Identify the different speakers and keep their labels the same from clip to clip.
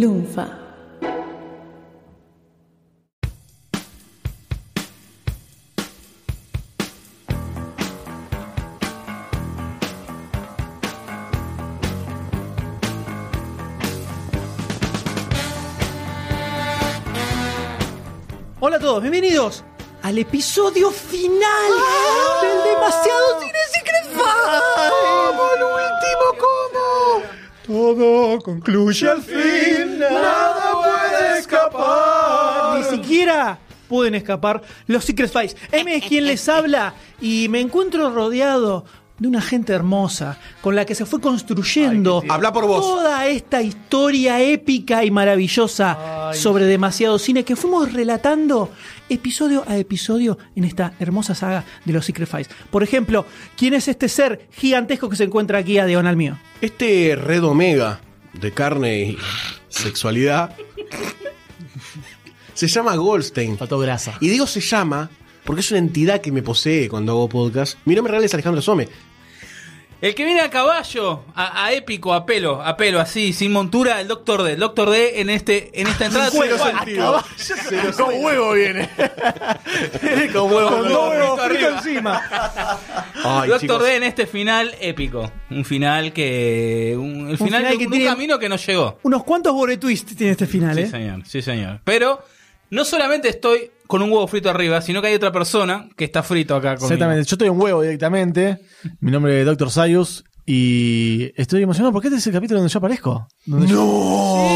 Speaker 1: Lunfa.
Speaker 2: Hola a todos, bienvenidos al episodio final del demasiado cine Secret ¡Ah! ¡Vamos, el último como! Todo concluye al fin, nada puede escapar. Ni siquiera pueden escapar los Secret Files. M es quien les habla y me encuentro rodeado de una gente hermosa con la que se fue construyendo
Speaker 3: Habla por vos.
Speaker 2: toda esta historia épica y maravillosa sobre demasiado cine que fuimos relatando episodio a episodio en esta hermosa saga de los Secret Files. Por ejemplo, ¿quién es este ser gigantesco que se encuentra aquí a Deonal mío?
Speaker 3: Este red omega de carne y sexualidad se llama Goldstein.
Speaker 4: Faltó grasa.
Speaker 3: Y digo se llama porque es una entidad que me posee cuando hago podcast. Mi nombre real es Alejandro Some.
Speaker 5: El que viene a caballo, a, a épico, a pelo, a pelo, así, sin montura, el Doctor D. El Doctor D en este, en esta entrada.
Speaker 3: Cero
Speaker 5: tal cual.
Speaker 3: sentido.
Speaker 4: Con huevo viene. Con huevo.
Speaker 5: Con
Speaker 2: Todo
Speaker 5: huevo
Speaker 2: frito
Speaker 5: arriba.
Speaker 2: encima.
Speaker 3: Ay,
Speaker 5: Doctor
Speaker 3: chicos.
Speaker 5: D en este final épico. Un final que. Un, el final,
Speaker 2: final
Speaker 5: de
Speaker 2: que
Speaker 5: un,
Speaker 2: tiene-
Speaker 5: camino que nos llegó.
Speaker 2: Unos cuantos bore twists tiene este final,
Speaker 5: Sí,
Speaker 2: ¿eh?
Speaker 5: señor, sí, señor. Pero no solamente estoy con un huevo frito arriba, sino que hay otra persona que está frito acá conmigo.
Speaker 4: Exactamente. Yo estoy en huevo directamente. Mi nombre es Dr. Sayus. Y estoy emocionado porque este es el capítulo donde yo aparezco. Donde Yo,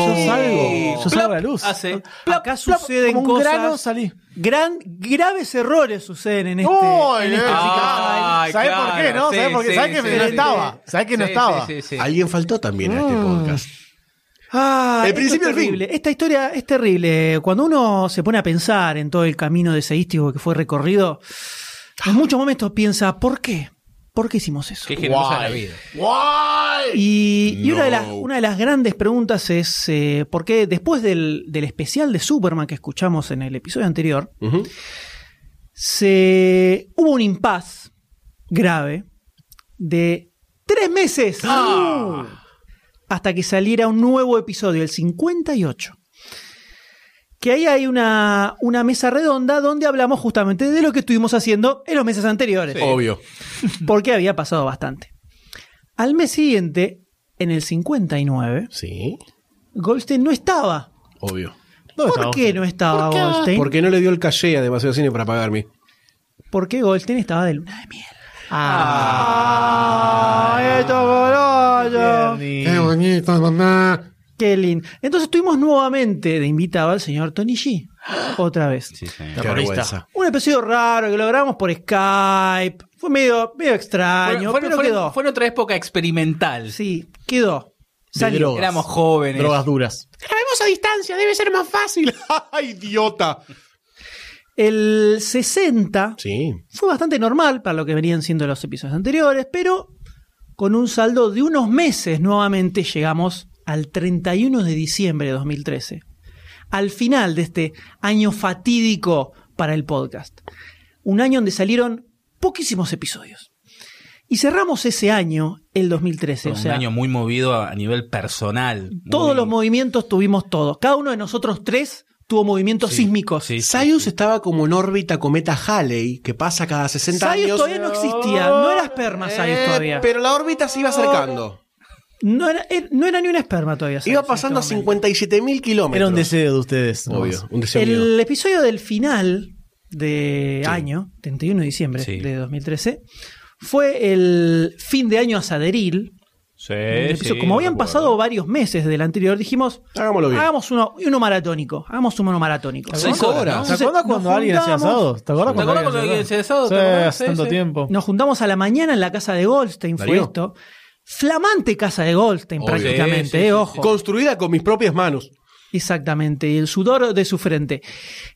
Speaker 4: yo salgo. Yo
Speaker 5: Plop,
Speaker 4: salgo a la luz.
Speaker 5: Hace.
Speaker 2: Acá suceden
Speaker 4: como un
Speaker 2: cosas.
Speaker 4: grano salí.
Speaker 2: Gran, graves errores suceden en este.
Speaker 4: ¡Oh!
Speaker 2: en este
Speaker 4: eh,
Speaker 2: Secret
Speaker 5: ah,
Speaker 2: File.
Speaker 4: ¿Sabés
Speaker 5: claro,
Speaker 4: por qué, no?
Speaker 5: sí,
Speaker 4: ¿Sabés por qué?
Speaker 5: sí,
Speaker 4: ¿Sabés que
Speaker 5: sí,
Speaker 4: no
Speaker 5: sí,
Speaker 4: estaba?
Speaker 5: sí.
Speaker 4: ¿Sabés que no
Speaker 5: Sí,
Speaker 4: estaba?
Speaker 5: sí, sí, sí.
Speaker 3: Alguien faltó también a este
Speaker 4: Mm.
Speaker 3: podcast.
Speaker 2: Ah,
Speaker 3: El
Speaker 2: esto
Speaker 3: principio
Speaker 2: es
Speaker 3: al fin.
Speaker 2: terrible. Esta historia es terrible. Cuando uno se pone a pensar en todo el camino deseístico que fue recorrido, en muchos momentos piensa, ¿por qué? ¿Por qué hicimos eso?
Speaker 5: Qué generosa la vida.
Speaker 4: Guay.
Speaker 2: Y, y una, de las,
Speaker 3: No.
Speaker 2: una de las grandes preguntas es, eh, ¿por qué después del, del especial de Superman que escuchamos en el episodio anterior,
Speaker 3: Ujú.
Speaker 2: se hubo un impas grave de tres meses hasta que saliera un nuevo episodio, el 58. Que ahí hay una, una mesa redonda donde hablamos justamente de lo que estuvimos haciendo en los meses anteriores,
Speaker 3: Obvio.
Speaker 2: porque había pasado bastante. Al mes siguiente, en el 59,
Speaker 3: Sí,
Speaker 2: Goldstein no estaba.
Speaker 3: obvio.
Speaker 4: ¿Dónde
Speaker 2: ¿Por
Speaker 4: estaba
Speaker 2: qué no estaba Goldstein?
Speaker 3: Porque no le dio el calle a demasiado cine para pagarme.
Speaker 2: Porque Goldstein estaba de luna de miel. Ah.
Speaker 4: Qué Eh, bonito.
Speaker 2: Qué lindo. Entonces tuvimos nuevamente de invitado al señor Tony G. Otra vez.
Speaker 5: Sí, señor.
Speaker 3: Qué
Speaker 4: Terrorista.
Speaker 3: vergüenza.
Speaker 2: Un episodio raro que lo grabamos por Skype. Fue medio, medio extraño,
Speaker 5: Fueron- fueron-
Speaker 2: pero
Speaker 5: fueron-
Speaker 2: quedó.
Speaker 5: Fueron otra época experimental.
Speaker 2: Sí, quedó. Salió.
Speaker 4: droga.
Speaker 5: Éramos jóvenes.
Speaker 4: Drogas duras.
Speaker 3: Grabemos a distancia, debe ser más fácil. ¡Ay, idiota!
Speaker 2: El 60
Speaker 3: Sí,
Speaker 2: fue bastante normal para lo que venían siendo los episodios anteriores, pero con un saldo de unos meses nuevamente llegamos al 31 de diciembre de 2013, al final de este año fatídico para el podcast. Un año donde salieron poquísimos episodios. Y cerramos ese año, el 2013.
Speaker 5: Fue
Speaker 2: O
Speaker 5: un
Speaker 2: sea,
Speaker 5: año muy movido a a nivel personal. Muy-
Speaker 2: todos los movimientos tuvimos todos. Cada uno de nosotros tres tuvo movimientos sísmicos.
Speaker 5: sí,
Speaker 3: Sayus estaba como en órbita cometa Halley, que pasa cada 60
Speaker 2: Sayus
Speaker 3: años.
Speaker 2: todavía no existía, no era esperma Sayus
Speaker 3: Eh,
Speaker 2: todavía.
Speaker 3: Pero la órbita se iba acercando.
Speaker 2: No era, er- no era ni una esperma todavía.
Speaker 3: Iba
Speaker 2: Sayus,
Speaker 3: pasando a
Speaker 2: en este momento.
Speaker 3: 57.000 kilómetros.
Speaker 4: Era un deseo de ustedes.
Speaker 3: Obvio, un deseo mío.
Speaker 2: El episodio del final de año, 31 de diciembre
Speaker 5: Sí.
Speaker 2: de 2013, fue el fin de año asaderil.
Speaker 5: Sí,
Speaker 2: El episodio-
Speaker 5: Eh, sí,
Speaker 2: Como habían
Speaker 5: recuerdo.
Speaker 2: pasado varios meses del anterior, dijimos,
Speaker 3: Hagámoslo bien.
Speaker 2: hagamos uno, uno maratónico, hagamos uno maratónico.
Speaker 5: Seis
Speaker 3: Cinco
Speaker 5: horas,
Speaker 3: horas.
Speaker 4: ¿Te
Speaker 2: Entonces,
Speaker 4: acuerdas
Speaker 2: Ah, nos
Speaker 4: cuando alguien hacía
Speaker 2: juntamos-
Speaker 4: asado? ¿Te acuerdas
Speaker 5: ¿Te
Speaker 4: cuando
Speaker 5: acuerdas cuando alguien hacía asado?
Speaker 4: Sí,
Speaker 5: ¿Te acuerdas?
Speaker 4: hace
Speaker 5: Sí,
Speaker 4: tanto
Speaker 5: sí.
Speaker 4: tiempo.
Speaker 2: Nos juntamos a la mañana en la casa de Goldstein, fue
Speaker 3: ¿Darío?
Speaker 2: esto. Flamante casa de Goldstein,
Speaker 3: Obvio.
Speaker 2: prácticamente,
Speaker 5: Sí, sí,
Speaker 2: eh,
Speaker 5: sí, sí.
Speaker 2: ojo.
Speaker 3: Construida con mis propias manos.
Speaker 2: Exactamente, y el sudor de su frente.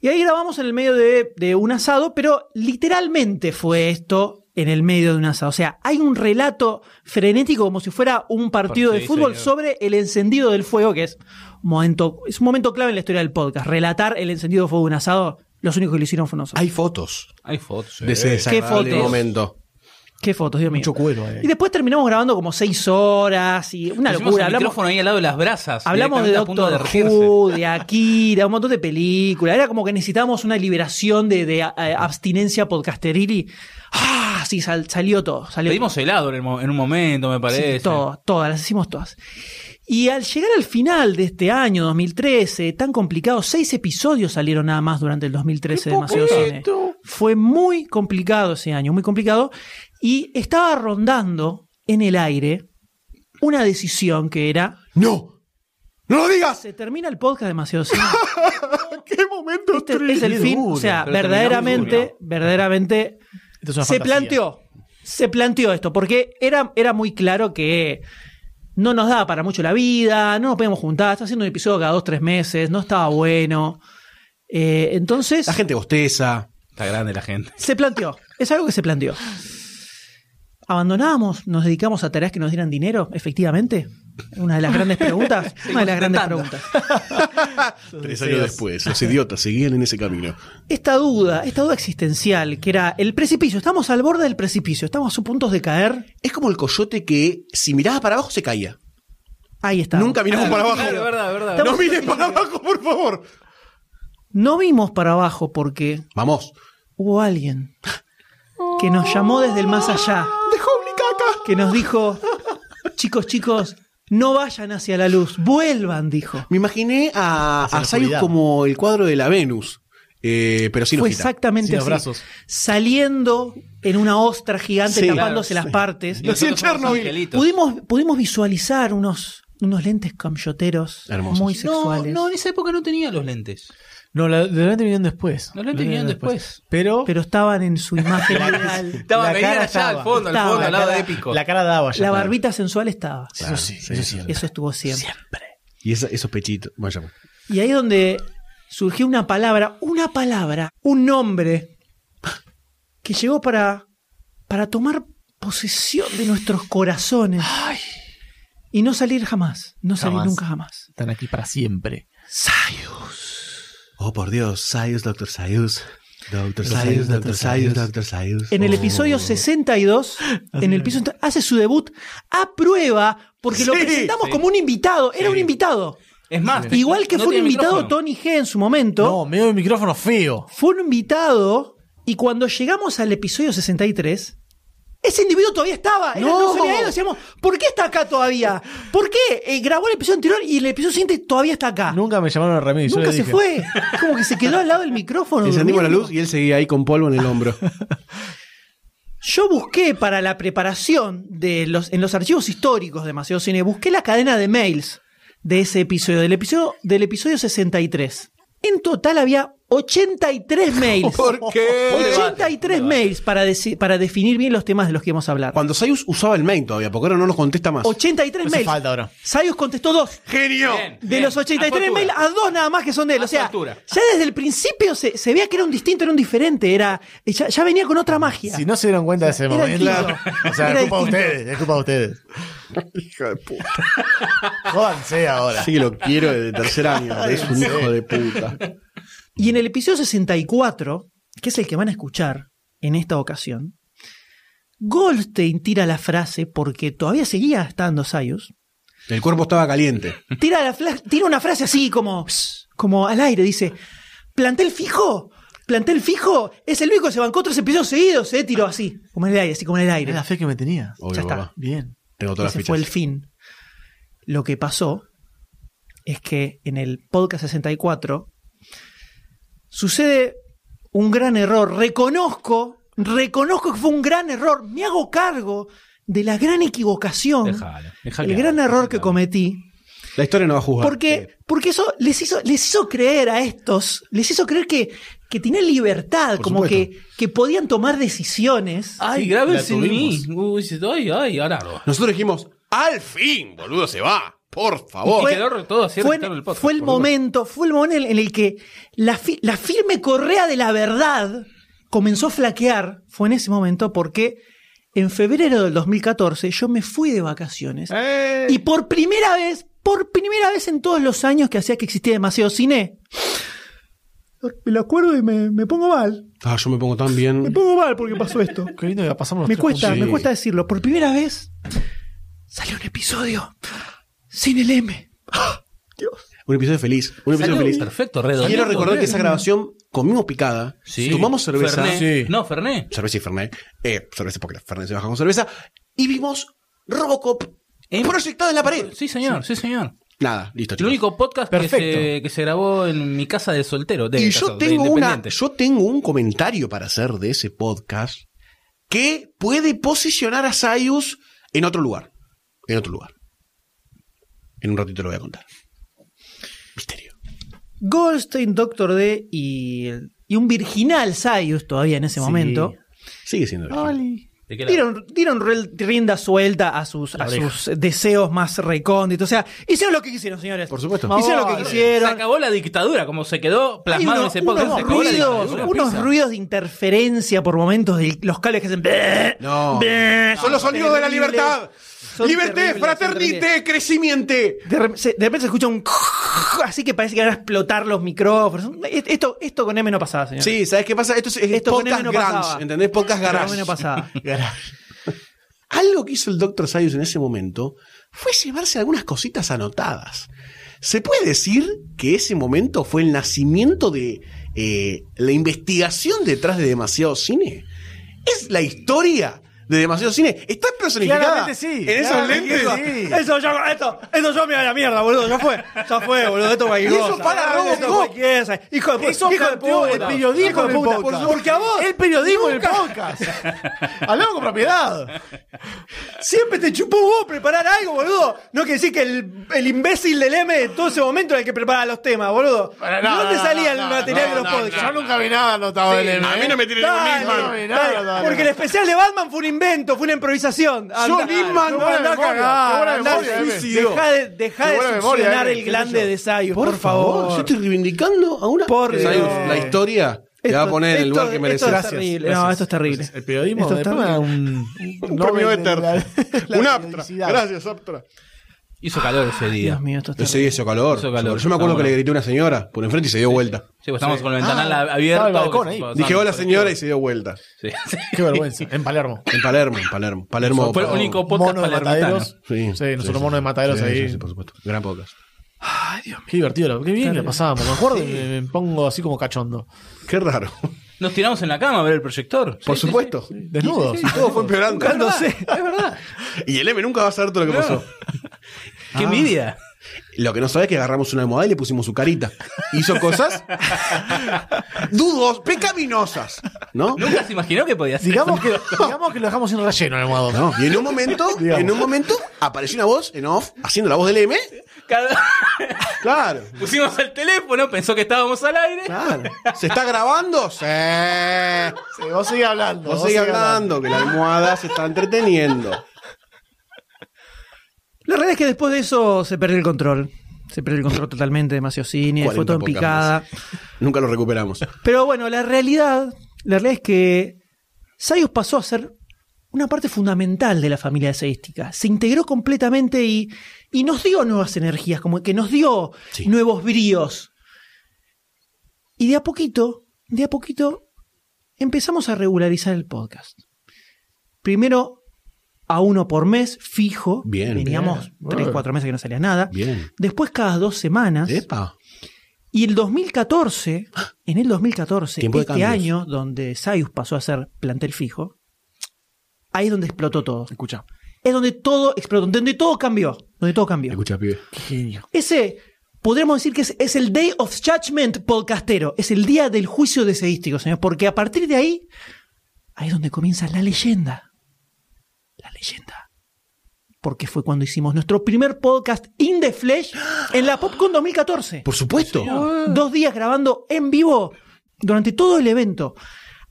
Speaker 2: Y ahí grabamos en el medio de, de un asado, pero literalmente fue esto en el medio de un asado. O sea, hay un relato frenético como si fuera un partido
Speaker 5: Sí,
Speaker 2: de fútbol
Speaker 5: señor.
Speaker 2: sobre el encendido del fuego, que es un momento, es un momento clave en la historia del podcast. Relatar el encendido del fuego de un asado, los únicos que lo hicieron fue nosotros.
Speaker 3: Hay fotos
Speaker 5: Hay fotos.
Speaker 3: de ese
Speaker 5: sí.
Speaker 3: desagradable
Speaker 2: fotos?
Speaker 3: momento.
Speaker 2: Qué fotos, Dios mío.
Speaker 4: Mucho cuero ahí.
Speaker 2: Y después terminamos grabando como seis horas y una
Speaker 5: Pusimos
Speaker 2: locura.
Speaker 5: el
Speaker 2: Hablamos,
Speaker 5: micrófono ahí al lado de las brasas.
Speaker 2: hablamos de
Speaker 5: directamente a punto
Speaker 2: Doctor
Speaker 5: de derretirse.
Speaker 2: Who, de Akira, un montón de películas. Era como que necesitábamos una liberación de, de, eh, abstinencia podcasteril y ¡ah! Sí, sal- salió todo. Salió
Speaker 5: Pedimos helado en el mo- en un momento, me
Speaker 2: Sí,
Speaker 5: parece.
Speaker 2: todo, todas, las hicimos todas. Y al llegar al final de este año 2013, tan complicado, seis episodios salieron nada más durante el 2013 de Demasiado Cine. Fue muy complicado ese año, muy complicado. Y estaba rondando en el aire una decisión que era,
Speaker 6: ¡No! ¡No lo digas!
Speaker 2: se termina el podcast Demasiado Cine.
Speaker 6: ¡Qué momento
Speaker 2: Este es el fin, o sea,
Speaker 5: pero terminamos
Speaker 2: verdaderamente,
Speaker 5: duro.
Speaker 2: verdaderamente
Speaker 4: Esto es una
Speaker 2: se
Speaker 4: fantasía.
Speaker 2: planteó. Se planteó esto, porque era, era muy claro que no nos daba para mucho la vida, no nos podíamos juntar, está haciendo un episodio cada dos, tres meses, no estaba bueno. Eh, entonces,
Speaker 3: La gente bosteza.
Speaker 5: Está grande la gente.
Speaker 2: se planteó. Es algo que se planteó. ¿Abandonamos? ¿Nos dedicamos a tareas que nos dieran dinero? Efectivamente. Una de las grandes preguntas. Una de las grandes
Speaker 5: tratando.
Speaker 2: preguntas.
Speaker 3: Tres años después, los idiotas seguían en ese camino.
Speaker 2: Esta duda, esta duda existencial, que era el precipicio, estamos al borde del precipicio, estamos a puntos de caer.
Speaker 3: Es como el coyote que, si mirabas para abajo, se caía.
Speaker 2: Ahí está.
Speaker 3: Nunca miramos para abajo.
Speaker 5: Claro, verdad, verdad.
Speaker 2: Estamos-
Speaker 3: No mires para abajo, por favor.
Speaker 2: No vimos para abajo porque
Speaker 3: Vamos.
Speaker 2: hubo alguien que nos llamó desde el más allá,
Speaker 6: ¡Dejó mi caca!
Speaker 2: que nos dijo, chicos, chicos, no vayan hacia la luz, vuelvan, dijo.
Speaker 3: Me imaginé a,
Speaker 4: Hacia
Speaker 3: a
Speaker 4: la
Speaker 3: Sayus
Speaker 4: oscuridad.
Speaker 3: como el cuadro de la Venus, eh, pero sin
Speaker 2: Fue
Speaker 3: hojita.
Speaker 2: exactamente
Speaker 4: Sin
Speaker 2: así.
Speaker 4: abrazos.
Speaker 2: Saliendo en una ostra gigante
Speaker 3: Sí,
Speaker 2: tapándose las
Speaker 3: claro, sí.
Speaker 2: partes.
Speaker 5: Y nosotros
Speaker 3: Nací en
Speaker 5: somos
Speaker 3: Chernobyl.
Speaker 5: angelitos.
Speaker 2: Pudimos, pudimos visualizar unos, unos lentes camchoteros
Speaker 3: Hermosos.
Speaker 2: muy
Speaker 5: No,
Speaker 2: sexuales.
Speaker 5: no, en esa época no tenía los lentes.
Speaker 4: No, la, los lentes vinieron después.
Speaker 5: Los lentes vinieron después.
Speaker 4: Pero,
Speaker 2: Pero estaban en su imagen real.
Speaker 5: Estaba,
Speaker 4: La
Speaker 5: venían
Speaker 4: cara
Speaker 5: allá
Speaker 4: estaba.
Speaker 5: al fondo, al
Speaker 2: Estaba,
Speaker 5: fondo, al lado
Speaker 4: cara-
Speaker 5: de épico.
Speaker 4: la cara daba ya.
Speaker 2: La barbita sensual estaba.
Speaker 4: Eso sí, eso sí.
Speaker 2: Eso estuvo siempre.
Speaker 3: Y esa- esos pechitos. Vaya.
Speaker 2: Y ahí es donde surgió una palabra, una palabra, un nombre que llegó para, para tomar posesión de nuestros corazones y no salir jamás, no salir
Speaker 4: Jamás.
Speaker 2: nunca jamás.
Speaker 4: Están aquí para siempre.
Speaker 3: Oh, por Dios. Sayus, Doctor Sayus. Doctor Sayus, Doctor Sayus, Doctor Oh. Sayus.
Speaker 2: En el episodio 62, en el piso, ent- hace su debut a prueba porque lo
Speaker 3: Sí.
Speaker 2: presentamos
Speaker 5: Sí.
Speaker 2: como un invitado, era
Speaker 5: Sí.
Speaker 2: un invitado.
Speaker 5: Es más,
Speaker 2: Igual que
Speaker 5: no
Speaker 2: fue un
Speaker 5: tiene
Speaker 2: invitado
Speaker 5: micrófono.
Speaker 2: Tony G en su momento.
Speaker 4: No, medio el micrófono feo.
Speaker 2: fue un invitado y cuando llegamos al episodio 63, ese individuo todavía estaba. Era-
Speaker 3: No.
Speaker 2: no se había ido. Decíamos, ¿por qué está acá todavía? ¿Por qué Eh, grabó el episodio anterior y el episodio siguiente todavía está acá?
Speaker 4: Nunca me llamaron a remedio. yo
Speaker 2: Ah. Nunca
Speaker 4: le
Speaker 2: se
Speaker 4: dije,
Speaker 2: fue. Es Como que se quedó al lado del micrófono.
Speaker 3: Encendimos la
Speaker 2: durmiendo.
Speaker 3: luz y él seguía ahí con polvo en el hombro.
Speaker 2: Yo busqué para la preparación de los, en los archivos históricos de Maceo Cine, busqué la cadena de mails de ese episodio, del episodio, del episodio 63. En total había 83 mails.
Speaker 5: qué?
Speaker 2: 83 mails para, deci- para definir bien los temas de los que vamos a hablar.
Speaker 3: Cuando Sayus usaba el mail todavía, porque ahora no nos contesta más.
Speaker 2: 83
Speaker 4: No hace
Speaker 2: mails.
Speaker 4: falta ahora.
Speaker 2: Sayus contestó dos.
Speaker 3: ¡Genio!
Speaker 5: Bien,
Speaker 2: De
Speaker 5: bien.
Speaker 2: los
Speaker 5: A tu
Speaker 2: 83
Speaker 5: altura.
Speaker 2: mails, a dos nada más que son de él.
Speaker 5: A
Speaker 2: o sea,
Speaker 5: tu altura.
Speaker 2: ya desde el principio se, se veía que era un distinto, era un diferente. Era, ya, ya venía con otra magia.
Speaker 4: Si no se dieron cuenta de ese
Speaker 2: Era
Speaker 4: momento.
Speaker 2: distinto.
Speaker 4: O sea,
Speaker 2: Era
Speaker 4: es culpa de
Speaker 2: distinto.
Speaker 4: ustedes, es culpa de ustedes.
Speaker 3: Hija de puta.
Speaker 4: Jódanse ahora.
Speaker 3: Sí que lo quiero desde tercer año. Es un hijo de puta.
Speaker 2: Y en el episodio 64, que es el que van a escuchar en esta ocasión, Goldstein tira la frase, porque todavía seguía estando Sayus,
Speaker 3: El cuerpo estaba caliente.
Speaker 2: tira, la fla- tira una frase así como, pss, como al aire, dice, plantel fijo, plantel fijo, es el único que se bancó tres episodios seguidos, se tiró así, como en el aire, así como en el aire.
Speaker 4: Era la fe que me tenía.
Speaker 3: Obvio,
Speaker 2: Ya está.
Speaker 3: papá.
Speaker 4: Bien.
Speaker 3: Tengo todas las
Speaker 2: Ese
Speaker 3: fichas.
Speaker 2: fue el fin. Lo que pasó es que en el podcast 64 sucede un gran error. Reconozco, reconozco que fue un gran error. Me hago cargo de la gran equivocación,
Speaker 5: Dejalo, dejalo.
Speaker 2: el gran error que cometí.
Speaker 3: La historia no va a juzgar.
Speaker 2: Porque, porque eso les hizo, les hizo creer a estos, les hizo creer que, que tenían libertad,
Speaker 3: Por
Speaker 2: como que,
Speaker 3: supuesto.
Speaker 2: que podían tomar decisiones.
Speaker 5: Ay,
Speaker 4: Sí,
Speaker 5: graben
Speaker 4: la
Speaker 5: sin mí.
Speaker 4: tuvimos.
Speaker 5: Uy, se- ay, ay, ahora. no.
Speaker 3: Nosotros dijimos, al fin, boludo, se va. Por favor.
Speaker 2: Fue-
Speaker 5: Oh, quedó todo así
Speaker 2: fue,
Speaker 5: registrado en el podcast,
Speaker 2: fue el
Speaker 5: por lo menos.
Speaker 2: momento, fue el momento en el- en el que la, fi- la firme correa de la verdad comenzó a flaquear. Fue en ese momento porque en febrero del 2014 yo me fui de vacaciones
Speaker 5: Eh.
Speaker 2: y por primera vez, por primera vez en todos los años que hacía que existía demasiado cine,
Speaker 7: me lo acuerdo y me, me pongo mal.
Speaker 3: Ah, yo me pongo tan
Speaker 7: Me
Speaker 5: Mm.
Speaker 3: bien.
Speaker 7: pongo mal porque pasó esto.
Speaker 4: Qué lindo que la pasamos los
Speaker 7: Me
Speaker 4: tres
Speaker 7: cuesta,
Speaker 4: juntos.
Speaker 3: sí.
Speaker 7: me cuesta decirlo. Por primera vez salió un episodio sin el M. ¡Ah! Dios.
Speaker 3: Un episodio feliz. Un episodio
Speaker 5: Salió
Speaker 3: feliz.
Speaker 5: Perfecto, redondo.
Speaker 3: Quiero recordar que esa grabación comimos picada,
Speaker 5: Sí.
Speaker 3: tomamos cerveza,
Speaker 5: Fernet.
Speaker 4: Sí.
Speaker 5: No, Ferné.
Speaker 3: cerveza y Fernet, eh, cerveza porque la Fernet se baja con cerveza, y vimos Robocop
Speaker 5: Eh,
Speaker 3: proyectado en la pared.
Speaker 5: Sí, señor, sí, señor.
Speaker 3: Nada, listo,
Speaker 5: El
Speaker 3: chicos.
Speaker 5: único podcast que
Speaker 4: Perfecto.
Speaker 5: se, que se grabó en mi casa de soltero. De
Speaker 3: y
Speaker 5: casa
Speaker 3: yo
Speaker 5: de
Speaker 3: tengo una,
Speaker 5: independiente.
Speaker 3: yo tengo un comentario para hacer de ese podcast que puede posicionar a Sayus en otro lugar. En otro lugar. En un ratito lo voy a contar. Misterio.
Speaker 2: Goldstein, Doctor D y, y un virginal Sayus todavía en ese
Speaker 4: Sí.
Speaker 2: momento.
Speaker 3: Sigue siendo virgen.
Speaker 5: ¿De qué lado?
Speaker 2: Dieron, dieron rel- rienda suelta a sus, a sus deseos más recónditos. O sea, hicieron lo que quisieron, señores.
Speaker 3: Por supuesto.
Speaker 2: Hicieron lo que
Speaker 5: Se
Speaker 2: quisieron.
Speaker 5: acabó la dictadura, como se quedó
Speaker 2: Hay
Speaker 5: plasmado en
Speaker 2: unos,
Speaker 5: ese podcast.
Speaker 2: unos
Speaker 5: se acabó la
Speaker 2: ruidos,
Speaker 5: dictadura.
Speaker 2: unos
Speaker 5: Pisa.
Speaker 2: ruidos de interferencia por momentos de los cables que hacen.
Speaker 3: No.
Speaker 2: Son
Speaker 3: Son los sonidos de la
Speaker 2: terribles.
Speaker 3: libertad.
Speaker 2: Son
Speaker 3: Liberté,
Speaker 2: terribles, son terribles.
Speaker 3: fraternité, crecimiento.
Speaker 2: De, rep- se- de repente se escucha un. Así que parece que van a explotar los micrófonos. Esto, esto con M no pasaba, señor.
Speaker 3: Sí, ¿sabes qué pasa? Esto es, es
Speaker 2: Esto con
Speaker 3: podcast
Speaker 2: M no
Speaker 3: grunge,
Speaker 2: Este pasaba.
Speaker 3: ¿entendés? Podcast garage.
Speaker 2: no pasaba.
Speaker 3: Garage. Algo que hizo el Dr. Sayus en ese momento fue llevarse algunas cositas anotadas. Se puede decir que ese momento fue el nacimiento de eh, la investigación detrás de Demasiado Cine. Es la historia de Demasiado Cine. Está personificada
Speaker 4: Claramente sí,
Speaker 3: en esos
Speaker 4: claramente
Speaker 3: lentes.
Speaker 4: sí.
Speaker 2: Eso yo, esto, esto yo me da la mierda, boludo. Ya fue, ya fue, boludo. Esto es cualquier
Speaker 3: Y eso
Speaker 2: cosa.
Speaker 3: para
Speaker 2: Esto es
Speaker 3: Robocop.
Speaker 2: cualquier cosa. Hijo de, hijo
Speaker 4: Eso
Speaker 2: de
Speaker 4: planteó
Speaker 2: puta.
Speaker 4: el periodismo
Speaker 2: Hijo
Speaker 4: en
Speaker 2: de
Speaker 4: el
Speaker 2: puta.
Speaker 4: podcast.
Speaker 2: Porque a vos.
Speaker 4: El periodismo en el podcast. Hablamos con propiedad.
Speaker 2: Siempre te chupó vos preparar algo, boludo. No que decir que el, el imbécil del M de todo ese momento era el que preparaba los temas, boludo.
Speaker 4: Para
Speaker 2: ¿De
Speaker 4: nada,
Speaker 2: dónde
Speaker 4: no,
Speaker 2: salía
Speaker 4: no,
Speaker 2: el material
Speaker 4: no,
Speaker 2: de los
Speaker 4: no,
Speaker 2: podcasts?
Speaker 4: Yo nunca vi nada anotado del M.
Speaker 3: A mí no me tienen
Speaker 2: Dale,
Speaker 3: el mismo.
Speaker 2: dale,
Speaker 4: No, no, no, no.
Speaker 2: porque el especial de Batman fue un invento, fue una improvisación. Anda-
Speaker 4: misma
Speaker 2: no,
Speaker 4: no,
Speaker 2: anda a
Speaker 4: memoria,
Speaker 2: cagar,
Speaker 4: qué buena
Speaker 2: anda a-
Speaker 4: memoria, M.
Speaker 2: Deja de, deja
Speaker 4: Qué
Speaker 2: de
Speaker 4: buena memoria,
Speaker 2: succionar
Speaker 4: M,
Speaker 2: el
Speaker 4: qué sé
Speaker 2: grande
Speaker 4: yo.
Speaker 2: de Sayus,
Speaker 3: Por, favor. yo estoy reivindicando a una. Eh,
Speaker 2: Por
Speaker 3: Sayus,
Speaker 2: Dios.
Speaker 3: la historia te va a
Speaker 2: Esto-
Speaker 3: poner en el
Speaker 2: esto-
Speaker 3: lugar que merece.
Speaker 2: Esto es terrible. No, esto es terrible.
Speaker 4: El periodismo
Speaker 2: Esto
Speaker 4: esto
Speaker 2: está
Speaker 4: está
Speaker 2: bien.
Speaker 4: un, un Nobel de la- la periodicidad.
Speaker 3: Aptra.
Speaker 5: Hizo calor ese día.
Speaker 2: Dios mío, esto es terrible.
Speaker 3: Ese hizo calor.
Speaker 5: Hizo calor.
Speaker 3: Yo me acuerdo
Speaker 5: Ah,
Speaker 3: que le
Speaker 5: bueno.
Speaker 3: grité a una señora por enfrente y se dio vuelta.
Speaker 5: Sí, pues estamos con la ventana
Speaker 4: Estaba
Speaker 5: abierta.
Speaker 4: el balcón ahí.
Speaker 5: pues,
Speaker 3: Dije hola señora y se dio vuelta.
Speaker 5: Sí, sí.
Speaker 4: Qué vergüenza. En Palermo.
Speaker 3: En Palermo, en Palermo. Palermo.
Speaker 5: Fue el
Speaker 3: Palermo.
Speaker 5: único podcast
Speaker 4: Mono de
Speaker 5: palermitano.
Speaker 4: mataderos. Sí, nosotros
Speaker 3: sí,
Speaker 4: mono de mataderos
Speaker 3: sí,
Speaker 4: ahí.
Speaker 3: Sí, sí, por supuesto. Gran podcast.
Speaker 4: Qué divertido, lo- qué bien le pasábamos. Me acuerdo y me, me pongo así como cachondo.
Speaker 3: Qué raro.
Speaker 5: Nos tiramos en la cama a ver el proyector.
Speaker 3: Por
Speaker 5: Sí, sí,
Speaker 3: supuesto.
Speaker 4: Desnudos.
Speaker 3: Todo fue empeorando.
Speaker 5: Es verdad.
Speaker 3: Y el M nunca va a saber todo lo que pasó.
Speaker 5: Qué envidia.
Speaker 3: Lo que no sabe es que agarramos una almohada y le pusimos su carita. Hizo cosas dudos, pecaminosas. ¿No?
Speaker 5: Nunca se imaginó que podía ser.
Speaker 4: digamos, que, digamos que lo dejamos sin relleno el almohadón.
Speaker 3: No. Y en un momento,
Speaker 4: Digamos.
Speaker 3: en un momento, apareció una voz en off, haciendo la voz del M.
Speaker 5: Cada-
Speaker 3: Claro.
Speaker 5: Pusimos el teléfono, pensó que estábamos al aire.
Speaker 3: Claro. ¿Se está grabando? Sí.
Speaker 4: Sí, vos sigue hablando.
Speaker 3: Vos sigue hablando, que la almohada se está entreteniendo.
Speaker 2: La realidad es que después de eso se perdió el control. Se perdió el control totalmente de Macio Cine, fue
Speaker 3: 40
Speaker 2: todo en
Speaker 3: podcasts
Speaker 2: picada.
Speaker 3: Nunca lo recuperamos.
Speaker 2: Pero bueno, la realidad, la realidad es que Sayus pasó a ser una parte fundamental de la familia deseística. Se integró completamente y, y nos dio nuevas energías, como que nos dio
Speaker 3: Sí.
Speaker 2: nuevos bríos. Y de a poquito, de a poquito, empezamos a regularizar el podcast. Primero a uno por mes, fijo.
Speaker 3: Bien,
Speaker 2: Teníamos
Speaker 4: bien.
Speaker 2: tres,
Speaker 4: Bueno.
Speaker 2: cuatro meses que no salía nada.
Speaker 3: Bien.
Speaker 2: Después cada dos semanas.
Speaker 3: Epa.
Speaker 2: Y el 2014, en el 2014,
Speaker 3: Ah. Tiempo de
Speaker 2: este
Speaker 3: cambios.
Speaker 2: año donde Sayus pasó a ser plantel fijo, ahí es donde explotó todo.
Speaker 4: Escucha.
Speaker 2: Es donde todo explotó, donde todo cambió, donde todo cambió.
Speaker 3: Escucha, pibe.
Speaker 4: Genio.
Speaker 2: Ese, podríamos decir que es, es el Day of Judgment podcastero, es el día del juicio deseístico, señor, porque a partir de ahí, ahí es donde comienza la leyenda. La leyenda. Porque fue cuando hicimos nuestro primer podcast in the flesh en la PopCon 2014
Speaker 3: Por supuesto.
Speaker 2: dos días grabando en vivo durante todo el evento.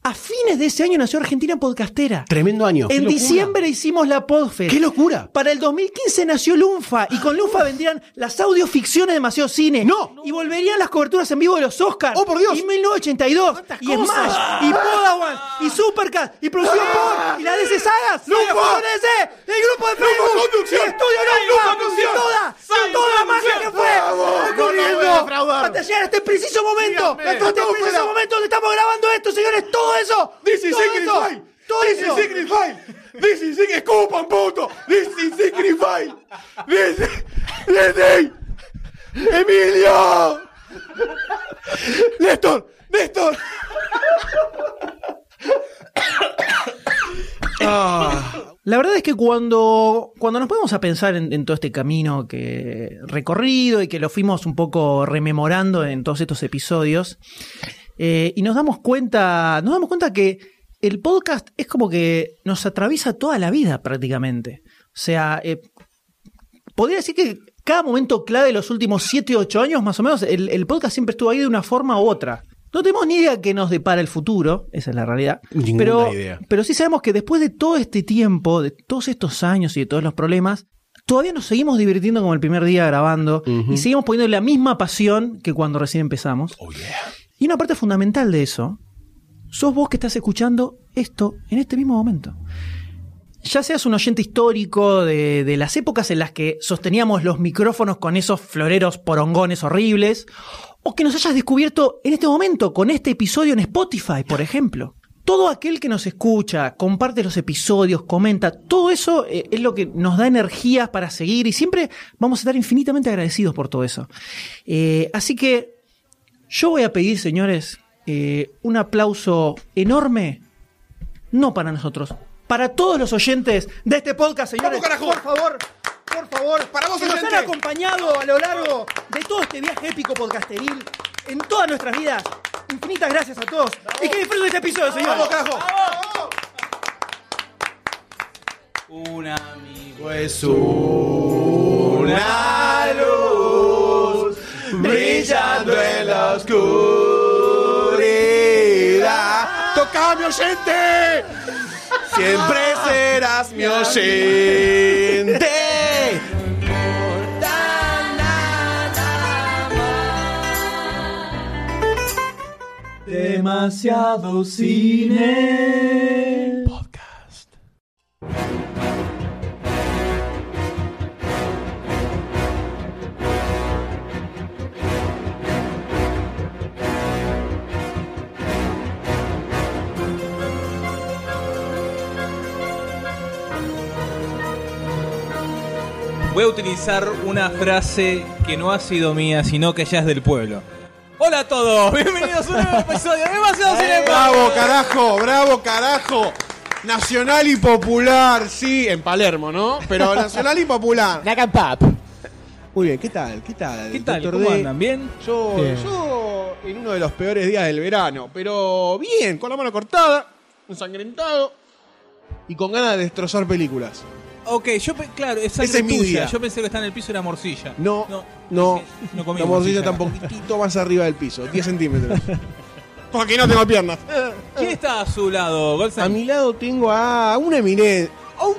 Speaker 2: A fines de ese año nació Argentina Podcastera.
Speaker 3: Tremendo año.
Speaker 2: En diciembre hicimos la Podfest.
Speaker 3: ¡Qué locura!
Speaker 2: Para el 2015 nació Lunfa y con Lunfa vendrían las audioficciones de Demasiado Cine.
Speaker 3: ¡No!
Speaker 2: Y volverían las coberturas en vivo de los Oscars.
Speaker 3: ¡Oh, por Dios!
Speaker 2: Y 1982. Y Smash. Y Podawan. Y Supercast. Y producido por. Y la DC Sagas. y la
Speaker 3: Ah. ¡Lunfa!
Speaker 2: Fusión DC. El grupo de Facebook.
Speaker 3: Conducción!
Speaker 2: Y Estudio
Speaker 3: ¡Lunfa
Speaker 2: Nova. Y
Speaker 3: Conducción!
Speaker 2: toda. y
Speaker 3: ¡Sagas
Speaker 2: toda la magia
Speaker 3: Conducción!
Speaker 2: que fue.
Speaker 3: ¡Vamos!
Speaker 2: ocurriendo.
Speaker 3: ¡No nos voy a defraudar!
Speaker 2: Pantallero, en este preciso momento.
Speaker 3: Dígame.
Speaker 2: en este
Speaker 3: Estamos
Speaker 2: preciso
Speaker 3: fuera.
Speaker 2: momento donde estamos grabando esto, señores. Todo eso.
Speaker 3: This is
Speaker 2: todo
Speaker 3: Secret
Speaker 2: eso,
Speaker 3: File.
Speaker 2: Todo
Speaker 3: This
Speaker 2: eso.
Speaker 3: is Secret File. This is Secret Escupan, puto. This
Speaker 8: este
Speaker 3: is Secret File. This is. This is- Emilio. Néstor. Néstor.
Speaker 2: La verdad es que cuando, cuando nos ponemos a pensar en, en todo este camino que recorrido y que lo fuimos un poco rememorando en todos estos episodios, eh, y nos damos cuenta, nos damos cuenta que el podcast es como que nos atraviesa toda la vida prácticamente. O sea, eh, podría decir que cada momento clave de los últimos 7 8 años, más o menos, el, el podcast siempre estuvo ahí de una forma u otra. No tenemos ni idea qué nos depara el futuro, esa es la realidad.
Speaker 8: Ninguna
Speaker 2: pero,
Speaker 8: idea.
Speaker 2: pero sí sabemos que después de todo este tiempo, de todos estos años y de todos los problemas, todavía nos seguimos divirtiendo como el primer día grabando y seguimos poniendo la misma pasión que cuando recién empezamos.
Speaker 8: Oh, yeah.
Speaker 2: Y una parte fundamental de eso, sos vos que estás escuchando esto en este mismo momento. Ya seas un oyente histórico de, de las épocas en las que sosteníamos los micrófonos con esos floreros porongones horribles, o que nos hayas descubierto en este momento con este episodio en Spotify, por ejemplo. Todo aquel que nos escucha, comparte los episodios, comenta, todo eso eh, es lo que nos da energías para seguir y siempre vamos a estar infinitamente agradecidos por todo eso. Eh, así que yo voy a pedir, señores, eh, un aplauso enorme, no para nosotros, para todos los oyentes de este podcast, señores.
Speaker 3: ¡Vamos, carajo!
Speaker 2: Por favor, por favor,
Speaker 3: Para vos,
Speaker 2: que nos
Speaker 3: oyente.
Speaker 2: han acompañado a lo largo de todo este viaje épico podcasteril en todas nuestras vidas. Infinitas gracias a todos y que disfruten este episodio, señores.
Speaker 3: Vamos, carajo.
Speaker 5: Un amigo.
Speaker 3: Es Pues una luz brillando en la oscuridad. ¡Tocame, oyente! Siempre serás mi oyente.
Speaker 2: Demasiado cine.
Speaker 5: Voy a utilizar una frase que no ha sido mía, sino que ya es del pueblo. Hola a todos, bienvenidos a un nuevo episodio de Demasiado Cine.
Speaker 3: Eh, ¡Bravo, carajo! ¡Bravo, carajo! Nacional y popular, sí, en Palermo, ¿no? Pero nacional y popular.
Speaker 4: Nagan Pap.
Speaker 3: Muy bien, ¿qué tal? ¿Qué tal?
Speaker 5: ¿Qué tal?
Speaker 3: doctor
Speaker 5: ¿Cómo
Speaker 3: D?
Speaker 5: andan? ¿Bien?
Speaker 3: Yo, yo en uno de los peores días del verano, pero bien, con la mano cortada, ensangrentado y con ganas de destrozar películas.
Speaker 5: Ok, yo, pe- claro, es
Speaker 3: Ese es mi
Speaker 5: tuya.
Speaker 3: día.
Speaker 5: Yo pensé que está en el piso y era morcilla.
Speaker 3: No, no,
Speaker 5: no,
Speaker 3: no,
Speaker 5: es que no comí
Speaker 3: la morcilla está
Speaker 5: morcilla.
Speaker 3: un poquitito más arriba del piso, 10 centímetros. Porque no tengo piernas.
Speaker 5: ¿Quién está a su lado,
Speaker 3: A
Speaker 5: Goldstein?
Speaker 3: mi lado tengo a una eminencia. ¡Oh!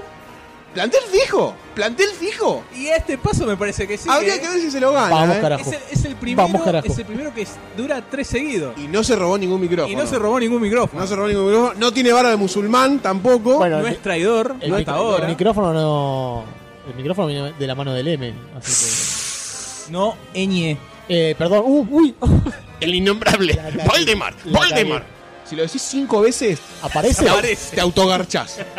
Speaker 3: ¡Plantel fijo! ¡Plantel fijo!
Speaker 5: Y a este paso me parece que sí.
Speaker 3: Habría
Speaker 5: ¿eh?
Speaker 3: que ver si se lo gana.
Speaker 4: Vamos,
Speaker 3: ¿eh?
Speaker 4: carajo.
Speaker 5: Es el, es el primero,
Speaker 4: Vamos, carajo.
Speaker 5: es el primero que es- dura tres seguidos.
Speaker 3: Y no se robó ningún micrófono.
Speaker 5: Y no se robó ningún micrófono.
Speaker 3: No se robó ningún micrófono. No tiene vara de musulmán tampoco.
Speaker 4: Bueno,
Speaker 5: No es traidor,
Speaker 4: El,
Speaker 5: no
Speaker 4: mic-
Speaker 5: hasta ahora.
Speaker 4: el micrófono no. El micrófono viene de la mano del M. Así
Speaker 5: No eñe.
Speaker 4: que. Eh, perdón. Uh, uy.
Speaker 3: El innombrable.
Speaker 4: La cagué.
Speaker 3: Voldemort.
Speaker 4: La
Speaker 3: Voldemort. Si lo decís cinco veces,
Speaker 4: Aparece.
Speaker 3: te autogarchás.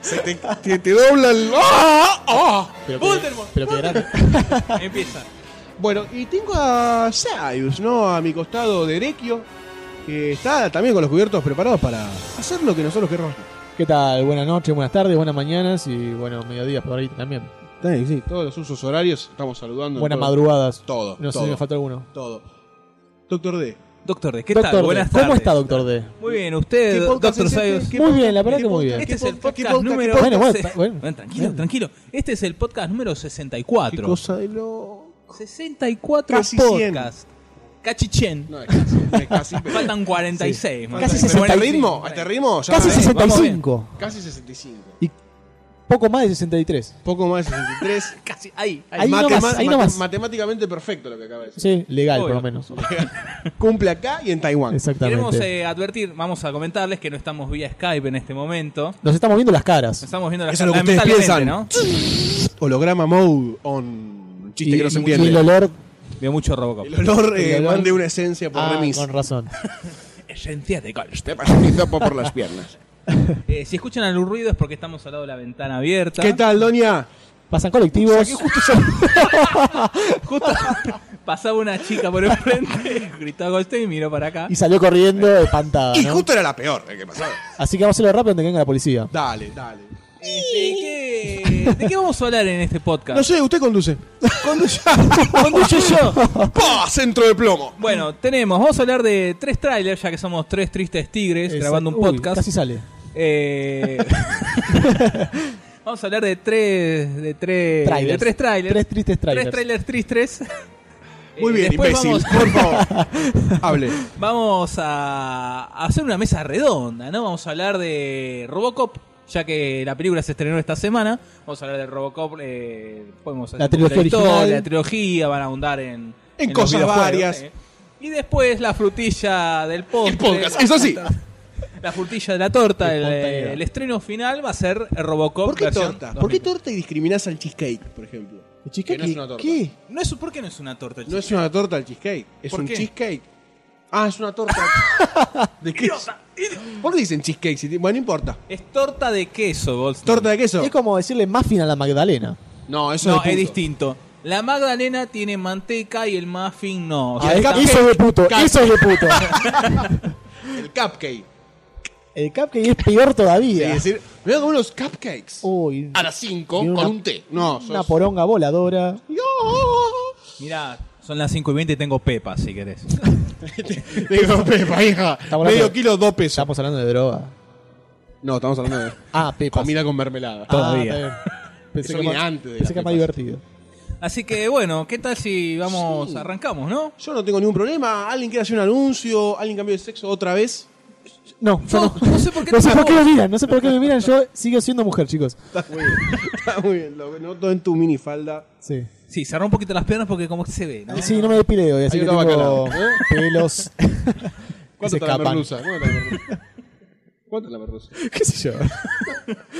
Speaker 3: Se te, te- te dobla el. ¡Ah! ¡Ah!
Speaker 4: Pero, que
Speaker 5: Voldemort,
Speaker 4: pero que grande.
Speaker 5: Empieza.
Speaker 3: Bueno, y tengo a Sayus, ¿no? A mi costado derecho. Que está también con los cubiertos preparados para hacer lo que nosotros queramos.
Speaker 4: ¿Qué tal? Buenas noches, buenas tardes, buenas mañanas y bueno, mediodías por ahí también.
Speaker 3: Sí, sí, todos los usos horarios estamos saludando.
Speaker 4: buenas
Speaker 3: todo.
Speaker 4: madrugadas.
Speaker 3: Todo.
Speaker 4: No sé
Speaker 3: todo,
Speaker 4: si me falta alguno.
Speaker 3: todo. Doctor D.
Speaker 5: Doctor D, ¿qué
Speaker 4: Doctor
Speaker 5: tal?
Speaker 4: D,
Speaker 5: Buenas
Speaker 4: ¿Cómo
Speaker 5: tardes.
Speaker 4: está, doctor D?
Speaker 5: Muy bien, usted,
Speaker 9: Eh,
Speaker 3: ¿Qué podcast
Speaker 5: Doctor
Speaker 3: es este?
Speaker 5: Sayos.
Speaker 3: ¿Qué
Speaker 4: Muy bien,
Speaker 3: podcast?
Speaker 4: la verdad
Speaker 3: ¿Qué
Speaker 4: que muy
Speaker 3: podcast?
Speaker 4: bien.
Speaker 5: Este es el
Speaker 3: ¿Qué
Speaker 5: podcast,
Speaker 3: podcast? ¿Qué
Speaker 5: número.
Speaker 3: podcast?
Speaker 4: Bueno, bueno,
Speaker 5: se-
Speaker 4: bueno.
Speaker 5: Bueno, tranquilo,
Speaker 4: Bueno.
Speaker 5: tranquilo. Este es el podcast número
Speaker 3: Qué
Speaker 5: 64.
Speaker 3: cosa de lo.
Speaker 5: 64
Speaker 3: Casi
Speaker 5: podcasts. Cachichen.
Speaker 3: No, es casi, es casi, pero-
Speaker 5: Faltan 46. más
Speaker 4: Casi
Speaker 5: o menos.
Speaker 3: Pero a este
Speaker 4: 65.
Speaker 3: ritmo, a este ritmo, ya,
Speaker 4: Casi
Speaker 3: eh,
Speaker 5: vamos bien.
Speaker 4: 65.
Speaker 3: casi 65.
Speaker 4: Poco más de 63.
Speaker 3: Poco más de 63.
Speaker 5: Casi, ahí, ahí.
Speaker 4: Ahí nomás,
Speaker 3: Matema-
Speaker 4: ahí
Speaker 3: mate-
Speaker 4: nomás.
Speaker 3: Matemáticamente perfecto lo que acaba de decir.
Speaker 4: Sí, legal por
Speaker 5: Obvio.
Speaker 4: lo menos.
Speaker 3: Cumple acá y en Taiwán.
Speaker 4: Exactamente.
Speaker 5: Queremos eh, advertir, vamos a comentarles que no estamos vía Skype en este momento.
Speaker 4: Nos estamos viendo las
Speaker 5: Nos
Speaker 4: caras.
Speaker 5: Estamos viendo la
Speaker 3: Eso es lo que ustedes piensan. Holograma mode on. Un chiste
Speaker 4: Y,
Speaker 3: que no se
Speaker 4: y el
Speaker 3: entiende.
Speaker 4: olor
Speaker 9: Veo mucho Robocop.
Speaker 3: El olor eh,
Speaker 10: El olor.
Speaker 3: mande una esencia por
Speaker 10: Ah,
Speaker 3: remis.
Speaker 10: con razón.
Speaker 9: Esencia de golf.
Speaker 11: Te pasó mi topo por las piernas.
Speaker 9: Eh, si escuchan algún ruido es porque estamos al lado de la ventana abierta.
Speaker 3: ¿Qué tal, doña?
Speaker 10: Pasan colectivos.
Speaker 9: Justo pasaba una chica por enfrente, gritó Goldstein y miró para acá.
Speaker 10: Y salió corriendo
Speaker 4: Ah,
Speaker 10: espantada.
Speaker 11: Y
Speaker 10: ¿no?
Speaker 11: justo era la peor. eh, que pasaba.
Speaker 10: Así que vamos a hacerlo rápido antes que venga la policía.
Speaker 11: Dale, dale.
Speaker 9: Este, ¿qué- ¿De qué vamos a hablar en este podcast?
Speaker 3: No sé, usted conduce.
Speaker 11: Conduce.
Speaker 9: Conduce yo.
Speaker 4: Ah.
Speaker 11: ¡Pah! Centro de plomo.
Speaker 9: Bueno, tenemos, vamos a hablar de tres trailers, ya que somos tres tristes tigres
Speaker 10: Exacto.
Speaker 9: grabando un
Speaker 10: Uy,
Speaker 9: podcast.
Speaker 10: casi sale.
Speaker 9: Eh, vamos a hablar de tres, de tres,
Speaker 10: Trailers.
Speaker 9: de tres trailers.
Speaker 10: Tres tristes trailers.
Speaker 9: Tres trailers tristes.
Speaker 11: Muy
Speaker 9: Eh,
Speaker 11: bien,
Speaker 9: después
Speaker 11: imbécil.
Speaker 9: Vamos,
Speaker 11: Por favor. Hable.
Speaker 9: vamos a hacer una mesa redonda, ¿no? Vamos a hablar de Robocop, ya que la película se estrenó esta semana. Vamos a hablar de Robocop, eh, podemos hacer
Speaker 10: La
Speaker 9: un poco de
Speaker 10: trilogía original.
Speaker 9: la trilogía, van a ahondar en,
Speaker 11: En
Speaker 9: los
Speaker 11: cosas
Speaker 9: videojuegos,
Speaker 11: varias.
Speaker 9: eh. Y después la frutilla del
Speaker 11: El
Speaker 9: postre.
Speaker 11: podcast. Eso sí.
Speaker 9: La frutilla de la torta,
Speaker 10: El
Speaker 9: el,
Speaker 10: ponte.
Speaker 9: el estreno final va a ser Robocop.
Speaker 3: ¿Por qué
Speaker 9: versión
Speaker 3: torta? ¿Por qué
Speaker 9: 2000.
Speaker 3: torta y discriminás al cheesecake, por ejemplo?
Speaker 10: El chico
Speaker 11: Que no es una torta.
Speaker 3: ¿Qué?
Speaker 9: No es, ¿Por qué no es una torta?
Speaker 3: No es una torta el cheesecake, es
Speaker 9: ¿Por
Speaker 3: un
Speaker 9: qué?
Speaker 3: cheesecake. Ah, es una torta. ¿De queso? ¿Por qué dicen cheesecake? si ti- Bueno, no importa.
Speaker 9: Es torta de queso, Goldstein.
Speaker 3: ¿Torta de queso?
Speaker 10: Es como decirle muffin a la Magdalena.
Speaker 3: No, eso
Speaker 9: No,
Speaker 3: de puto.
Speaker 9: es distinto. La magdalena tiene manteca y el muffin no. O sea,
Speaker 10: Ah, es-
Speaker 9: está-
Speaker 10: eso es de puto,
Speaker 3: Cupcake.
Speaker 10: eso es de puto.
Speaker 3: El cupcake.
Speaker 10: El cupcake es peor
Speaker 3: Es
Speaker 10: todavía.
Speaker 3: decir, me voy a comer unos cupcakes.
Speaker 10: Uy,
Speaker 3: Ah,
Speaker 11: A las 5
Speaker 10: Y
Speaker 11: con
Speaker 10: una-
Speaker 11: un té. No,
Speaker 10: una
Speaker 11: sos-
Speaker 10: poronga voladora.
Speaker 9: Mirá, son las 5 y 20 y tengo pepa, si querés.
Speaker 3: Digo, Pepa, hija.
Speaker 10: Estamos
Speaker 3: Medio
Speaker 10: hablando-
Speaker 3: kilo, dos pesos.
Speaker 10: Estamos hablando de droga.
Speaker 3: No, estamos hablando de
Speaker 10: Ah, pepas.
Speaker 3: comida con mermelada.
Speaker 10: Ah,
Speaker 9: todavía.
Speaker 10: está bien. Pensé
Speaker 3: Eso
Speaker 10: que,
Speaker 3: viene
Speaker 10: más-
Speaker 3: antes de
Speaker 10: pensé
Speaker 3: las
Speaker 10: que más
Speaker 3: pepas.
Speaker 10: divertido.
Speaker 9: Así que bueno, ¿qué tal si vamos,
Speaker 3: Sí.
Speaker 9: arrancamos, no?
Speaker 3: Ah, Yo no tengo ningún problema. Alguien quiere hacer un anuncio, alguien cambió de sexo otra vez.
Speaker 10: No, yo
Speaker 9: No,
Speaker 10: no.
Speaker 9: no sé por qué
Speaker 10: No sé
Speaker 9: te-
Speaker 10: por qué me miran, no sé por qué me miran. Yo sigo siendo mujer, chicos.
Speaker 3: Está muy bien. Está muy bien. Lo noto en tu minifalda.
Speaker 10: Sí.
Speaker 9: Sí, cerrá un poquito las piernas porque como que se ve, ¿no?
Speaker 10: Sí, no me depilé hoy, así
Speaker 3: Ahí
Speaker 10: que
Speaker 3: estaba
Speaker 10: tengo
Speaker 3: Calabria, ¿eh?
Speaker 10: pelos. que se
Speaker 3: ¿Cuánto está la
Speaker 10: escapan.
Speaker 3: merluza? ¿Cuánto está la merluza? ¿Cuánto está la merluza?
Speaker 10: ¿Qué sé yo?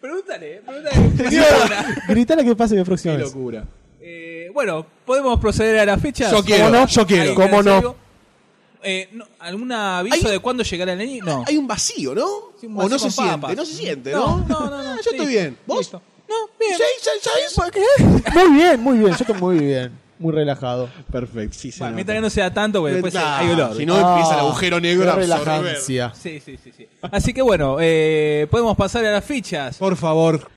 Speaker 9: Pregúntale, pregúntale.
Speaker 10: Gritale que pase de próxima
Speaker 3: Qué
Speaker 10: vez.
Speaker 3: locura.
Speaker 9: Eh, bueno, podemos proceder a la fecha.
Speaker 3: Yo quiero, yo quiero.
Speaker 9: ¿Cómo
Speaker 3: ¿Cómo
Speaker 9: no? Eh, no, ¿Algún aviso
Speaker 3: Hay-
Speaker 9: de cuándo llegará el niño? No.
Speaker 3: Hay un vacío, ¿no?
Speaker 9: Sí, un
Speaker 3: o
Speaker 9: vacío
Speaker 3: no se
Speaker 9: con
Speaker 3: siente,
Speaker 9: papas.
Speaker 3: no se siente,
Speaker 9: No,
Speaker 3: ¿no?
Speaker 9: no, no. no,
Speaker 3: Ah, yo
Speaker 9: sí.
Speaker 3: estoy bien. ¿Vos?
Speaker 9: Listo. No, bien.
Speaker 3: ¿Sí? ¿Sí? ¿Sí? ¿Sí?
Speaker 10: Muy bien, muy bien. Yo estoy muy bien. Muy relajado.
Speaker 3: Perfecto, sí, sí.
Speaker 9: Bueno,
Speaker 3: no,
Speaker 9: mientras que no sea tanto, porque después
Speaker 3: Nah,
Speaker 9: hay olor.
Speaker 3: Si no empieza el agujero negro a
Speaker 10: Ah, Qué
Speaker 3: absorber.
Speaker 10: relajancia.
Speaker 9: Sí, sí, sí, sí. Así que bueno, eh, podemos pasar a las fichas.
Speaker 3: Por favor.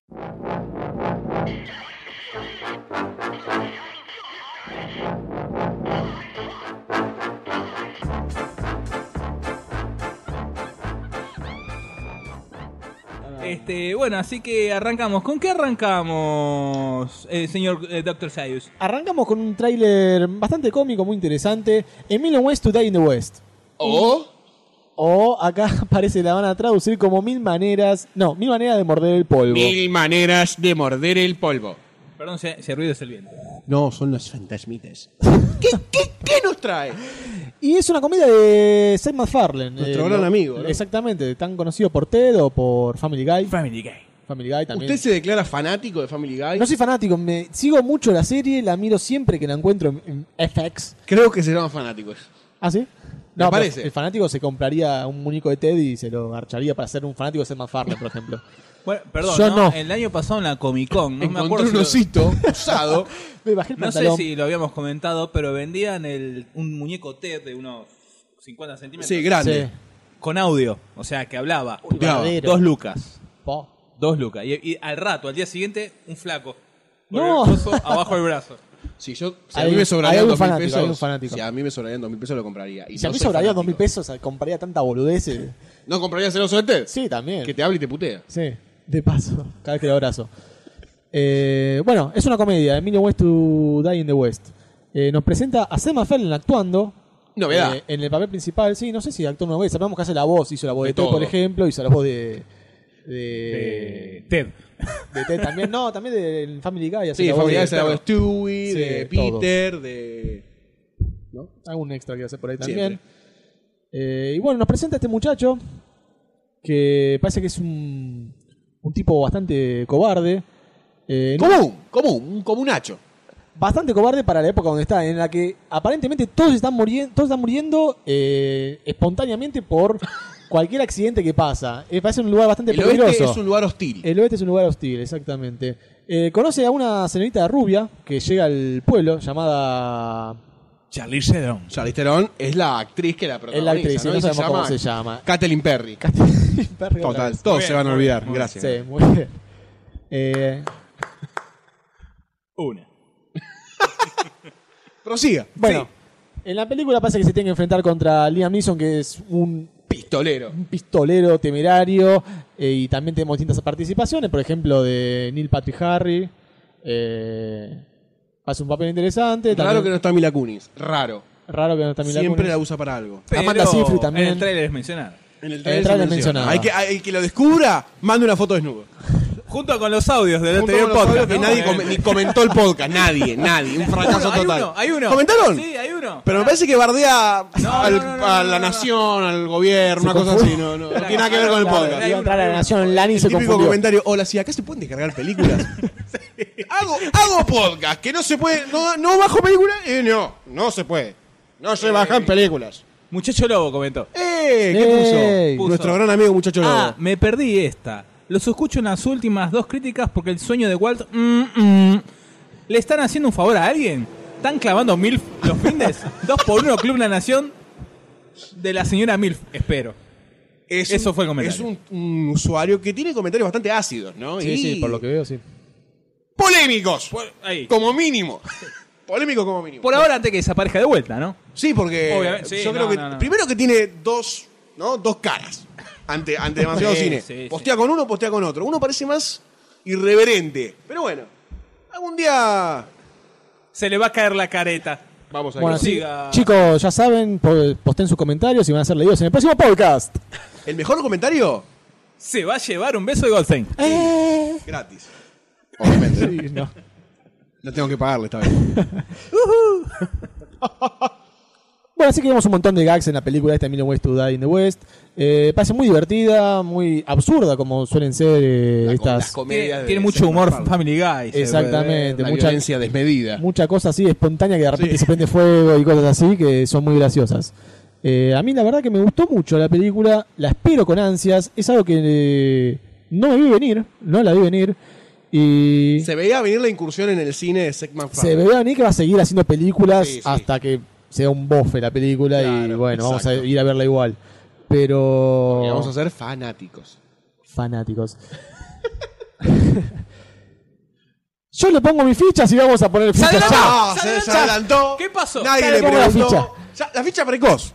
Speaker 9: Este, bueno, así que arrancamos. ¿Con qué arrancamos, eh, señor Doctor Sayus?
Speaker 10: Arrancamos con un tráiler bastante cómico, muy interesante. Emilio West to Die in the West.
Speaker 11: O
Speaker 10: O acá parece la van a traducir como mil maneras. No, mil maneras de morder el polvo.
Speaker 11: mil maneras de morder el polvo.
Speaker 9: Perdón si, si el ruido es el viento.
Speaker 3: No, son los fantasmitas. ¿Qué, qué, qué nos trae?
Speaker 10: Y es una comedia de Seth MacFarlane.
Speaker 3: Nuestro
Speaker 10: eh,
Speaker 3: gran
Speaker 10: lo-
Speaker 3: amigo, ¿no?
Speaker 10: Exactamente, tan conocido por Ted o por Family Guy.
Speaker 9: Family Guy.
Speaker 10: Family Guy también.
Speaker 3: ¿Usted se declara fanático de Family Guy?
Speaker 10: No soy fanático, me sigo mucho la serie, la miro siempre que la encuentro en, en FX.
Speaker 3: Creo que serán fanáticos.
Speaker 10: ¿Ah, sí?
Speaker 3: Me
Speaker 10: No, pero
Speaker 3: parece.
Speaker 10: el fanático se compraría un muñeco de Ted y se lo archaría para ser un fanático de Seth MacFarlane, por ejemplo.
Speaker 9: Bueno, perdón,
Speaker 10: Yo
Speaker 9: ¿no?
Speaker 10: no.
Speaker 9: el año pasado en la Comic Con, no me
Speaker 3: Encontré
Speaker 9: acuerdo si
Speaker 3: un
Speaker 9: lo-
Speaker 3: osito usado.
Speaker 10: Me bajé el
Speaker 9: No
Speaker 10: pantalón.
Speaker 9: sé si lo habíamos comentado, pero vendían el, un muñeco Ted de unos 50 centímetros
Speaker 3: Sí, grande.
Speaker 10: Sí.
Speaker 9: con audio, o sea, que hablaba.
Speaker 3: Puteaba.
Speaker 10: Verdadero.
Speaker 9: Dos lucas,
Speaker 10: Po.
Speaker 9: dos lucas. Y, y al rato, al día siguiente, un flaco. Con
Speaker 10: No.
Speaker 9: el coso abajo del brazo.
Speaker 3: Si, yo, si a
Speaker 10: Hay
Speaker 3: mí me
Speaker 10: un- hay
Speaker 3: sobrarían
Speaker 10: algún
Speaker 3: dos mil
Speaker 10: fanático, hay un
Speaker 3: pesos,
Speaker 10: fanático.
Speaker 3: si a mí me sobrarían dos mil pesos lo compraría. Y
Speaker 10: Si a
Speaker 3: no
Speaker 10: mí
Speaker 3: soy
Speaker 10: sobraría
Speaker 3: fanático.
Speaker 10: dos mil pesos, ah, compraría tanta boludez.
Speaker 3: ¿No comprarías el oso de Ted?
Speaker 10: Sí, también.
Speaker 3: Que te habla y te putea.
Speaker 10: Sí, de paso, cada vez que lo abrazo. Eh, bueno, es una comedia, Emilio West to Die in the West. Eh, nos presenta a Seth MacFarlane actuando.
Speaker 11: Novedad.
Speaker 10: eh, en el papel principal, sí, no sé si actuó una vez. Sabemos que hace la voz, hizo la voz de,
Speaker 11: De
Speaker 10: Ted, por
Speaker 11: todo.
Speaker 10: ejemplo, hizo la voz de. de,
Speaker 9: Eh, Ted.
Speaker 10: de Ted también, no, también del Family Guy. hace
Speaker 3: Sí,
Speaker 10: la voz
Speaker 3: Family
Speaker 10: de-
Speaker 3: Guy se de Stewie,
Speaker 10: Sí,
Speaker 3: de
Speaker 10: todo.
Speaker 3: Peter, de... ¿No?
Speaker 10: Algún extra que hace por ahí
Speaker 3: Siempre.
Speaker 10: también. Eh, y bueno, nos presenta a este muchacho que parece que es un, un tipo bastante cobarde. Eh, en un-
Speaker 11: Común, común, un comunacho.
Speaker 10: bastante cobarde para la época donde está, en la que aparentemente todos están muriendo, todos están muriendo eh, espontáneamente por cualquier accidente que pasa. Eh, parece un lugar bastante
Speaker 3: El
Speaker 10: peligroso. Eh,
Speaker 3: oeste es un lugar hostil.
Speaker 10: El oeste es un lugar hostil, exactamente. Eh, conoce a una señorita rubia que llega al pueblo llamada
Speaker 9: Charlie Sedon.
Speaker 3: Charlize Theron es la actriz que la
Speaker 10: es
Speaker 3: protagoniza.
Speaker 10: la actriz,
Speaker 3: ¿no?
Speaker 10: no
Speaker 3: Y
Speaker 10: sabemos cómo se llama.
Speaker 3: Kathleen Perry.
Speaker 10: Perry otra
Speaker 3: Total,
Speaker 10: vez.
Speaker 3: todos
Speaker 9: Muy
Speaker 3: se
Speaker 9: bien,
Speaker 3: van a
Speaker 9: muy
Speaker 3: olvidar.
Speaker 9: bien, muy
Speaker 3: Gracias.
Speaker 10: Sí, muy bien. Eh,
Speaker 9: Una.
Speaker 3: Prosiga.
Speaker 10: bueno, en la película pasa que se tiene que enfrentar contra Liam Neeson, que es un
Speaker 3: Sí. Pistolero.
Speaker 10: un pistolero temerario eh, y también tenemos distintas participaciones, por ejemplo, de Neil Patrick Harry. eh, hace un papel interesante.
Speaker 3: Raro que no
Speaker 10: también-
Speaker 3: está Mila Kunis. Raro.
Speaker 10: raro que no está Mila
Speaker 3: Siempre
Speaker 10: Kunis.
Speaker 3: la usa para algo.
Speaker 10: Amanda
Speaker 9: Pero
Speaker 10: Seyfried también.
Speaker 9: En el trailer es mencionada.
Speaker 3: En el
Speaker 10: trailer se menciona.
Speaker 3: Hay que, hay- el que lo descubra, mande una foto desnudo.
Speaker 9: Junto con los audios del
Speaker 3: Junto
Speaker 9: anterior
Speaker 3: con los
Speaker 9: podcast.
Speaker 3: audios que
Speaker 9: ¿no?
Speaker 3: nadie
Speaker 9: Eh,
Speaker 3: come- ni comentó el podcast. Nadie, nadie. Un fracaso
Speaker 9: Bueno, hay
Speaker 3: total.
Speaker 9: uno, hay uno.
Speaker 3: ¿Comentaron?
Speaker 9: Sí, hay uno.
Speaker 3: Pero me parece que bardea
Speaker 9: No,
Speaker 3: al-
Speaker 9: no, no, no,
Speaker 3: a
Speaker 9: no,
Speaker 3: la
Speaker 9: no.
Speaker 3: nación, al gobierno, una cosa así. No, no, no tiene nada que ver con el
Speaker 9: Claro,
Speaker 3: podcast.
Speaker 9: hay
Speaker 10: Iba a
Speaker 9: uno,
Speaker 10: entrar a
Speaker 9: hay
Speaker 10: la
Speaker 9: uno.
Speaker 10: Nación Lani y
Speaker 3: El
Speaker 10: se
Speaker 3: típico
Speaker 10: confundió.
Speaker 3: comentario, hola, sí, acá se pueden descargar películas. hago, hago podcast, que no se puede, no, no bajo películas, eh, no, no se puede. No se bajan películas.
Speaker 9: Muchacho Lobo comentó.
Speaker 3: ¡Eh! ¿Qué puso?
Speaker 10: Ey.
Speaker 9: Puso.
Speaker 3: Nuestro gran amigo muchacho
Speaker 9: Ah,
Speaker 3: lobo.
Speaker 9: me perdí esta. Los escucho en las últimas dos críticas porque el sueño de Walt. mm, mm. ¿Le están haciendo un favor a alguien? ¿Están clavando MILF los findes? Dos por uno Club La Nación de la señora MILF, espero.
Speaker 3: Es
Speaker 9: eso
Speaker 3: un-
Speaker 9: fue el comentario.
Speaker 3: Es un, un usuario que tiene comentarios bastante ácidos, ¿no?
Speaker 10: Sí,
Speaker 3: Y-
Speaker 10: sí, por lo que veo, sí.
Speaker 3: Polémicos.
Speaker 9: ahí.
Speaker 3: Como mínimo. Polémicos como mínimo.
Speaker 9: Por ahora, antes que desaparezca de vuelta, ¿no?
Speaker 3: Sí, porque
Speaker 9: Obviamente, sí,
Speaker 3: yo
Speaker 9: no,
Speaker 3: creo que
Speaker 9: no, no.
Speaker 3: primero que tiene dos, ¿no? Dos caras ante, ante demasiado
Speaker 9: Sí,
Speaker 3: cine.
Speaker 9: sí,
Speaker 3: postea con uno, postea con otro. Uno parece más irreverente, pero bueno, algún día
Speaker 9: Se le va a caer la careta.
Speaker 3: vamos a
Speaker 10: Bueno,
Speaker 3: ver.
Speaker 10: sí.
Speaker 9: siga.
Speaker 10: Chicos, ya saben, po- posten sus comentarios y van a ser leídos en el próximo podcast.
Speaker 3: El mejor comentario
Speaker 9: Se va a llevar un beso de Goldstein.
Speaker 3: gratis. Obviamente,
Speaker 10: Sí, no.
Speaker 3: no tengo que pagarle esta vez.
Speaker 10: Bueno, así que vemos un montón de gags en la película esta Million Ways to Die in the West. Eh, parece muy divertida, muy absurda como suelen ser eh,
Speaker 3: La co-
Speaker 10: estas...
Speaker 3: las comedias
Speaker 9: Tiene,
Speaker 3: de
Speaker 9: tiene mucho humor
Speaker 3: Seth MacFarlane.
Speaker 9: Family Guy. se
Speaker 10: Exactamente.
Speaker 3: La
Speaker 10: mucha-
Speaker 3: violencia desmedida.
Speaker 10: mucha cosa así espontánea que de repente
Speaker 3: Sí.
Speaker 10: se prende fuego y cosas así que son muy graciosas. Eh, a mí la verdad que me gustó mucho la película, la espero con ansias, es algo que eh, no me vi venir, no la vi venir y
Speaker 3: Se veía venir la incursión en el cine de Seth
Speaker 10: se
Speaker 3: MacFarlane.
Speaker 10: ve a mí que va a seguir haciendo películas
Speaker 3: Sí, sí.
Speaker 10: hasta que sea un bofe la película y
Speaker 3: Claro,
Speaker 10: bueno, vamos a
Speaker 3: exacto.
Speaker 10: ir a verla igual. Pero
Speaker 3: Y Vamos a ser fanáticos.
Speaker 10: fanáticos. Yo le pongo mis fichas y vamos a poner fichas
Speaker 9: adelantó!
Speaker 10: ya.
Speaker 3: Ah,
Speaker 9: Se
Speaker 3: se,
Speaker 9: adelantó.
Speaker 3: se adelantó.
Speaker 9: ¿Qué pasó?
Speaker 3: Nadie
Speaker 10: Dale,
Speaker 3: le
Speaker 10: pongo la
Speaker 3: preguntó. Ya, La
Speaker 10: ficha.
Speaker 3: ficha. precoz.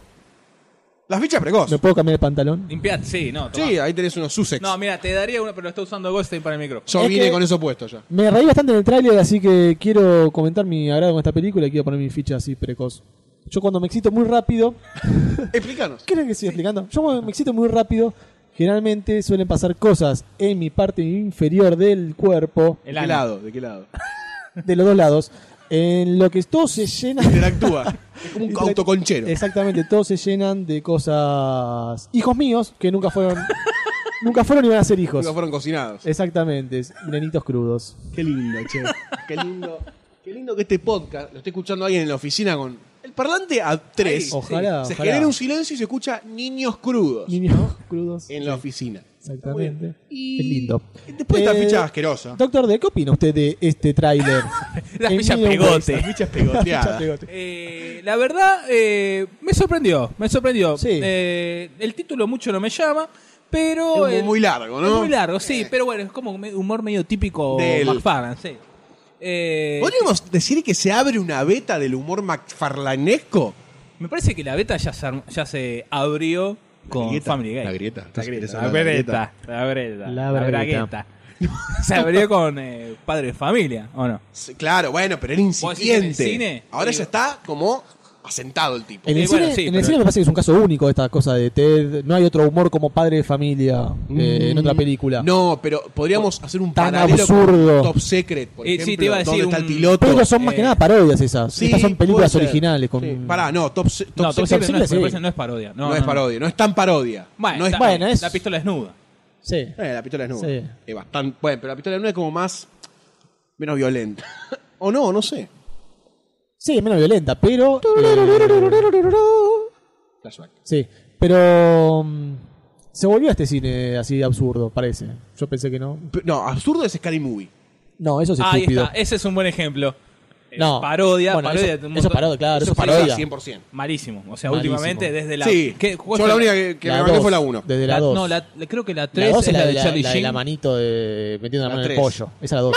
Speaker 3: La ficha precoz.
Speaker 10: ¿Me puedo cambiar el pantalón?
Speaker 9: Limpiad, sí, no. tomá.
Speaker 3: Sí, ahí tenés unos Sussex.
Speaker 9: No, mira, te daría una, pero lo está usando Goldstein para el micrófono.
Speaker 3: Yo
Speaker 10: Es
Speaker 3: vine
Speaker 10: que-
Speaker 3: con eso puesto ya.
Speaker 10: Me reí bastante en el tráiler, así que quiero comentar mi agrado con esta película y quiero poner mi ficha así precoz. Yo cuando me excito muy rápido,
Speaker 3: Explícanos.
Speaker 10: ¿quieren que siga explicando? Yo cuando me excito muy rápido, generalmente suelen pasar cosas en mi parte inferior del cuerpo,
Speaker 3: ¿De qué lado? ¿De qué lado?
Speaker 10: de los dos lados, en lo que todo se llena...
Speaker 3: Interactúa. Es como un
Speaker 10: Interac-
Speaker 3: autoconchero.
Speaker 10: Exactamente, todos se llenan de cosas... Hijos míos, que nunca fueron... nunca fueron ni van a ser hijos.
Speaker 3: Nunca fueron cocinados.
Speaker 10: Exactamente, nenitos crudos.
Speaker 3: Qué lindo, che. Qué lindo. Qué lindo que este podcast lo esté escuchando alguien en la oficina con el parlante a tres.
Speaker 10: Ojalá,
Speaker 3: se
Speaker 10: ojalá.
Speaker 3: genera un silencio y se escucha niños crudos
Speaker 10: Niños crudos.
Speaker 3: en la oficina.
Speaker 10: Exactamente.
Speaker 3: Eh, Y-
Speaker 10: Es lindo.
Speaker 3: Después de esta
Speaker 10: Eh,
Speaker 3: ficha asquerosa.
Speaker 10: Doctor D, ¿qué opina usted de este tráiler?
Speaker 9: La
Speaker 10: En
Speaker 9: ficha
Speaker 10: Million
Speaker 9: pegote.
Speaker 3: Fichas
Speaker 10: Ways. La ficha
Speaker 3: pegoteadas.
Speaker 10: pegote.
Speaker 9: Eh, la verdad, eh, me sorprendió, me sorprendió.
Speaker 10: Sí.
Speaker 9: Eh, el título mucho no me llama, pero...
Speaker 3: Es
Speaker 9: el-
Speaker 3: muy largo, ¿no? Eh.
Speaker 9: es muy largo, sí, pero bueno, es como me- humor medio típico de
Speaker 3: Del-
Speaker 9: McFarlane, sí. Eh,
Speaker 3: ¿Podríamos decir que se abre una beta del humor macfarlanesco?
Speaker 9: me parece que la beta ya se, arm- ya se abrió con
Speaker 3: grieta,
Speaker 9: Family Guy.
Speaker 3: la grieta,
Speaker 9: La
Speaker 3: estás-
Speaker 9: grieta,
Speaker 3: estás
Speaker 9: la
Speaker 3: hablando de la
Speaker 9: breta, la breta,
Speaker 10: La
Speaker 9: la
Speaker 10: bragueta.
Speaker 9: bragueta. se abrió con eh, Padre de Familia, ¿o no?
Speaker 3: Sí, Claro, bueno, pero era
Speaker 9: ¿Vos decís en el
Speaker 3: incipiente.
Speaker 9: cine?
Speaker 3: Ahora
Speaker 9: Sí.
Speaker 3: ya está como asentado el tipo.
Speaker 10: En el,
Speaker 9: Eh, bueno,
Speaker 10: cine,
Speaker 9: sí,
Speaker 10: en el
Speaker 9: pero-
Speaker 10: cine me parece que es un caso único esta cosa de Ted. No hay otro humor como padre de familia eh, en otra película.
Speaker 3: Mm, No, pero podríamos hacer un
Speaker 10: Tan
Speaker 3: paralelo
Speaker 10: absurdo.
Speaker 3: con Top Secret, por
Speaker 9: Eh, sí,
Speaker 3: ejemplo,
Speaker 9: te iba a decir
Speaker 3: donde está
Speaker 9: un-
Speaker 3: el piloto.
Speaker 10: Pero son más
Speaker 9: eh,
Speaker 10: que nada parodias esas.
Speaker 3: Sí,
Speaker 10: Estas son películas
Speaker 3: puede ser.
Speaker 10: originales. Con...
Speaker 3: Sí. Pará, no, Top, Se- Top
Speaker 9: no, Top
Speaker 3: Secret
Speaker 9: Secret no, es,
Speaker 10: sí.
Speaker 9: me parece no es parodia. No,
Speaker 3: no,
Speaker 9: no,
Speaker 3: es
Speaker 9: no.
Speaker 3: parodia, no es tan parodia.
Speaker 9: Bueno,
Speaker 3: no es
Speaker 9: está-
Speaker 10: bueno, es-
Speaker 9: La pistola desnuda.
Speaker 10: Sí.
Speaker 3: Eh, la pistola desnuda.
Speaker 10: Sí.
Speaker 3: Es bastante, bueno, pero la pistola desnuda es como más menos violenta. o no, no sé.
Speaker 10: Sí, es menos violenta, pero. eh,
Speaker 12: Flashback.
Speaker 10: Sí, pero. mm, se volvió a este cine así absurdo, parece. Yo pensé que no.
Speaker 3: P- No, absurdo es Scary Movie.
Speaker 10: No, eso es
Speaker 9: Ahí
Speaker 10: estúpido.
Speaker 9: está, ese es un buen ejemplo. Eh,
Speaker 10: No.
Speaker 9: Parodia,
Speaker 10: Bueno,
Speaker 9: parodia.
Speaker 10: Eso, eso
Speaker 9: un
Speaker 10: es
Speaker 9: montón-
Speaker 10: parodia, claro. Eso, es parodia.
Speaker 3: 100%.
Speaker 9: Malísimo. O sea,
Speaker 10: Malísimo.
Speaker 9: últimamente desde la.
Speaker 3: sí,
Speaker 9: ¿qué- cuál
Speaker 3: yo
Speaker 9: fue
Speaker 3: la única que, que
Speaker 10: La
Speaker 3: me banqué
Speaker 10: dos,
Speaker 3: fue la 1.
Speaker 10: Desde la
Speaker 9: La-
Speaker 10: 2.
Speaker 9: No, la- la- creo que la
Speaker 10: La
Speaker 9: 3
Speaker 10: 2 es la,
Speaker 9: de
Speaker 10: de la,
Speaker 9: Charlie
Speaker 10: la de
Speaker 9: Sheen.
Speaker 10: la manito de
Speaker 3: La
Speaker 10: metiendo la, mano en el
Speaker 3: tres.
Speaker 10: pollo. Esa es la 2.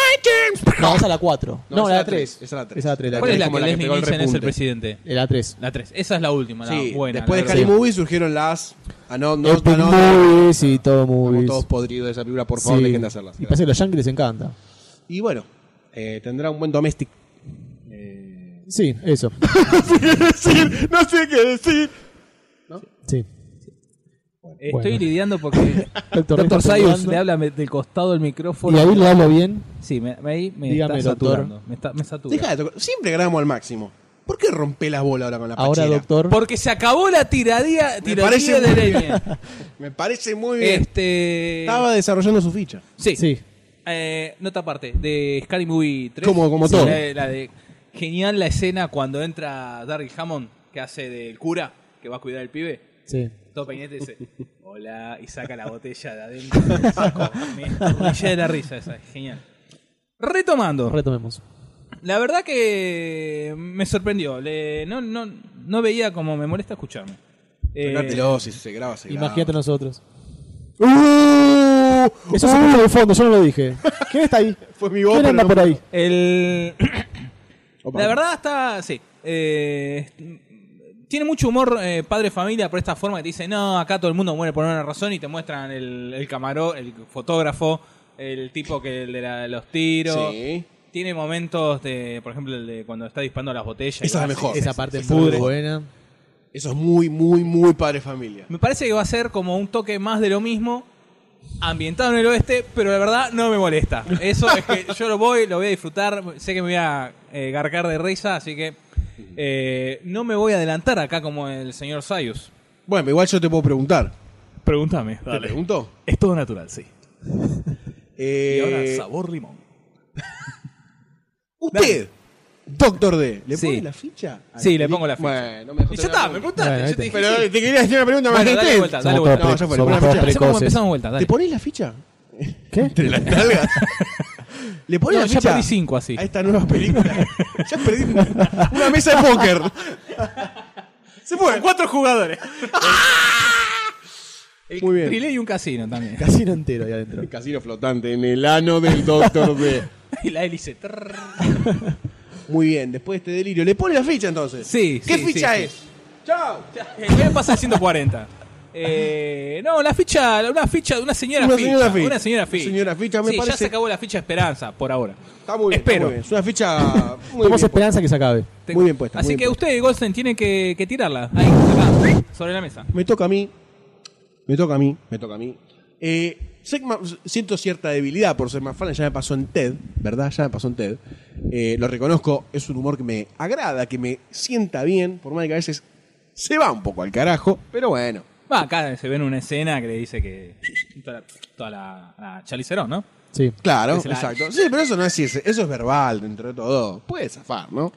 Speaker 10: No, esa es la 4. No,
Speaker 3: No, esa
Speaker 10: la
Speaker 3: es la
Speaker 10: 3.
Speaker 3: tres, esa es la tres.
Speaker 10: Esa es la 3. La
Speaker 9: ¿Cuál es
Speaker 3: tres
Speaker 9: la
Speaker 3: como
Speaker 9: que
Speaker 3: la que
Speaker 9: Leslie
Speaker 3: pegó el
Speaker 9: Nielsen es el
Speaker 3: repunte.
Speaker 9: presidente?
Speaker 10: La 3.
Speaker 9: La 3. Esa es la última, la
Speaker 3: Sí,
Speaker 9: buena.
Speaker 3: después
Speaker 9: la
Speaker 3: de Scary
Speaker 9: verdad.
Speaker 3: Movie surgieron las Anon, no,
Speaker 10: Apple
Speaker 3: Anon-
Speaker 10: Movies y todo movies.
Speaker 3: Estamos todos podridos de esa película, por favor,
Speaker 10: Sí.
Speaker 3: dejen de hacerla.
Speaker 10: Y parece que a los yankees les encanta.
Speaker 3: Y bueno, eh, tendrá un buen domestic.
Speaker 10: Sí, eso.
Speaker 3: no sé qué decir.
Speaker 10: Sí.
Speaker 9: Estoy
Speaker 10: Bueno.
Speaker 9: lidiando porque
Speaker 10: Doctor,
Speaker 9: Doctor Sayus le habla me- del costado del micrófono.
Speaker 10: Y ahí le hablo bien.
Speaker 9: Sí, me, me- ahí me
Speaker 10: Dígame,
Speaker 9: está
Speaker 10: doctor.
Speaker 9: saturando. Me, está, me satura.
Speaker 3: Deja de tocar. Siempre grabamos al máximo. ¿Por qué rompe las bolas ahora con la
Speaker 10: Ahora,
Speaker 3: pachera?
Speaker 10: doctor.
Speaker 9: Porque se acabó la tiradía, tiradía
Speaker 3: parece
Speaker 9: de
Speaker 3: muy bien.
Speaker 9: Leña.
Speaker 3: Me parece muy bien.
Speaker 9: Este.
Speaker 3: Estaba desarrollando su ficha.
Speaker 9: Sí.
Speaker 10: Sí.
Speaker 9: Eh, nota aparte, de Scary Movie 3.
Speaker 3: Como- como
Speaker 9: Sí,
Speaker 3: todo.
Speaker 9: La de, la de- genial la escena cuando entra Darryl Hammond, que hace del cura, Ah, que va a cuidar al pibe.
Speaker 10: Sí.
Speaker 9: Todo peinete dice, hola, y saca la botella de adentro. Saco, me estornillé de la risa esa, genial. Retomando,
Speaker 10: Retomemos.
Speaker 9: la verdad que me sorprendió. le- no, no, no veía como me molesta escucharme. Eh,
Speaker 3: Sacátelo, si se graba, se graba.
Speaker 10: Imagínate nosotros. Eso se escucha de fondo, yo no lo dije. ¡Uh! ¿Quién está ahí?
Speaker 3: Fue mi voz,
Speaker 10: ¿Quién
Speaker 3: pero
Speaker 10: anda
Speaker 3: no-
Speaker 10: por ahí?
Speaker 9: el,
Speaker 3: Opa.
Speaker 9: La verdad está, sí. eh, tiene mucho humor eh, padre familia por esta forma que te dice, no, acá todo el mundo muere por una razón y te muestran el, el camaró, el fotógrafo, el tipo que el de la- los tiros.
Speaker 3: Sí.
Speaker 9: Tiene momentos de, por ejemplo, el de cuando está disparando las botellas. y
Speaker 3: Esa
Speaker 9: va
Speaker 3: es la
Speaker 9: así.
Speaker 3: mejor.
Speaker 10: Esa parte es
Speaker 3: se
Speaker 10: muy
Speaker 3: pudre.
Speaker 10: buena.
Speaker 3: Eso es muy, muy, muy padre familia.
Speaker 9: Me parece que va a ser como un toque más de lo mismo, ambientado en el oeste, pero la verdad no me molesta. Eso es que yo lo voy, lo voy a disfrutar, sé que me voy a eh, garcar de risa, así que eh, no me voy a adelantar acá como el señor Sayus.
Speaker 3: Bueno, igual yo te puedo preguntar.
Speaker 9: Pregúntame,
Speaker 3: ¿Te pregunto?
Speaker 9: Es todo natural, sí.
Speaker 3: Eh,
Speaker 9: Y ahora sabor limón.
Speaker 3: Usted, Doctor D, ¿le
Speaker 9: Sí.
Speaker 3: pone la ficha? a
Speaker 9: Sí, le
Speaker 3: peli-
Speaker 9: pongo la ficha.
Speaker 3: Bueno, me
Speaker 9: Y ya está, me preguntaste,
Speaker 10: Bueno,
Speaker 9: yo te dije.
Speaker 3: Pero
Speaker 9: sí.
Speaker 3: te quería hacer una pregunta más
Speaker 9: Bueno, dale
Speaker 3: ¿viste?
Speaker 9: vuelta, dale
Speaker 10: Somos
Speaker 9: vuelta.
Speaker 10: todos
Speaker 3: No, ya fue,
Speaker 10: somos
Speaker 3: una
Speaker 10: todos
Speaker 3: ficha.
Speaker 9: Hacemos como
Speaker 10: precoces.
Speaker 9: empezamos vuelta, dale.
Speaker 3: ¿Te pones la ficha?
Speaker 10: ¿Qué?
Speaker 3: ¿Entre las nalgas? ¿Le pones
Speaker 9: No,
Speaker 3: la
Speaker 9: ya
Speaker 3: ficha?
Speaker 9: perdí cinco así.
Speaker 3: A esta nueva película. ya perdí una, una mesa de póker. Se fue.
Speaker 9: Cuatro jugadores.
Speaker 3: Muy bien.
Speaker 9: Trilé y un casino también.
Speaker 10: Casino entero ahí adentro.
Speaker 3: El casino flotante en el ano del Doctor D.
Speaker 9: Y la hélice. trrr.
Speaker 3: Muy bien, después de este delirio. ¿Le pone la ficha entonces?
Speaker 9: Sí,
Speaker 3: ¿Qué
Speaker 9: sí,
Speaker 3: ficha
Speaker 9: sí,
Speaker 3: es?
Speaker 9: sí. Eh, Voy a pasar 140. Eh, no, la ficha, una ficha de una señora
Speaker 3: Una
Speaker 9: ficha.
Speaker 3: señora ficha.
Speaker 9: Una señora ficha.
Speaker 3: Señora ficha, me
Speaker 9: Sí, ya
Speaker 3: parece-
Speaker 9: se acabó la ficha Esperanza por ahora.
Speaker 3: Está muy bien.
Speaker 9: Espero.
Speaker 3: está muy bien. Es una ficha muy
Speaker 10: Tenemos
Speaker 3: bien.
Speaker 10: esperanza que se acabe.
Speaker 9: Te-
Speaker 3: Muy bien puesta,
Speaker 9: Así
Speaker 3: muy bien
Speaker 9: que
Speaker 3: puesta.
Speaker 9: usted, Goldstein, tiene que, que tirarla. Ahí, acá, sobre la mesa.
Speaker 3: Me toca a mí. Me toca a mí. Me toca a mí. Eh, sé que ma- siento cierta debilidad por ser más fan. Ya me pasó en TED, ¿verdad? Ya me pasó en TED. Eh, lo reconozco. Es un humor que me agrada, que me sienta bien. Por más de que a veces se va un poco al carajo. Pero bueno.
Speaker 9: Va, acá se ve en una escena que le dice que. Toda la, toda la, la Charlize Theron, ¿no?
Speaker 10: Sí.
Speaker 3: Claro,
Speaker 9: Es la-
Speaker 3: exacto. Sí, pero eso no es ciencia, Eso es verbal dentro de todo. Puede zafar, ¿no?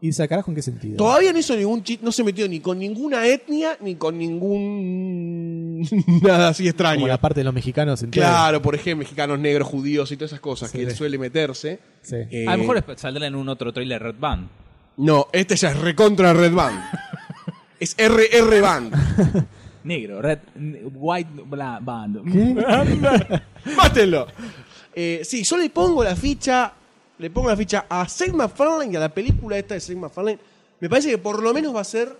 Speaker 10: ¿Y sacarás con qué sentido?
Speaker 3: Todavía no hizo ningún chiste. No se metió ni con ninguna etnia, ni con ningún... Nada así
Speaker 10: Como
Speaker 3: extraño.
Speaker 10: la parte de los mexicanos entero.
Speaker 3: Claro, por ejemplo, mexicanos, negros, judíos y todas esas cosas
Speaker 10: Sí.
Speaker 3: que él suele meterse.
Speaker 10: Sí.
Speaker 3: Eh,
Speaker 9: A lo mejor es- saldrá en un otro trailer Red Band.
Speaker 3: No, este ya es recontra Red Band. es RR Band.
Speaker 9: Negro, Red. White bla, Band.
Speaker 3: ¡Mátenlo! Eh, sí, yo le pongo la ficha. Le pongo la ficha a Sigma Farlane y a la película esta de Sigma Farlane. Me parece que por lo menos va a ser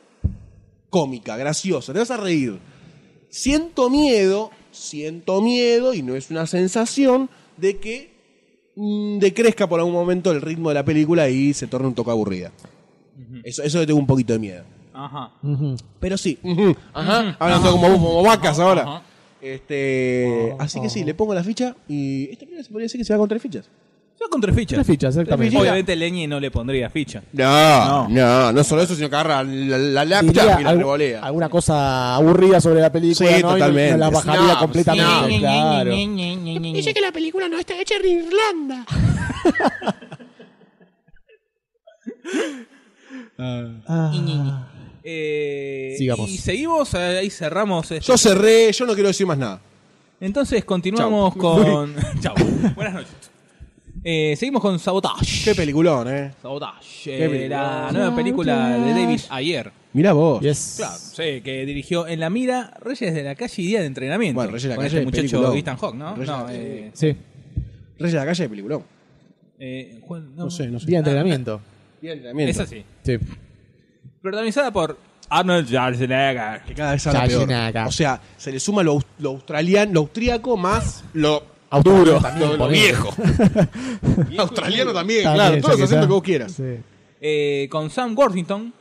Speaker 3: cómica, graciosa. Te vas a reír. Siento miedo, siento miedo, y no es una sensación, de que mm, decrezca por algún momento el ritmo de la película y se torne un toque aburrida. Eso, eso le tengo un poquito de miedo.
Speaker 9: Ajá.
Speaker 3: Pero sí. ujú, Ajá. Hablando como, como vacas ahora.
Speaker 9: ajá.
Speaker 3: Este, así que sí, le pongo la ficha y esta película se podría decir que se va con tres fichas.
Speaker 9: Yo con tres fichas.
Speaker 10: Tres fichas, exactamente.
Speaker 9: Obviamente Leñi no le pondría ficha.
Speaker 3: No, no, no, solo eso, sino que agarra la, la laptop
Speaker 10: Diría
Speaker 3: y la
Speaker 10: algu-
Speaker 3: Ah, revolea.
Speaker 10: alguna cosa aburrida sobre la película.
Speaker 3: Sí,
Speaker 10: ¿no? Y
Speaker 3: totalmente.
Speaker 10: nos la bajaría
Speaker 3: No,
Speaker 10: completamente.
Speaker 3: sí.
Speaker 10: Claro.
Speaker 13: Dice que la película no está hecha en Irlanda.
Speaker 9: Ah. Eh,
Speaker 10: Sigamos.
Speaker 9: Y seguimos, eh, ahí cerramos. esto.
Speaker 3: Yo cerré, yo no quiero decir más nada.
Speaker 9: Entonces continuamos con. Chao. Buenas noches. Eh, seguimos con Sabotage.
Speaker 3: Qué peliculón, eh.
Speaker 9: Sabotage.
Speaker 3: Qué
Speaker 9: eh,
Speaker 3: película.
Speaker 9: la nueva película de David Ayer.
Speaker 3: Mirá vos.
Speaker 10: Yes.
Speaker 9: Claro, sí, que dirigió En la mira Reyes de la Calle y Día de Entrenamiento.
Speaker 3: Bueno, Reyes de la
Speaker 9: Con
Speaker 3: Calle,
Speaker 9: este muchacho
Speaker 3: peliculón.
Speaker 9: Ethan Hawke, ¿no?
Speaker 3: Reyes de
Speaker 9: no,
Speaker 3: la
Speaker 9: eh,
Speaker 10: Sí.
Speaker 3: Reyes de la calle de peliculón.
Speaker 9: eh, ¿cuál?
Speaker 3: No sé, no sé.
Speaker 10: Día de entrenamiento.
Speaker 3: Bien,
Speaker 9: Es
Speaker 3: entrenamiento.
Speaker 9: así.
Speaker 10: Sí.
Speaker 9: Protagonizada por Arnold Schwarzenegger.
Speaker 3: Que cada vez habla
Speaker 10: Chayinaca.
Speaker 3: peor. O sea, se le suma lo, aus- lo australiano, lo austríaco más lo,
Speaker 10: Autoduro.
Speaker 3: lo- lo viejo. australiano también,
Speaker 10: También,
Speaker 3: claro. Todos
Speaker 10: ya que
Speaker 3: los acentos que
Speaker 10: está.
Speaker 3: vos quieras.
Speaker 10: Sí.
Speaker 9: Eh, con Sam Worthington,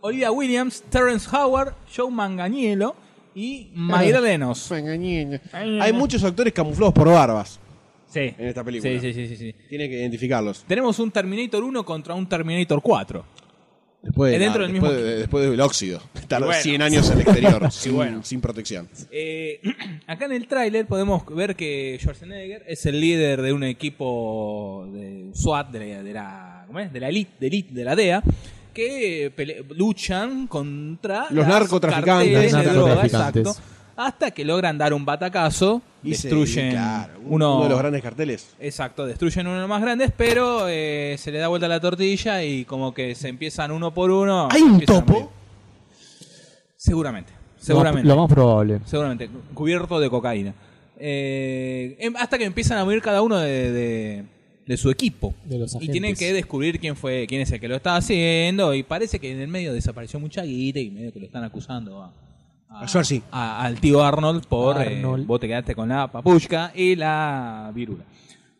Speaker 9: Olivia Williams, Terrence Howard, Joe Manganiello y Mayra Lenos.
Speaker 3: Hay muchos actores camuflados por barbas.
Speaker 9: Sí.
Speaker 3: en esta película.
Speaker 9: Sí, sí, sí, sí, sí.
Speaker 3: Tiene que identificarlos.
Speaker 9: Tenemos un Terminator 1 contra un Terminator 4.
Speaker 3: Después, de
Speaker 9: Es Eh, dentro
Speaker 3: la-
Speaker 9: del
Speaker 3: después
Speaker 9: mismo-
Speaker 3: de- después del óxido. Tardó
Speaker 9: bueno.
Speaker 3: 100 años al exterior, sin,
Speaker 9: bueno.
Speaker 3: sin protección.
Speaker 9: Eh, acá en el tráiler podemos ver que Schwarzenegger es el líder de un equipo de SWAT, de la, de la, ¿cómo es? De la elite, de elite, de la DEA, que pele- luchan contra
Speaker 3: Los
Speaker 9: las
Speaker 3: narcotraficantes.
Speaker 9: carteles de
Speaker 10: Los
Speaker 9: droga,
Speaker 10: narcotraficantes.
Speaker 9: exacto, hasta que logran dar un batacazo,
Speaker 3: Y se-
Speaker 9: destruyen
Speaker 3: y claro, un-
Speaker 9: uno,
Speaker 3: uno Ah, de los grandes carteles.
Speaker 9: Exacto, destruyen uno de los más grandes, pero eh, se le da vuelta la tortilla y como que se empiezan uno por uno.
Speaker 3: ¿Hay un
Speaker 9: empiezan a
Speaker 3: topo?
Speaker 9: morir. Seguramente, seguramente
Speaker 10: Lo más probable.
Speaker 9: seguramente, cubierto de cocaína. Eh, em- hasta que empiezan a morir cada uno de, de- de su equipo.
Speaker 10: De los
Speaker 9: y tienen
Speaker 10: agentes.
Speaker 9: que descubrir quién fue, quién es el que lo está haciendo. Y parece que en el medio desapareció mucha guita y medio que lo están acusando a, a-
Speaker 3: A Schwarzy.
Speaker 9: a- al tío Arnold por eh,
Speaker 10: Arnold.
Speaker 9: vos te quedaste con la papuchca y la virula.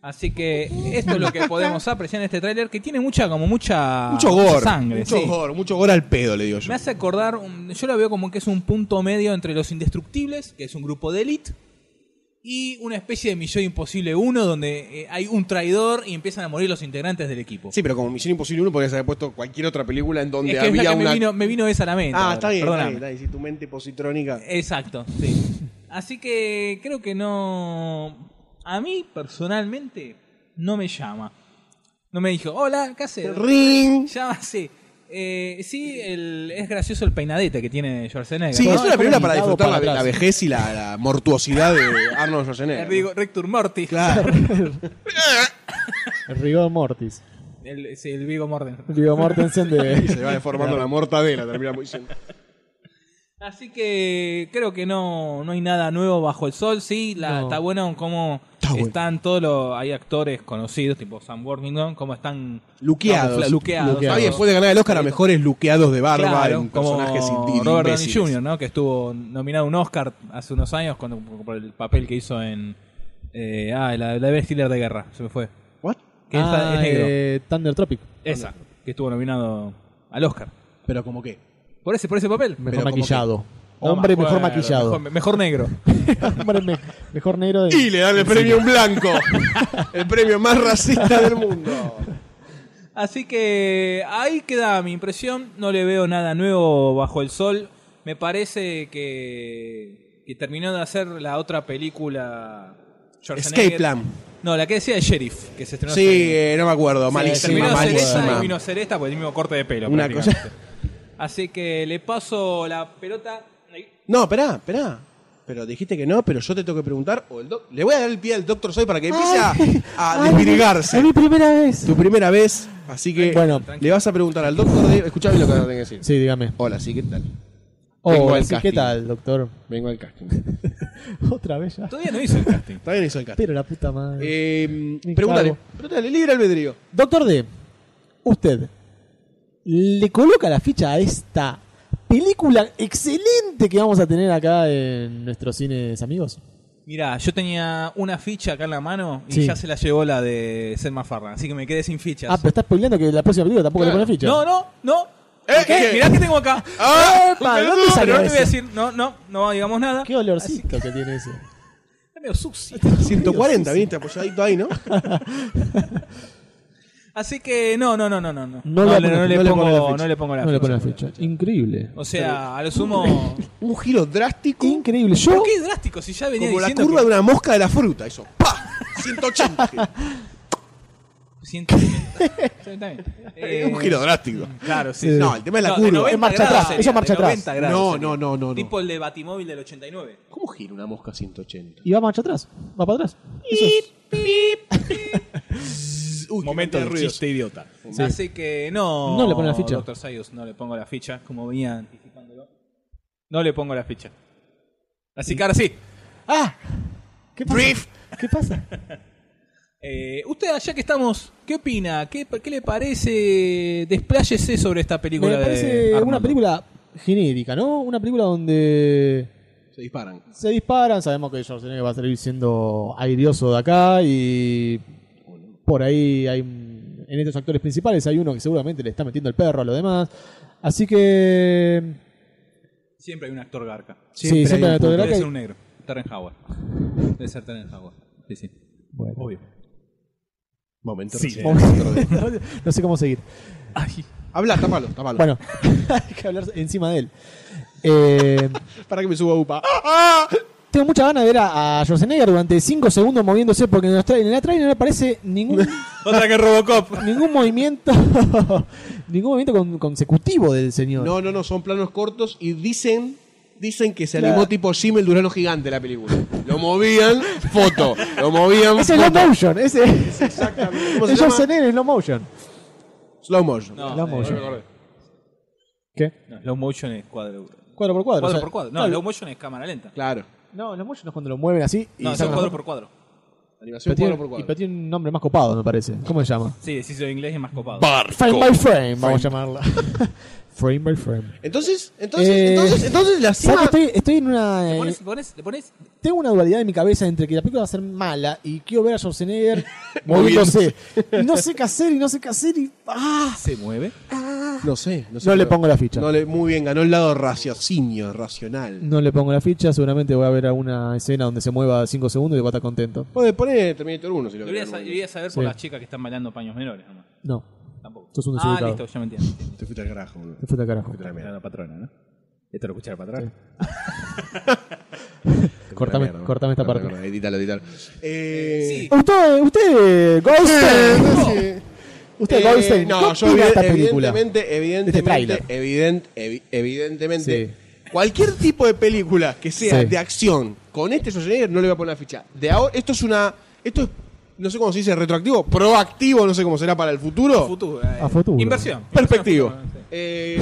Speaker 9: Así que esto es lo que podemos apreciar en este tráiler que tiene mucha, como mucha,
Speaker 3: Mucho
Speaker 9: Ah, mucha
Speaker 3: gore.
Speaker 9: sangre.
Speaker 3: mucho
Speaker 9: sí.
Speaker 3: gore, mucho gore al pedo, le digo yo.
Speaker 9: Me hace acordar, un- yo lo veo como que es un punto medio entre los indestructibles, que es un grupo de elite, y una especie de Misión Imposible 1, donde eh, hay un traidor y empiezan a morir los integrantes del equipo.
Speaker 3: Sí, pero como Misión Imposible 1 podrías haber puesto cualquier otra película en donde
Speaker 9: es que es la
Speaker 3: había
Speaker 9: que
Speaker 3: una.
Speaker 9: me, vino, me vino esa a la mente.
Speaker 3: Ah,
Speaker 9: ahora,
Speaker 3: está bien, está
Speaker 9: perdóname. Eh,
Speaker 3: bien, está bien. Si tu mente positrónica.
Speaker 9: Exacto, sí. Así que creo que no... A mí, personalmente, no me llama. No me dijo, hola, ¿qué haces?
Speaker 3: ¡Ring!
Speaker 9: Llámase. Eh, sí, el- es gracioso el peinadete que tiene Schwarzenegger.
Speaker 3: Sí,
Speaker 9: ¿no?
Speaker 3: es una película para
Speaker 10: mirado
Speaker 3: disfrutar
Speaker 10: para
Speaker 3: la,
Speaker 10: atrás.
Speaker 3: la vejez y la, la mortuosidad de Arnold Schwarzenegger.
Speaker 9: Rigo- Rector Mortis.
Speaker 3: Claro.
Speaker 10: El rigor mortis.
Speaker 9: El, sí, el Vigo Morden.
Speaker 10: Digo, Mortensen
Speaker 3: Y
Speaker 10: de.
Speaker 3: se va deformando la mortadela, termina muy diciendo.
Speaker 9: Así que creo que no, no hay nada nuevo bajo el sol. Sí, la,
Speaker 10: No.
Speaker 9: está bueno cómo están todos los. Hay actores conocidos, tipo Sam Worthington, cómo están.
Speaker 3: Luqueados.
Speaker 9: camufla- Luqueados.
Speaker 3: Está bien, puede ganar el Oscar a mejores luqueados de barba
Speaker 9: Claro,
Speaker 3: en
Speaker 9: como
Speaker 3: personajes in- in-
Speaker 9: Robert Downey
Speaker 3: imbéciles.
Speaker 9: Jr., ¿no? que estuvo nominado a un Oscar hace unos años cuando, por el papel que hizo en. eh, ah, la, la de Stiller de Guerra, se me fue.
Speaker 3: What?
Speaker 9: Que es- es negro.
Speaker 10: Ah, eh, Thunder Tropic.
Speaker 9: Esa, que estuvo nominado al Oscar.
Speaker 3: Pero como qué.
Speaker 9: Por ese, por ese papel.
Speaker 10: Mejor
Speaker 3: Pero como eh,
Speaker 10: maquillado.
Speaker 9: No
Speaker 10: Hombre
Speaker 9: me
Speaker 10: mejor
Speaker 9: acuerdo,
Speaker 10: maquillado.
Speaker 9: Mejor, mejor negro.
Speaker 10: Hombre me- mejor negro de.
Speaker 3: Y le dan el premio a un blanco. el premio más racista del mundo.
Speaker 9: Así que ahí queda mi impresión. No le veo nada nuevo bajo el sol. Me parece que, que terminó de hacer la otra película. Schwarzenegger.
Speaker 3: Escape Plan.
Speaker 9: No, la que decía de Sheriff, que se estrenó.
Speaker 3: Sí, eh, no me acuerdo.
Speaker 9: hace-
Speaker 3: Malísima,
Speaker 9: terminó de hacer esa
Speaker 3: malísima.
Speaker 9: y vino a hacer esta por el mismo corte de pelo.
Speaker 3: Una
Speaker 9: prácticamente. Así que le paso la pelota.
Speaker 3: No, esperá, esperá. Pero dijiste que no, pero yo te tengo que preguntar. O el doc- le voy a dar el pie al Doctor Soy para que empiece a- a,
Speaker 10: Es
Speaker 3: desvirgarse.
Speaker 10: mi primera vez.
Speaker 3: Tu primera vez, así que
Speaker 10: Bueno.
Speaker 3: le vas a preguntar al Doctor Dave. Escuchá bien lo que tengo que decir.
Speaker 10: Sí, dígame.
Speaker 3: Hola, sí, ¿qué tal? Vengo
Speaker 10: Oh,
Speaker 3: al
Speaker 10: sí,
Speaker 3: casting.
Speaker 10: ¿qué tal, doctor?
Speaker 3: Vengo al casting. Está
Speaker 10: Otra vez ya.
Speaker 9: Todavía no hizo el casting.
Speaker 3: bien, hizo el casting.
Speaker 10: Pero la puta madre.
Speaker 3: Eh,
Speaker 10: Me
Speaker 3: pregúntale,
Speaker 10: cago.
Speaker 3: pregúntale, libre albedrío.
Speaker 10: Doctor D, usted le coloca la ficha a esta película excelente que vamos a tener acá en nuestros cines amigos.
Speaker 9: Mirá, yo tenía una ficha acá en la mano y
Speaker 10: Sí.
Speaker 9: ya se la llevó la de Selma Farran. Así que me quedé sin fichas.
Speaker 10: Ah, pero estás spoileando que la próxima película tampoco le pone ficha.
Speaker 9: No, no, no.
Speaker 3: Eh,
Speaker 9: ¿Qué?
Speaker 3: ¿qué?
Speaker 9: Mirá que tengo acá.
Speaker 3: ¡Ah!
Speaker 10: Epa, ¿de dónde
Speaker 9: Pero
Speaker 10: salió
Speaker 9: no te voy a
Speaker 10: eso?
Speaker 9: decir, no, no, no digamos nada.
Speaker 10: Qué olorcito que tiene ese.
Speaker 9: Está medio sucio.
Speaker 3: 140, viniste apoyadito ahí, ¿no?
Speaker 9: Así que no, no, no, no, no. No,
Speaker 10: No
Speaker 9: no,
Speaker 10: le pone-
Speaker 9: le, no le
Speaker 3: no le pone la
Speaker 9: pongo,
Speaker 3: ficha.
Speaker 9: no le pongo la
Speaker 10: No le
Speaker 9: ficha.
Speaker 10: pone la ficha. Increíble.
Speaker 9: O sea, a lo sumo.
Speaker 3: Un giro drástico.
Speaker 10: Increíble. Yo
Speaker 9: ¿Por qué drástico? Si ya venía
Speaker 3: Como la
Speaker 9: diciendo.
Speaker 3: curva de
Speaker 9: que-
Speaker 3: una mosca de la fruta, eso. ¡Pa! 180.
Speaker 9: 180. Está bien. Eh,
Speaker 3: Un giro drástico.
Speaker 9: Claro, sí.
Speaker 10: Sí.
Speaker 9: sí.
Speaker 14: No, el tema es la
Speaker 9: No, de
Speaker 14: curva.
Speaker 9: 90
Speaker 10: Es marcha
Speaker 9: grados
Speaker 10: atrás,
Speaker 9: sería,
Speaker 10: eso marcha
Speaker 9: de 90 grados
Speaker 14: No,
Speaker 9: sería.
Speaker 14: no, no, no. no.
Speaker 9: Tipo el de Batimóvil del 89.
Speaker 3: ¿Cómo gira una mosca 180?
Speaker 10: Y va marcha atrás, va para atrás. Eso es.
Speaker 3: Uy,
Speaker 9: Momento
Speaker 3: qué
Speaker 9: de ruido.
Speaker 3: ruidos.
Speaker 9: Este idiota. Así que no.
Speaker 10: No le pone la ficha.
Speaker 9: Doctor Sayus, no le pongo la ficha, como venía anticipándolo. No le pongo la ficha. Así que ahora sí.
Speaker 10: ¡Ah! ¿Qué pasa?
Speaker 3: Brief.
Speaker 10: ¿Qué pasa?
Speaker 9: Eh, usted, allá que estamos, ¿qué opina? ¿Qué, qué le parece? Despláyese sobre esta película.
Speaker 10: Me
Speaker 9: de
Speaker 10: parece una
Speaker 9: Armando.
Speaker 10: película genérica, ¿no? Una película donde
Speaker 3: Se disparan.
Speaker 10: se disparan, sabemos que Schwarzenegger va a salir siendo airioso de acá y por ahí hay un- en estos actores principales hay uno que seguramente le está metiendo el perro a los demás. Así que
Speaker 9: Siempre hay un actor garca.
Speaker 10: sí, siempre
Speaker 14: hay
Speaker 10: la
Speaker 14: un punto.
Speaker 9: Debe
Speaker 10: autografía-
Speaker 9: ser un negro. Terren Howard. Debe ser Terren Howard. Sí, sí.
Speaker 10: Bueno.
Speaker 9: Obvio.
Speaker 3: Momento
Speaker 9: Sí.
Speaker 3: sí.
Speaker 10: no sé cómo seguir.
Speaker 3: Habla, tapalo, tapalo.
Speaker 10: Bueno, hay que hablar encima de él. Eh,
Speaker 3: Para que me suba UPA.
Speaker 10: Tengo mucha ganas de ver a, a Schwarzenegger durante 5 segundos moviéndose porque en, los tra- en la trailer no aparece ningún,
Speaker 9: Otra que Robocop.
Speaker 10: ningún movimiento ningún movimiento con- consecutivo del señor.
Speaker 3: No, no, no, son planos cortos y dicen dicen que se
Speaker 10: Claro.
Speaker 3: animó tipo Jim el Durano gigante la película. Lo movían, foto. Lo movían,
Speaker 10: ese es
Speaker 3: foto.
Speaker 10: slow motion, ese
Speaker 3: Exactamente. ¿Cómo se
Speaker 10: es
Speaker 3: llama?
Speaker 10: Schwarzenegger en slow motion.
Speaker 3: Slow motion.
Speaker 9: No,
Speaker 10: Slow
Speaker 9: eh,
Speaker 10: motion.
Speaker 9: no me acordé.
Speaker 10: ¿Qué?
Speaker 9: No, slow motion es cuadro.
Speaker 10: Cuadro por cuadro.
Speaker 9: Cuadro
Speaker 10: o sea,
Speaker 9: por cuadro. No, slow motion es cámara lenta.
Speaker 3: Claro.
Speaker 10: No, slow motion es cuando lo mueven así y
Speaker 9: No, es
Speaker 10: sacan la
Speaker 9: cuadro
Speaker 10: foto.
Speaker 9: por cuadro.
Speaker 3: Animación
Speaker 10: Pero tiene-
Speaker 3: cuadro por
Speaker 10: y pero
Speaker 3: cuadro.
Speaker 10: tiene un nombre más copado, me parece. ¿Cómo se llama?
Speaker 9: Sí, decís en inglés es más copado.
Speaker 10: Frame by frame, vamos a llamarla. frame by frame.
Speaker 3: Entonces, entonces,
Speaker 10: Eh,
Speaker 3: entonces, entonces la
Speaker 10: ¿Sabes
Speaker 3: cima.
Speaker 10: que estoy, estoy en una...
Speaker 9: ¿Le
Speaker 10: eh,
Speaker 9: pones, le pones, le pones?
Speaker 10: tengo una dualidad en mi cabeza entre que la película va a ser mala y quiero ver a Schwarzenegger moviéndose. Y no sé qué hacer y no sé qué hacer y. ¡Ah!
Speaker 9: Se mueve.
Speaker 3: No sé, no sé.
Speaker 10: No le
Speaker 3: pero-
Speaker 10: pongo la ficha.
Speaker 3: No le, muy bien, ganó el lado raciocinio, racional.
Speaker 10: No le pongo la ficha, seguramente voy a ver alguna escena donde se mueva 5 segundos y va a estar contento.
Speaker 3: Puede poner Terminator 1 si lo
Speaker 9: Debería,
Speaker 3: querés,
Speaker 9: sa-
Speaker 3: no,
Speaker 9: debería saber por
Speaker 10: Sí.
Speaker 9: las chicas que están bailando paños menores. nomás.
Speaker 10: No,
Speaker 9: Tampoco.
Speaker 10: Sos un
Speaker 9: ah,
Speaker 10: desubicado.
Speaker 9: listo, ya me entiendo.
Speaker 3: no. Te fuiste al carajo, boludo.
Speaker 10: te fue de carajo.
Speaker 9: Era la patrona, ¿no? Esto lo escucharon para atrás.
Speaker 10: Cortame,
Speaker 3: Mierda,
Speaker 10: cortame esta
Speaker 3: cortame,
Speaker 10: parte.
Speaker 3: cortame, Edítalo, edítalo. Eh,
Speaker 9: Sí.
Speaker 10: Usted, usted, Goldstein.
Speaker 3: sí.
Speaker 10: Usted,
Speaker 3: Eh,
Speaker 10: Goldstein.
Speaker 3: No,
Speaker 10: No,
Speaker 3: yo
Speaker 10: opina
Speaker 3: evide-
Speaker 10: de esta película?
Speaker 3: evidentemente,
Speaker 10: este
Speaker 3: evidentemente,
Speaker 10: tráiler.
Speaker 3: evident- evi- evidentemente, cualquier tipo de película que sea
Speaker 10: Sí.
Speaker 3: de acción con este Schwarzenegger no le voy a poner la ficha. De ahora, esto es una, esto es, no sé cómo se dice, retroactivo, proactivo, no sé cómo será para el futuro.
Speaker 9: Futuro.
Speaker 10: A futuro.
Speaker 9: Inversión.
Speaker 3: Perspectivo.
Speaker 9: Inversión a futuro,
Speaker 3: Eh,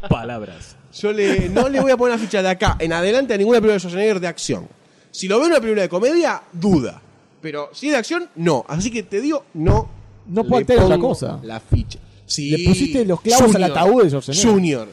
Speaker 9: sí. Palabras.
Speaker 3: yo le, no le voy a poner la ficha de acá en adelante a ninguna película de Schwarzenegger de acción. Si lo veo en una película de comedia, duda. Pero si es de acción, no. Así que te digo, no.
Speaker 10: No
Speaker 3: le
Speaker 10: puedo hacer otra
Speaker 3: pongo
Speaker 10: cosa.
Speaker 3: La ficha. Sí.
Speaker 10: Le pusiste los clavos al ataúd de Schwarzenegger.
Speaker 3: Junior.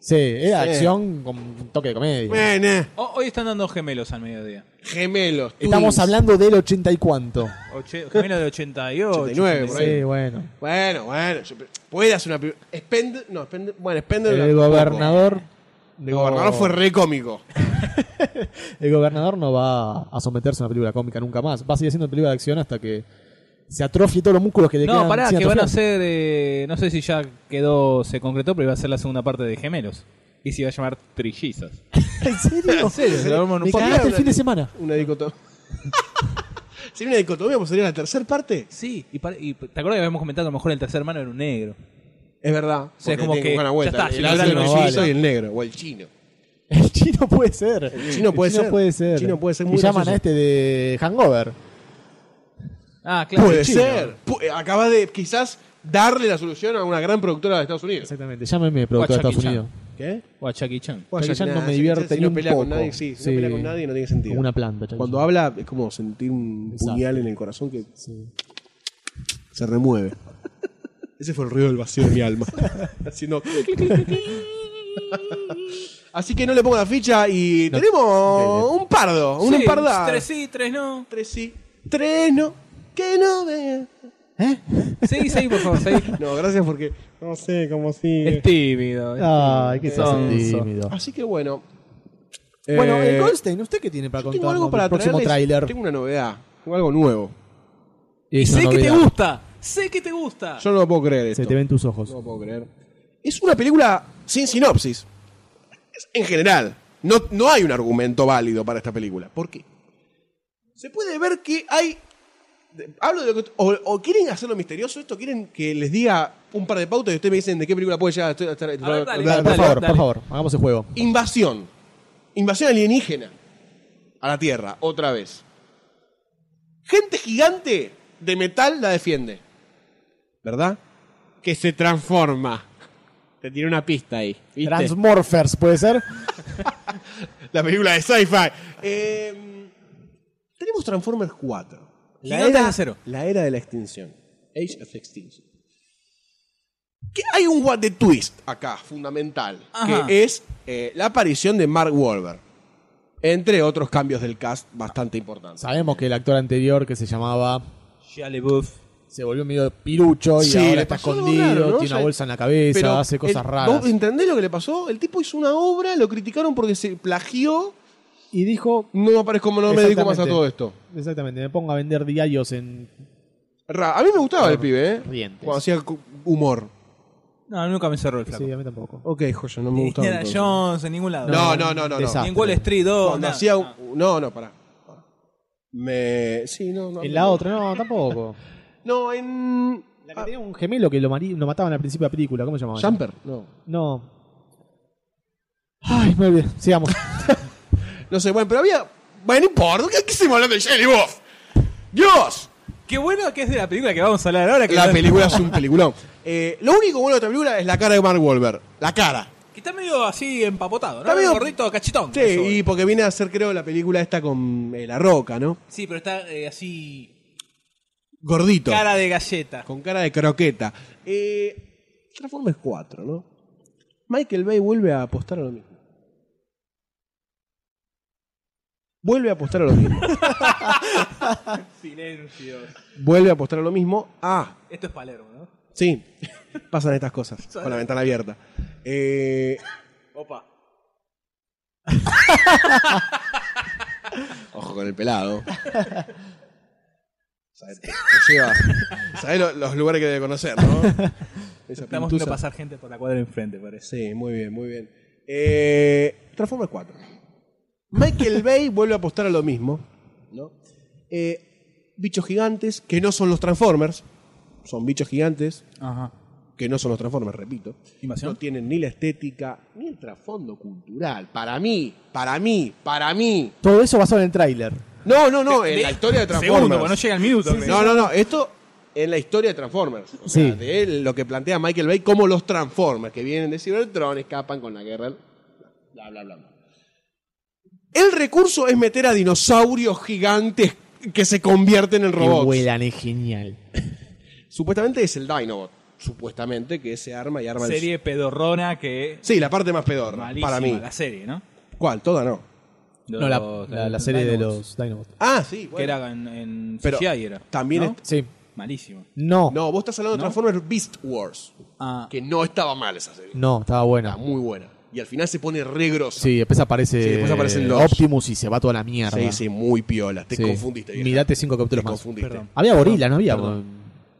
Speaker 10: Sí, era
Speaker 3: Sí. Eh,
Speaker 10: acción con toque de comedia.
Speaker 3: Bueno,
Speaker 9: Ho- hoy están dando gemelos al mediodía.
Speaker 3: gemelos.
Speaker 10: Estamos
Speaker 3: twins.
Speaker 10: hablando del ochenta y cuánto.
Speaker 9: Oche- gemelos de 88.
Speaker 3: 89, por ahí.
Speaker 10: Sí, bueno.
Speaker 3: Bueno, bueno. yo- Puede hacer una película. Spend, no, Spend, bueno, Spender.
Speaker 10: El gobernador.
Speaker 3: El gobernador fue re cómico.
Speaker 10: El gobernador no va a someterse a una película cómica nunca más. Va a seguir haciendo película de acción hasta que se atrofie todos los músculos que le quedan.
Speaker 9: No, pará,
Speaker 10: sin
Speaker 9: que van a
Speaker 10: atrofiar.
Speaker 9: hacer. eh, no sé si ya quedó, se concretó, pero iba a ser la segunda parte de Gemelos. Y se iba a llamar Trillizas.
Speaker 10: ¿En serio?
Speaker 9: ¿En serio? Se lo arman un
Speaker 10: Me
Speaker 9: poco.
Speaker 10: cagaste el fin de semana.
Speaker 3: Una dicotomía. ¿Sería una dicotomía? Pues sería la tercera parte.
Speaker 9: Sí, y, par- y te acuerdas que habíamos comentado que a lo mejor el tercer hermano era un negro.
Speaker 3: Es verdad. O
Speaker 9: sea, como que ya está,
Speaker 3: el
Speaker 9: si no,
Speaker 3: árabe,
Speaker 9: sí,
Speaker 3: el
Speaker 10: no
Speaker 3: mellizo
Speaker 10: vale.
Speaker 3: y el negro. O el chino.
Speaker 10: El chino puede ser. El
Speaker 3: chino puede ser.
Speaker 10: puede ser.
Speaker 3: El chino puede ser
Speaker 10: Y
Speaker 3: muy
Speaker 10: llaman
Speaker 3: gracioso.
Speaker 10: a este de Hangover.
Speaker 9: Ah, claro.
Speaker 3: Puede
Speaker 9: el chino.
Speaker 3: ser. Pu- eh, acaba de quizás darle la solución a una gran productora de Estados Unidos.
Speaker 10: Exactamente. Llámeme, productor de
Speaker 9: Guacha
Speaker 10: Estados
Speaker 9: Kicha.
Speaker 10: Unidos.
Speaker 3: ¿Qué?
Speaker 9: O a Jackie Chan.
Speaker 10: Bueno,
Speaker 3: Jack
Speaker 10: ya no
Speaker 3: nada,
Speaker 10: me
Speaker 3: si-
Speaker 10: divierte
Speaker 3: Ah, si
Speaker 10: ni
Speaker 3: no
Speaker 10: un
Speaker 3: pelea con
Speaker 10: poco.
Speaker 3: nadie, sí, si
Speaker 10: Sí.
Speaker 3: no pelea con nadie no tiene sentido.
Speaker 10: Como una planta, Jack
Speaker 3: Cuando
Speaker 10: Chan.
Speaker 3: habla es como sentir un
Speaker 10: Exacto.
Speaker 3: puñal en el corazón que
Speaker 10: Sí.
Speaker 3: se remueve. Ese fue el ruido del vacío de mi alma. Haciendo clic, clic, clic, clic. Así que no le pongo la ficha y tenemos un pardo, un
Speaker 9: Sí,
Speaker 3: pardal.
Speaker 9: Tres sí, tres no.
Speaker 3: tres sí, tres no, que no vea.
Speaker 9: Sí, sí, por favor, sí.
Speaker 3: No, gracias porque no sé cómo
Speaker 9: Es
Speaker 3: sigue.
Speaker 9: tímido. es
Speaker 10: Ay, qué
Speaker 9: tímido. Sonso.
Speaker 10: tímido.
Speaker 3: Así que bueno.
Speaker 10: Bueno,
Speaker 3: eh,
Speaker 10: el Goldstein, ¿usted qué tiene para contar?
Speaker 3: tengo algo para
Speaker 10: próximo
Speaker 3: traerles.
Speaker 10: tráiler.
Speaker 3: Tengo una novedad, tengo algo nuevo.
Speaker 9: Y
Speaker 10: Es una
Speaker 9: sé que te
Speaker 10: novedad.
Speaker 9: gusta. Sé que te gusta.
Speaker 3: Yo no lo puedo creer esto.
Speaker 10: Se te ven tus ojos.
Speaker 3: No lo puedo creer. Es una película sin sinopsis. Es- En general, no, no hay un argumento válido para esta película. ¿Por qué? Se puede ver que hay de- Hablo de lo que. O, o quieren hacerlo misterioso esto, quieren que les diga un par de pautas y ustedes me dicen de qué película puede llegar a estar- a estar.
Speaker 9: A ver, dale,
Speaker 10: Dale,
Speaker 9: dale,
Speaker 10: por favor,
Speaker 9: dale.
Speaker 10: por favor, hagamos el juego.
Speaker 3: Invasión. Invasión alienígena. A la Tierra, otra vez. Gente gigante de metal la defiende. ¿Verdad? Que se transforma.
Speaker 15: Te tiré una pista ahí. ¿viste?
Speaker 10: Transmorphers, ¿puede ser?
Speaker 3: La película de sci-fi. Eh, tenemos Transformers 4.
Speaker 9: La era de cero.
Speaker 3: La era de la extinción. Age of Extinction. Que hay un what the twist acá, fundamental.
Speaker 9: Ajá.
Speaker 3: Que es eh, la aparición de Mark Wahlberg. Entre otros cambios del cast bastante importantes.
Speaker 10: Sabemos que el actor anterior que se llamaba
Speaker 9: Shia Buff.
Speaker 10: se volvió medio pirucho y
Speaker 3: Sí,
Speaker 10: ahora
Speaker 3: le
Speaker 10: está
Speaker 3: pasó algo
Speaker 10: escondido,
Speaker 3: raro, ¿no?
Speaker 10: tiene
Speaker 3: O
Speaker 10: una
Speaker 3: sea,
Speaker 10: bolsa en la cabeza, hace cosas
Speaker 3: el-
Speaker 10: raras.
Speaker 3: ¿Vos entendés lo que le pasó? El tipo hizo una obra, lo criticaron porque se plagió.
Speaker 10: Y dijo,
Speaker 3: No aparezco, como no me dedico más a
Speaker 10: Exactamente.
Speaker 3: todo esto.
Speaker 10: exactamente, me pongo a vender diarios en...
Speaker 3: Ra- a mí me gustaba el
Speaker 10: Por
Speaker 3: pibe, ¿eh?
Speaker 10: rientes.
Speaker 3: Cuando hacía cu- humor.
Speaker 9: No, nunca me cerró el flaco.
Speaker 10: Sí, a mí tampoco.
Speaker 3: Ok, joya, no me
Speaker 9: Ni
Speaker 3: gustaba.
Speaker 9: Indiana
Speaker 3: entonces.
Speaker 9: Jones, en ningún lado.
Speaker 3: No, no, no, no. no.
Speaker 10: Desastre.
Speaker 9: Ni en Wall Street 2.
Speaker 3: Cuando
Speaker 9: nada.
Speaker 3: hacía un- No, no, pará. Me. Sí, no, no.
Speaker 10: En la otra, no, tampoco.
Speaker 3: No, en.
Speaker 10: La que tenía un gemelo que lo, mari- lo mataban al principio de la película, ¿cómo se llamaba?
Speaker 3: Jumper. No.
Speaker 10: No. Ay, me olvidé. Sigamos.
Speaker 3: No sé, bueno, pero había. Bueno, no importa, ¿qué qué hicimos hablando de Jenny Wolf? ¡Dios!
Speaker 9: Qué bueno que es de la película que vamos a hablar ahora. Que
Speaker 3: La
Speaker 9: no-
Speaker 3: película es un peliculón. Eh, lo único bueno de esta película es la cara de Mark Wahlberg. La cara.
Speaker 5: Ah,
Speaker 9: Que está medio así empapotado, ¿no?
Speaker 3: Está medio-
Speaker 9: gordito cachetón.
Speaker 3: Sí,
Speaker 9: eso.
Speaker 3: y porque viene a ser, creo, la película esta con eh, La Roca, ¿no?
Speaker 9: Sí, pero está eh, así.
Speaker 3: Gordito.
Speaker 9: Cara de galleta.
Speaker 3: Con cara de croqueta. Eh, Transformers 4, ¿no? Michael Bay vuelve a apostar a lo mismo. Vuelve a apostar a lo mismo.
Speaker 9: Silencio.
Speaker 3: vuelve a apostar a lo mismo. Ah,
Speaker 9: Esto es Palermo, ¿no?
Speaker 3: sí. Pasan estas cosas. con la ventana abierta. Eh,
Speaker 9: Opa.
Speaker 3: ojo con el pelado. Sabés- te lleva- sabés lo- los lugares que debe conocer, ¿no? Esa pintusa.
Speaker 9: Estamos viendo pasar gente por la cuadra de enfrente, parece.
Speaker 3: Sí, muy bien, muy bien. Eh, Transformers 4. Michael Bay vuelve a apostar a lo mismo. ¿no? Eh, bichos gigantes que no son los Transformers. Son bichos gigantes
Speaker 9: Ajá.
Speaker 3: que no son los Transformers, repito.
Speaker 9: ¿Invasión?
Speaker 3: No tienen ni la estética ni el trasfondo cultural. Para mí, para mí, para mí.
Speaker 10: Todo eso basado en el tráiler.
Speaker 3: No, no, no, en
Speaker 9: De-
Speaker 3: la historia de Transformers.
Speaker 9: Segundo, porque no llega el minuto. creo.
Speaker 3: No, no, no. Esto en la historia de Transformers. O sea,
Speaker 10: Sí.
Speaker 3: de él, lo que plantea Michael Bay como los Transformers que vienen de Cybertron, escapan con la guerra. Bla, bla, bla. bla. El recurso es meter a dinosaurios gigantes que se convierten en robots.
Speaker 10: Que vuelan, es genial.
Speaker 3: Supuestamente es el Dinobot. Supuestamente que ese arma y arma el-
Speaker 9: Serie pedorrona que.
Speaker 3: Sí, la parte más pedor
Speaker 9: Malísima,
Speaker 3: para mí.
Speaker 9: La serie, ¿no?
Speaker 3: ¿Cuál? Toda no.
Speaker 10: No, la, la- la serie de los Dinobots.
Speaker 3: Ah, sí.
Speaker 9: Que
Speaker 3: bueno.
Speaker 9: era en, en
Speaker 3: Pero
Speaker 9: CGI era.
Speaker 3: también
Speaker 9: ¿no?
Speaker 3: es-
Speaker 10: Sí.
Speaker 9: Malísimo.
Speaker 10: No. No,
Speaker 3: No, vos estás hablando de Transformers Beast Wars.
Speaker 9: Ah.
Speaker 3: Que no estaba mal esa serie.
Speaker 10: estaba
Speaker 3: Está
Speaker 10: buena.
Speaker 3: muy buena. Y al final se pone re grosa.
Speaker 10: Sí, después aparece
Speaker 3: Sí, después aparecen
Speaker 10: eh,
Speaker 3: los-
Speaker 10: Optimus y se va toda la mierda.
Speaker 3: Sí, sí, muy piola. Te
Speaker 10: Sí.
Speaker 3: confundiste. vieja.
Speaker 10: Mirate cinco
Speaker 3: Te
Speaker 10: capítulos más.
Speaker 3: confundiste.
Speaker 10: Había gorila, no había.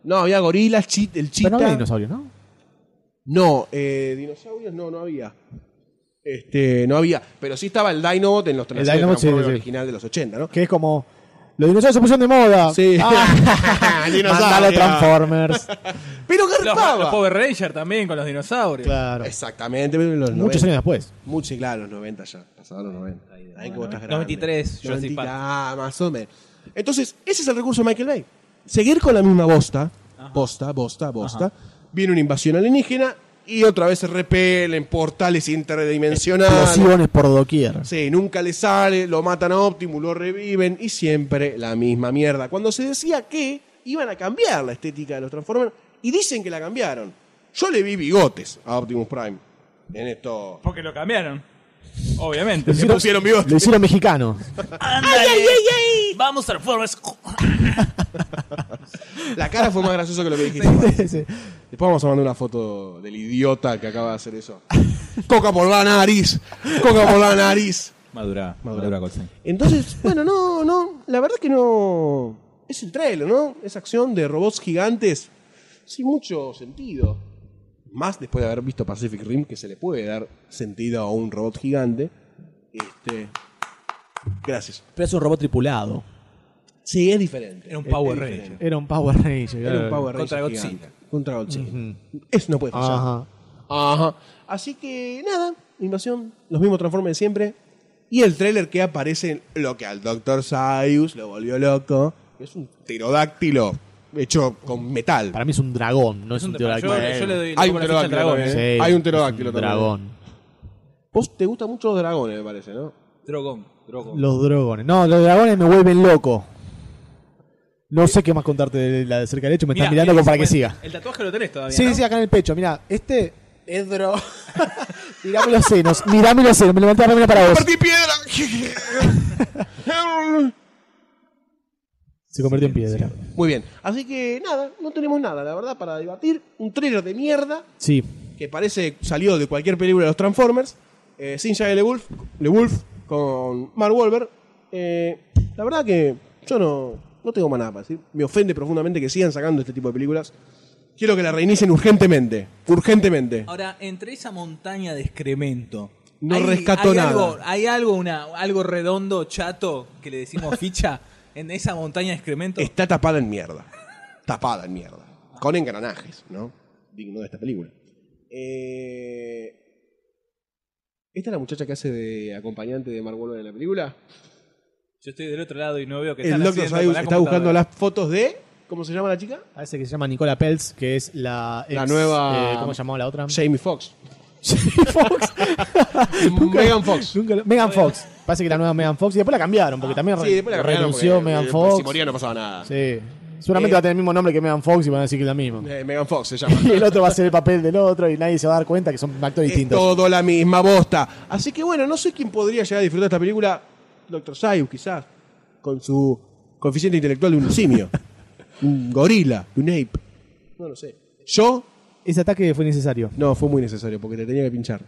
Speaker 3: No, había gorilas, chi- el
Speaker 10: Pero
Speaker 3: chita.
Speaker 10: no había
Speaker 3: no,
Speaker 10: dinosaurios, ¿no?
Speaker 3: eh, dinosaurios no, no había. Este, no había. Pero sí estaba el Dinobot en los
Speaker 10: El
Speaker 3: Transformers
Speaker 10: Dinobot, sí,
Speaker 3: Transformers
Speaker 10: sí.
Speaker 3: original de los 80, ¿no?
Speaker 10: Que es como. Los dinosaurios se pusieron de moda.
Speaker 3: Sí.
Speaker 10: Ah,
Speaker 3: Dinosaurio.
Speaker 10: Mandalo Transformers.
Speaker 3: Pero
Speaker 9: Los,
Speaker 3: garpaba.
Speaker 9: los Power Rangers también con los dinosaurios.
Speaker 10: claro.
Speaker 3: Exactamente, pero en los
Speaker 10: Muchos
Speaker 3: 90.
Speaker 10: años después.
Speaker 3: Muchos, claro, los 90 ya. Pasados los 90. Ahí, como estás grande.
Speaker 9: 93, Jurassic
Speaker 3: 90,
Speaker 9: Park.
Speaker 3: Ah, más o menos. Entonces, ese es el recurso de Michael Bay. Seguir con la misma bosta, bosta, bosta, bosta. Viene una invasión alienígena y otra vez se repelen portales interdimensionales.
Speaker 10: Explosiones por doquier.
Speaker 3: Sí, nunca le sale, lo matan a Optimus, lo reviven y siempre la misma mierda. Cuando se decía que iban a cambiar la estética de los Transformers y dicen que la cambiaron. Yo le vi bigotes a Optimus Prime en esto.
Speaker 9: Porque lo cambiaron. Obviamente.
Speaker 3: Le pusieron bigotes.
Speaker 10: Lo hicieron mexicano.
Speaker 9: Vamos Transformers.
Speaker 3: La cara fue más gracioso que lo que dijiste.
Speaker 10: Sí.
Speaker 3: Después vamos a mandar una foto del idiota que acaba de hacer eso. Coca por la nariz, coca por la nariz.
Speaker 9: Madura,
Speaker 3: Madura.
Speaker 9: madura,
Speaker 3: Entonces, bueno, no, no, la verdad que no. Es un trailer, ¿no? Esa acción de robots gigantes sin mucho sentido. Más después de haber visto Pacific Rim, que se le puede dar sentido a un robot gigante. Este. Gracias.
Speaker 10: Pero es un robot tripulado.
Speaker 3: Sí, es diferente.
Speaker 9: Era un
Speaker 3: Es-
Speaker 9: Power
Speaker 3: es
Speaker 9: Ranger.
Speaker 3: diferente.
Speaker 16: Era un Power Ranger.
Speaker 3: Era un Power
Speaker 9: Contra
Speaker 3: Ranger
Speaker 9: Godzilla.
Speaker 3: gigante. Contra Godzilla. Eso no puede fallar.
Speaker 10: Ajá.
Speaker 3: Ajá. Así que nada, invasión, los mismos transformes de siempre. Y el tráiler que aparece, en lo que al Dr. Sayus lo volvió loco, es un pterodáctilo hecho con metal.
Speaker 10: Para mí es un dragón, no es, un pterodáctilo.
Speaker 9: Yo, yo le doy
Speaker 3: Hay un
Speaker 9: como la ficha al
Speaker 3: pterodáctilo
Speaker 9: dragón.
Speaker 3: también,
Speaker 9: ¿eh?
Speaker 3: ¿eh? Hay un pterodáctilo
Speaker 10: es un
Speaker 3: también.
Speaker 10: dragón.
Speaker 3: Vos te gustan mucho los dragones, me parece, ¿no?
Speaker 9: Drogón, drogón.
Speaker 10: Los dragones. No, los dragones me vuelven loco. No sé qué más contarte de la de cerca del hecho, me están
Speaker 9: Mirá,
Speaker 10: mirando
Speaker 9: mirá,
Speaker 10: como para que
Speaker 9: ese
Speaker 10: siga.
Speaker 9: buen- El tatuaje lo tenés todavía.
Speaker 10: Sí,
Speaker 9: ¿no?
Speaker 10: sí, acá en el pecho, mirá, este es dro. mirame los senos, mirame los senos, me levanté la remera para vos.
Speaker 3: ¡Partí piedra!
Speaker 10: Se convirtió en piedra.
Speaker 3: Muy bien. Así que nada, no tenemos nada, la verdad, para debatir. Un tráiler de mierda
Speaker 10: Sí.
Speaker 3: que parece salió de cualquier película de los Transformers, eh, sin Shia LeWolf, LeWolf con Mark Wolver. la verdad que yo no, no tengo más nada para decir. Me ofende profundamente que sigan sacando este tipo de películas. Quiero que la reinicien urgentemente, urgentemente.
Speaker 9: Ahora, entre esa montaña de excremento.
Speaker 3: No rescató
Speaker 9: hay
Speaker 3: nada.
Speaker 9: Algo, hay algo, una, algo redondo, chato, que le decimos ficha en esa montaña de excremento.
Speaker 3: Está tapada en mierda. Tapada en mierda. Con engranajes, ¿no? Digno de esta película. Eh, ¿Esta es la muchacha que hace de acompañante de Mark Wolver en la película?
Speaker 9: Yo estoy del otro lado y no veo que
Speaker 3: El
Speaker 9: están
Speaker 3: Dr.
Speaker 9: haciendo
Speaker 3: Sayus
Speaker 9: con la
Speaker 3: está buscando
Speaker 9: computadora.
Speaker 3: las fotos de. ¿Cómo se llama la chica?
Speaker 10: Parece que se llama Nicola Peltz, que es la.
Speaker 3: La nueva-
Speaker 10: eh, ¿Cómo se llamaba la otra?
Speaker 3: Jamie Foxx.
Speaker 10: Fox.
Speaker 3: Megan Fox.
Speaker 10: Nunca lo- Megan Fox. Parece que la nueva Megan Fox. Y después la cambiaron, porque también re- renunció Megan Fox.
Speaker 3: eh, Si moría no pasaba nada.
Speaker 10: Sí.
Speaker 3: Eh.
Speaker 10: Seguramente va a tener el mismo nombre que Megan Fox y van a decir que es la misma.
Speaker 3: Eh, Megan Fox se llama.
Speaker 10: Y el otro va a ser el papel del otro y nadie se va a dar cuenta que son actores
Speaker 3: es
Speaker 10: distintos.
Speaker 3: todo la misma bosta. Así que bueno, no sé quién podría llegar a disfrutar esta película. Dr. Sayus, quizás. Con su coeficiente intelectual de un simio. un gorila, de un ape. No lo sé. Yo
Speaker 10: Ese ataque fue necesario.
Speaker 3: No, fue muy necesario porque te tenía que pinchar.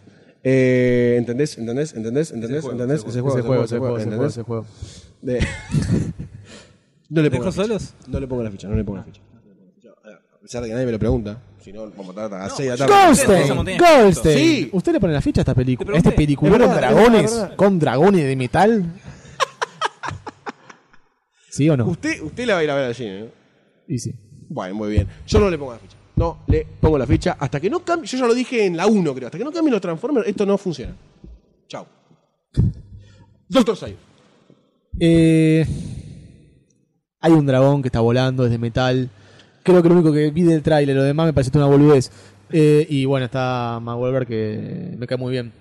Speaker 3: Eh, ¿Entendés? ¿Entendés? ¿Entendés? ¿Entendés? ¿Entendés? Ese juego, ese juego, ese juego, ¿entendés? De- No le pongo
Speaker 9: ¿Dejó
Speaker 3: la ficha.
Speaker 9: solos?
Speaker 3: No le pongo la ficha, no le pongo la ficha. A pesar de que nadie me lo pregunta, si no, vamos a matar a las 6 de la tarde.
Speaker 9: Esa
Speaker 10: Goldstein,
Speaker 9: montaña.
Speaker 10: Goldstein.
Speaker 3: Sí.
Speaker 10: ¿Usted le pone la ficha a esta película?
Speaker 9: Te
Speaker 10: ¿Este
Speaker 9: pregunté.
Speaker 10: peliculero
Speaker 3: Es
Speaker 10: con
Speaker 3: verdad, es
Speaker 10: dragones?
Speaker 3: verdad.
Speaker 10: ¿Con dragones de metal? ¿Sí o no?
Speaker 3: Usted, usted la va a ir a ver al cine, ¿no?
Speaker 10: Y sí.
Speaker 3: Bueno, muy bien. Yo no le pongo la ficha. No le pongo la ficha hasta que no cambie. Yo ya lo dije en la 1, creo. Hasta que no cambien los Transformers, esto no funciona. Chau. Doctor Sayus.
Speaker 10: Eh, hay un dragón que está volando, es de metal. Creo que lo único que vi del tráiler, lo demás me pareció toda una boludez. Eh, y bueno, está Mark Wahlberg que me cae muy bien.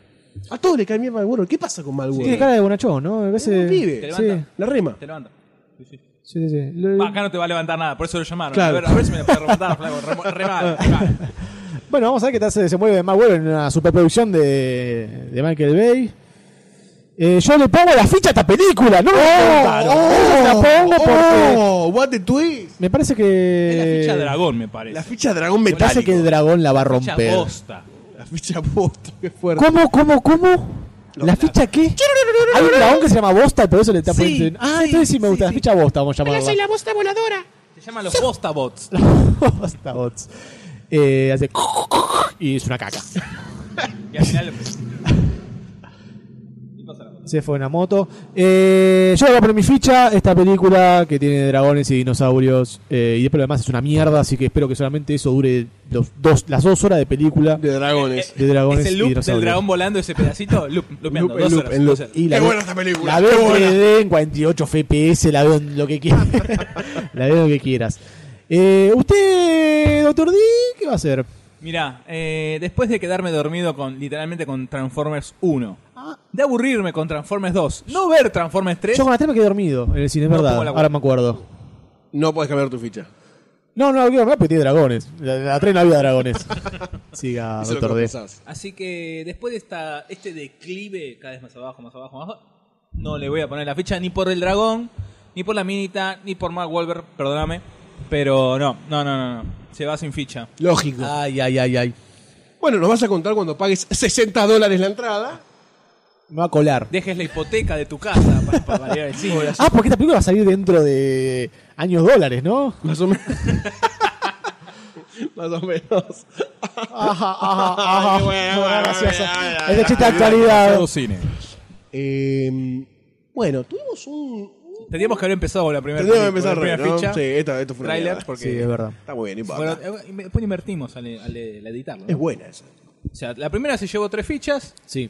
Speaker 3: A todos le cae bien Malboro. ¿Qué pasa con Malboro?
Speaker 10: Tiene cara de bonachón, ¿no? A veces...
Speaker 3: un pibe.
Speaker 10: Sí,
Speaker 9: levanta.
Speaker 3: La rema.
Speaker 9: Te levanta. Sí, sí.
Speaker 10: sí, sí, sí. Le-
Speaker 9: Va, acá no te va a levantar nada, por eso lo llamaron.
Speaker 3: Claro.
Speaker 9: A, ver, a ver si me la puede remontar, flaco. Remo- re mal, re mal.
Speaker 10: Bueno, vamos a ver qué tal se desenvuelve Mark Wahlberg en una superproducción de, de Michael Bay. Eh, yo le pongo la ficha a esta película, ¿no? me preguntaron.
Speaker 9: Oh,
Speaker 10: Yo se Oh, la pongo porque
Speaker 3: ¡Oh! ¡What the twist!
Speaker 10: me parece
Speaker 9: Es la
Speaker 10: que...
Speaker 9: ficha dragón, me parece.
Speaker 3: Eh, La ficha dragón
Speaker 10: Me parece
Speaker 3: metálico.
Speaker 10: que el dragón la va a
Speaker 9: ficha
Speaker 10: romper.
Speaker 9: bosta.
Speaker 3: La ficha bosta, qué fuerte.
Speaker 10: ¿Cómo, cómo, cómo? ¿La ficha qué? Hay un dragón que se llama Bosta, pero eso le está
Speaker 9: Sí,
Speaker 10: poniendo. Ah,
Speaker 9: sí,
Speaker 10: entonces sí me gusta.
Speaker 9: sí,
Speaker 10: La ficha Bosta, vamos a llamarla.
Speaker 3: la bosta voladora.
Speaker 9: Se llaman los bosta bots.
Speaker 10: Bosta Bots. Eh, hace. Y es una caca.
Speaker 9: Y al final.
Speaker 10: Se fue una moto. Eh, yo le voy a poner mi ficha. Esta película que tiene dragones y dinosaurios. eh, y después lo demás es una mierda. Así que espero que solamente eso dure los dos, las dos horas de película.
Speaker 3: De dragones.
Speaker 10: De dragones
Speaker 9: es el
Speaker 10: y
Speaker 9: loop del
Speaker 10: dinosaurios.
Speaker 9: dragón volando ese pedacito. Loop, loopeando,
Speaker 3: Loop, en
Speaker 9: dos
Speaker 3: loop,
Speaker 9: horas,
Speaker 3: en loop.
Speaker 9: dos horas.
Speaker 10: Y la
Speaker 3: Qué
Speaker 10: ve-
Speaker 3: buena esta película,
Speaker 10: La
Speaker 3: qué
Speaker 10: veo en
Speaker 3: buena.
Speaker 10: 3D, en 48 FPS, la veo en lo que quieras. la veo en lo que quieras. Eh, usted, doctor D, ¿qué va a hacer?
Speaker 9: Mirá, eh, después de quedarme dormido con literalmente con Transformers 1, de aburrirme con Transformers 2, no ver Transformers 3,
Speaker 10: Yo con la 3 me quedé dormido en el cine, es
Speaker 9: No
Speaker 10: verdad.
Speaker 9: pongo la
Speaker 10: Ahora me acuerdo.
Speaker 3: No podés cambiar tu ficha.
Speaker 10: No, no, no, porque tiene dragones. La, la 3 no había dragones.
Speaker 3: Eso
Speaker 10: Siga,
Speaker 3: es Ah, lo
Speaker 10: doctor
Speaker 3: que
Speaker 10: D.
Speaker 3: pensás.
Speaker 9: así que después de esta, este declive cada vez más abajo, más abajo, más abajo, no le voy a poner la ficha ni por el dragón, ni por la minita, ni por Mark Wolver, perdóname, pero no, no, no, no, no, se va sin ficha.
Speaker 3: Lógico.
Speaker 9: Ay, ay, ay, ay.
Speaker 3: Bueno, nos vas a contar cuando pagues 60 dólares la entrada.
Speaker 10: Me va a colar.
Speaker 9: Dejes la hipoteca de tu casa para, para variar el cine.
Speaker 10: Ah, porque esta película va a salir dentro de años dólares, ¿no?
Speaker 3: Más o menos. Más o menos.
Speaker 10: Ajá, ajá, ajá.
Speaker 3: Qué bueno,
Speaker 10: Bueno,
Speaker 3: bueno,
Speaker 10: gracioso.
Speaker 3: bueno, bueno,
Speaker 10: Es de chiste de
Speaker 9: Demasiado
Speaker 10: actualidad.
Speaker 9: cine.
Speaker 3: Eh, bueno, Em, tuvimos un, un
Speaker 9: Tendríamos que haber empezado con la primera,
Speaker 3: Tendríamos que
Speaker 9: peli-
Speaker 3: empezar
Speaker 9: con la
Speaker 3: re,
Speaker 9: primera
Speaker 3: ¿no?
Speaker 9: ficha,
Speaker 3: Sí, esta- esto fue una
Speaker 9: trailer,
Speaker 3: mierda.
Speaker 9: porque
Speaker 17: Sí, es verdad.
Speaker 3: Está muy bien, no importa.
Speaker 9: fueron- eh, después invertimos al, al, al editarlo.
Speaker 3: Es buena esa.
Speaker 9: O sea, la primera se llevó tres fichas,
Speaker 17: Sí.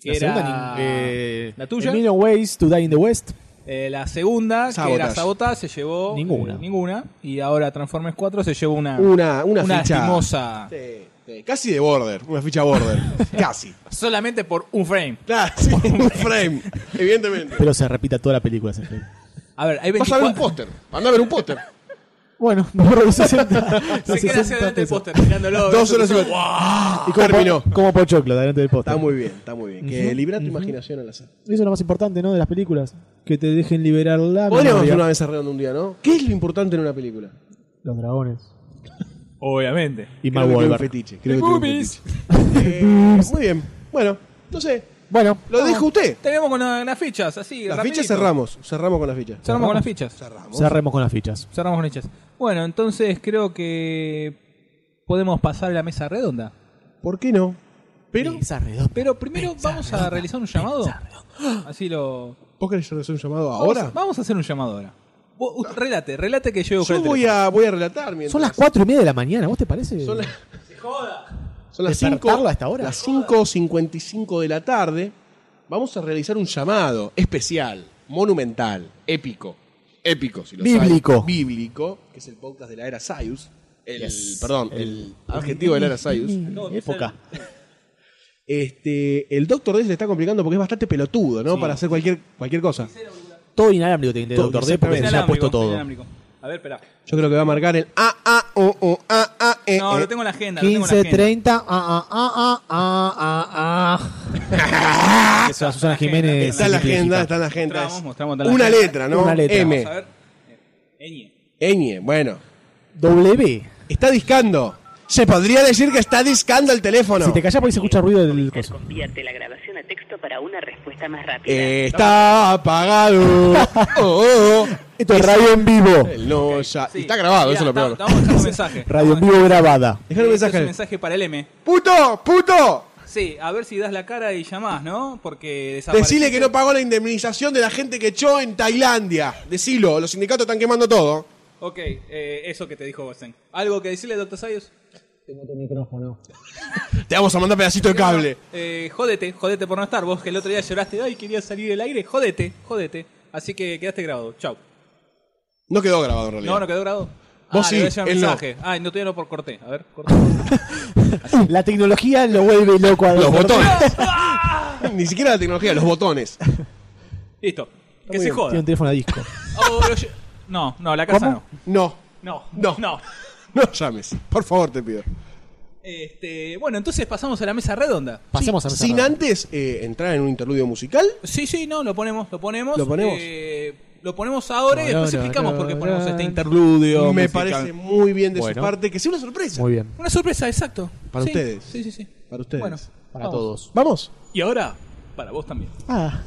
Speaker 9: que
Speaker 17: La
Speaker 9: era
Speaker 17: segunda, ni- eh,
Speaker 9: la tuya.
Speaker 10: A Million Ways to Die in the West.
Speaker 9: Eh, la segunda, que era
Speaker 3: Sabotage.
Speaker 9: Sabotage, se llevó
Speaker 10: Ninguna.
Speaker 9: eh, ninguna. Y ahora Transformers 4 se llevó una,
Speaker 3: Una, una, ficha.
Speaker 9: lastimosa.
Speaker 3: Sí, sí, Casi de border, una ficha border. Casi.
Speaker 9: Solamente por un frame.
Speaker 3: Claro, sí, un frame, evidentemente.
Speaker 10: Pero se repita toda la película. ese film.
Speaker 9: A ver, hay
Speaker 3: Vas a ver un
Speaker 9: 24.
Speaker 3: póster. Anda a ver un póster.
Speaker 10: Bueno, me borro los 60.
Speaker 9: Se
Speaker 10: los
Speaker 9: queda hacia
Speaker 10: 60
Speaker 9: adelante el
Speaker 10: pesos.
Speaker 9: póster mirándolo.
Speaker 3: Dos horas y
Speaker 10: Y como,
Speaker 3: Terminó.
Speaker 10: po- como pochoclo delante del póster.
Speaker 3: Está muy bien, está muy bien. Que libera tu imaginación al azar.
Speaker 10: Eso es lo más importante, ¿no? De las películas. Que te dejen liberar la
Speaker 3: Podríamos hacer
Speaker 10: memoria.
Speaker 3: una mesa redonda un día, ¿no? ¿Qué es lo importante en una película?
Speaker 10: Los dragones.
Speaker 9: Obviamente.
Speaker 10: Y
Speaker 3: Creo
Speaker 10: Mark
Speaker 3: que tiene un
Speaker 10: Wahlberg.
Speaker 3: fetiche. Creo que tiene un
Speaker 9: Boobies.
Speaker 3: fetiche. Eh,
Speaker 10: Pues,
Speaker 3: muy bien. Bueno, no sé.
Speaker 10: Bueno,
Speaker 3: Lo dejo usted.
Speaker 9: Tenemos con la- las fichas, así.
Speaker 3: Las
Speaker 9: rapidito.
Speaker 3: fichas cerramos. Cerramos con las fichas.
Speaker 9: Cerramos con las fichas.
Speaker 3: Cerramos.
Speaker 10: cerremos con las fichas.
Speaker 9: Cerramos con las fichas. Bueno, entonces creo que podemos pasar a la mesa redonda.
Speaker 3: ¿Por qué no? Pero,
Speaker 9: Pero primero vamos a realizar un llamado. Así lo.
Speaker 3: ¿vos querés hacer un llamado
Speaker 9: Vamos-
Speaker 3: ahora?
Speaker 9: Vamos, a hacer un llamado ahora. Vos- u- relate, relate que yo
Speaker 3: Yo voy a, voy a relatar mientras.
Speaker 10: Son las 4 y media de la mañana, ¿vos te parece?
Speaker 3: Son las. Son las
Speaker 10: Despertarlo
Speaker 3: 5.
Speaker 10: a esta hora.
Speaker 3: Las 5.55 de la tarde. Vamos a realizar un llamado especial, monumental, épico. Épico, si lo saben.
Speaker 10: Bíblico.
Speaker 3: Bíblico, que es el podcast de la era Sayus. El, Perdón, el, adjetivo de la era Sayus.
Speaker 10: Época.
Speaker 3: Este, el Doctor D se le está complicando porque es bastante pelotudo, ¿no? Para hacer cualquier, cualquier cosa.
Speaker 10: Todo inalámbrico tiene de Doctor D porque se le ha puesto todo.
Speaker 9: A ver, espera.
Speaker 3: Yo creo que va a marcar el A, A, O, O, A, A, E.
Speaker 9: No,
Speaker 3: E.
Speaker 9: lo tengo en la agenda. lo tengo en la
Speaker 10: 15,
Speaker 9: agenda.
Speaker 10: 30, ah, ah, ah, ah, ah, ah, ah. Eso, Susana Jiménez.
Speaker 3: Está en la
Speaker 10: simplifica.
Speaker 3: agenda, está en la agenda.
Speaker 9: Mostramos,
Speaker 3: Es
Speaker 9: mostramos, está en la
Speaker 3: una
Speaker 9: agenda.
Speaker 3: letra, ¿no?
Speaker 10: Una letra.
Speaker 3: M.
Speaker 9: Vamos a ver. Eh, Ñ.
Speaker 3: Ñ, bueno.
Speaker 10: W.
Speaker 3: Está discando. Se podría decir que está discando el teléfono.
Speaker 10: Si te callas, por ahí se escucha ruido del coso.
Speaker 1: Convierte la grabación a texto para una respuesta más rápida.
Speaker 3: Eh, Está apagado. Oh, oh,
Speaker 10: Esto es radio en vivo.
Speaker 3: oh. El no, ya.
Speaker 9: Sí.
Speaker 3: Está grabado,
Speaker 9: Mirá,
Speaker 3: eso es lo
Speaker 9: está-
Speaker 3: peor.
Speaker 9: Vamos a dejar un mensaje.
Speaker 10: Radio en vivo grabada.
Speaker 3: Dejar un
Speaker 9: Este es un
Speaker 3: mensaje.
Speaker 9: mensaje para el M.
Speaker 3: ¡Puto! ¡Puto!
Speaker 9: Sí, a ver si das la cara y llamás, ¿no? Porque desapareciste.
Speaker 3: Decile que no pagó la indemnización de la gente que echó en Tailandia. Decilo, los sindicatos están quemando todo.
Speaker 9: Ok, eh, eso que te dijo Gosen. ¿Algo que decirle, doctor Sayos?
Speaker 3: Te vamos a mandar pedacito de cable.
Speaker 9: Eh, jódete, jódete por no estar. Vos que el otro día lloraste, ay, quería salir del aire. Jódete, jódete. Así que quedaste grabado. Chau.
Speaker 3: No quedó grabado en realidad.
Speaker 9: No, no quedó grabado.
Speaker 3: Vos
Speaker 9: ah,
Speaker 3: sí,
Speaker 9: le voy a llevar
Speaker 3: él no.
Speaker 9: mensaje. Ah, no todavía no por corté. A ver, corté.
Speaker 10: La tecnología lo vuelve loco a
Speaker 3: Los botones. Ni siquiera la tecnología, los botones.
Speaker 9: Listo. Que se
Speaker 10: Tiene
Speaker 9: joda.
Speaker 10: un teléfono a disco.
Speaker 9: Oh, lo lle- No, no, la casa
Speaker 3: No,
Speaker 9: no. No,
Speaker 3: No.
Speaker 9: no.
Speaker 3: no llames. Por favor, te pido.
Speaker 9: Este, bueno, entonces pasamos a la mesa redonda.
Speaker 10: Pasemos a la
Speaker 3: Sin
Speaker 10: mesa.
Speaker 3: antes eh, entrar en un interludio musical.
Speaker 9: Sí, sí, no, lo ponemos, lo ponemos.
Speaker 3: ¿Lo ponemos?
Speaker 9: Eh, lo ponemos ahora y
Speaker 10: No,
Speaker 9: después
Speaker 10: no,
Speaker 9: explicamos
Speaker 10: no,
Speaker 9: por qué ponemos
Speaker 10: no.
Speaker 9: este interludio.
Speaker 3: me
Speaker 9: musical.
Speaker 3: parece muy bien de
Speaker 10: Bueno.
Speaker 3: su parte, que sea una sorpresa.
Speaker 10: Muy bien.
Speaker 9: Una sorpresa, exacto.
Speaker 3: Para
Speaker 9: Sí,
Speaker 3: ustedes.
Speaker 9: Sí, sí, sí.
Speaker 3: Para ustedes.
Speaker 9: Bueno,
Speaker 10: Para
Speaker 9: vamos.
Speaker 10: todos.
Speaker 3: Vamos.
Speaker 9: Y ahora, para vos también.
Speaker 10: Ah.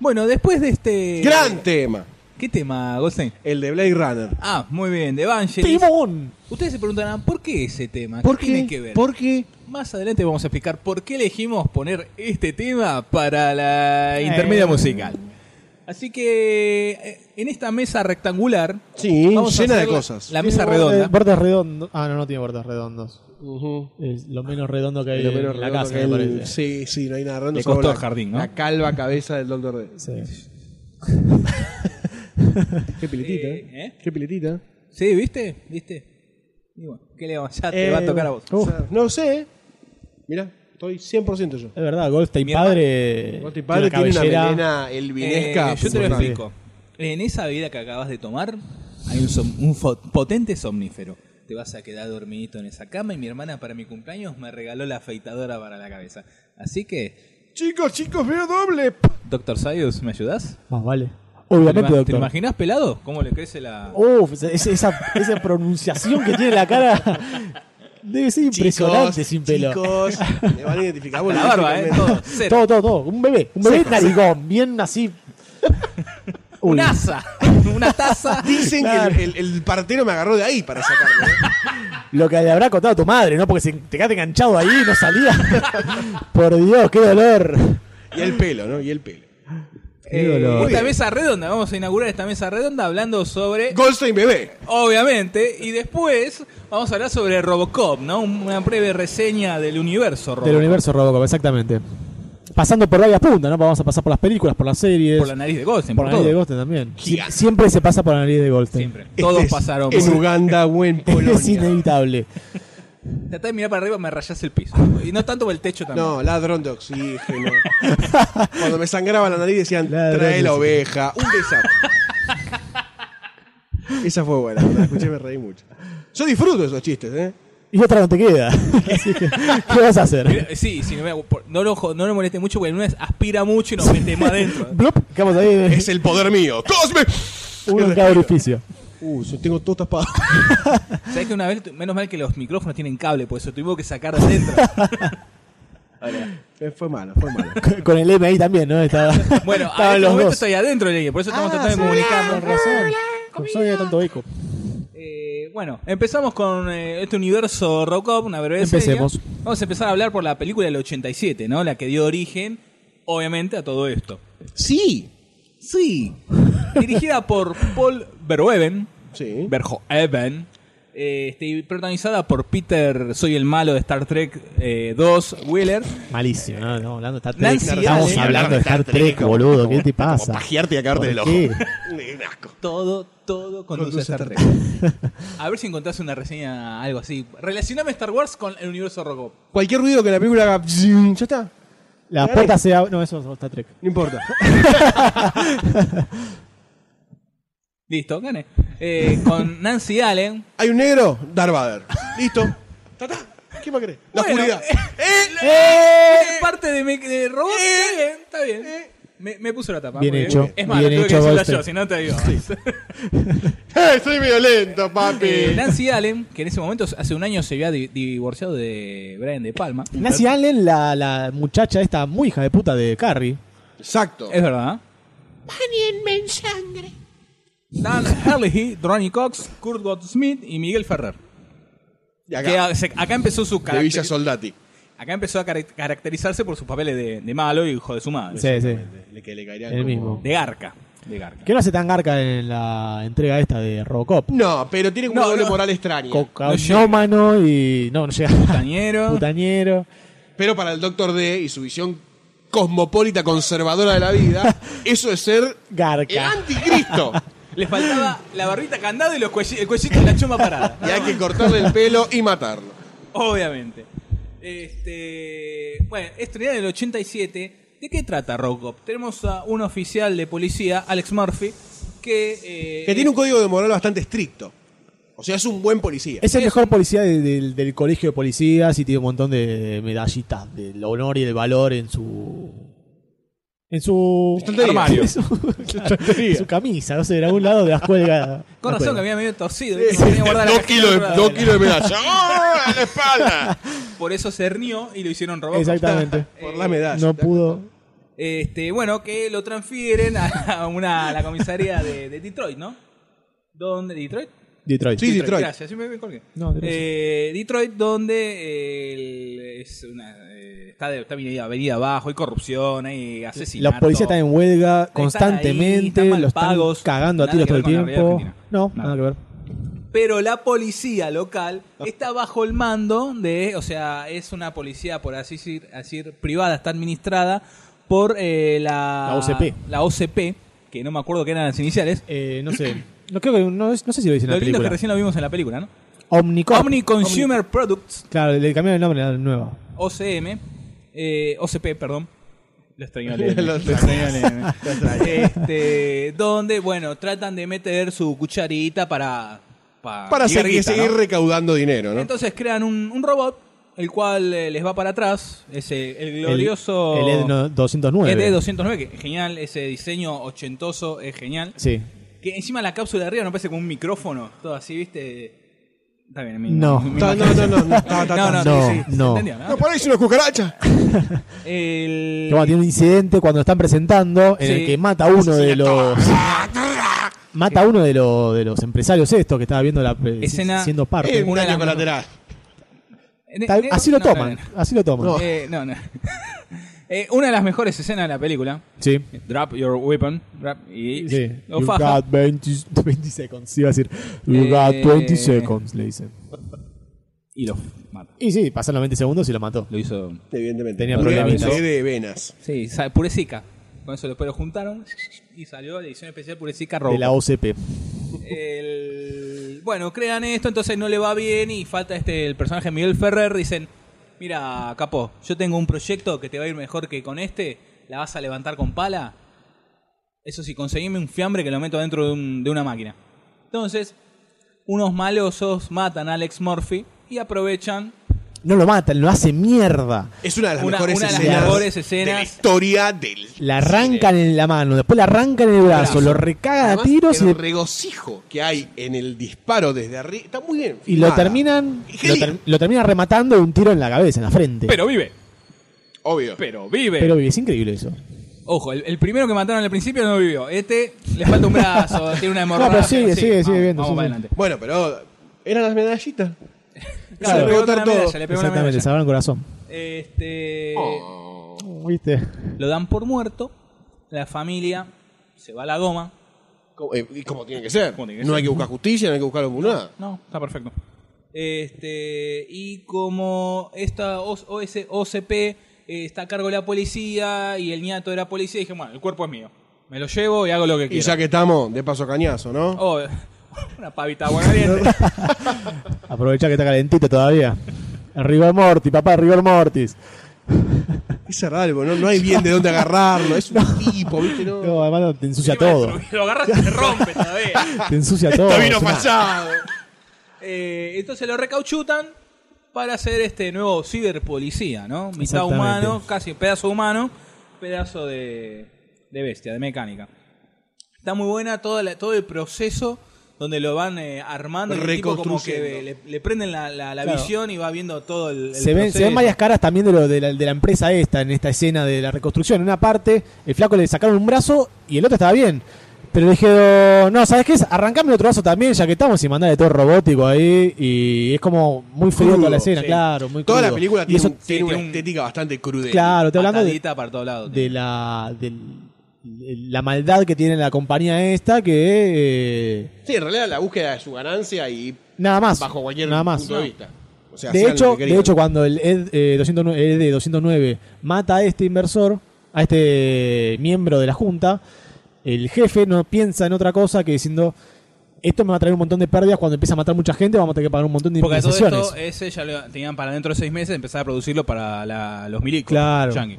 Speaker 9: Bueno, después de este.
Speaker 3: Gran tema.
Speaker 9: ¿Qué tema, Goldstein?
Speaker 3: El de Blade Runner.
Speaker 9: Ah, muy bien, de Evangelis.
Speaker 10: ¡Timón!
Speaker 9: Ustedes se preguntarán, ¿por qué ese tema?
Speaker 3: ¿Por
Speaker 9: ¿Qué
Speaker 3: qué?
Speaker 9: tiene que ver?
Speaker 3: ¿Por qué?
Speaker 9: Más adelante vamos a explicar por qué elegimos poner este tema para
Speaker 3: Eh.
Speaker 9: la intermedia musical. Así que eh, en esta mesa rectangular,
Speaker 3: Sí,
Speaker 9: vamos a
Speaker 3: llena de
Speaker 9: hacer la-
Speaker 3: cosas.
Speaker 9: La mesa
Speaker 10: Tiene
Speaker 9: redonda.
Speaker 10: bordes- Bordes redondos. Ah, no, no tiene bordes redondos. Es lo menos redondo que hay
Speaker 3: Lo menos
Speaker 10: en la
Speaker 3: redondo
Speaker 10: casa,
Speaker 3: que
Speaker 10: me
Speaker 3: el-
Speaker 10: parece.
Speaker 3: Sí, sí, no hay nada
Speaker 9: Le
Speaker 3: redondo.
Speaker 9: costó
Speaker 3: solo
Speaker 9: el jardín, ¿no?
Speaker 3: la calva cabeza del Doctor D.
Speaker 10: Sí.
Speaker 3: Qué piletita.
Speaker 9: Eh,
Speaker 3: ¿eh?
Speaker 9: ¿eh?
Speaker 3: Qué piletita.
Speaker 9: Sí, ¿viste? ¿Viste? Y bueno, ¿qué le vamos?
Speaker 3: Eh,
Speaker 9: Ya te va a tocar a vos.
Speaker 3: O sea, no sé. ¿eh? Mirá, estoy 100% yo.
Speaker 10: Es verdad, Goldstein padre.
Speaker 3: Gotti padre tiene una
Speaker 10: cabellera-
Speaker 3: melena elvinesca.
Speaker 9: Eh, yo te lo
Speaker 3: importante.
Speaker 9: explico. En esa bebida que acabas de tomar hay un, som- un fo- potente somnífero. Te vas a quedar dormidito en esa cama y mi hermana para mi cumpleaños me regaló la afeitadora para la cabeza. Así que,
Speaker 3: Chicos, chicos, veo doble.
Speaker 9: doctor Sayus, ¿me ayudás?
Speaker 10: Más vale.
Speaker 9: ¿Te,
Speaker 10: Obviamente,
Speaker 9: ima- te
Speaker 10: doctor.
Speaker 9: imaginas pelado? ¿Cómo le crece la...?
Speaker 10: Uf, esa- esa, esa- esa pronunciación que tiene la cara debe ser impresionante sin pelo.
Speaker 3: Chicos, me van a identificar. Bueno,
Speaker 9: La barba, ¿eh? Todo, cero.
Speaker 10: Todo, todo, todo. Un bebé. Un bebé narigón, bien así. Uy.
Speaker 9: Un asa. Una taza.
Speaker 3: Dicen que el, el- el partero me agarró de ahí para sacarlo. ¿eh?
Speaker 10: Lo que le habrá contado tu madre, ¿no? Porque si te quedaste enganchado ahí y no salías. Por Dios, qué dolor.
Speaker 3: Y el pelo, ¿no? Y el pelo.
Speaker 9: Eh,
Speaker 10: Ídolo.
Speaker 9: esta mesa redonda, vamos a inaugurar esta mesa redonda hablando sobre...
Speaker 3: Goldstein bebé.
Speaker 9: Obviamente, y después vamos a hablar sobre Robocop, ¿no? Una breve reseña del universo Robocop.
Speaker 10: Del universo Robocop, exactamente. Pasando por varias puntas, ¿no? Vamos a pasar por las películas, por las series.
Speaker 9: Por la nariz de Goldstein,
Speaker 10: por
Speaker 9: por,
Speaker 10: la nariz
Speaker 9: todo.
Speaker 10: de Goldstein también. Sie-
Speaker 3: Gigante.
Speaker 10: Siempre se pasa por la nariz de Goldstein.
Speaker 9: Siempre. Todos
Speaker 3: Este es
Speaker 9: pasaron.
Speaker 3: En
Speaker 9: por-
Speaker 3: Uganda o en
Speaker 10: Es
Speaker 3: Polonia.
Speaker 10: inevitable.
Speaker 9: Tratá de mirar para arriba, me rayás el piso. Y no tanto por el techo también.
Speaker 3: No, ladrón de oxígeno. Cuando me sangraba la nariz decían,
Speaker 10: Ladrón
Speaker 3: trae
Speaker 10: de
Speaker 3: la
Speaker 10: oxígeno".
Speaker 3: oveja. Un desastre. Esa fue buena. La escuché, me reí mucho. Yo disfruto esos chistes, ¿eh?
Speaker 10: Y otra no te queda. Así que, ¿qué vas a hacer?
Speaker 9: Mira, Sí, sí, no, me, por- no, lo, jo- no lo moleste mucho porque el lunes aspira mucho y nos metemos adentro.
Speaker 10: Blop, quedamos ahí.
Speaker 3: Es el poder mío. ¡Cosme!
Speaker 10: Uno en cada orificio.
Speaker 3: Uh, yo tengo todo tapado.
Speaker 9: ¿Sabes que una vez, tu- menos mal que los micrófonos tienen cable, por eso tuvimos que sacar de adentro?
Speaker 3: Eh, Fue malo, fue malo.
Speaker 10: Con- Con el M ahí también, ¿no? Estaba,
Speaker 9: Bueno, a
Speaker 10: estaban
Speaker 9: este
Speaker 10: los
Speaker 9: momento
Speaker 10: dos.
Speaker 9: estoy adentro, Leñe, por eso estamos tratando de
Speaker 10: Con
Speaker 9: comunicarnos.
Speaker 10: razón. Con Sony hay tanto eco.
Speaker 9: Eh, bueno, empezamos con eh, este universo Robocop, una breve reseña.
Speaker 10: Empecemos.
Speaker 9: Vamos a empezar a hablar por la película del 87, ¿no? La que dio origen, obviamente, a todo esto.
Speaker 3: Sí.
Speaker 9: Sí. Dirigida por Paul Verhoeven.
Speaker 3: Sí.
Speaker 9: Verhoeven. eh, este, y protagonizada por Peter, soy el malo de Star Trek eh, 2, Wheeler.
Speaker 10: Malísimo, no, no, hablando de Star Trek.
Speaker 9: Nancy
Speaker 10: Estamos
Speaker 9: Allen.
Speaker 10: hablando de Star Trek,
Speaker 3: como-
Speaker 10: boludo.
Speaker 3: como-
Speaker 10: ¿Qué te
Speaker 3: Como
Speaker 10: pasa?
Speaker 3: pajearte y acabarte
Speaker 10: ¿Por
Speaker 3: del ojo.
Speaker 10: qué?
Speaker 3: Un asco.
Speaker 9: Todo, todo conduce,
Speaker 3: Conduce
Speaker 9: a Star
Speaker 3: a
Speaker 9: Trek. A ver si encontrás una reseña, algo así. Relacioname Star Wars con el universo Robocop.
Speaker 3: Cualquier ruido que la película haga. zzzum, Ya está.
Speaker 10: Las puertas se abren. No, eso es Star Trek.
Speaker 3: No importa.
Speaker 9: Listo, gané. Eh, con Nancy Allen.
Speaker 3: Hay un negro, Darth Vader. Listo. Ta, ta. ¿Qué más querés? La
Speaker 9: Bueno,
Speaker 10: eh.
Speaker 9: eh,
Speaker 3: oscuridad. Eh,
Speaker 9: Es parte de, mi, de Robocop. está bien, está bien.
Speaker 3: eh.
Speaker 9: Me, me puso la tapa.
Speaker 10: Bien
Speaker 9: muy
Speaker 10: hecho,
Speaker 9: Es más,
Speaker 10: bien
Speaker 9: lo tuve que
Speaker 10: hecho,
Speaker 9: decirla
Speaker 10: Goldstein.
Speaker 9: yo, si no te digo.
Speaker 3: ¡Eh, soy violento,
Speaker 9: Eh,
Speaker 3: papi!
Speaker 9: Nancy Allen, que en ese momento hace un año se había di- divorciado de Brian De Palma.
Speaker 10: Nancy Allen, la, la muchacha esta muy hija de puta de Carrie.
Speaker 3: Exacto.
Speaker 10: eh,
Speaker 9: Es verdad. ¿eh? Bañenme en sangre. Dan Herlihy, Ronnie Cox, Kurt Goldsmith y Miguel Ferrer.
Speaker 3: Y
Speaker 9: Que
Speaker 3: acá,
Speaker 9: a- se- acá empezó su
Speaker 3: de Villa
Speaker 9: caracter-
Speaker 3: Soldati.
Speaker 9: acá empezó a cara- caracterizarse por sus papeles de, de malo y hijo de su madre.
Speaker 10: Sí, sí.
Speaker 3: Le, que le caerían
Speaker 10: El
Speaker 3: como-
Speaker 10: mismo.
Speaker 9: De garca. De garca.
Speaker 10: Que no hace tan garca en la entrega esta de Robocop.
Speaker 3: No, pero tiene como
Speaker 9: No,
Speaker 3: una doble
Speaker 9: no.
Speaker 3: moral extraña.
Speaker 10: Cocainómano y. No, no llega.
Speaker 9: Cañero.
Speaker 10: Putañero.
Speaker 3: Pero para el Doctor D y su visión cosmopolita conservadora de la vida, eso es ser el
Speaker 10: Garca.
Speaker 3: anticristo.
Speaker 9: Le faltaba la barbita candado y los cuelli- el cuellito de la choma parada.
Speaker 3: Y hay que cortarle el pelo y matarlo.
Speaker 9: Obviamente. Este, bueno, estrenada en el 87. ¿De qué trata Robocop? Tenemos a un oficial de policía, Alex Murphy, que... eh,
Speaker 3: Que tiene un código de moral bastante estricto. O sea, es un buen policía.
Speaker 10: Es el mejor policía de- del, del colegio de policías y tiene un montón de medallitas del honor y del valor en su. En su.
Speaker 9: Armario.
Speaker 10: En su, en su camisa, no sé, en algún lado de la cuelgas.
Speaker 9: Con
Speaker 10: la
Speaker 9: razón que
Speaker 10: cuelga.
Speaker 9: había medio torcido. ¿viste? Tenía guardada la
Speaker 3: dos
Speaker 9: cajita
Speaker 3: kilos de,
Speaker 9: dorada.
Speaker 3: dos kilos de medalla. ¡Oh, en la espalda!
Speaker 9: Por eso se hernió y lo hicieron Robocop. Eh,
Speaker 10: Exactamente.
Speaker 3: Por la medalla.
Speaker 10: No pudo.
Speaker 9: Este, bueno, que lo transfieren a, una, a la comisaría de, de Detroit, ¿no? ¿Dónde? ¿Detroit?
Speaker 3: Detroit.
Speaker 18: Sí, Detroit.
Speaker 9: Gracias, sí me, me colgué.
Speaker 10: No, Detroit, sí.
Speaker 9: Eh, Detroit, donde eh, el- es una, eh, está, de, está bien avenida abajo, hay corrupción, hay asesinatos.
Speaker 10: La policía está en huelga
Speaker 9: ahí,
Speaker 10: constantemente,
Speaker 9: están mal
Speaker 10: los están
Speaker 9: pagos,
Speaker 10: cagando a
Speaker 9: nada
Speaker 10: tiros
Speaker 9: que
Speaker 10: todo el
Speaker 9: ver con la
Speaker 10: tiempo.
Speaker 9: realidad argentina.
Speaker 10: No, nada
Speaker 9: Nada.
Speaker 10: que ver.
Speaker 9: Pero la policía local
Speaker 10: Ah.
Speaker 9: está bajo el mando de, o sea, es una policía, por así decir, decir, privada, está administrada por eh, la,
Speaker 4: La OCP.
Speaker 9: La OCP, que no me acuerdo qué eran las iniciales.
Speaker 10: Eh, no sé. No, creo que, no, es- no sé si lo dicen en
Speaker 9: Lo
Speaker 10: la
Speaker 9: lindo es que
Speaker 10: película.
Speaker 9: recién lo vimos en la película, ¿no?
Speaker 10: Omnicorp.
Speaker 9: Omni Consumer Products,
Speaker 10: Claro, le cambiaron el nombre a la nueva.
Speaker 9: OCM, eh, OCP, perdón. Lo extrañé al
Speaker 3: Lo
Speaker 9: M.
Speaker 3: extrañó
Speaker 9: Lo extrañé. este, donde, bueno, tratan de meter su cucharita para...
Speaker 3: Para seguir,
Speaker 9: guita, ¿no?
Speaker 3: seguir recaudando dinero, ¿no?
Speaker 9: Entonces crean un, un robot, el cual eh, les va para atrás. Es el, el glorioso. E
Speaker 10: El, el ED 209.
Speaker 9: ED-209, que es genial, ese diseño ochentoso es genial.
Speaker 10: Sí.
Speaker 9: Que encima la cápsula de arriba no parece como un micrófono, todo así, ¿viste? Está bien, mi-
Speaker 10: No.
Speaker 9: mi- mi
Speaker 18: No, no, no, no. No, ta, ta,
Speaker 9: No,
Speaker 18: ta.
Speaker 9: no,
Speaker 10: No,
Speaker 9: Ah, sí, sí, sí,
Speaker 10: no.
Speaker 9: se entendió, ¿no?
Speaker 3: No, pará, es una cucaracha.
Speaker 9: El-
Speaker 10: Que, bueno, tiene un incidente cuando lo están presentando en
Speaker 9: Sí.
Speaker 10: el que mata a uno de los. mata a uno de, los de los empresarios estos que estaba viendo la eh,
Speaker 9: Escena-
Speaker 10: siendo parte.
Speaker 3: Eh, un
Speaker 9: Una de
Speaker 3: daño
Speaker 9: las-
Speaker 3: colateral.
Speaker 9: en-
Speaker 10: Tal-
Speaker 9: en-
Speaker 10: así lo
Speaker 9: eh, no, no,
Speaker 10: toman,
Speaker 9: no, no.
Speaker 10: así lo toman.
Speaker 9: Eh, no, no. Eh, una de las mejores escenas de la película.
Speaker 10: Sí.
Speaker 9: Drop your weapon. drop y,
Speaker 10: Sí.
Speaker 9: o
Speaker 10: You
Speaker 9: faja.
Speaker 10: got 20, 20 seconds, iba a decir. You
Speaker 9: Eh,
Speaker 10: got 20 seconds, le dicen.
Speaker 9: Y lo mata.
Speaker 10: Y sí, pasaron los 20 segundos y lo mató.
Speaker 9: Lo hizo.
Speaker 3: Evidentemente.
Speaker 10: Tenía
Speaker 3: Porque
Speaker 10: problemitas.
Speaker 3: me enteré de venas.
Speaker 9: Sí, sa- Purecica. Con eso después lo juntaron y salió la edición especial Purecica Robo.
Speaker 10: De la OCP.
Speaker 9: El- Bueno, crean esto, entonces no le va bien y falta este el personaje Miguel Ferrer. Dicen, mira, capo, yo tengo un proyecto que te va a ir mejor que con este. ¿La vas a levantar con pala? Eso sí, conseguime un fiambre que lo meto dentro de, un- de una máquina. Entonces, unos malosos matan a Alex Murphy y aprovechan
Speaker 10: No lo matan, lo hace mierda.
Speaker 3: Es una de las
Speaker 9: Una-
Speaker 3: mejores
Speaker 9: una de las
Speaker 3: escenas.
Speaker 9: mejores
Speaker 3: De la
Speaker 9: escenas.
Speaker 3: historia del.
Speaker 10: La arrancan en la mano, después la arrancan en el brazo, lo recagan a
Speaker 3: Además,
Speaker 10: tiros y,
Speaker 3: el
Speaker 10: le-
Speaker 3: regocijo que hay en el disparo desde arriba. Está muy bien.
Speaker 10: y lo
Speaker 3: filmada.
Speaker 10: terminan lo,
Speaker 3: Genial.
Speaker 10: ter- lo terminan rematando de un tiro en la cabeza, en la frente.
Speaker 9: Pero vive,
Speaker 3: Obvio.
Speaker 9: pero vive.
Speaker 10: Pero es increíble eso.
Speaker 9: Ojo, el, el primero que mataron al principio no vivió. Este le falta un brazo, tiene una hemorragia.
Speaker 10: No, pero sigue, sigue, sigue
Speaker 9: vamos,
Speaker 10: viendo,
Speaker 9: Vamos
Speaker 10: sí,
Speaker 9: para
Speaker 10: sí.
Speaker 9: adelante.
Speaker 3: Bueno, pero. Eran las medallitas.
Speaker 9: Claro,
Speaker 3: Se
Speaker 9: le pegó
Speaker 3: rebotar
Speaker 9: una
Speaker 3: todo.
Speaker 9: medalla, le pegó una
Speaker 10: Exactamente,
Speaker 9: medalla.
Speaker 10: se agarran el corazón. Oh,
Speaker 9: Este,
Speaker 10: ¿Viste?
Speaker 9: Lo dan por muerto. La familia se va a la goma.
Speaker 3: Como- eh, Y como tiene que ser.
Speaker 9: Como tiene que
Speaker 3: no
Speaker 9: ser.
Speaker 3: hay que buscar justicia, no hay que buscar nada.
Speaker 9: No, está perfecto. Este, y como esta OS OS OCP eh, está a cargo de la policía y el niato de la policía, dije, bueno, el cuerpo es mío. Me lo llevo y hago lo que
Speaker 3: Y
Speaker 9: quiera.
Speaker 3: ya que estamos, de paso cañazo, ¿no?
Speaker 9: Oh, una pavita buena diente.
Speaker 10: Aprovecha que está calentito todavía. El Rigor Mortis, papá, el Rigor Mortis.
Speaker 3: Es raro, porque no, no hay bien de dónde agarrarlo. Es un tipo, ¿viste? No.
Speaker 10: No, además no, te ensucia
Speaker 9: Encima
Speaker 10: todo.
Speaker 9: de- Lo agarras y te rompe todavía.
Speaker 10: Te ensucia
Speaker 9: Este
Speaker 10: todo.
Speaker 3: Esto vino
Speaker 10: es una-
Speaker 3: fallado.
Speaker 9: Eh, entonces lo recauchutan para hacer este nuevo ciberpolicía, ¿no? Mitad
Speaker 10: Exactamente.
Speaker 9: humano, casi pedazo humano, pedazo de, de bestia, de mecánica. Está muy buena toda la- todo el proceso donde lo van eh, armando y el tipo como que le,
Speaker 3: Reconstruyendo.
Speaker 9: le prenden la, la- la
Speaker 10: Claro.
Speaker 9: visión y va viendo todo el, el
Speaker 10: se ven, se ven
Speaker 9: proceso.
Speaker 10: varias caras también de, lo, de, la, de la empresa esta, en esta escena de la reconstrucción. En una parte, el flaco le sacaron un brazo y el otro estaba bien. Pero le dijeron, no, ¿sabes qué? Arrancame el otro brazo también, ya que estamos, y mandarle todo robótico ahí. Y es como muy frío toda la escena,
Speaker 3: Sí.
Speaker 10: claro, muy
Speaker 3: Toda la
Speaker 10: crudo.
Speaker 3: película
Speaker 10: Y
Speaker 3: tiene,
Speaker 10: eso-
Speaker 3: un- tiene
Speaker 9: sí,
Speaker 3: una
Speaker 9: tiene un-
Speaker 3: estética bastante crudel.
Speaker 10: Claro, te hablando de,
Speaker 9: Patadita para todos lados.
Speaker 10: de la del- la maldad que tiene la compañía esta, que eh,
Speaker 3: Sí, en realidad la búsqueda de su ganancia y
Speaker 10: nada más.
Speaker 3: bajo cualquier
Speaker 10: nada más.
Speaker 3: punto de vista. O sea,
Speaker 10: De
Speaker 3: hacían lo
Speaker 10: hecho,
Speaker 3: que querían.
Speaker 10: de hecho, cuando el ED, eh, 209, ED 209 mata a este inversor, a este miembro de la Junta, el jefe no piensa en otra cosa que diciendo, esto me va a traer un montón de pérdidas, cuando empieza a matar mucha gente vamos a tener que pagar un montón de
Speaker 9: Porque a todo
Speaker 10: indemnizaciones.
Speaker 9: esto, eh, ese ya lo tenían para dentro de seis meses empezar a producirlo para la- los milicos.
Speaker 10: Claro.
Speaker 9: yanquis.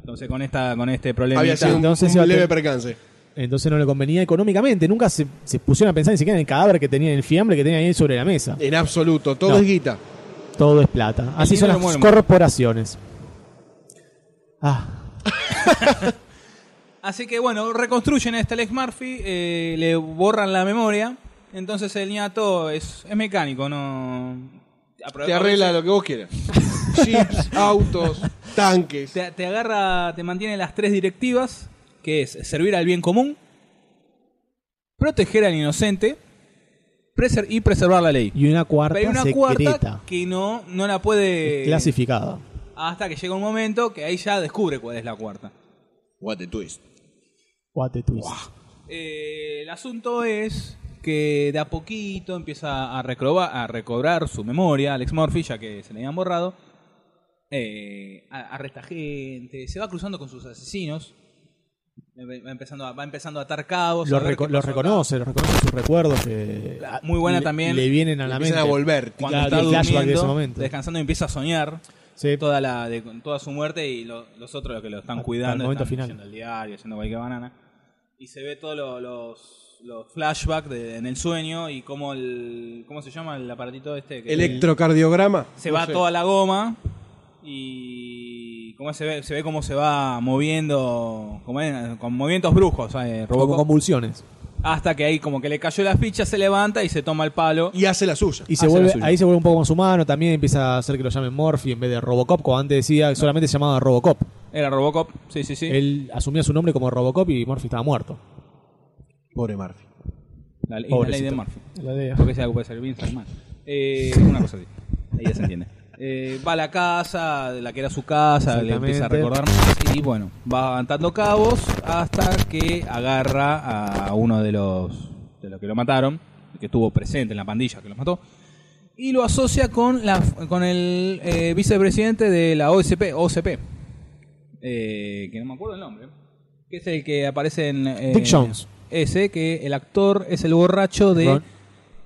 Speaker 9: Entonces con esta con este problema
Speaker 3: había sido un,
Speaker 10: Entonces
Speaker 3: un
Speaker 10: iba a
Speaker 3: leve
Speaker 10: tener-
Speaker 3: percance.
Speaker 10: Entonces no le convenía económicamente, nunca se, se pusieron a pensar ni siquiera en el cadáver que tenía, en el fiambre que tenía ahí sobre la mesa.
Speaker 3: En absoluto, todo
Speaker 10: No.
Speaker 3: es guita.
Speaker 10: Todo es plata. Así
Speaker 9: dinero
Speaker 10: son las
Speaker 9: muere mucho.
Speaker 10: corporaciones. Ah,
Speaker 9: Así que bueno, reconstruyen a este Alex Murphy, eh, le borran la memoria, entonces el ñato es, es mecánico, no...
Speaker 3: Te arregla lo que vos quieras. Chips, autos, Tanques.
Speaker 9: Te, te agarra, te mantiene las tres directivas, que es servir al bien común, proteger al inocente preser- y preservar la ley.
Speaker 10: Y una cuarta
Speaker 9: Pero hay una
Speaker 10: secreta.
Speaker 9: cuarta que no, no la puede...
Speaker 10: clasificada.
Speaker 9: Hasta que llega un momento que ahí ya descubre cuál es la cuarta.
Speaker 19: What a twist.
Speaker 10: What a twist.
Speaker 9: Eh, el asunto es que de a poquito empieza a, recroba- a recobrar su memoria, Alex Murphy, ya que se le habían borrado. Eh, a- arresta gente, se va cruzando con sus asesinos. eh, Va empezando a, va empezando a atar cabos.
Speaker 10: Los
Speaker 9: a ver
Speaker 10: reco-
Speaker 9: qué
Speaker 10: los
Speaker 9: pasó acá.
Speaker 10: reconoce, los reconoce sus recuerdos. que
Speaker 9: La- muy buena
Speaker 10: le-
Speaker 9: también.
Speaker 10: Le vienen a la mente.
Speaker 3: Empiezan a volver.
Speaker 9: Cuando
Speaker 10: Claro,
Speaker 9: está
Speaker 10: el flashback de ese
Speaker 9: durmiendo,
Speaker 10: momento.
Speaker 9: descansando, empieza a soñar
Speaker 10: Sí.
Speaker 9: toda, la, de- con toda su muerte y lo- los otros los que lo están
Speaker 10: Hasta el
Speaker 9: cuidando,
Speaker 10: momento
Speaker 9: están
Speaker 10: final.
Speaker 9: leyendo el diario, haciendo cualquier banana. Y se ve todos lo- los, los flashbacks de- en el sueño y cómo el. ¿Cómo se llama el aparatito este? Que
Speaker 3: Electrocardiograma.
Speaker 9: se
Speaker 3: No
Speaker 9: va
Speaker 3: sé.
Speaker 9: toda la goma y. ¿Cómo se ve? Se ve cómo se va moviendo. Como en- con movimientos brujos, ¿sabes?
Speaker 10: Como
Speaker 9: Robocop.
Speaker 10: convulsiones.
Speaker 9: Hasta que ahí, como que le cayó la ficha, se levanta y se toma el palo.
Speaker 3: Y hace la suya.
Speaker 10: Y se
Speaker 9: Hace
Speaker 10: vuelve,
Speaker 9: la suya.
Speaker 10: ahí se vuelve un poco más humano. También empieza a hacer que lo llamen Morphy en vez de Robocop. Como antes decía, que solamente se llamaba Robocop.
Speaker 9: Era Robocop, sí, sí, sí.
Speaker 10: Él asumía su nombre como Robocop y Morphy estaba muerto.
Speaker 3: Pobre Murphy.
Speaker 9: La, y la ley
Speaker 10: Pobrecito.
Speaker 9: de Murphy. Porque sea puede ser Vince Salman. Eh, una cosa así. Ahí ya se entiende. Eh, va a la casa, de la que era su casa, le empieza a
Speaker 10: Exactamente.
Speaker 9: recordar más. Y bueno, va levantando cabos hasta que agarra a uno de los, de los que lo mataron, que estuvo presente en la pandilla que los mató. Y lo asocia con, la, con el eh, vicepresidente de la OSP, OCP, eh, que no me acuerdo el nombre, que es el que aparece en... eh,
Speaker 10: Dick Jones.
Speaker 9: Ese, que el actor es el borracho de...
Speaker 10: Ron.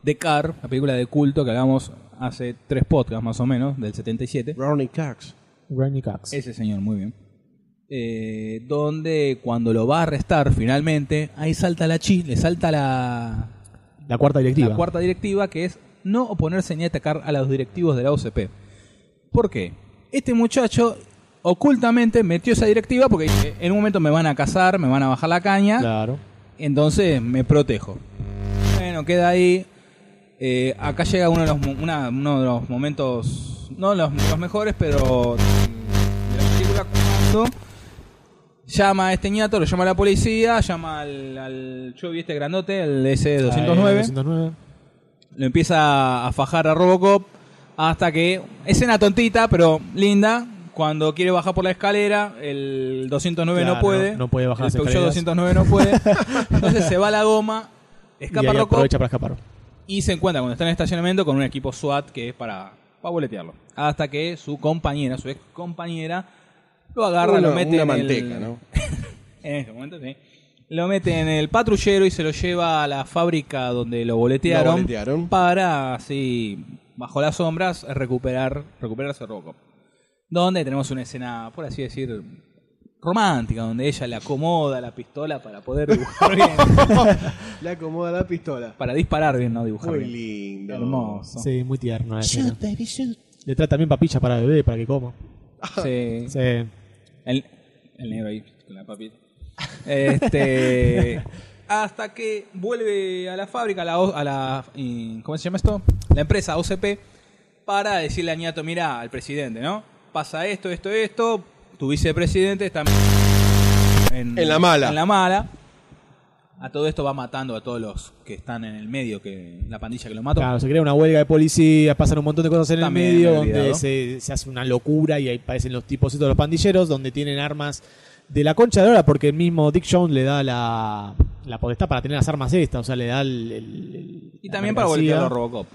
Speaker 9: The Car, la película de culto que hablamos hace tres podcasts más o menos, del 77.
Speaker 3: Brownie Cox.
Speaker 10: Granny Cox.
Speaker 9: Ese señor, muy bien. Eh, donde cuando lo va a arrestar finalmente, ahí salta la chi, le salta la,
Speaker 10: La cuarta directiva.
Speaker 9: la cuarta directiva que es no oponerse ni atacar a los directivos de la OCP. ¿Por qué? Este muchacho ocultamente metió esa directiva porque dice, en un momento me van a cazar, me van a bajar la caña.
Speaker 10: Claro.
Speaker 9: Entonces me protejo. Bueno, queda ahí. Eh, acá llega uno de los, mo- una- uno de los momentos, no los, los mejores, pero de la película cuando llama a este ñato, lo llama a la policía, llama al, al Chovy este grandote, el
Speaker 10: Ahí,
Speaker 9: S-209,
Speaker 10: 209.
Speaker 9: lo empieza a fajar a Robocop hasta que, escena tontita, pero linda, cuando quiere bajar por la escalera, el 209
Speaker 10: Claro,
Speaker 9: no puede,
Speaker 10: no- no puede bajar
Speaker 9: el
Speaker 10: las
Speaker 9: Peugeot
Speaker 10: escaleras.
Speaker 9: 209 no puede, entonces se va la goma,
Speaker 10: Y
Speaker 9: escapa
Speaker 10: ahí
Speaker 9: Robocop
Speaker 10: aprovecha para escapar.
Speaker 9: y se encuentra cuando está en el estacionamiento con un equipo SWAT que es para, para boletearlo. Hasta que su compañera, su ex compañera, lo agarra,
Speaker 3: Una-
Speaker 9: lo mete
Speaker 3: una
Speaker 9: en
Speaker 3: manteca,
Speaker 9: el,
Speaker 3: ¿no?
Speaker 9: en este momento, sí. Lo mete en el patrullero y se lo lleva a la fábrica donde lo boletearon,
Speaker 3: Lo boletearon.
Speaker 9: para así, bajo las sombras, recuperar, recuperarse Robocop. Donde tenemos una escena, por así decir, romántica, donde ella le acomoda la pistola para poder dibujar bien,
Speaker 3: Le acomoda la pistola.
Speaker 9: para disparar bien, no dibujar
Speaker 3: Muy
Speaker 9: bien.
Speaker 3: lindo.
Speaker 9: Hermoso.
Speaker 10: Sí, muy tierno. la escena. Le trae también papilla para bebé, para que coma.
Speaker 9: Sí.
Speaker 10: Sí.
Speaker 9: El, el negro ahí con la papita. Este. hasta que vuelve a la fábrica, a la, O- a la. eh, ¿Cómo se llama esto? La empresa OCP. Para decirle a Ñato, mira, al presidente, ¿no? Pasa esto, esto, esto. Tu vicepresidente está
Speaker 3: En la mala.
Speaker 9: En la mala. A todo esto va matando a todos los que están en el medio, que la pandilla que lo mató.
Speaker 10: Claro, se crea una huelga de policía, pasan un montón de cosas en
Speaker 9: También,
Speaker 10: el medio,
Speaker 9: me he olvidado.
Speaker 10: donde se, se hace una locura y ahí aparecen los tipos estos, los pandilleros, donde tienen armas de la concha de hora, porque el mismo Dick Jones le da la, la potestad para tener las armas estas, o sea, le da el... el- el-
Speaker 9: Y
Speaker 10: la
Speaker 9: también para
Speaker 10: mercancía.
Speaker 9: voltear a Robocop.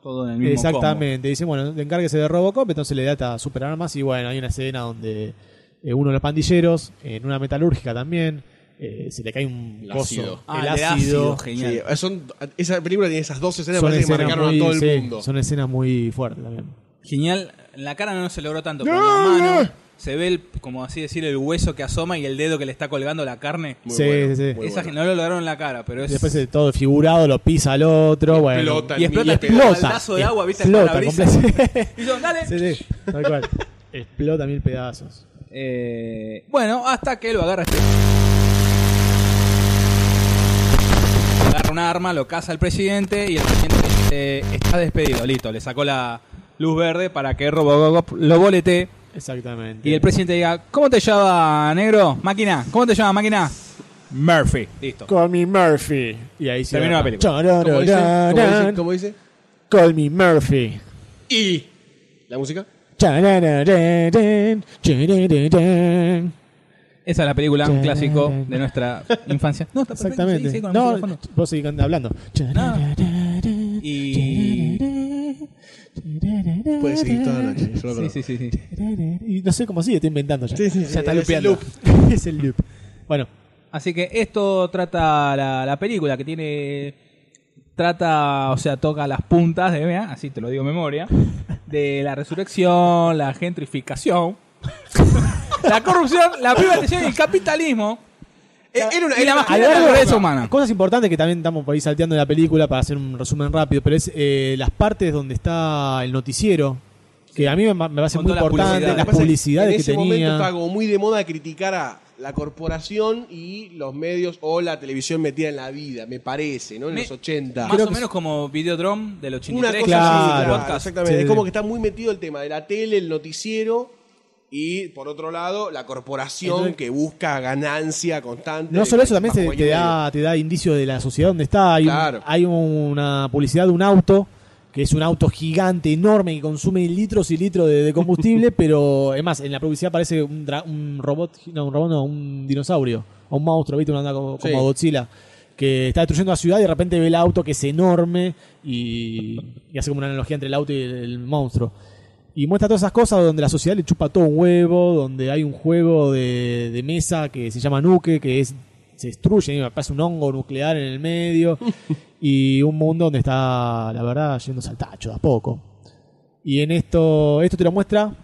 Speaker 9: Todo en el mismo combo.
Speaker 10: Exactamente, dice, bueno, encárguese de Robocop, entonces le da estas super armas y bueno, hay una escena donde eh, uno de los pandilleros, en una metalúrgica también, eh, se le cae un
Speaker 19: El
Speaker 10: coso,
Speaker 19: ácido.
Speaker 9: Ah,
Speaker 10: el ácido,
Speaker 9: genial.
Speaker 3: Sí, son, esa película tiene esas dos escenas,
Speaker 10: son
Speaker 3: parece que
Speaker 10: escenas
Speaker 3: marcaron
Speaker 10: muy-
Speaker 3: a todo el
Speaker 10: sí,
Speaker 3: mundo.
Speaker 10: son escenas muy fuertes también.
Speaker 9: Genial, en la cara no se logró tanto, pero en la mano se ve, el, como así decir, el hueso que asoma y el dedo que le está colgando la carne.
Speaker 3: Muy
Speaker 10: sí,
Speaker 3: bueno,
Speaker 10: sí, sí.
Speaker 3: muy
Speaker 9: Esa
Speaker 3: bueno.
Speaker 9: no lo lograron en la cara, pero es...
Speaker 10: Después de todo figurado, lo pisa al otro, bueno.
Speaker 3: explota.
Speaker 9: y explota, este
Speaker 3: y
Speaker 9: tipo un
Speaker 10: explota,
Speaker 9: baldazo de agua, ¿viste? Al
Speaker 10: explota,
Speaker 9: parabrisas.
Speaker 10: completo.
Speaker 9: Y yo, dale.
Speaker 10: Sí, sí, tal cual. Explota mil pedazos.
Speaker 9: Eh, bueno, hasta que lo agarra este. Agarra un arma, lo caza el presidente y el presidente eh, dice, está despedido, listo. Le sacó la luz verde para que Robocop lo bolete.
Speaker 10: Exactamente.
Speaker 9: Y el presidente diga, ¿cómo te llama, negro? Máquina, ¿cómo te llama, máquina? Murphy. Listo.
Speaker 10: Call me Murphy. Y ahí se
Speaker 9: Terminó
Speaker 10: va.
Speaker 9: la película.
Speaker 10: Chorororán.
Speaker 3: ¿Cómo dice? ¿Cómo dice? ¿Cómo dice?
Speaker 10: Call me Murphy.
Speaker 3: ¿Y la música?
Speaker 10: Charararán, charararán.
Speaker 9: Esa es la película, un clásico de nuestra infancia. No, está perfecto,
Speaker 10: Exactamente.
Speaker 9: sí, sí, con la música de
Speaker 10: no,
Speaker 9: fondo.
Speaker 10: vos seguís hablando. Charararán,
Speaker 9: Y-
Speaker 10: charararán,
Speaker 3: Puede seguir toda la noche. Yo lo
Speaker 9: Sí,
Speaker 3: conozco.
Speaker 9: sí, sí, sí.
Speaker 10: charararán. Y no sé cómo sigue, está inventando ya.
Speaker 3: Ya está lupeando.
Speaker 10: es el loop. Bueno,
Speaker 9: Así que esto trata la, la película que tiene. Trata, o sea, toca las puntas de. mira, así te lo digo en memoria. De la resurrección, la gentrificación, la corrupción, la privatización y el capitalismo. Eh,
Speaker 3: Era una,
Speaker 9: y la
Speaker 3: era
Speaker 9: mascarada
Speaker 3: una-
Speaker 9: de la naturaleza humana.
Speaker 10: Cosas importantes que también estamos por ahí salteando en la película para hacer un resumen rápido, pero es eh, las partes donde está el noticiero, que a mí me, me parece
Speaker 9: Con
Speaker 10: muy
Speaker 9: toda la
Speaker 10: importante, las
Speaker 9: publicidad. Lo
Speaker 3: pasa es que
Speaker 10: publicidades
Speaker 3: en
Speaker 10: que
Speaker 3: ese momento estaba
Speaker 10: tenía.
Speaker 3: como muy de moda criticar a la corporación y los medios o la televisión metida en la vida, me parece, ¿no? En
Speaker 9: Me-
Speaker 3: los 80.
Speaker 9: Más o menos como Videodrome del 83.
Speaker 3: Una cosa
Speaker 10: claro,
Speaker 3: así, claro,
Speaker 9: podcast.
Speaker 3: exactamente.
Speaker 10: Sí.
Speaker 3: Es como que está muy metido el tema de la tele, el noticiero y, por otro lado, la corporación
Speaker 10: Entonces-
Speaker 3: que busca ganancia constante.
Speaker 10: No
Speaker 3: de-
Speaker 10: solo eso, también
Speaker 3: bajo
Speaker 10: se- te
Speaker 3: cualquier
Speaker 10: da, te da indicio de la sociedad donde está. Hay, un-
Speaker 3: Claro.
Speaker 10: hay una publicidad de un auto, que es un auto gigante, enorme, que consume litros y litros de, de combustible, pero es más, en la publicidad parece un, dra- un robot, no, un robot no, un dinosaurio, o un monstruo, ¿viste? Una onda como,
Speaker 3: Sí.
Speaker 10: como Godzilla, que está destruyendo la ciudad y de repente ve el auto que es enorme y, y hace como una analogía entre el auto y el, el monstruo. Y muestra todas esas cosas donde la sociedad le chupa todo un huevo, donde hay un juego de, de mesa que se llama Nuke, que es se destruye, y me pasa un hongo nuclear en el medio y un mundo donde está, la verdad, yéndose al tacho de a poco. Y en esto, esto te lo muestra,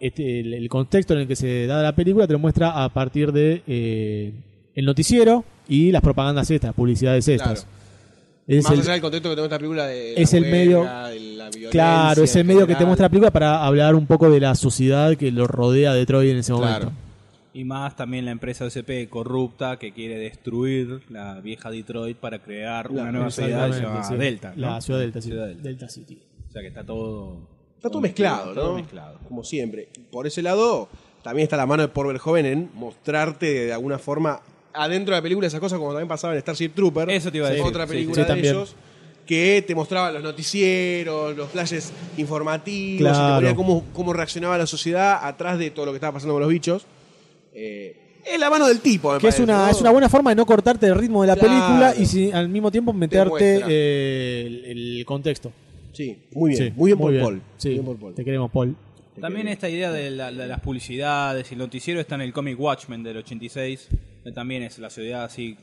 Speaker 10: este, el, el contexto en el que se da la película te lo muestra a partir de eh, el noticiero y las propagandas estas, publicidades estas. Es
Speaker 3: Más
Speaker 10: el-
Speaker 3: allá del contexto que tengo esta película de.
Speaker 10: es
Speaker 3: la
Speaker 10: el medio-
Speaker 3: huelga, de la violencia
Speaker 10: claro, es el
Speaker 3: en
Speaker 10: medio que te
Speaker 3: general.
Speaker 10: muestra la película para hablar un poco de la sociedad que lo rodea a Detroit en ese momento.
Speaker 3: Claro.
Speaker 9: Y más también la empresa OCP corrupta que quiere destruir la vieja Detroit para crear una nueva ciudad que se llama
Speaker 10: Exactamente, sí.
Speaker 9: Delta. ¿no?
Speaker 10: La ciudad Delta, sí.
Speaker 9: Ciudad Delta.
Speaker 10: Delta City.
Speaker 9: O sea que está todo.
Speaker 3: Está todo mezclado, ¿no?
Speaker 9: Todo mezclado.
Speaker 3: Como siempre. Por ese lado, también está la mano de Paul Verhoeven en mostrarte de alguna forma adentro de la película esas cosas como también pasaba en Starship Trooper.
Speaker 9: Eso te iba a decir.
Speaker 3: Otra
Speaker 9: Sí,
Speaker 3: película
Speaker 10: sí, sí,
Speaker 3: de
Speaker 10: también.
Speaker 3: ellos que te mostraba los noticieros, los flashes informativos, y te
Speaker 10: Claro.
Speaker 3: ponía cómo, cómo reaccionaba la sociedad atrás de todo lo que estaba pasando con los bichos. Eh, es la mano del tipo, me
Speaker 10: Que es
Speaker 3: parece,
Speaker 10: una,
Speaker 3: ¿no?
Speaker 10: es una buena forma de no cortarte el ritmo de la
Speaker 3: Claro.
Speaker 10: película y si, al mismo tiempo meterte
Speaker 3: muestra.
Speaker 10: eh, el, el contexto.
Speaker 3: Sí, muy bien.
Speaker 10: Sí,
Speaker 3: muy bien por Paul.
Speaker 10: Sí,
Speaker 3: Muy bien por Paul.
Speaker 10: Te queremos, Paul.
Speaker 9: También esta idea de, la- de las publicidades y el noticiero está en el cómic Watchmen del 86. que También es la ciudad así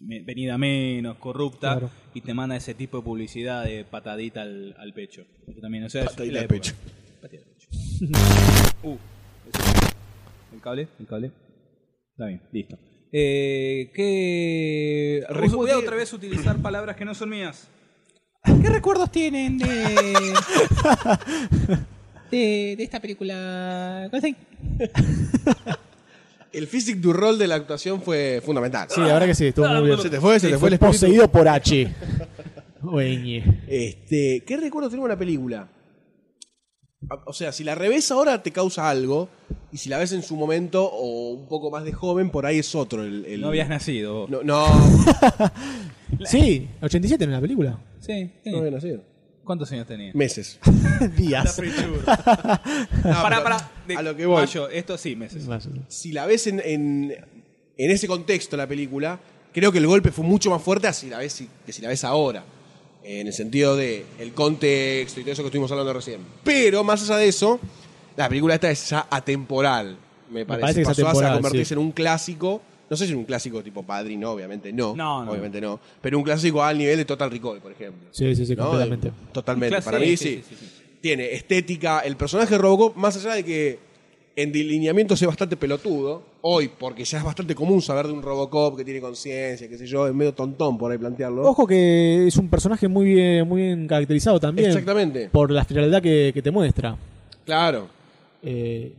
Speaker 9: me- venida menos, corrupta.
Speaker 10: Claro.
Speaker 9: Y te manda ese tipo de publicidad de patadita al, al pecho. Eso también, o sea, es
Speaker 3: Patadita
Speaker 9: la
Speaker 3: al
Speaker 9: época.
Speaker 3: pecho.
Speaker 9: Patadita al pecho. Uh, el cable, el cable. Está bien, listo. Eh, ¿Qué.
Speaker 3: Recuerde-
Speaker 9: Voy a otra vez utilizar palabras que no son mías. ¿Qué recuerdos tienen de.? de, de esta película. ¿Cuál es?
Speaker 3: El physic du rol de la actuación fue fundamental.
Speaker 10: Sí, la verdad que sí, estuvo muy bien.
Speaker 3: Ah, Se te fue, se te fue el espíritu.
Speaker 10: poseído por H. Oeñe.
Speaker 3: Este, ¿Qué recuerdo tengo de la película? A- O sea, si la revés ahora te causa algo, y si la ves en su momento o un poco más de joven, por ahí es otro. El, el-
Speaker 9: No habías nacido. vos.
Speaker 3: No, no,
Speaker 10: Sí, 87 en la película.
Speaker 9: Sí, sí.
Speaker 3: no había nacido.
Speaker 9: ¿Cuántos años tenía?
Speaker 3: Meses.
Speaker 10: Días.
Speaker 3: No,
Speaker 9: Pará,
Speaker 3: pero
Speaker 9: pará. De-
Speaker 3: a lo que voy.
Speaker 9: Mayo, esto sí, meses.
Speaker 3: Si la ves en, en, en ese contexto la película, creo que el golpe fue mucho más fuerte a si la ves, si- que si la ves ahora. En el sentido de el contexto y todo eso que estuvimos hablando recién. Pero más allá de eso, la película esta es ya atemporal. Me parece,
Speaker 10: parece que es
Speaker 3: Pasó a
Speaker 10: atemporal,
Speaker 3: convertirse
Speaker 10: sí.
Speaker 3: en un clásico. No sé si en un clásico tipo Padrino, obviamente no.
Speaker 9: No, no.
Speaker 3: Obviamente no. Pero un clásico al nivel de Total Recall, por ejemplo.
Speaker 10: Sí, sí, sí,
Speaker 3: ¿no?
Speaker 10: completamente.
Speaker 3: Totalmente.
Speaker 9: Clase,
Speaker 3: Para mí
Speaker 9: sí,
Speaker 3: sí.
Speaker 9: sí, sí,
Speaker 3: Tiene estética. El personaje de Robocop, más allá de que en delineamiento sea bastante pelotudo, hoy, porque ya es bastante común saber de un Robocop que tiene conciencia, qué sé yo, es medio tontón por ahí plantearlo.
Speaker 10: Ojo que es un personaje muy bien, muy bien caracterizado también.
Speaker 3: Exactamente.
Speaker 10: Por la frialdad que, que te muestra.
Speaker 3: Claro.
Speaker 10: Eh,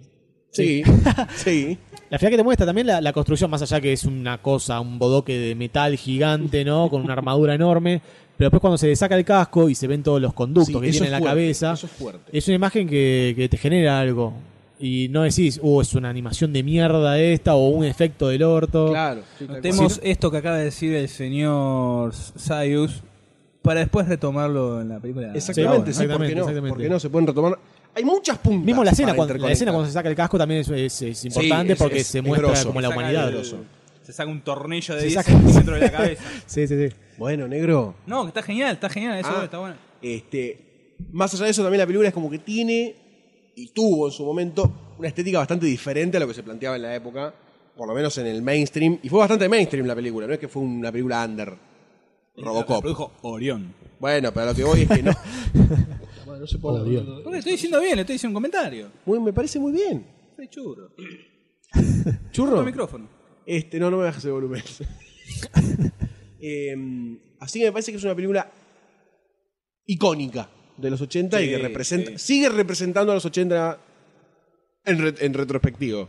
Speaker 3: Sí. sí.
Speaker 10: La frialdad que te muestra también la, la construcción, más allá que es una cosa, un bodoque de metal gigante, ¿no? Con una armadura enorme. Pero después cuando se le saca el casco y se ven todos los conductos
Speaker 3: Sí,
Speaker 10: que
Speaker 3: eso es
Speaker 10: tiene en la
Speaker 3: fuerte,
Speaker 10: cabeza, Eh,
Speaker 3: eso es fuerte.
Speaker 10: una imagen que, que te genera algo. Y no decís, oh, es una animación de mierda esta o un efecto del orto.
Speaker 3: Claro. sí, tal
Speaker 9: Notemos
Speaker 3: cual.
Speaker 9: esto que acaba de decir el señor Sayus para después retomarlo en la película.
Speaker 3: Exactamente, sí,
Speaker 10: Exactamente,
Speaker 3: porque no,
Speaker 10: exactamente.
Speaker 3: porque no se pueden retomar. Hay muchas puntas.
Speaker 10: Mismo la escena,
Speaker 3: para
Speaker 10: cuando, la escena
Speaker 3: interconectar.
Speaker 10: cuando se saca el casco también es, es- es importante
Speaker 3: es-
Speaker 10: porque
Speaker 3: es-
Speaker 10: se
Speaker 3: es
Speaker 10: muestra
Speaker 3: grosso.
Speaker 10: como la
Speaker 9: Se saca
Speaker 10: humanidad.
Speaker 9: el-
Speaker 10: grosso.
Speaker 9: Se saca un tornillo de
Speaker 10: Se
Speaker 9: 10
Speaker 10: saca-
Speaker 9: centímetros de la cabeza.
Speaker 10: Sí, sí, sí.
Speaker 3: Bueno, negro.
Speaker 9: No, que está genial, está genial, eso
Speaker 3: Ah.
Speaker 9: está bueno.
Speaker 3: Este, más allá de eso, también la película es como que tiene y tuvo en su momento una estética bastante diferente a lo que se planteaba en la época, por lo menos en el mainstream. Y fue bastante mainstream la película, no es que fue una película under.
Speaker 9: Lo
Speaker 3: Robocop.
Speaker 9: produjo Orión.
Speaker 3: Bueno, pero a lo que voy es que no.
Speaker 9: Porque estoy diciendo bien, le estoy diciendo un comentario.
Speaker 3: Muy- me parece muy bien.
Speaker 9: Soy churro.
Speaker 3: Churro.
Speaker 9: El micrófono.
Speaker 3: Este, no, no me bajes el volumen. Em, así que me parece que es una película icónica de los 80 y
Speaker 9: Sí,
Speaker 3: que representa,
Speaker 9: sí.
Speaker 3: sigue representando a los 80 en, re- en retrospectivo.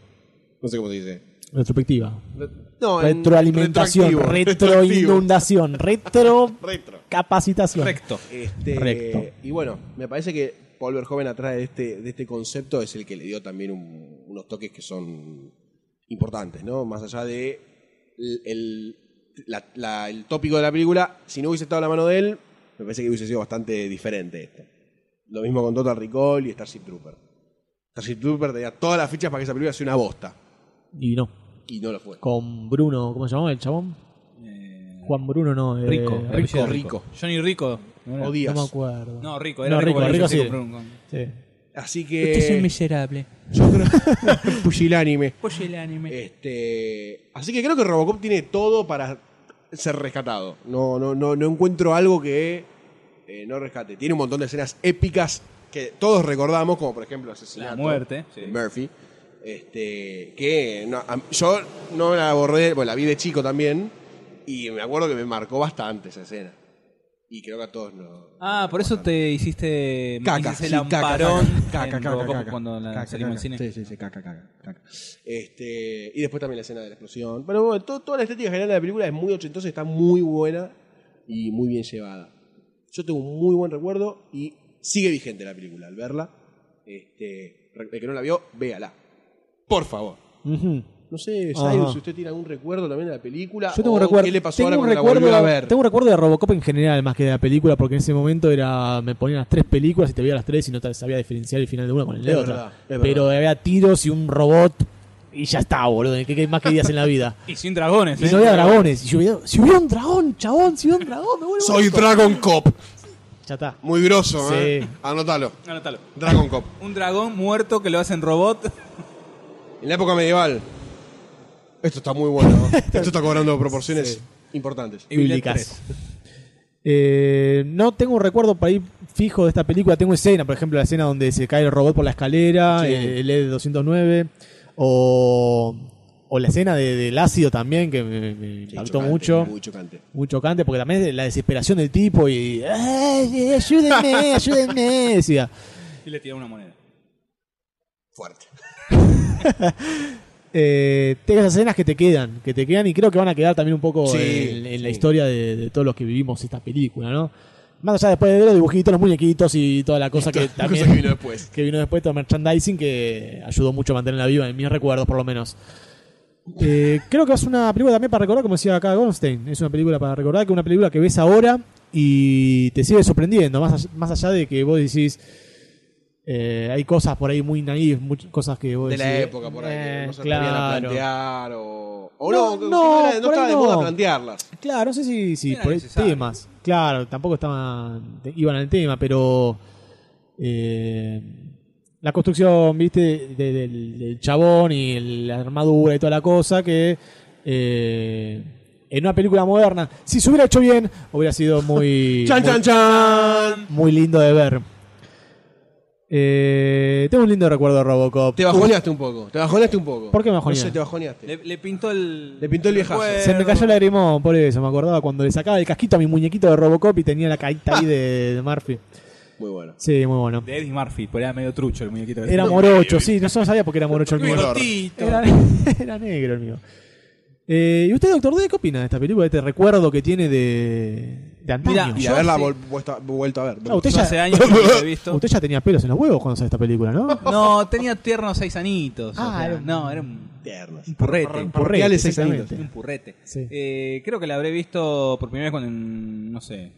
Speaker 3: No sé cómo se dice.
Speaker 10: Retrospectiva.
Speaker 3: Re- No, en
Speaker 10: Retroalimentación,
Speaker 3: retroactivo, retroactivo.
Speaker 10: retroinundación, retro
Speaker 3: Retro.
Speaker 10: capacitación.
Speaker 9: Recto.
Speaker 3: Este,
Speaker 10: Recto.
Speaker 3: Y bueno, me parece que Paul Verhoeven atrás de este, de este concepto es el que le dio también un- unos toques que son importantes, ¿no? Más allá de el, el- la- la- el tópico de la película, si no hubiese estado la mano de él, me parece que hubiese sido bastante diferente esto. Lo mismo con Total Recall y Starship Trooper. Starship Trooper tenía todas las fichas para que esa película sea una bosta.
Speaker 10: Y no,
Speaker 3: Y no lo fue.
Speaker 10: con Bruno, ¿cómo se llamaba el chabón? Juan Bruno, no. eh,
Speaker 9: Rico.
Speaker 3: Rico,
Speaker 9: Rico.
Speaker 3: rico.
Speaker 9: Johnny Rico.
Speaker 3: O
Speaker 10: No
Speaker 3: Díaz.
Speaker 10: me acuerdo.
Speaker 9: No, Rico. Era
Speaker 10: No,
Speaker 9: rico,
Speaker 10: Rico,
Speaker 9: porque
Speaker 10: Rico
Speaker 9: yo
Speaker 10: sí.
Speaker 9: compré un con-
Speaker 10: Sí.
Speaker 3: Así que.
Speaker 9: miserable.
Speaker 3: yo creo- Pusilánime.
Speaker 9: Oye el anime.
Speaker 3: Este, así que creo que Robocop tiene todo para ser rescatado. No, no, no, no encuentro algo que eh, no rescate. Tiene un montón de escenas épicas que todos recordamos, como por ejemplo el asesinato
Speaker 10: Ah,
Speaker 9: La muerte.
Speaker 3: de Murphy. Este, que no- a- yo no la borré, bueno, la vi de chico también. Y me acuerdo que me marcó bastante esa escena. Y creo que a todos nos.
Speaker 9: Ah, por eso te hiciste
Speaker 3: Caca,
Speaker 9: hiciste
Speaker 3: sí,
Speaker 9: el
Speaker 3: caca,
Speaker 9: amparón
Speaker 3: caca, caca,
Speaker 9: en
Speaker 3: caca,
Speaker 9: Robocop
Speaker 3: caca.
Speaker 9: cuando la
Speaker 3: Caca,
Speaker 9: salimos
Speaker 3: caca.
Speaker 9: del cine.
Speaker 3: Sí, sí, sí, caca, caca, caca. Este, y después también la escena de la explosión. Pero bueno, to- toda la estética general de la película es muy ochentosa, y está muy buena y muy bien llevada. Yo tengo un muy buen recuerdo y sigue vigente la película al verla. Este, re- el que no la vio, véala. Por favor.
Speaker 10: Ujú.
Speaker 3: No sé,
Speaker 10: Ajá.
Speaker 3: Cyrus, si usted tiene algún recuerdo también de la película.
Speaker 10: Yo tengo
Speaker 3: o
Speaker 10: un recuerdo.
Speaker 3: Ah, oh, ¿Qué le pasó
Speaker 10: tengo
Speaker 3: ahora
Speaker 10: un
Speaker 3: cuando
Speaker 10: recuerdo,
Speaker 3: la volvió a ver?
Speaker 10: Tengo un recuerdo de Robocop en general, más que de la película, porque en ese momento era me ponían las tres películas y te veía las tres y no te sabía diferenciar el final de una con el de
Speaker 3: Es
Speaker 10: otra.
Speaker 3: verdad, es
Speaker 10: Pero había tiros y un robot y ya está, boludo. ¿Qué, qué más querías en la vida?
Speaker 9: Y sin dragones.
Speaker 10: Y
Speaker 9: ¿eh?
Speaker 10: no había dragones. Y yo veía, si hubiera un dragón, chabón, si hubiera un dragón, me vuelvo
Speaker 3: Soy
Speaker 10: loco".
Speaker 3: Dragon Cop.
Speaker 10: Ya está.
Speaker 3: Muy grosso,
Speaker 10: Sí.
Speaker 3: ¿eh? Anótalo.
Speaker 9: Anótalo.
Speaker 3: Dragon Cop.
Speaker 9: Un dragón muerto que lo hacen robot.
Speaker 3: En la época medieval. Esto está muy bueno. ¿no? Esto está cobrando proporciones importantes.
Speaker 9: Y Blade
Speaker 10: bíblicas. Eh, no tengo un recuerdo para ir fijo de esta película. Tengo escena, por ejemplo, la escena donde se cae el robot por la escalera,
Speaker 3: Sí.
Speaker 10: eh, el E209, o, o la escena de- del ácido también, que me, me impactó
Speaker 3: chocante,
Speaker 10: mucho.
Speaker 3: Muy chocante.
Speaker 10: Muy chocante, porque también es la desesperación del tipo y. "Ay, ayúdenme, ayúdenme! Decía.
Speaker 9: Y le tira una moneda.
Speaker 3: Fuerte.
Speaker 10: Eh, tengo esas escenas que te quedan, que te quedan y creo que van a quedar también un poco
Speaker 3: Sí,
Speaker 10: en, en la
Speaker 3: sí.
Speaker 10: historia de, de todos los que vivimos esta película, ¿no? Más allá después de ver los dibujitos, los muñequitos y toda la cosa que
Speaker 3: La
Speaker 10: también
Speaker 3: cosa que vino después.
Speaker 10: que vino después todo el merchandising que ayudó mucho a mantenerla viva en mis recuerdos por lo menos Eh, creo que es una película también para recordar como decía acá Goldstein es una película para recordar que es una película que ves ahora y te sigue sorprendiendo más allá, más allá de que vos decís eh, hay cosas por ahí muy naives muchas cosas que vos
Speaker 3: De la
Speaker 10: decís,
Speaker 3: época, por ahí. que
Speaker 10: Pues eh,
Speaker 3: no se atrevían a
Speaker 10: claro
Speaker 3: plantear o. O no,
Speaker 10: No, no,
Speaker 3: que no, era- no,
Speaker 10: por
Speaker 3: estaba
Speaker 10: ahí
Speaker 3: de moda
Speaker 10: no.
Speaker 3: plantearlas.
Speaker 10: Claro, no sé si, si
Speaker 9: Era
Speaker 10: por ahí
Speaker 9: necesario.
Speaker 10: temas. Claro, tampoco estaban te- iban al tema, pero eh, la construcción, viste, de- de- del, del chabón y el- la armadura y toda la cosa que eh, en una película moderna, si se hubiera hecho bien, hubiera sido muy
Speaker 3: ¡Chan,
Speaker 10: muy,
Speaker 3: chan, chan!
Speaker 10: muy lindo de ver. Eh, tengo un lindo recuerdo de Robocop.
Speaker 3: Te bajoneaste un poco. Te bajoneaste un poco.
Speaker 10: ¿Por qué me bajoneé?
Speaker 3: No sé, te bajoneaste.
Speaker 9: Le, le pintó el.
Speaker 3: Le pintó el viejazo.
Speaker 10: Se me cayó el lagrimón por eso, me acordaba cuando le sacaba el casquito a mi muñequito de Robocop y tenía la caída ahí de, de Murphy.
Speaker 3: Muy bueno.
Speaker 10: Sí, muy bueno.
Speaker 9: De Eddie Murphy, porque era medio trucho el muñequito.
Speaker 10: Era morocho, sí, no solo sabía porque era morocho el mío.
Speaker 9: Bigotito.
Speaker 10: Era, era negro el mío. Eh, ¿Y usted, doctor D, qué opina de esta película, de este recuerdo que tiene de, de de
Speaker 9: Mirá,
Speaker 10: antaño.
Speaker 3: Y
Speaker 9: Yo
Speaker 3: haberla
Speaker 9: sí.
Speaker 3: vol- vuelto, vuelto a ver.
Speaker 10: Ah, usted
Speaker 9: yo
Speaker 10: ya,
Speaker 9: hace años que no lo he visto.
Speaker 10: usted ya tenía pelos en los huevos cuando salió esta película, ¿no?
Speaker 9: No, tenía tiernos seis anitos. o
Speaker 10: Ah,
Speaker 9: sea,
Speaker 10: era un-
Speaker 9: no, era un,
Speaker 3: Tiernas.
Speaker 9: un purrete.
Speaker 3: Porreales seis
Speaker 10: exactamente.
Speaker 9: Un purrete.
Speaker 10: Sí.
Speaker 9: Eh, creo que la habré visto por primera vez cuando, en- no sé,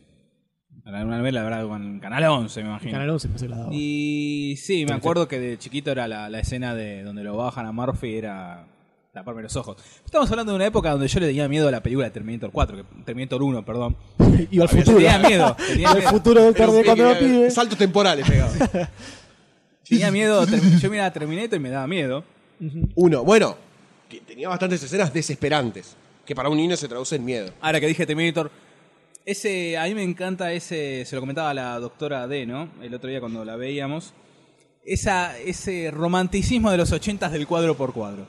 Speaker 9: alguna vez la habrá con Canal 11, me imagino.
Speaker 10: Canal 11 me hace la daba.
Speaker 9: Y sí, me acuerdo que de chiquito era la, la escena de donde lo bajan a Murphy era taparme los ojos. Estamos hablando de una época donde yo le tenía miedo a la película de Terminator 4, que- Terminator 1, perdón.
Speaker 10: Iba al
Speaker 9: Había-
Speaker 10: futuro.
Speaker 9: Tenía miedo, tenía
Speaker 10: Al
Speaker 9: miedo.
Speaker 10: futuro del tarde cuando era pibe.
Speaker 3: eh, Saltos temporales pegado.
Speaker 9: Tenía miedo, ter- yo miraba Terminator y me daba miedo.
Speaker 3: Uno, bueno, que tenía bastantes escenas desesperantes, que para un niño se traduce en miedo.
Speaker 9: Ahora que dije Terminator, ese, a mí me encanta ese, se lo comentaba a la doctora D, ¿no? El otro día cuando la veíamos, esa, ese romanticismo de los ochentas del cuadro por cuadro.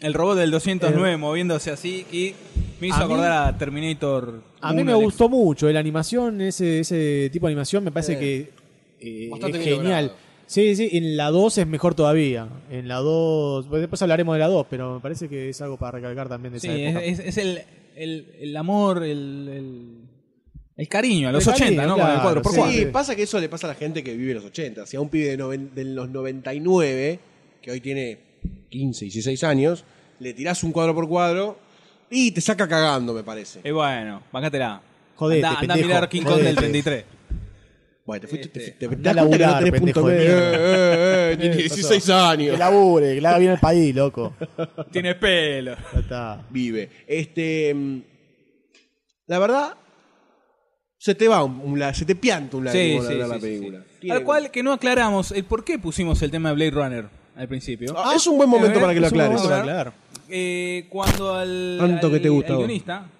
Speaker 9: El robot del 209 moviéndose así y me hizo
Speaker 10: Eh, a mí-
Speaker 9: acordar a Terminator.
Speaker 10: A mí
Speaker 9: 1,
Speaker 10: me
Speaker 9: el-
Speaker 10: gustó mucho eh, la animación, ese, ese tipo de animación me parece que eh,
Speaker 3: Bastante
Speaker 10: es
Speaker 3: bien
Speaker 10: genial.
Speaker 3: logrado.
Speaker 10: Sí, sí, en la 2 es mejor todavía. En la 2, pues después hablaremos de la 2, pero me parece que es algo para recalcar también de
Speaker 9: Sí,
Speaker 10: esa época.
Speaker 9: es, es- es el, el, el amor, el, el, el cariño, a los
Speaker 10: El
Speaker 9: 80,
Speaker 10: cariño,
Speaker 9: ¿no? Con el
Speaker 10: claro,
Speaker 9: cuadro por
Speaker 10: sí.
Speaker 9: cuadro.
Speaker 3: Sí, pasa que eso le pasa a la gente que vive los 80. Si a un pibe de, noven- de los 99, que hoy tiene 15, 16 años, le tirás un cuadro por cuadro y te saca cagando, me parece.
Speaker 9: Y bueno, bancátela.
Speaker 10: Jodete,
Speaker 9: anda, anda a
Speaker 10: pendejo,
Speaker 9: mirar King Kong del
Speaker 10: jodete.
Speaker 9: 33.
Speaker 3: Bueno, te fuiste, te,
Speaker 9: Este,
Speaker 3: te- te
Speaker 10: anda a
Speaker 3: das cuenta que no
Speaker 10: laburar,
Speaker 3: tenés punto
Speaker 10: pendejo de
Speaker 3: medio.
Speaker 10: mierda.
Speaker 3: Eh, eh, tiene
Speaker 10: Eh,
Speaker 3: 16
Speaker 18: Que
Speaker 3: años.
Speaker 18: labure, que la haga bien el país, loco.
Speaker 9: Tiene pelo.
Speaker 10: Ya está.
Speaker 3: Vive. Este. mm, La verdad. Se te va un, un la- se te pianta un
Speaker 9: Sí,
Speaker 3: lágrima
Speaker 9: sí,
Speaker 3: al ver
Speaker 9: sí,
Speaker 3: la
Speaker 9: sí,
Speaker 3: película.
Speaker 9: sí.
Speaker 3: Tiene-
Speaker 9: Al cual que no aclaramos el por qué pusimos el tema de Blade Runner al principio.
Speaker 3: Ah, es un buen momento para que lo
Speaker 9: Es un buen
Speaker 3: aclares.
Speaker 9: momento para aclarar. Eh, cuando al,
Speaker 3: Tanto que
Speaker 9: al-
Speaker 3: te gusta
Speaker 9: al
Speaker 3: vos.
Speaker 9: guionista,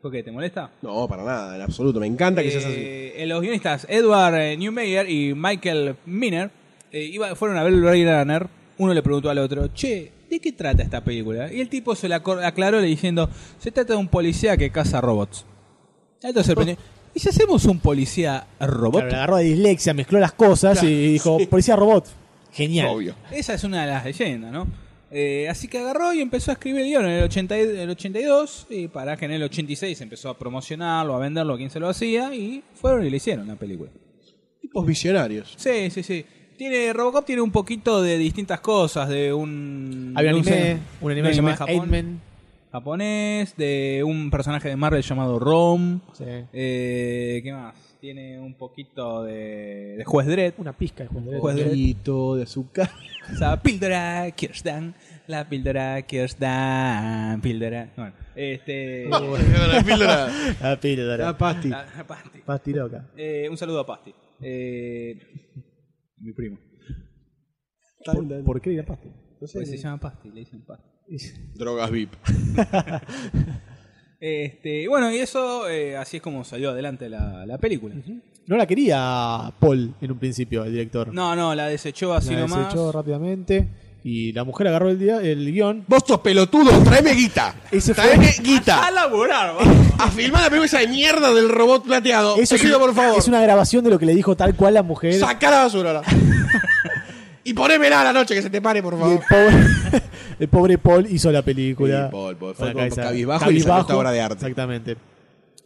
Speaker 9: ¿por qué? ¿Te molesta?
Speaker 3: No, para nada, en absoluto. Me encanta que seas así.
Speaker 9: Eh, eh, los guionistas Edward eh, Newmeyer y Michael Miner eh, iba- fueron a ver Blade Runner. Uno le preguntó al otro, che, ¿de qué trata esta película? Y el tipo se la acor- aclaró le diciendo, se trata de un policía que caza robots. Entonces el pendejo, ¿y si hacemos un policía robot?
Speaker 10: Claro, le agarró de dislexia, mezcló las cosas y dijo, policía robot. Genial.
Speaker 3: Obvio.
Speaker 9: Esa es una de las leyendas, ¿no? Eh, así que agarró y empezó a escribir el guión en el, 80 y- el 82 y para que en el 86 empezó a promocionarlo, a venderlo a quien se lo hacía y fueron y le hicieron la película.
Speaker 3: Tipos visionarios.
Speaker 9: Sí, sí, sí. Tiene, Robocop tiene un poquito de distintas cosas, de un...
Speaker 10: Había
Speaker 9: de
Speaker 10: un
Speaker 9: un
Speaker 10: anime,
Speaker 9: sen-
Speaker 10: un
Speaker 9: de
Speaker 10: anime
Speaker 9: un
Speaker 10: llamado
Speaker 9: japón-
Speaker 10: Aidman.
Speaker 9: japonés, de un personaje de Marvel llamado Rom.
Speaker 10: Sí.
Speaker 9: Eh, ¿Qué más? Tiene un poquito de, de Juez Dredd.
Speaker 10: Una pizca de Juan Dredd.
Speaker 9: Juez Dredd.
Speaker 3: Poquito de azúcar.
Speaker 9: La píldora Kirsten, la píldora Kirsten, píldora. Bueno, este.
Speaker 3: la píldora.
Speaker 10: La píldora.
Speaker 3: La pasti.
Speaker 9: la- la Pasti.
Speaker 10: Pasti loca.
Speaker 9: Eh, un saludo a Pasti. Eh, mi primo.
Speaker 3: Tan,
Speaker 10: ¿Por,
Speaker 3: tan.
Speaker 10: por qué la pasti?
Speaker 9: Porque Pues se llama Pasti, le dicen Pasti.
Speaker 3: Drogas VIP.
Speaker 9: Este, bueno, y eso, eh, así es como salió adelante la, la película.
Speaker 10: No la quería Paul en un principio, el director.
Speaker 9: No, no, la desechó así
Speaker 10: la
Speaker 9: nomás.
Speaker 10: desechó rápidamente y la mujer agarró el, dia- el guión.
Speaker 3: Vos sos pelotudo, tráeme guita.
Speaker 10: Ese fue-
Speaker 3: Tráeme
Speaker 9: A
Speaker 3: guita.
Speaker 9: laburar, vamos.
Speaker 3: A filmar la película esa de mierda del robot plateado. Eso
Speaker 10: Eso es,
Speaker 3: pido, por favor.
Speaker 10: es una grabación de lo que le dijo tal cual la mujer.
Speaker 3: Sacá la basura ahora. y ponémela a la noche que se te pare, por
Speaker 10: Y el
Speaker 3: favor.
Speaker 10: pobre, el pobre Paul hizo la película.
Speaker 3: Sí, Paul, Paul. Fue
Speaker 10: Una
Speaker 3: con
Speaker 10: cabeza-
Speaker 3: cabizbajo y le sacó esta obra de arte.
Speaker 10: Exactamente.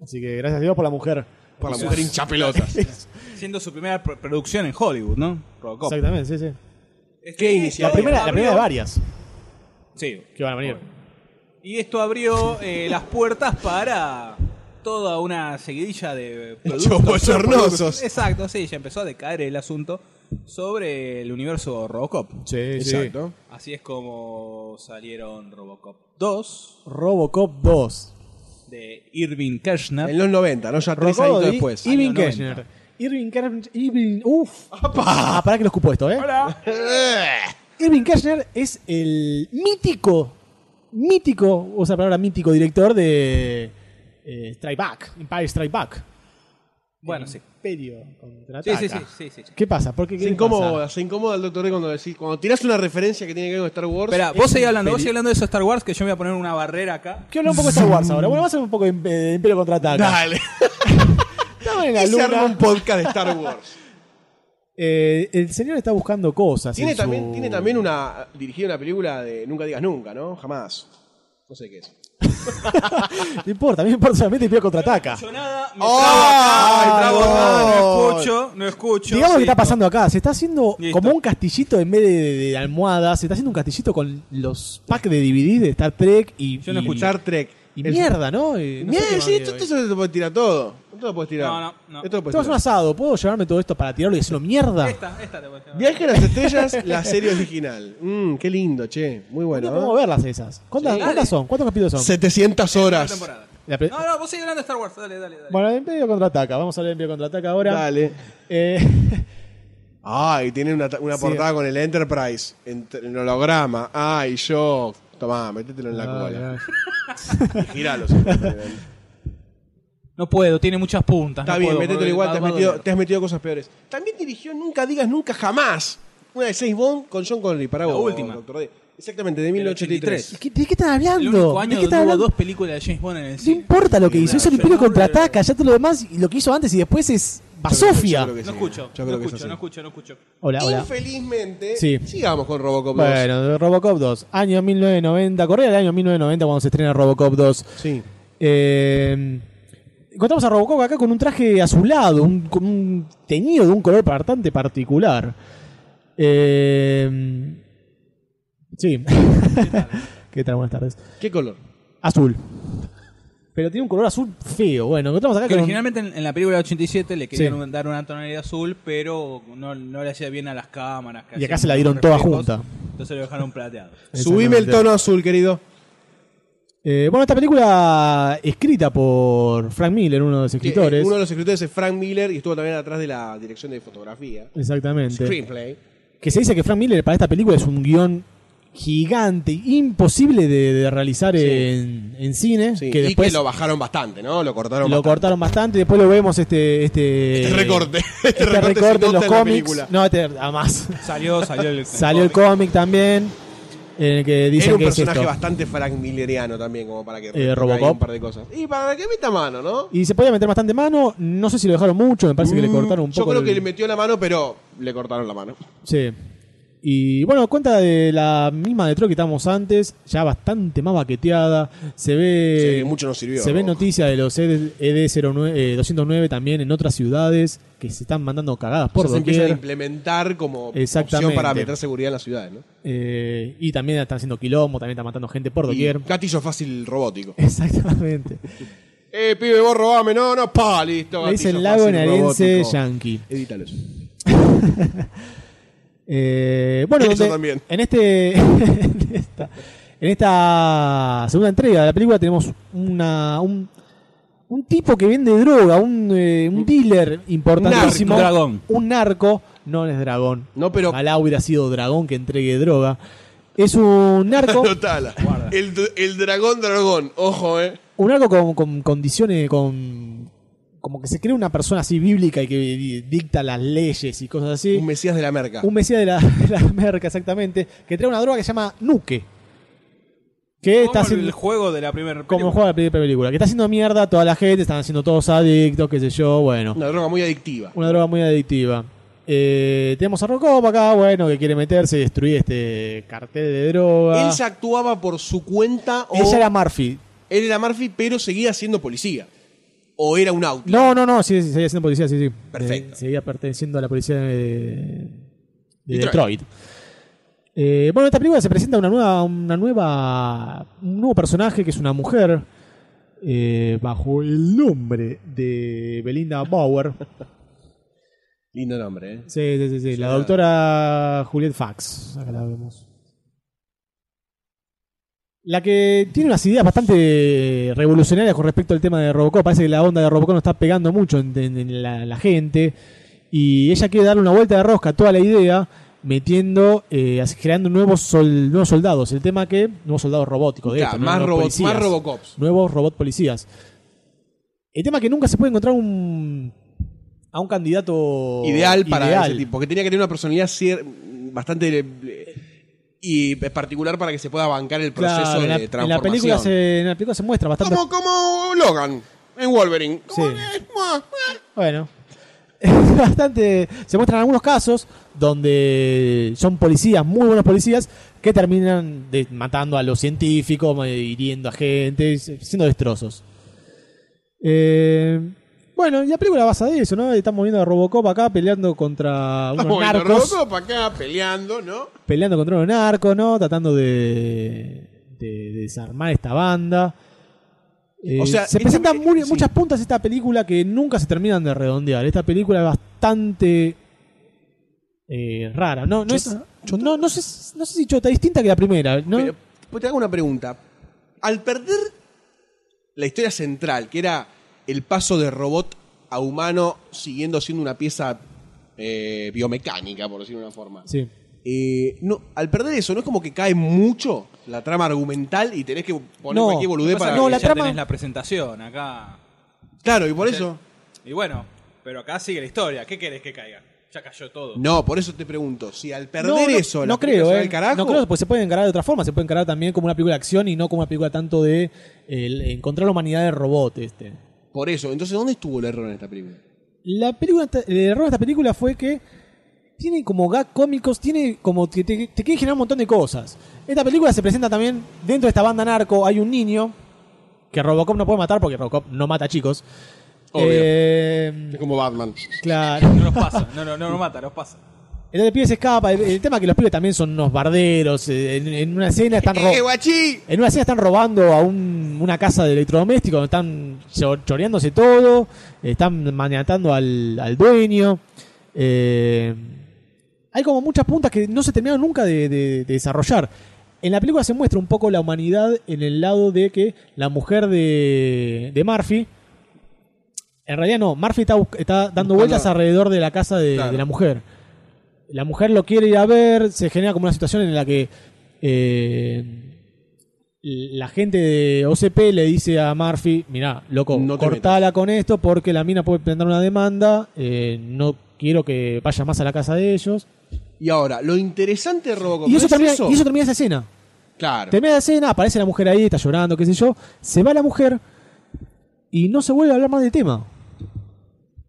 Speaker 10: Así que gracias a Dios por la mujer.
Speaker 3: Por la mujer hincha pelotas.
Speaker 9: Siendo su primera pro- producción en Hollywood, ¿no? Robocop.
Speaker 10: Exactamente, sí, sí.
Speaker 9: Este,
Speaker 3: iniciativa?
Speaker 10: La primera, la
Speaker 9: abrió-
Speaker 10: primera de varias
Speaker 9: Sí,
Speaker 10: que van a venir.
Speaker 9: Y esto abrió eh, las puertas para toda una seguidilla de productos
Speaker 3: bochornosos.
Speaker 9: Exacto, sí, ya empezó a decaer el asunto sobre el universo Robocop.
Speaker 10: Sí,
Speaker 3: Exacto.
Speaker 9: Así es como salieron Robocop 2
Speaker 10: sí. Robocop 2.
Speaker 9: de Irving Kershner.
Speaker 3: En los 90, ¿no? Ya tres
Speaker 10: Robocop
Speaker 3: añitos
Speaker 10: de
Speaker 3: después.
Speaker 10: Irving
Speaker 9: Año
Speaker 10: Kershner. Irving Kershner. Irving. Uf. Ah, pará que lo escupo esto, ¿eh? Irving Kershner es el mítico, mítico, usa la palabra mítico, director de eh, Strike Back, Empire Strike Back.
Speaker 9: Bueno, sí.
Speaker 10: Imperio contra
Speaker 9: Sí, sí, sí, sí, sí.
Speaker 10: ¿Qué pasa? ¿Por qué?
Speaker 3: Se
Speaker 10: ¿Qué
Speaker 3: incomoda, se incomoda el doctor D cuando decís, cuando tirás una referencia que tiene que ver con Star Wars.
Speaker 9: Espera, vos seguís hablando, vos seguís hablando de eso de Star Wars que yo me voy a poner una barrera acá.
Speaker 10: pasa? Quiero hablar un poco de Star Wars ahora. Bueno, vamos a hacer un poco de Imp- de Imperio contraataca.
Speaker 3: Dale.
Speaker 10: Estamos en la
Speaker 3: Y se arma un
Speaker 10: luna.
Speaker 3: podcast de Star Wars.
Speaker 10: Eh, el señor está buscando cosas.
Speaker 3: tiene,
Speaker 10: en
Speaker 3: también,
Speaker 10: su-
Speaker 3: tiene también una. dirigido una película de Nunca Digas Nunca, ¿no? Jamás. No sé qué es.
Speaker 10: no importa, a mí me importa solamente y pido contraataca.
Speaker 9: escucho nada, me
Speaker 3: ¡Oh!
Speaker 9: trabo acá, me trabo acá,
Speaker 3: ¡Oh!
Speaker 9: no escucho, no escucho.
Speaker 10: Digamos lo que
Speaker 9: sí,
Speaker 10: está
Speaker 9: no.
Speaker 10: pasando acá. Se está haciendo
Speaker 9: Listo.
Speaker 10: como un castillito en vez de, de- de almohadas. Se está haciendo un castillito con los packs de DVD de Star Trek y.
Speaker 9: Yo no
Speaker 10: y-
Speaker 9: escuchar
Speaker 3: Trek.
Speaker 10: Y mierda, ¿no? Eh, no sé
Speaker 3: Mira,
Speaker 10: qué más
Speaker 3: sí,
Speaker 10: viene
Speaker 3: esto,
Speaker 10: hoy.
Speaker 3: esto se lo puede tirar todo. Esto lo puedes tirar.
Speaker 9: No, no, no.
Speaker 3: Esto lo puedes
Speaker 10: Esto es un
Speaker 3: tirar.
Speaker 10: asado. ¿Puedo llevarme todo esto para tirarlo y hacerlo mierda?
Speaker 9: Esta, esta te voy a tirar.
Speaker 3: Viaje a las estrellas, la serie original. Mmm, qué lindo, che. Muy
Speaker 10: No
Speaker 3: bueno.
Speaker 10: podemos
Speaker 3: ¿eh?
Speaker 10: verlas esas. ¿Cuántas,
Speaker 9: Sí,
Speaker 10: cuántas
Speaker 9: dale.
Speaker 10: son? ¿Cuántos capítulos son?
Speaker 3: 700
Speaker 9: Una
Speaker 3: horas.
Speaker 9: temporada.
Speaker 10: La pre-
Speaker 9: No, no, vos sigue hablando de Star Wars, dale, dale, dale.
Speaker 10: Bueno, el Imperio contraataca. Vamos a hablar del Imperio contraataca ahora.
Speaker 3: Dale.
Speaker 10: Eh,
Speaker 3: Ay, tiene una, ta- una
Speaker 10: Sí.
Speaker 3: portada con el Enterprise en, t- en holograma. Ay, yo. Tomá, métetelo en la cola. Y Giralo. si querés.
Speaker 9: No puedo, tiene muchas puntas.
Speaker 3: Está
Speaker 9: no
Speaker 3: bien,
Speaker 9: puedo,
Speaker 3: métetelo
Speaker 9: porque
Speaker 3: igual,
Speaker 9: va-
Speaker 3: te has,
Speaker 9: va a
Speaker 3: metido,
Speaker 9: doler.
Speaker 3: te has metido cosas peores. También dirigió Nunca Digas Nunca Jamás. Una de seis Bond con John Connery. Para
Speaker 9: La
Speaker 3: vos,
Speaker 9: última.
Speaker 3: Doctor D. Exactamente, de 1983.
Speaker 10: ¿qué- ¿De qué están hablando?
Speaker 9: El único año
Speaker 10: ¿De qué
Speaker 9: donde
Speaker 10: están
Speaker 9: hubo
Speaker 10: hablando?
Speaker 9: dos películas de James Bond en el
Speaker 10: No
Speaker 9: cine.
Speaker 10: importa lo que
Speaker 9: Y
Speaker 10: hizo.
Speaker 9: una
Speaker 10: Es el
Speaker 9: de
Speaker 10: Imperio
Speaker 9: John Connery.
Speaker 10: contraataca. Ya todo lo demás y lo que hizo antes y después es basofia.
Speaker 3: Yo creo que
Speaker 9: No
Speaker 3: sí.
Speaker 9: escucho,
Speaker 3: Yo creo
Speaker 9: no
Speaker 3: que es
Speaker 9: escucho,
Speaker 3: así.
Speaker 9: no escucho, no escucho.
Speaker 10: Hola, hola.
Speaker 3: Infelizmente,
Speaker 10: Sí.
Speaker 3: sigamos con Robocop 2.
Speaker 10: Bueno, Robocop 2, año 1990, corría el año 1990 cuando se estrena Robocop 2.
Speaker 3: Sí.
Speaker 10: Eh, encontramos a Robocop acá con un traje azulado, un, con un teñido de un color bastante particular. Eh, sí. ¿Qué tal? Buenas tardes.
Speaker 3: ¿Qué color?
Speaker 10: Azul. Pero tiene un color azul feo. Bueno, encontramos acá
Speaker 9: Que
Speaker 10: con-
Speaker 9: originalmente en, en la película de 87 le querían
Speaker 10: Sí.
Speaker 9: un- dar una tonalidad azul, pero no, no le hacía bien a las cámaras. que
Speaker 10: Y acá
Speaker 9: hacían
Speaker 10: se la dieron
Speaker 9: unos
Speaker 10: toda
Speaker 9: reflejos,
Speaker 10: junta.
Speaker 9: Entonces lo dejaron plateado.
Speaker 3: Subime el tono azul, querido.
Speaker 10: Eh, bueno, esta película escrita por Frank Miller, uno de los
Speaker 3: Que, eh,
Speaker 10: escritores.
Speaker 3: Uno de los escritores es Frank Miller y estuvo también atrás de la dirección de fotografía.
Speaker 10: Exactamente.
Speaker 3: Screenplay.
Speaker 10: que se dice que Frank Miller para esta película es un guión gigante, imposible de, de realizar en, en cine,
Speaker 3: Sí,
Speaker 10: que
Speaker 3: y que
Speaker 10: después
Speaker 3: lo
Speaker 10: lo,
Speaker 3: bajaron bastante, ¿no? Lo cortaron bastante.
Speaker 10: cortaron bastante, después lo vemos este este,
Speaker 3: Este recorte. Este
Speaker 10: este
Speaker 3: recorte
Speaker 10: recorte,
Speaker 3: se
Speaker 10: en los
Speaker 3: nota en la
Speaker 10: cómics,
Speaker 3: película.
Speaker 10: no, este, además
Speaker 9: Salió, salió el.
Speaker 10: salió el cómic también en el que dicen
Speaker 3: Era un
Speaker 10: que es
Speaker 3: personaje
Speaker 10: esto.
Speaker 3: bastante Frank Milleriano también, como para que retoque ahí
Speaker 10: Robocop.
Speaker 3: un par de cosas. Y para que meta mano, ¿no?
Speaker 10: Y se podía meter bastante mano, no sé si lo dejaron mucho, me parece que le
Speaker 3: Mm,
Speaker 10: cortaron un
Speaker 3: Yo
Speaker 10: poco.
Speaker 3: creo que
Speaker 10: el-
Speaker 3: le metió la mano, pero le cortaron la mano.
Speaker 10: Sí. Y bueno, cuenta de la misma Detroit que estábamos antes, ya bastante más baqueteada. Se ve.
Speaker 3: Sí, mucho no sirvió,
Speaker 10: Se ve
Speaker 3: ¿no?
Speaker 10: noticia de los E ED-209 eh, también en otras ciudades que se están mandando cagadas por
Speaker 3: O sea, se empiezan a
Speaker 10: doquier.
Speaker 3: implementar como opción
Speaker 10: Exactamente.
Speaker 3: para meter seguridad en la ciudad, ¿no?
Speaker 10: Eh, y también están haciendo quilombo, también están matando gente por
Speaker 3: Y
Speaker 10: doquier.
Speaker 3: gatillo fácil robótico.
Speaker 10: Exactamente.
Speaker 3: Eh, pibe, vos robame, no, no, pa, listo.
Speaker 10: Le dicen
Speaker 3: gatillo
Speaker 10: lago
Speaker 3: fácil
Speaker 10: narense
Speaker 3: robótico.
Speaker 10: yankee.
Speaker 3: Edítalo eso.
Speaker 10: Eh, bueno,
Speaker 3: Eso
Speaker 10: donde-
Speaker 3: también.
Speaker 10: En, este, en, esta, en esta segunda entrega de la película tenemos una, un, un tipo que vende droga, un, eh, un dealer importantísimo.
Speaker 9: Un dragón.
Speaker 10: Un narco, no es dragón.
Speaker 3: No, pero
Speaker 10: Ojalá hubiera sido dragón que entregue droga. Es un narco,
Speaker 3: Anotala. El, dr- el dragón dragón, ojo, eh.
Speaker 10: un narco con, con condiciones, con como que se cree una persona así bíblica y que di- dicta las leyes y cosas así.
Speaker 3: Un mesías de la
Speaker 9: Ah.
Speaker 3: merca.
Speaker 10: Un mesías de la, de la merca, exactamente, que trae una droga que se llama Nuke. Que
Speaker 9: Como
Speaker 10: está
Speaker 9: el
Speaker 10: haciendo.
Speaker 9: juego de la primera.
Speaker 10: Como juega la primera película. Que está haciendo mierda a toda la gente, están haciendo todos adictos, qué sé yo, bueno.
Speaker 3: Una droga muy adictiva.
Speaker 10: Una droga muy adictiva. Eh, tenemos a Robocop acá, bueno, que quiere meterse y destruir este cartel de droga.
Speaker 3: Él ya actuaba por su cuenta o
Speaker 10: Ella era Murphy.
Speaker 3: él era Murphy, pero seguía siendo policía. O era un auto.
Speaker 10: No, no, no, sí, sí, seguía siendo policía, sí, sí.
Speaker 3: Perfecto.
Speaker 10: Eh, seguía perteneciendo a la policía de, de
Speaker 3: Detroit.
Speaker 10: Detroit. Eh, bueno, en esta película se presenta una nueva, una nueva, un nuevo personaje que es una mujer eh, bajo el nombre de Belinda Bauer.
Speaker 3: Lindo nombre, eh.
Speaker 10: Sí, sí, sí, sí, la
Speaker 3: Sí.
Speaker 10: doctora Juliet Fax. Acá la vemos. La que tiene unas ideas bastante revolucionarias con respecto al tema de Robocop. Parece que la onda de Robocop no está pegando mucho en, en- en la, la gente. Y ella quiere darle una vuelta de rosca a toda la idea, metiendo, eh, así- creando nuevos, sol- nuevos soldados. El tema que, nuevos soldados robóticos. De
Speaker 3: Ya,
Speaker 10: esto, ¿no?
Speaker 3: más,
Speaker 10: Nuevos
Speaker 3: robot-
Speaker 10: policías
Speaker 3: más Robocops.
Speaker 10: nuevos robot policías. El tema es que nunca se puede encontrar un a un candidato
Speaker 3: Ideal para
Speaker 10: ideal.
Speaker 3: ese tipo. Que tenía que tener una personalidad cier- bastante eh, y particular para que se pueda bancar el proceso
Speaker 10: Claro, en, la,
Speaker 3: de
Speaker 10: en la
Speaker 3: transformación.
Speaker 10: película se, en la película se muestra bastante.
Speaker 3: como, como Logan en Wolverine. Como
Speaker 10: Sí.
Speaker 3: que, muah, muah.
Speaker 10: Bueno. bastante. Se muestran algunos casos donde son policías, muy buenos policías, que terminan de- matando a los científicos, eh, hiriendo a gente, siendo destrozos. Eh, bueno, y la película basa de eso, ¿no? Estamos viendo a Robocop acá peleando contra unos
Speaker 3: Estamos viendo
Speaker 10: narcos
Speaker 3: Robocop acá peleando, ¿no?
Speaker 10: peleando contra los narcos, ¿no? Tratando de, de desarmar esta banda. Eh,
Speaker 3: O sea,
Speaker 10: se
Speaker 3: esta-
Speaker 10: presentan mu-
Speaker 3: eh, sí.
Speaker 10: muchas puntas de esta película que nunca se terminan de redondear. Esta película es bastante eh, rara. No, no, es, no, no sé, no sé si chota, distinta que la primera. ¿no?
Speaker 3: Pero pues, te hago una pregunta. Al perder la historia central, que era el paso de robot a humano siguiendo siendo una pieza eh, biomecánica, por decirlo de una forma.
Speaker 10: sí.
Speaker 3: Eh, no, al perder eso, ¿no es como que cae mucho la trama argumental y tenés que poner
Speaker 10: No,
Speaker 3: cualquier boludez
Speaker 10: pasa
Speaker 3: para...
Speaker 10: que no, la
Speaker 9: la
Speaker 10: trama-
Speaker 9: tenés la presentación acá.
Speaker 3: Claro, y por eso...
Speaker 9: Y bueno, pero acá sigue la historia. ¿Qué querés que caiga? Ya cayó todo.
Speaker 3: No, por eso te pregunto. Si al perder
Speaker 10: No, no,
Speaker 3: eso... la
Speaker 10: no
Speaker 3: película
Speaker 10: creo,
Speaker 3: se va
Speaker 10: eh.
Speaker 3: al carajo,
Speaker 10: No creo, porque se puede encarar de otra forma. Se puede encarar también como una película de acción y no como una película tanto de el encontrar la humanidad de robot. Este.
Speaker 3: Por eso. Entonces, ¿dónde estuvo el error en esta película?
Speaker 10: La película, el error de esta película fue que tiene como gag cómicos, tiene como que te, te quiere generar un montón de cosas. Esta película se presenta también dentro de esta banda narco, hay un niño que Robocop no puede matar porque Robocop no mata chicos.
Speaker 3: Obvio.
Speaker 10: Eh,
Speaker 3: como Batman.
Speaker 10: claro.
Speaker 9: No nos pasa. No, no, no nos mata, nos pasa.
Speaker 10: Entonces el pibe se escapa. El, el tema es que los pibes también son unos barderos. eh, En, en una escena están ro-
Speaker 3: ¡Eh, guachí!
Speaker 10: en una escena están robando a un- una casa de electrodomésticos, donde están cho- choreándose todo, están maniatando al, al dueño. Eh, hay como muchas puntas que no se terminaron nunca de, de- de desarrollar. En la película se muestra un poco la humanidad en el lado de que la mujer de, de Murphy. En realidad no, Murphy está, bus- está dando
Speaker 3: Buscando-
Speaker 10: vueltas alrededor de la casa de,
Speaker 3: Claro.
Speaker 10: de la mujer. La mujer lo quiere ir a ver, se genera como una situación en la que eh, la gente de OCP le dice a Murphy, mirá, loco,
Speaker 3: No te
Speaker 10: cortala con esto porque la mina puede prender una demanda, eh, no quiero que vaya más a la casa de ellos.
Speaker 3: Y ahora, lo interesante de Robocop...
Speaker 10: Y
Speaker 3: ¿no
Speaker 10: eso,
Speaker 3: es
Speaker 10: termina,
Speaker 3: eso?
Speaker 10: y eso termina esa escena.
Speaker 3: Claro.
Speaker 10: Termina la escena, aparece la mujer ahí, está llorando, qué sé yo. Se va la mujer y no se vuelve a hablar más del tema.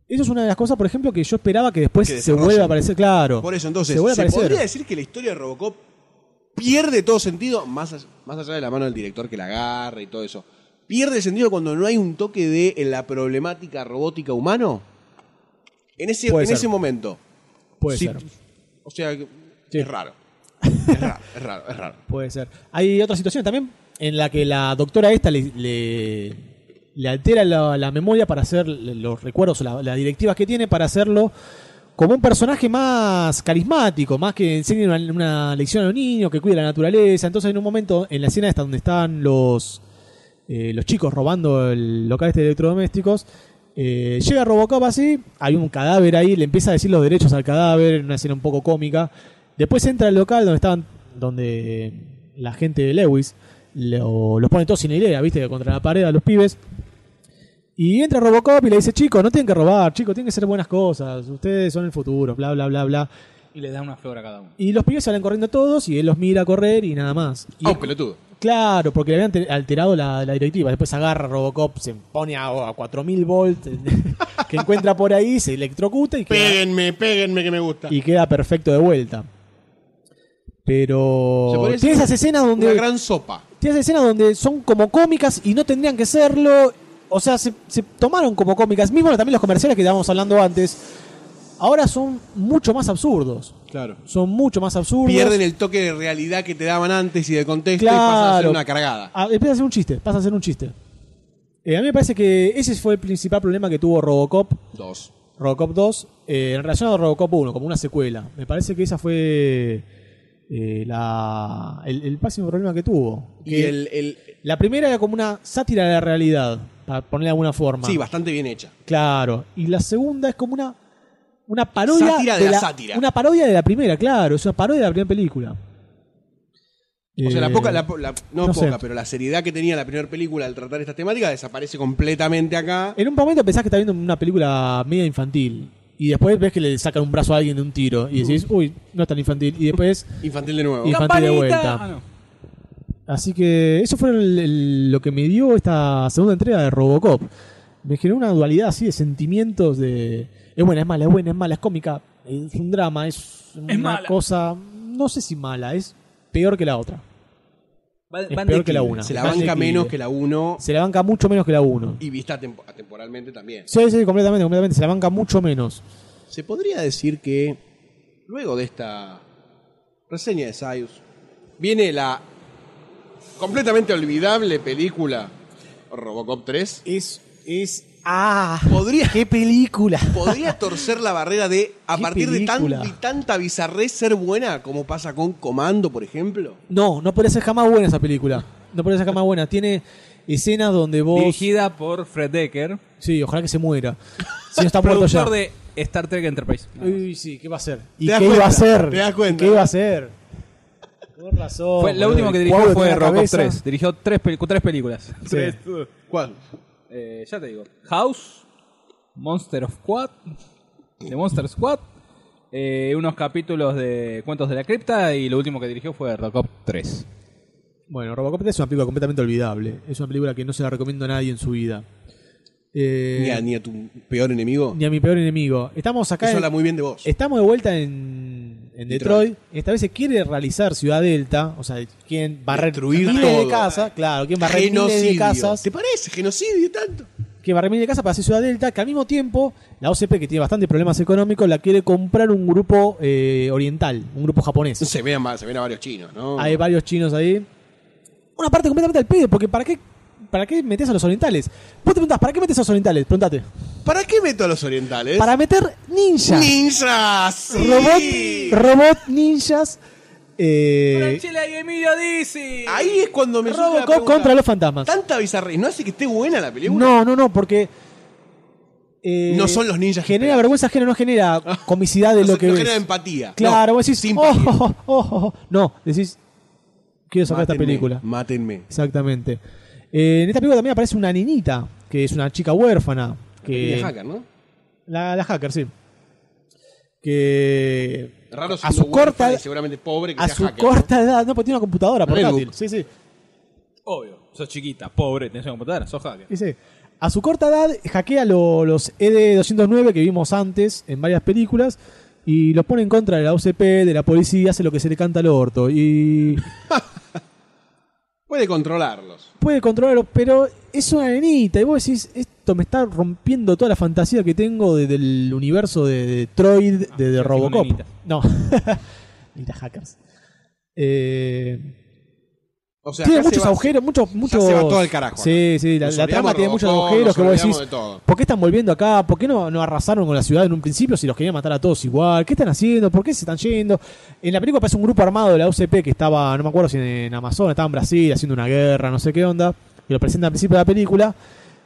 Speaker 10: Eso es una de las cosas, por ejemplo, que yo esperaba que después
Speaker 3: Que
Speaker 10: se vuelva
Speaker 3: desarrollen.
Speaker 10: a aparecer, claro.
Speaker 3: Por eso, entonces,
Speaker 10: se vuelve a
Speaker 3: se,
Speaker 10: aparecer.
Speaker 3: podría decir que la historia de Robocop pierde todo sentido, más allá, más allá de la mano del director que la agarra y todo eso. ¿Pierde sentido cuando no hay un toque de en la problemática robótica humano? En ese,
Speaker 10: Puede
Speaker 3: en
Speaker 10: ser.
Speaker 3: ese momento.
Speaker 10: Puede
Speaker 3: Sí.
Speaker 10: ser.
Speaker 3: O sea, que-
Speaker 10: Sí.
Speaker 3: es raro. Es raro, es raro, es raro.
Speaker 10: Puede ser. Hay otra situación también en la que la doctora esta le, le, le altera la, la memoria para hacer los recuerdos, o la- las directivas que tiene para hacerlo como un personaje más carismático, más que enseñe una, una lección a los niños, que cuide la naturaleza. Entonces en un momento, en la escena esta donde están los, eh, los chicos robando el local este de electrodomésticos. eh, llega Robocop así, hay un cadáver ahí, le empieza a decir los derechos al cadáver, en una escena un poco cómica. Después entra al local donde estaban, donde eh, la gente de Lewis lo- los pone todos sin idea, viste, contra la pared a los pibes. Y entra Robocop y le dice, chicos, no tienen que robar, chicos, tienen que ser buenas cosas, ustedes son el futuro, bla, bla, bla, bla.
Speaker 9: Y les da una flor a cada uno.
Speaker 10: Y los pibes salen corriendo todos y él los mira correr y nada más. Y
Speaker 3: Ah,
Speaker 10: es
Speaker 3: un pelotudo.
Speaker 10: Claro, porque le habían te- alterado la, la directiva. Después agarra Robocop, se pone a, a 4000 volts que encuentra por ahí, se electrocuta y queda,
Speaker 19: Péguenme, péguenme que me gusta.
Speaker 10: y queda perfecto de vuelta. Pero.
Speaker 3: Se podría
Speaker 10: Tiene
Speaker 3: decir
Speaker 10: esas escenas
Speaker 3: Una
Speaker 10: donde.
Speaker 3: gran sopa.
Speaker 10: Tiene esas escenas donde son como cómicas y no tendrían que serlo. O sea, se, se tomaron como cómicas. Mismo también los comerciales que estábamos hablando antes. Ahora son mucho más absurdos.
Speaker 3: Claro.
Speaker 10: Son mucho más absurdos.
Speaker 3: Pierden el toque de realidad que te daban antes y de contexto y pasan a ser
Speaker 10: Claro.
Speaker 3: una cargada.
Speaker 10: Ah, empieza a hacer un chiste, pasa a hacer un chiste. Eh, a mí me parece que ese fue el principal problema que tuvo Robocop,
Speaker 3: Dos.
Speaker 10: Robocop 2, eh, en relación a Robocop 1, como una secuela. Me parece que esa fue eh, la, el, el máximo problema que tuvo.
Speaker 3: Y
Speaker 10: Que
Speaker 3: el, el-
Speaker 10: La primera era como una sátira de la realidad, para ponerle de alguna forma.
Speaker 3: Sí, bastante bien hecha.
Speaker 10: Claro. Y la segunda es como una, una parodia.
Speaker 3: Sátira de la sátira.
Speaker 10: Una parodia de la primera, claro. Es una parodia de la primera película.
Speaker 3: O sea, la
Speaker 10: Eh,
Speaker 3: poca, la po- la- no,
Speaker 10: no
Speaker 3: poca,
Speaker 10: sé.
Speaker 3: pero la seriedad que tenía la primera película al tratar esta temática desaparece completamente acá.
Speaker 10: En un momento pensás que estás viendo una película media infantil. Y después ves que le sacan un brazo a alguien de un tiro. Y decís,
Speaker 9: Uh.
Speaker 10: uy, no es tan infantil. Y después,
Speaker 3: Infantil de nuevo.
Speaker 10: Y- Infantil de vuelta.
Speaker 9: Ah, no.
Speaker 10: así que eso fue el- el- lo que me dio esta segunda entrega de Robocop. Me generó una dualidad así de sentimientos de... Es buena, es mala, es buena, es mala, es cómica. Es un drama, es una
Speaker 9: mala.
Speaker 10: cosa, no sé si mala, es peor que la otra.
Speaker 9: Va-
Speaker 10: Es
Speaker 9: van
Speaker 10: peor que la
Speaker 9: declive.
Speaker 10: una.
Speaker 3: Se la
Speaker 10: Van
Speaker 3: banca
Speaker 10: declive.
Speaker 3: menos que la 1
Speaker 10: Se la banca mucho menos que la 1.
Speaker 3: y vista tempo- temporalmente también.
Speaker 10: Sí, sí, completamente, completamente. Se la banca mucho menos.
Speaker 3: Se podría decir que luego de esta reseña de Sayus viene la completamente olvidable película Robocop 3.
Speaker 10: Es. Es. ¡Ah!
Speaker 3: Podría,
Speaker 10: ¡Qué película!
Speaker 3: podría torcer la barrera de, a
Speaker 10: Qué
Speaker 3: partir de tan-
Speaker 10: película.
Speaker 3: y tanta bizarrez, ser buena, como pasa con Comando, por ejemplo.
Speaker 10: No, no puede ser jamás buena esa película. No puede ser jamás buena. Tiene escenas donde vos.
Speaker 9: Dirigida por Fred Decker,
Speaker 10: Sí, ojalá que se muera. Si no está muerto ya.
Speaker 9: productor de Star Trek Enterprise.
Speaker 10: Uy, sí, ¿qué va a hacer? ¿Y
Speaker 3: Te
Speaker 10: qué
Speaker 3: das
Speaker 10: iba a
Speaker 3: cuenta,
Speaker 10: hacer?
Speaker 3: te das cuenta.
Speaker 10: ¿Qué iba a hacer? Por razón.
Speaker 9: Fue, la
Speaker 10: boludo.
Speaker 9: última que
Speaker 10: El
Speaker 9: dirigió
Speaker 10: cuadro
Speaker 9: fue
Speaker 10: tenía la
Speaker 9: Robocop
Speaker 10: cabeza.
Speaker 9: 3. Dirigió tres, peli- tres películas.
Speaker 10: Sí.
Speaker 3: ¿Cuál?
Speaker 9: Eh, ya te digo. House, Monster of Squad, The Monster Squad, eh, unos capítulos de Cuentos de la Cripta y lo último que dirigió fue Robocop 3.
Speaker 10: Bueno, Robocop 3 es una película completamente olvidable. Es una película que no se la recomiendo a nadie en su vida. Eh,
Speaker 3: Ni a, ni a tu peor enemigo.
Speaker 10: ni a mi peor enemigo. Estamos acá.
Speaker 3: Eso
Speaker 10: en-
Speaker 3: habla muy bien de vos.
Speaker 10: Estamos de vuelta en, en Detroit.
Speaker 3: Detroit.
Speaker 10: Esta vez se quiere realizar Ciudad Delta. O sea, quieren barrer
Speaker 3: Destruir
Speaker 10: miles de
Speaker 3: todo.
Speaker 10: casas. Claro, quieren barrer miles de casas.
Speaker 3: ¿Te parece? Genocidio y tanto.
Speaker 10: que barrer miles de casas para hacer Ciudad Delta. Que al mismo tiempo, la OCP, que tiene bastantes problemas económicos, la quiere comprar un grupo eh, oriental, un grupo japonés.
Speaker 3: Se ven, a, se ven a varios chinos, ¿no?
Speaker 10: Hay varios chinos ahí. Una parte completamente al pedo, porque ¿para qué, para qué metes a los orientales? Vos te preguntás, ¿para qué metes a los orientales? Preguntate.
Speaker 3: ¿Para qué meto a los orientales?
Speaker 10: Para meter ninjas.
Speaker 3: ninjas. sí.
Speaker 10: Robot, robot ninjas. Eh,
Speaker 9: Franchella y Emilio Dizzy.
Speaker 3: Ahí es cuando me surge la
Speaker 10: Robocop
Speaker 3: pregunta,
Speaker 10: contra los fantasmas.
Speaker 3: Tanta bizarrería. ¿No hace que esté buena la película?
Speaker 10: No, no, no, porque. eh,
Speaker 3: No son los ninjas que
Speaker 10: Genera
Speaker 3: esperas.
Speaker 10: vergüenza ajena, no genera comicidad de
Speaker 3: No
Speaker 10: lo
Speaker 3: se-
Speaker 10: que
Speaker 3: no
Speaker 10: ves.
Speaker 3: genera empatía.
Speaker 10: Claro,
Speaker 3: No,
Speaker 10: vos decís.
Speaker 3: simpatía.
Speaker 10: "Oh, oh, oh, oh, oh". No, decís. Quiero sacar esta
Speaker 3: Mátenme,
Speaker 10: película.
Speaker 3: Mátenme.
Speaker 10: Exactamente. Eh, en esta película también aparece una ninita, que es una chica huérfana.
Speaker 3: Y
Speaker 10: Que,
Speaker 3: de hacker, ¿no?
Speaker 10: La, la hacker, sí. Que.
Speaker 3: Raro
Speaker 10: a
Speaker 3: siendo
Speaker 10: su corta.
Speaker 3: huérfana y seguramente pobre que
Speaker 10: A
Speaker 3: sea
Speaker 10: su
Speaker 3: hacker, ¿no?
Speaker 10: corta edad. No, porque tiene una computadora portátil.
Speaker 3: Netbook.
Speaker 10: Sí, sí.
Speaker 9: Obvio, sos chiquita, pobre, tenés una computadora, sos hacker.
Speaker 10: Dice, a su corta edad hackea lo- los E ED-209 que vimos antes en varias películas y los pone en contra de la UCP, de la policía, hace lo que se le canta al orto y
Speaker 3: Puede controlarlos.
Speaker 10: puede controlarlo, pero es una nenita y vos decís, esto me está rompiendo toda la fantasía que tengo de- del universo de Detroit, de, de
Speaker 9: ya digo
Speaker 10: Robocop.
Speaker 9: nenitas.
Speaker 10: No, nenitas hackers. Eh,
Speaker 3: O sea,
Speaker 10: tiene
Speaker 3: acá se
Speaker 10: muchos
Speaker 3: va-
Speaker 10: agujeros, muchos, muchos.
Speaker 3: se va todo al carajo,
Speaker 10: Sí, sí, la,
Speaker 3: Nos
Speaker 10: la
Speaker 3: olvidamos
Speaker 10: trama tiene
Speaker 3: de
Speaker 10: muchos
Speaker 3: Robocop,
Speaker 10: agujeros
Speaker 3: nos
Speaker 10: que vos
Speaker 3: olvidamos
Speaker 10: decís.
Speaker 3: de todo.
Speaker 10: ¿Por qué están volviendo acá? ¿Por qué no, no arrasaron con la ciudad en un principio si los querían matar a todos igual? ¿Qué están haciendo? ¿Por qué se están yendo? En la película aparece un grupo armado de la UCP que estaba, no me acuerdo si en, en Amazonas, estaba en Brasil haciendo una guerra, no sé qué onda. Y lo presenta al principio de la película,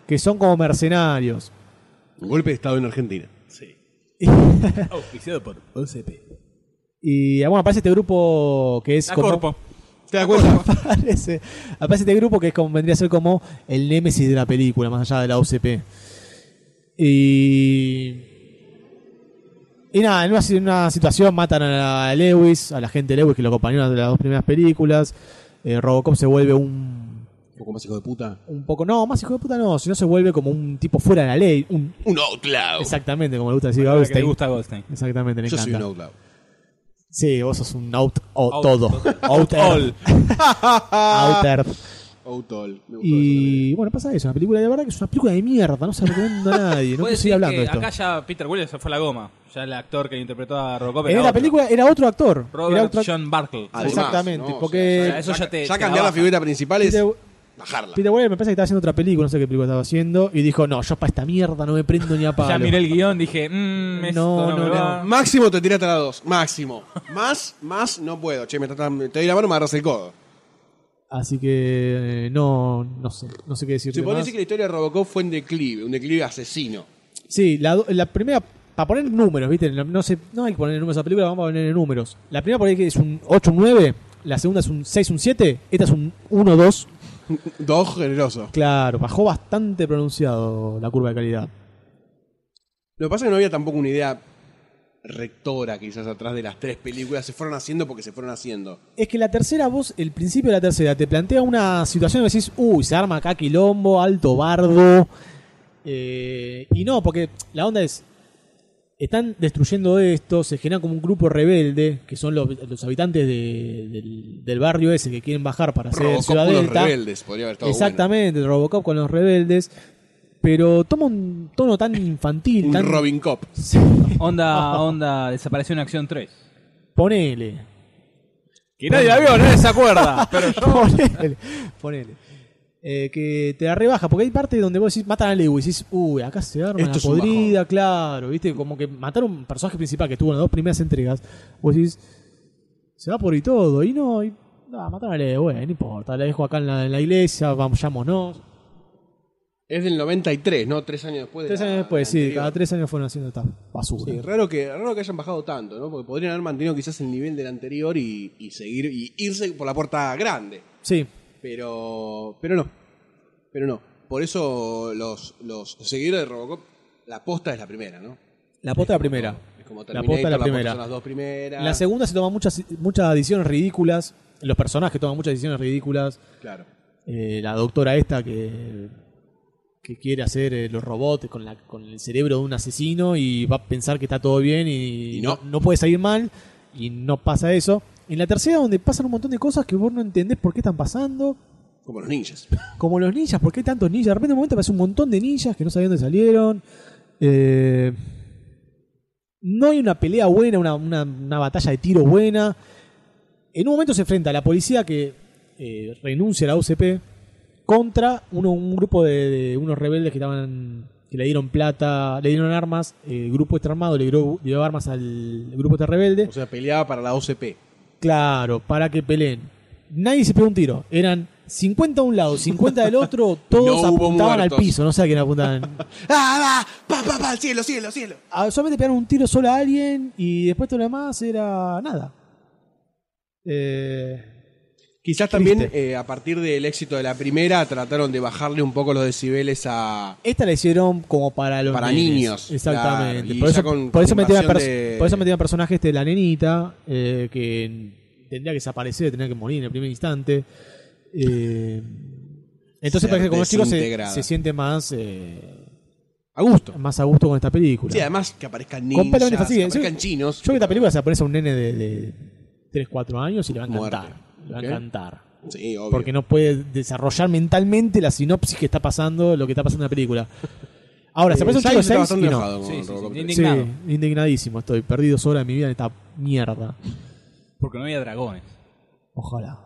Speaker 10: que son como mercenarios.
Speaker 3: Un golpe de estado en Argentina.
Speaker 9: Auspiciado Oh, por OCP.
Speaker 10: Y bueno, aparece este grupo que es
Speaker 9: La
Speaker 10: como.
Speaker 9: Corpo.
Speaker 3: ¿Te das cuenta?
Speaker 10: aparece, aparece este grupo que es como, vendría a ser como el némesis de la película, más allá de la OCP. Y. Y nada, en una, en una situación matan a, a Lewis, a la gente Lewis que lo acompañó en las dos primeras películas. Eh, Robocop se vuelve un.
Speaker 3: Un poco más hijo de puta.
Speaker 10: Un poco, no, más hijo de puta no, sino se vuelve como un tipo fuera de la ley. Un,
Speaker 3: Un outlaw.
Speaker 10: exactamente, como le gusta decir
Speaker 9: Oh. Ahora que le
Speaker 10: Goldstein.
Speaker 9: gusta Goldstein.
Speaker 10: Exactamente, le
Speaker 3: Yo soy
Speaker 10: encanta.
Speaker 3: un outlaw.
Speaker 10: Sí, vos sos un out, o-
Speaker 9: Out-
Speaker 10: todo. Out,
Speaker 9: All.
Speaker 10: Outer.
Speaker 3: Outlaw. Me gustó
Speaker 10: Y bueno, pasa eso. La película de verdad que es una película de mierda. No se la recomiendo a nadie. No
Speaker 9: Puedo
Speaker 10: quiero
Speaker 9: decir
Speaker 10: seguir hablando de
Speaker 9: que
Speaker 10: esto.
Speaker 9: acá ya Peter Williams se fue a la goma. Ya el actor que interpretó a Robocop
Speaker 10: En
Speaker 9: era
Speaker 10: la
Speaker 9: otro.
Speaker 10: película era otro actor. era
Speaker 9: Robert
Speaker 10: otro
Speaker 9: John Barkle.
Speaker 3: Además,
Speaker 10: Exactamente,
Speaker 3: ¿no? O
Speaker 10: porque-
Speaker 3: sea,
Speaker 9: O sea, eso ya te-
Speaker 3: ya
Speaker 9: te
Speaker 3: cambiar la
Speaker 9: baja.
Speaker 3: figura principal es
Speaker 10: Peter,
Speaker 3: bajarla.
Speaker 10: Peter Weller me parece que estaba haciendo otra película. No sé qué película estaba haciendo. Y dijo: No, yo para esta mierda no me prendo ni a palo.
Speaker 9: Ya miré el guión, dije, mmm, esto
Speaker 10: No,
Speaker 9: no,
Speaker 10: no,
Speaker 9: me
Speaker 10: no.
Speaker 9: va.
Speaker 3: Máximo te tiraste a la dos. Máximo. Más, más no puedo. Che, me tratan- te doy la mano, me agarras el codo.
Speaker 10: Así que eh, no, no sé. No sé qué decir.
Speaker 3: Se puede decir que la historia de Robocop fue en declive, un declive asesino.
Speaker 10: Sí, la, do- la primera. Para poner números, ¿viste? No, no sé, no hay que poner números a la película, vamos a poner números. La primera por ahí que es un 8, un 9. La segunda es un 6, un 7. Esta es un 1, 2.
Speaker 3: Dos generoso.
Speaker 10: Claro, bajó bastante pronunciado la curva de calidad.
Speaker 3: Lo que pasa es que no había tampoco una idea rectora quizás atrás de las tres películas. Se fueron haciendo porque se fueron haciendo.
Speaker 10: Es que la tercera voz, el principio de la tercera, te plantea una situación y decís, uy, se arma acá quilombo, alto bardo. Eh, y no, porque la onda es, están destruyendo esto, se genera como un grupo rebelde, que son los, los habitantes de- del, del barrio ese que quieren bajar para hacer
Speaker 3: Robocop
Speaker 10: Ciudad
Speaker 3: con los
Speaker 10: Delta.
Speaker 3: rebeldes, podría haber estado
Speaker 10: Exactamente, Robocop con los rebeldes. Pero toma un tono tan infantil,
Speaker 3: bueno.
Speaker 10: tan.
Speaker 3: Un Robin Cop.
Speaker 5: Onda, onda, desapareció en Acción 3.
Speaker 10: Ponele.
Speaker 9: Que nadie la vio, nadie se acuerda. Pero
Speaker 10: ponele. Ponele. Eh, que te la rebaja, porque hay partes donde vos decís, matan a Lewis, y decís, uy, acá se arma
Speaker 3: Esto
Speaker 10: la
Speaker 3: es un
Speaker 10: podrida, claro, viste, como que matar a un personaje principal que estuvo en las dos primeras entregas, vos decís, se va por y todo, y no, y, ah, mataron a Lewis, bueno, no importa, la dejo acá en la, en la iglesia, vamos, llámonos.
Speaker 3: Es del 93, ¿no? Tres años después. de
Speaker 10: Tres
Speaker 3: la-
Speaker 10: años después,
Speaker 3: la
Speaker 10: sí,
Speaker 3: anterior.
Speaker 10: cada tres años fueron haciendo esta basura.
Speaker 3: Sí, raro que, raro que hayan bajado tanto, ¿no? Porque podrían haber mantenido quizás el nivel del anterior y, y seguir y irse por la puerta grande.
Speaker 10: sí.
Speaker 3: Pero. Pero no. Pero no. Por eso los, los seguidores de Robocop, la posta es la primera, ¿no?
Speaker 10: La posta la primera.
Speaker 3: Es como
Speaker 10: La posta
Speaker 3: Terminator, la
Speaker 10: es la
Speaker 3: posta
Speaker 10: primera.
Speaker 3: son las dos primeras.
Speaker 10: La segunda se toma muchas, muchas decisiones ridículas, los personajes toman muchas decisiones ridículas.
Speaker 3: Claro.
Speaker 10: eh, la doctora esta que, que quiere hacer eh, los robots con, la, con el cerebro de un asesino y va a pensar que está todo bien y,
Speaker 3: Y no.
Speaker 10: puede salir mal y no pasa eso. En la tercera donde pasan un montón de cosas que vos no entendés por qué están pasando,
Speaker 3: Como los ninjas.
Speaker 10: como los ninjas, por qué hay tantos ninjas. De repente en un momento aparece un montón de ninjas que no sabían dónde salieron. Eh, no hay una pelea buena, una, una- una batalla de tiro buena. En un momento se enfrenta a la policía que eh, renuncia a la UCP contra uno- un grupo de, de unos rebeldes que estaban que le dieron plata, le dieron armas, el grupo este armado le dio, le dio armas al grupo este rebelde,
Speaker 3: O sea, peleaba para la OCP.
Speaker 10: claro, para que peleen. Nadie se pegó un tiro, eran 50 de un lado, 50 del otro, todos
Speaker 3: No hubo
Speaker 10: apuntaban al
Speaker 3: muertos.
Speaker 10: piso, no sé a quién apuntaban.
Speaker 3: ¡Ah, va! ¡Pa, pa, pa! ¡Cielo, cielo, cielo!
Speaker 10: Ah, solamente pegaron un tiro solo a alguien y después todo lo demás era nada. Eh,
Speaker 3: Quizás también eh, a partir del éxito de la primera trataron de bajarle un poco los decibeles a.
Speaker 10: Esta la hicieron como para los
Speaker 3: Para
Speaker 10: nenes.
Speaker 3: niños,
Speaker 10: Exactamente.
Speaker 3: claro, y
Speaker 10: por,
Speaker 3: ya
Speaker 10: eso,
Speaker 3: con-
Speaker 10: por, eso
Speaker 3: con
Speaker 10: metían
Speaker 3: invasión
Speaker 10: pers-
Speaker 3: de-
Speaker 10: por eso metían personajes de la nenita eh, que tendría que desaparecer, tendría que morir en el primer instante. Eh, entonces
Speaker 3: Ser
Speaker 10: parece que como los chicos se,
Speaker 3: desintegrada.
Speaker 10: se siente más, eh,
Speaker 3: A gusto.
Speaker 10: más a gusto con esta película.
Speaker 3: Sí, además que aparezcan ninjas,
Speaker 10: Completamente
Speaker 3: que
Speaker 10: fácil.
Speaker 3: aparezcan chinos.
Speaker 10: Yo creo que esta película se la pones a un nene de, de 3, 4 años y le va a
Speaker 3: Muerte.
Speaker 10: encantar. Le va a
Speaker 3: Ok.
Speaker 10: encantar.
Speaker 3: Sí, obvio.
Speaker 10: Porque no puede desarrollar mentalmente la sinopsis que está pasando, lo que está pasando en la película. Ahora, se
Speaker 3: Eh,
Speaker 10: aparece
Speaker 3: Giles
Speaker 10: un chico de
Speaker 3: está
Speaker 10: 6
Speaker 3: bastante
Speaker 10: y no.
Speaker 3: enojado con
Speaker 5: Sí, sí, sí,
Speaker 3: Robocop
Speaker 5: tiene-
Speaker 3: tres.
Speaker 10: Sí,
Speaker 5: Indignado.
Speaker 10: indignadísimo estoy. Perdido sola de mi vida en esta mierda.
Speaker 5: Porque no había dragones.
Speaker 10: Ojalá.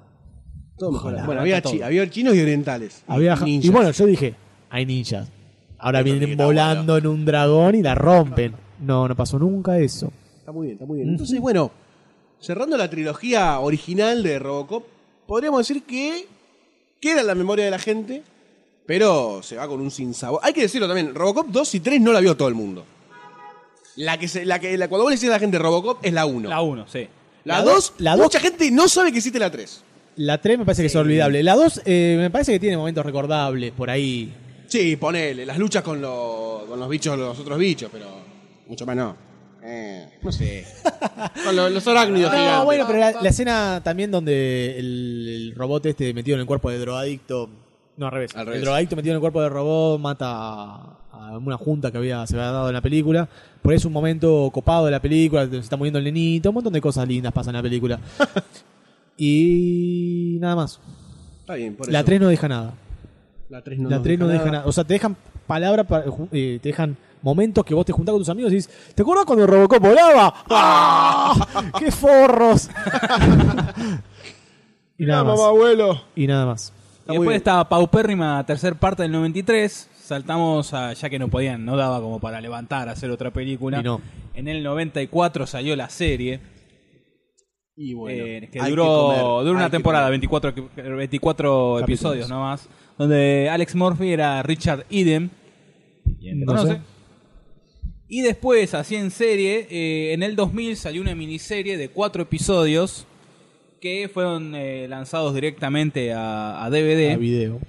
Speaker 3: Todo mejor.
Speaker 10: Ojalá.
Speaker 3: Bueno, había,
Speaker 5: Está
Speaker 3: chi-
Speaker 5: todo.
Speaker 3: había chinos y orientales.
Speaker 10: Había-
Speaker 3: Ninjas.
Speaker 10: y bueno, yo dije, hay ninjas. Ahora
Speaker 3: Esto tiene que
Speaker 10: vienen
Speaker 3: estar
Speaker 10: volando en un dragón y la rompen. No, no pasó nunca eso.
Speaker 3: Está muy bien, está muy bien. Entonces, bueno, cerrando la trilogía original de Robocop, podríamos decir que queda en la memoria de la gente, pero se va con un sinsabor. Hay que decirlo también, Robocop 2 y 3 no la vio todo el mundo. La que, se- la que la, cuando vos le decís a la gente Robocop es la 1.
Speaker 5: La
Speaker 3: La,
Speaker 5: 1, sí.
Speaker 3: 2,
Speaker 10: la
Speaker 3: mucha gente no sabe que existe la 3.
Speaker 10: La 3 me parece que es olvidable. La 2 eh, me parece que tiene momentos recordables por ahí.
Speaker 3: Sí, ponele, las luchas con, los- con los bichos, los otros bichos, pero mucho más no. Eh, no sé. con los, los arácnidos
Speaker 10: No,
Speaker 3: gigantes.
Speaker 10: bueno, pero la, la escena también donde el, el robot este metido en el cuerpo de drogadicto. No, al revés.
Speaker 3: Al revés.
Speaker 10: El drogadicto metido en el cuerpo del robot mata a, a una junta que había, se había dado en la película. Por eso es un momento copado de la película, donde se está moviendo el nenito, un montón de cosas lindas pasan en la película. y nada más.
Speaker 3: Está bien, por
Speaker 10: La
Speaker 3: eso.
Speaker 10: 3 no deja nada.
Speaker 3: la 3 no,
Speaker 10: la
Speaker 3: nos
Speaker 10: 3 no deja
Speaker 3: nada.
Speaker 10: nada. O sea, te dejan palabras, para- ju- eh, te dejan momentos que vos te juntás con tus amigos y dices, ¿te acuerdas cuando Robocop volaba? ¡Ah! ¡Qué forros! y nada más.
Speaker 3: abuelo.
Speaker 10: Y nada más.
Speaker 5: Y después de esta paupérrima tercer parte del 93, saltamos a ya que no podían, no daba como para levantar, hacer otra película.
Speaker 10: Y no.
Speaker 5: En el 94 salió la serie,
Speaker 3: Y
Speaker 5: eh, que
Speaker 3: hay
Speaker 5: duró,
Speaker 3: comer,
Speaker 5: duró
Speaker 3: hay
Speaker 5: una
Speaker 3: que
Speaker 5: temporada,
Speaker 3: comer.
Speaker 5: 24, que- 24 episodios nomás, donde Alex Murphy era Richard Eden. ¿Quién te
Speaker 10: No
Speaker 5: conoce?
Speaker 10: sé.
Speaker 5: Y después, así en serie, eh, en el 2000 salió una miniserie de cuatro episodios que fueron eh, lanzados directamente a, a DVD
Speaker 10: A video.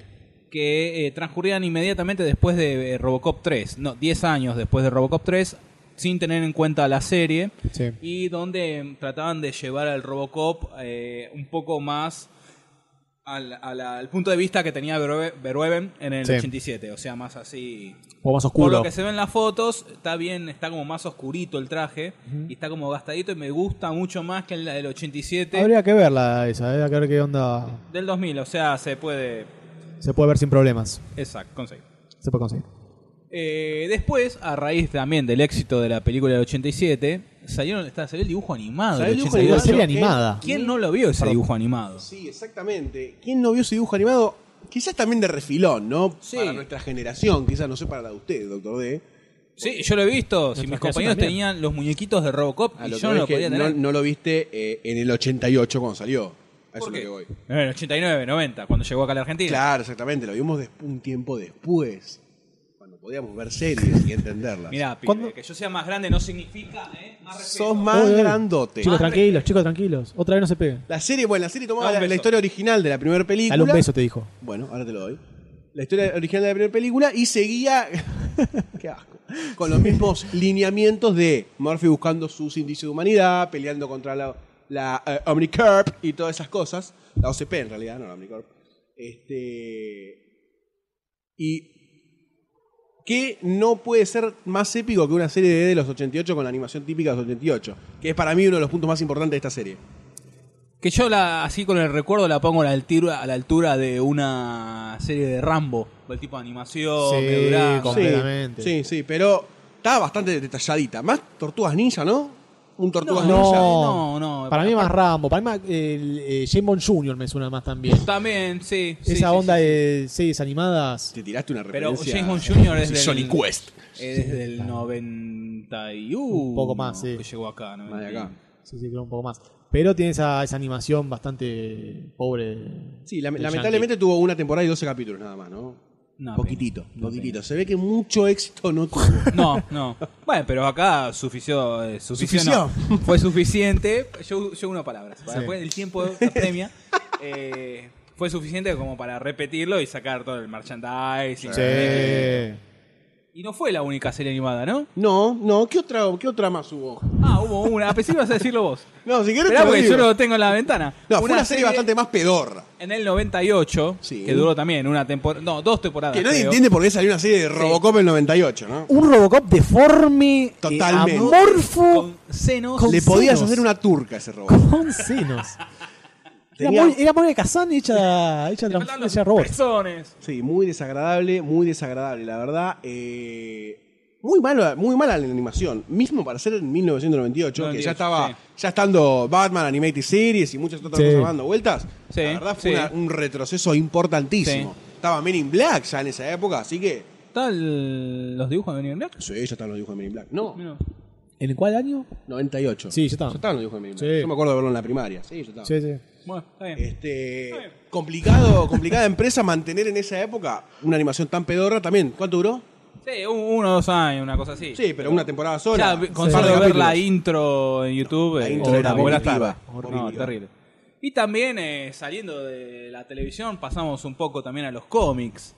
Speaker 5: que eh, transcurrían inmediatamente después de eh, Robocop 3, no, 10 años después de Robocop 3, sin tener en cuenta la serie, em,
Speaker 10: Sí.
Speaker 5: y donde mm, trataban de llevar al Robocop eh, un poco más al, al- al punto de vista que tenía Verhoe- Verhoeven en el
Speaker 4: Sí.
Speaker 5: 87. O sea, más así.
Speaker 4: O más
Speaker 5: Por
Speaker 4: oscuro.
Speaker 5: lo que se ven las fotos, está bien, está como más oscurito el traje y está como gastadito y me gusta mucho más que la del 87
Speaker 10: Habría que verla esa, ¿eh? habría que ver qué onda
Speaker 5: del 2000. O sea, se puede.
Speaker 10: se puede ver sin problemas.
Speaker 5: Exacto, conseguir.
Speaker 10: Se puede conseguir.
Speaker 5: Eh, después, a raíz también del éxito de la película del 87, salieron, está, salió el dibujo animado.
Speaker 3: Salió
Speaker 5: del
Speaker 3: el dibujo
Speaker 5: 88.
Speaker 3: animado. La serie animada.
Speaker 5: ¿Quién no lo vio ese
Speaker 3: Perdón.
Speaker 5: dibujo animado?
Speaker 3: Sí, exactamente. ¿Quién no vio ese dibujo animado? Quizás también de refilón, ¿no? Para nuestra generación, quizás no sé para la de usted, doctor D.
Speaker 5: Sí, yo lo he visto.
Speaker 3: Nuestra
Speaker 5: Si mis
Speaker 3: clase
Speaker 5: compañeros
Speaker 3: también.
Speaker 5: tenían los muñequitos de Robocop,
Speaker 3: A
Speaker 5: y
Speaker 3: lo que
Speaker 5: yo no
Speaker 3: voy
Speaker 5: lo
Speaker 3: es que
Speaker 5: podía
Speaker 3: no,
Speaker 5: tener.
Speaker 3: no lo viste eh, en el 88 cuando salió. A eso es lo que voy.
Speaker 5: En el 89, 90, cuando llegó acá a la Argentina.
Speaker 3: Claro, exactamente. Lo vimos des- un tiempo después, cuando podíamos ver series y entenderlas.
Speaker 5: Mirá, pibe, que yo sea más grande no significa. ¿eh? Más respeto.
Speaker 3: Sos más
Speaker 10: Uy, uy.
Speaker 3: grandote.
Speaker 10: Chicos, tranquilos, chicos, tranquilos. Otra vez no se peguen.
Speaker 3: La serie, bueno, la serie tomaba
Speaker 10: Dale un
Speaker 3: la, la
Speaker 10: beso.
Speaker 3: historia original de la primera película.
Speaker 10: Dale un beso, te dijo.
Speaker 3: Bueno, ahora te lo doy. La historia original de la primera película y seguía. Qué asco. Con los mismos lineamientos de Murphy buscando sus indicios de humanidad, peleando contra la, la eh, Omnicorp y todas esas cosas. La OCP en realidad, no la Omnicorp. Este. Y. Que no puede ser más épico que una serie de los 88 con la animación típica de los 88. Que es para mí uno de los puntos más importantes de esta serie.
Speaker 5: Que yo la, así con el recuerdo la pongo a la altura, a la altura de una serie de Rambo. El tipo de animación,
Speaker 3: Ah, Sí,
Speaker 5: medio drama.
Speaker 3: completamente. Sí, sí, pero estaba bastante detalladita. Más Tortugas Ninja, ¿no? Un Tortugas Ninja.
Speaker 10: No, Para
Speaker 3: Ah,
Speaker 10: mí más Rambo, para mí más el, eh, James Bond Jr. me suena más también.
Speaker 5: También, sí. sí,
Speaker 10: Esa
Speaker 5: sí,
Speaker 10: onda de series animadas.
Speaker 3: Te tiraste una
Speaker 5: Pero James Bond Jr. es del, Es Eh, desde el 91.
Speaker 10: Un poco más, sí.
Speaker 5: Que llegó acá, 91.
Speaker 10: Sí, sí, creo un poco más. Pero tiene esa, esa animación bastante pobre.
Speaker 3: Sí, lame-
Speaker 10: del
Speaker 3: lamentablemente tuvo una temporada y 12 capítulos nada más, ¿no?
Speaker 5: No,
Speaker 3: poquitito, poquitito. Se ve que mucho éxito no tuvo.
Speaker 5: No, no. Bueno, pero acá sufició. eh, sufició, no. Fue suficiente. Yo, yo una palabra.
Speaker 9: Sí.
Speaker 5: Después del tiempo de premia. eh, fue suficiente como para repetirlo y sacar todo el merchandising.
Speaker 10: Sí.
Speaker 5: Y no fue la única serie animada, ¿no?
Speaker 3: No, no. ¿Qué otra, qué otra más hubo?
Speaker 5: Ah, hubo una. A pesar ibas a decirlo vos.
Speaker 3: No, si querés.
Speaker 5: Esperá,
Speaker 3: te lo
Speaker 5: porque
Speaker 3: digo.
Speaker 5: yo no lo tengo en la ventana.
Speaker 3: No, fue una serie bastante más pedorra.
Speaker 5: En el 98, que duró también una temporada. No, dos
Speaker 9: Ah,
Speaker 5: temporadas.
Speaker 3: Que nadie
Speaker 5: creo.
Speaker 3: entiende por qué salió una serie de Robocop en el 98, ¿no?
Speaker 10: Un Robocop deforme,
Speaker 3: Totalmente.
Speaker 10: amorfo, con
Speaker 5: senos.
Speaker 3: Le podías hacer una turca a ese Robocop.
Speaker 10: Con senos. Era
Speaker 3: Tenía-
Speaker 10: muy- Era Moria Kazan hecha, hecha, trans- hecha robot.
Speaker 3: Sí, muy desagradable, muy desagradable, la verdad. eh, muy mala, muy mala la animación. Mismo para ser en 1998, que ya
Speaker 5: 98,
Speaker 3: estaba,
Speaker 5: sí.
Speaker 3: ya estando Batman Animated Series y muchas otras
Speaker 5: Sí.
Speaker 3: cosas dando vueltas.
Speaker 5: Sí,
Speaker 3: la verdad fue
Speaker 5: sí.
Speaker 3: una- un retroceso importantísimo. Estaba Men in Black ya en esa época, así que.
Speaker 5: ¿Están los dibujos de Men in Black?
Speaker 3: Sí, ya están los dibujos de Men in Black. No,
Speaker 10: ¿En cuál año?
Speaker 3: 98.
Speaker 10: Sí, ya estaban.
Speaker 3: Ya estaban los dibujos de Men in
Speaker 10: Sí.
Speaker 3: Black. Yo me acuerdo de verlo en la primaria. Sí, ya estaban.
Speaker 10: Sí, sí.
Speaker 5: Bueno, está bien.
Speaker 10: Eh.
Speaker 3: Este, complicado, complicada empresa mantener en esa época una animación tan pedorra también. ¿Cuánto duró?
Speaker 5: Sí, un- uno o dos años, una cosa así.
Speaker 3: Sí, pero una temporada sola.
Speaker 5: Ya, con
Speaker 3: Un par
Speaker 5: solo
Speaker 3: de
Speaker 5: ver
Speaker 3: capítulos.
Speaker 5: la intro en YouTube. eh,
Speaker 3: intro era
Speaker 5: como buenas
Speaker 3: horrible.
Speaker 5: tardes. No, terrible. Y también eh, saliendo de la televisión, pasamos un poco también a los cómics.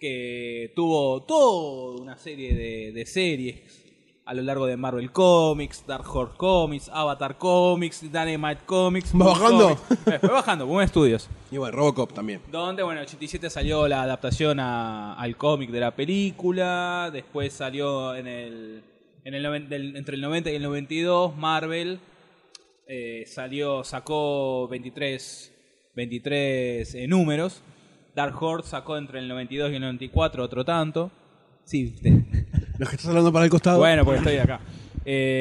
Speaker 5: Que Eh, tuvo toda una serie de, de series a lo largo de Marvel Comics, Dark Horse Comics, Avatar Comics, Dynamite Comics.
Speaker 3: ¿Va
Speaker 5: Boom
Speaker 3: bajando?
Speaker 5: Comics. Eh, Fue bajando, Boom Studios.
Speaker 3: Y bueno, Robocop también.
Speaker 5: Donde, bueno, en el 87 salió la adaptación a- al cómic de la película. Después salió en el, en el noven- del- entre el 90 y el 92 Marvel. eh, salió, sacó 23, 23 eh, números. Dark Horse sacó entre el 92 y el 94 otro tanto. Sí,
Speaker 3: Los que estás hablando para el costado.
Speaker 5: Bueno, porque estoy acá.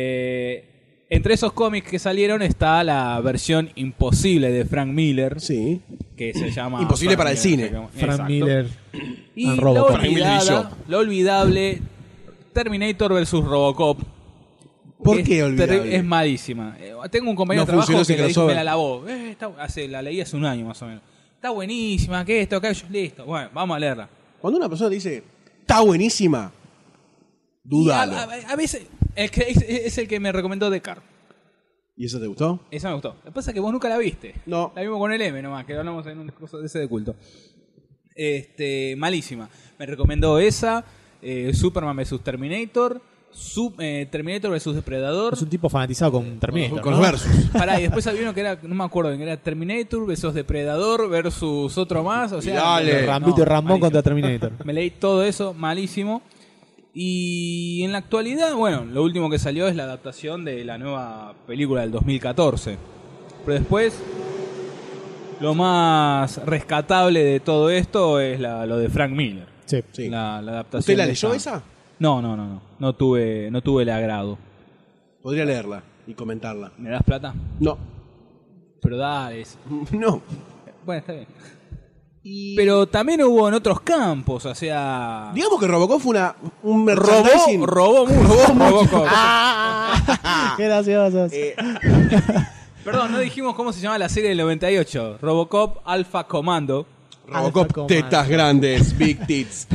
Speaker 5: Eh, entre esos cómics que salieron está la versión imposible de Frank Miller.
Speaker 3: Sí.
Speaker 5: Que se llama.
Speaker 3: Imposible
Speaker 5: Frank
Speaker 3: para el
Speaker 5: Miller,
Speaker 3: cine.
Speaker 5: se llama-
Speaker 10: Frank
Speaker 5: Exacto.
Speaker 10: Miller.
Speaker 5: Y
Speaker 10: and
Speaker 5: la
Speaker 10: Robocop.
Speaker 5: olvidada, la olvidable Terminator versus Robocop.
Speaker 3: ¿Por
Speaker 5: Es
Speaker 3: qué
Speaker 5: ter-
Speaker 3: olvidable?
Speaker 5: Es malísima. Eh, Tengo un compañero
Speaker 3: No
Speaker 5: de trabajo
Speaker 3: funcionó ese
Speaker 5: que le dijo- me
Speaker 3: crossover.
Speaker 5: la lavó. Eh, está- hace, la leí hace un año más o menos. Está buenísima, que esto, que aquello, listo. Bueno, vamos a leerla.
Speaker 3: Cuando una persona dice, está buenísima,
Speaker 5: Y A,
Speaker 3: dudalo.
Speaker 5: a- a veces, el que- es, es el que me recomendó Descartes.
Speaker 3: ¿Y eso te gustó?
Speaker 5: Esa me gustó. Lo que pasa es que vos nunca la viste.
Speaker 3: No.
Speaker 5: La vimos con el M nomás, que lo hablamos en un cosa de ese de culto. Este, malísima. Me recomendó esa, eh, Superman vs Terminator, Su- eh, Terminator vs Depredador.
Speaker 10: Es un tipo fanatizado con Terminator.
Speaker 3: Con
Speaker 10: ¿no?
Speaker 3: los versus.
Speaker 5: Pará, y después había uno que era, no me acuerdo, que era Terminator versus Depredador versus otro más. O sea,
Speaker 3: Dale.
Speaker 5: no,
Speaker 10: Rambito y
Speaker 5: malísimo.
Speaker 10: Rambón contra Terminator.
Speaker 5: Me leí todo eso, malísimo. Y en la actualidad, bueno, lo último que salió es la adaptación de la nueva película del 2014. Pero después, lo más rescatable de todo esto es la- lo de Frank Miller.
Speaker 10: Sí.
Speaker 3: Sí.
Speaker 5: La, la adaptación.
Speaker 3: ¿Usted la
Speaker 5: de
Speaker 3: leyó
Speaker 5: esta-
Speaker 3: esa?
Speaker 5: No, no, no, no. No tuve, no tuve el agrado.
Speaker 3: Podría leerla y comentarla.
Speaker 5: ¿Me das plata?
Speaker 3: No.
Speaker 5: Pero dale. es-
Speaker 3: No.
Speaker 5: Bueno, está bien. Pero también hubo en otros campos, o sea.
Speaker 3: Digamos que Robocop fue una, un merchandising.
Speaker 5: Robó, robó mucho. robó cosas.
Speaker 10: Qué graciosos.
Speaker 5: Ah.
Speaker 3: Eh,
Speaker 5: Perdón, no dijimos cómo se llama la serie del 98. Robocop Alpha Commando.
Speaker 10: Alpha
Speaker 3: Robocop,
Speaker 10: Command.
Speaker 3: tetas grandes, big tits.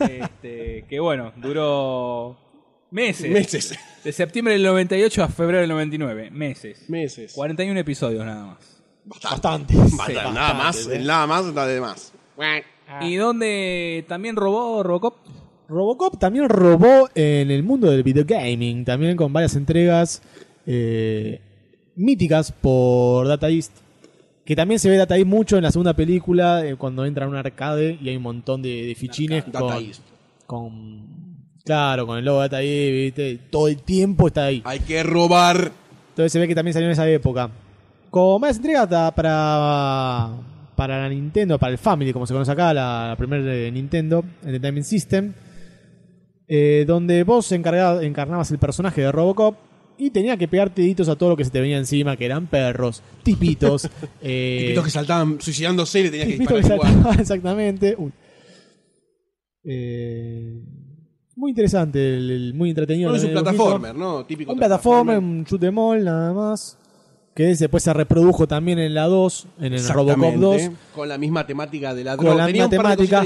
Speaker 5: Este, que bueno, duró meses.
Speaker 3: Meses.
Speaker 5: De septiembre del 98 a febrero del 99. Meses.
Speaker 3: Meses.
Speaker 5: 41 episodios nada más.
Speaker 10: Bastante.
Speaker 20: Basta, nada más,
Speaker 5: ¿eh?
Speaker 20: nada más, nada de más.
Speaker 5: ¿Y donde también robó Robocop?
Speaker 10: Robocop también robó en el mundo del videogaming, también con varias entregas eh, míticas por Data East. Que también se ve Data East mucho en la segunda película, eh, cuando entra a un arcade y hay un montón de, de fichines
Speaker 3: Data
Speaker 10: con,
Speaker 3: East.
Speaker 10: con- Claro, con el logo de Data East, ¿viste? todo el tiempo está ahí.
Speaker 3: Hay que robar.
Speaker 10: Entonces se ve que también salió en esa época. Con más entregas da- para, para la Nintendo, para el Family, como se conoce acá, la, la primera de Nintendo, Entertainment System, eh, donde vos encarga- encarnabas el personaje de Robocop y tenía que pegarte deditos a todo lo que se te venía encima, que eran perros, tipitos, eh,
Speaker 3: Tipitos que saltaban suicidándose y le tenías que
Speaker 10: Tipito
Speaker 3: disparar
Speaker 10: que
Speaker 3: igual.
Speaker 10: saltaba, exactamente. Uy. Eh, muy interesante, el- el- muy entretenido.
Speaker 3: No es un
Speaker 10: también el dibujito.
Speaker 3: plataformer, ¿no? Típico.
Speaker 10: Un plataforma, un shoot 'em all nada más. Que después se reprodujo también en la 2, en el Robocop 2.
Speaker 3: Exactamente. Con la misma temática de la
Speaker 10: Con
Speaker 3: droga.
Speaker 10: la
Speaker 3: Tenía
Speaker 10: misma
Speaker 3: un par de
Speaker 10: temática,
Speaker 3: cositas
Speaker 10: la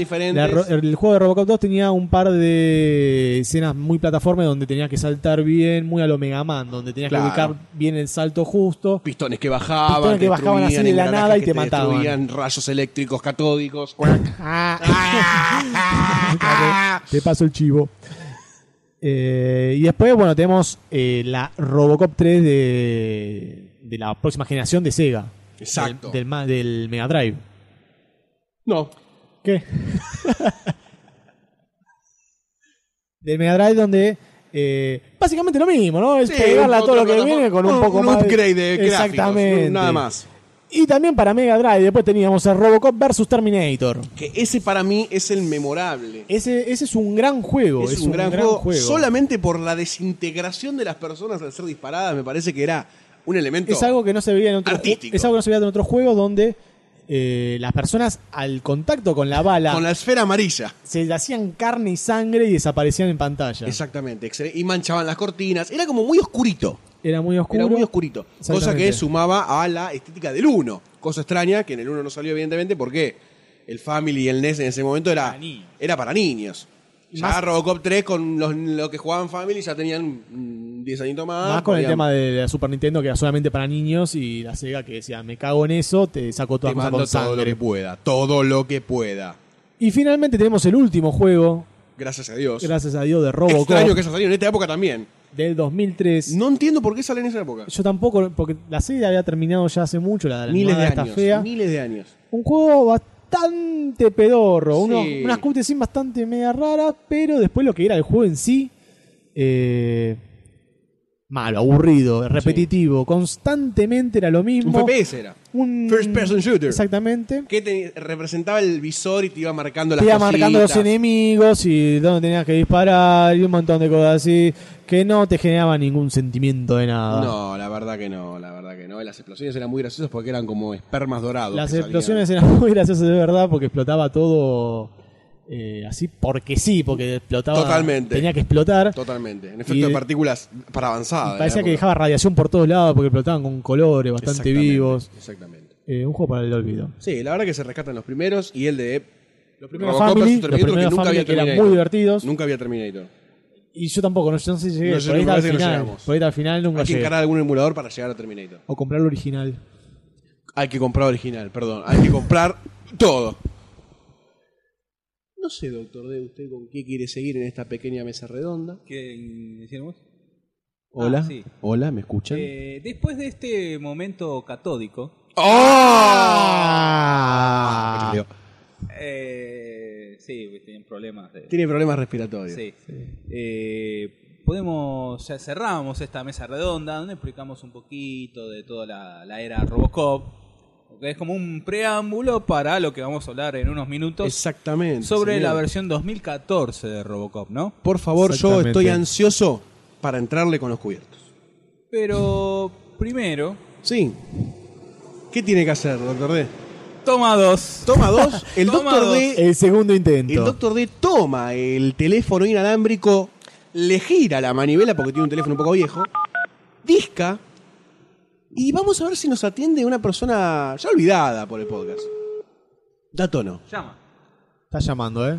Speaker 3: diferentes.
Speaker 10: ro- el juego de Robocop 2 tenía un par de escenas muy plataformas donde tenías que saltar bien, muy a lo Mega Man, donde tenías
Speaker 3: Claro.
Speaker 10: que ubicar bien el salto justo.
Speaker 3: Pistones que bajaban,
Speaker 10: Pistones que bajaban así
Speaker 3: destruían
Speaker 10: de la
Speaker 3: engranajes
Speaker 10: nada y
Speaker 3: que
Speaker 10: te mataban.
Speaker 3: Destruían rayos eléctricos catódicos.
Speaker 10: Te paso el chivo. Eh, y después, bueno, tenemos eh, la Robocop 3 de, de la próxima generación de Sega.
Speaker 3: Exacto.
Speaker 10: Del, del ma- del Mega Drive.
Speaker 3: No.
Speaker 10: ¿Qué? del Mega Drive donde... eh, básicamente lo mismo, ¿no? Es
Speaker 3: Sí,
Speaker 10: pegarla a
Speaker 3: un
Speaker 10: todo lo que
Speaker 3: plataforma-
Speaker 10: viene con un poco más...
Speaker 3: upgrade de gráficos,
Speaker 10: Exactamente.
Speaker 3: Nada más.
Speaker 10: Y también para Mega Drive después teníamos el Robocop versus Terminator.
Speaker 3: Que ese para mí es el memorable.
Speaker 10: Ese, ese es un gran juego.
Speaker 3: Es, un, gran, juego, Solamente por la desintegración de las personas al ser disparadas, me parece que era un elemento.
Speaker 10: Es algo que no se veía en otros ju-
Speaker 3: Artístico.
Speaker 10: es algo que no se veía en otros juegos donde eh, las personas al contacto con la bala
Speaker 3: Con la esfera amarilla.
Speaker 10: se hacían carne y sangre y desaparecían en pantalla.
Speaker 3: Exactamente. excel- Y manchaban las cortinas. Era como muy oscurito.
Speaker 10: Era muy oscuro.
Speaker 3: Era muy oscurito. Cosa
Speaker 10: Exactamente.
Speaker 3: que sumaba a la estética del 1. Cosa extraña que en el 1 no salió, evidentemente, porque el Family y el NES en ese momento era para niños. Era para niños. Ya Robocop 3 con los, los que jugaban Family ya tenían mm, 10 añitos más.
Speaker 10: Más con el
Speaker 3: podían-
Speaker 10: tema de la Super Nintendo que era solamente para niños y la Sega que decía, me cago en eso, te saco toda
Speaker 3: Te
Speaker 10: cosa
Speaker 3: mando
Speaker 10: con
Speaker 3: todo lo
Speaker 10: sangre.
Speaker 3: que pueda. Todo lo que pueda.
Speaker 10: Y finalmente tenemos el último juego,
Speaker 3: Gracias a Dios.
Speaker 10: gracias a Dios, de
Speaker 3: Extraño
Speaker 10: Robocop
Speaker 3: que haya salido en esta época también.
Speaker 10: del 2003.
Speaker 3: No entiendo por qué sale en esa época.
Speaker 10: Yo tampoco, porque la serie había terminado ya hace mucho, la de la
Speaker 3: Miles de
Speaker 10: animada esta
Speaker 3: años.
Speaker 10: fea.
Speaker 3: Miles de años.
Speaker 10: un juego bastante pedorro, uno-
Speaker 3: Sí.
Speaker 10: unas cutscenes bastante media raras, pero después lo que era el juego en sí, eh, malo, aburrido, repetitivo, constantemente era lo
Speaker 3: Un
Speaker 10: mismo.
Speaker 3: FPS era.
Speaker 10: un-
Speaker 3: First person shooter.
Speaker 10: Exactamente.
Speaker 3: Que te- representaba el visor y te iba marcando
Speaker 10: Te
Speaker 3: las
Speaker 10: iba
Speaker 3: cositas.
Speaker 10: marcando los enemigos y dónde tenías que disparar y un montón de cosas así que no te generaba ningún sentimiento de nada.
Speaker 3: No, la verdad que no, la verdad que no. Las explosiones eran muy graciosas porque eran como espermas dorados.
Speaker 10: Las
Speaker 3: que salían.
Speaker 10: explosiones eran muy graciosas de verdad porque explotaba todo eh, así porque sí, porque explotaba.
Speaker 3: Totalmente.
Speaker 10: Tenía que explotar.
Speaker 3: Totalmente. En
Speaker 10: Y
Speaker 3: efecto de
Speaker 10: de-
Speaker 3: partículas para avanzada.
Speaker 10: Parecía
Speaker 3: era
Speaker 10: que
Speaker 3: porque-
Speaker 10: dejaba radiación por todos lados porque explotaban con colores bastante
Speaker 3: Exactamente,
Speaker 10: vivos.
Speaker 3: Exactamente.
Speaker 10: Eh, un juego para el olvido.
Speaker 3: Sí, la verdad que se rescatan los primeros y el de los
Speaker 10: primeros Family, los primeros Family que eran muy divertidos.
Speaker 3: Nunca había Terminator.
Speaker 10: Y yo tampoco, no, yo no sé si llegué.
Speaker 3: No sé,
Speaker 10: por ahí
Speaker 3: me
Speaker 10: está al
Speaker 3: parece que no
Speaker 10: final.
Speaker 3: llegamos.
Speaker 10: por ahí está al final nunca
Speaker 3: Hay que
Speaker 10: llegué.
Speaker 3: encarar algún emulador para llegar a Terminator.
Speaker 10: O comprar el original.
Speaker 3: Hay que comprar original, perdón. Hay que comprar todo. No sé, doctor D, usted con qué quiere seguir en esta pequeña mesa redonda.
Speaker 5: ¿Qué hicimos?
Speaker 3: Hola,
Speaker 5: Ah, sí.
Speaker 3: hola, ¿me escuchan?
Speaker 5: Eh, después de este momento catódico,
Speaker 3: ¡Oh!
Speaker 5: eh, sí, tienen problemas de...
Speaker 3: Tiene problemas respiratorios.
Speaker 5: Sí. Eh, podemos, ya cerramos esta mesa redonda donde explicamos un poquito de toda la, la era Robocop. Que es como un preámbulo para lo que vamos a hablar en unos minutos
Speaker 3: Exactamente.
Speaker 5: sobre
Speaker 3: señor.
Speaker 5: la versión 2014 de Robocop, ¿no?
Speaker 3: Por favor, yo
Speaker 4: Exactamente.
Speaker 3: estoy ansioso para entrarle con los cubiertos.
Speaker 5: Pero primero,
Speaker 3: Sí. ¿Qué tiene que hacer, doctor D?
Speaker 5: toma dos.
Speaker 3: Toma dos. El
Speaker 5: Toma
Speaker 3: doctor
Speaker 5: dos.
Speaker 3: D.
Speaker 4: El segundo intento.
Speaker 3: El doctor D toma el teléfono inalámbrico, le gira la manivela porque tiene un teléfono un poco viejo, disca y vamos a ver si nos atiende una persona ya olvidada por el podcast. Dato no.
Speaker 5: Llama.
Speaker 4: Está llamando, ¿eh?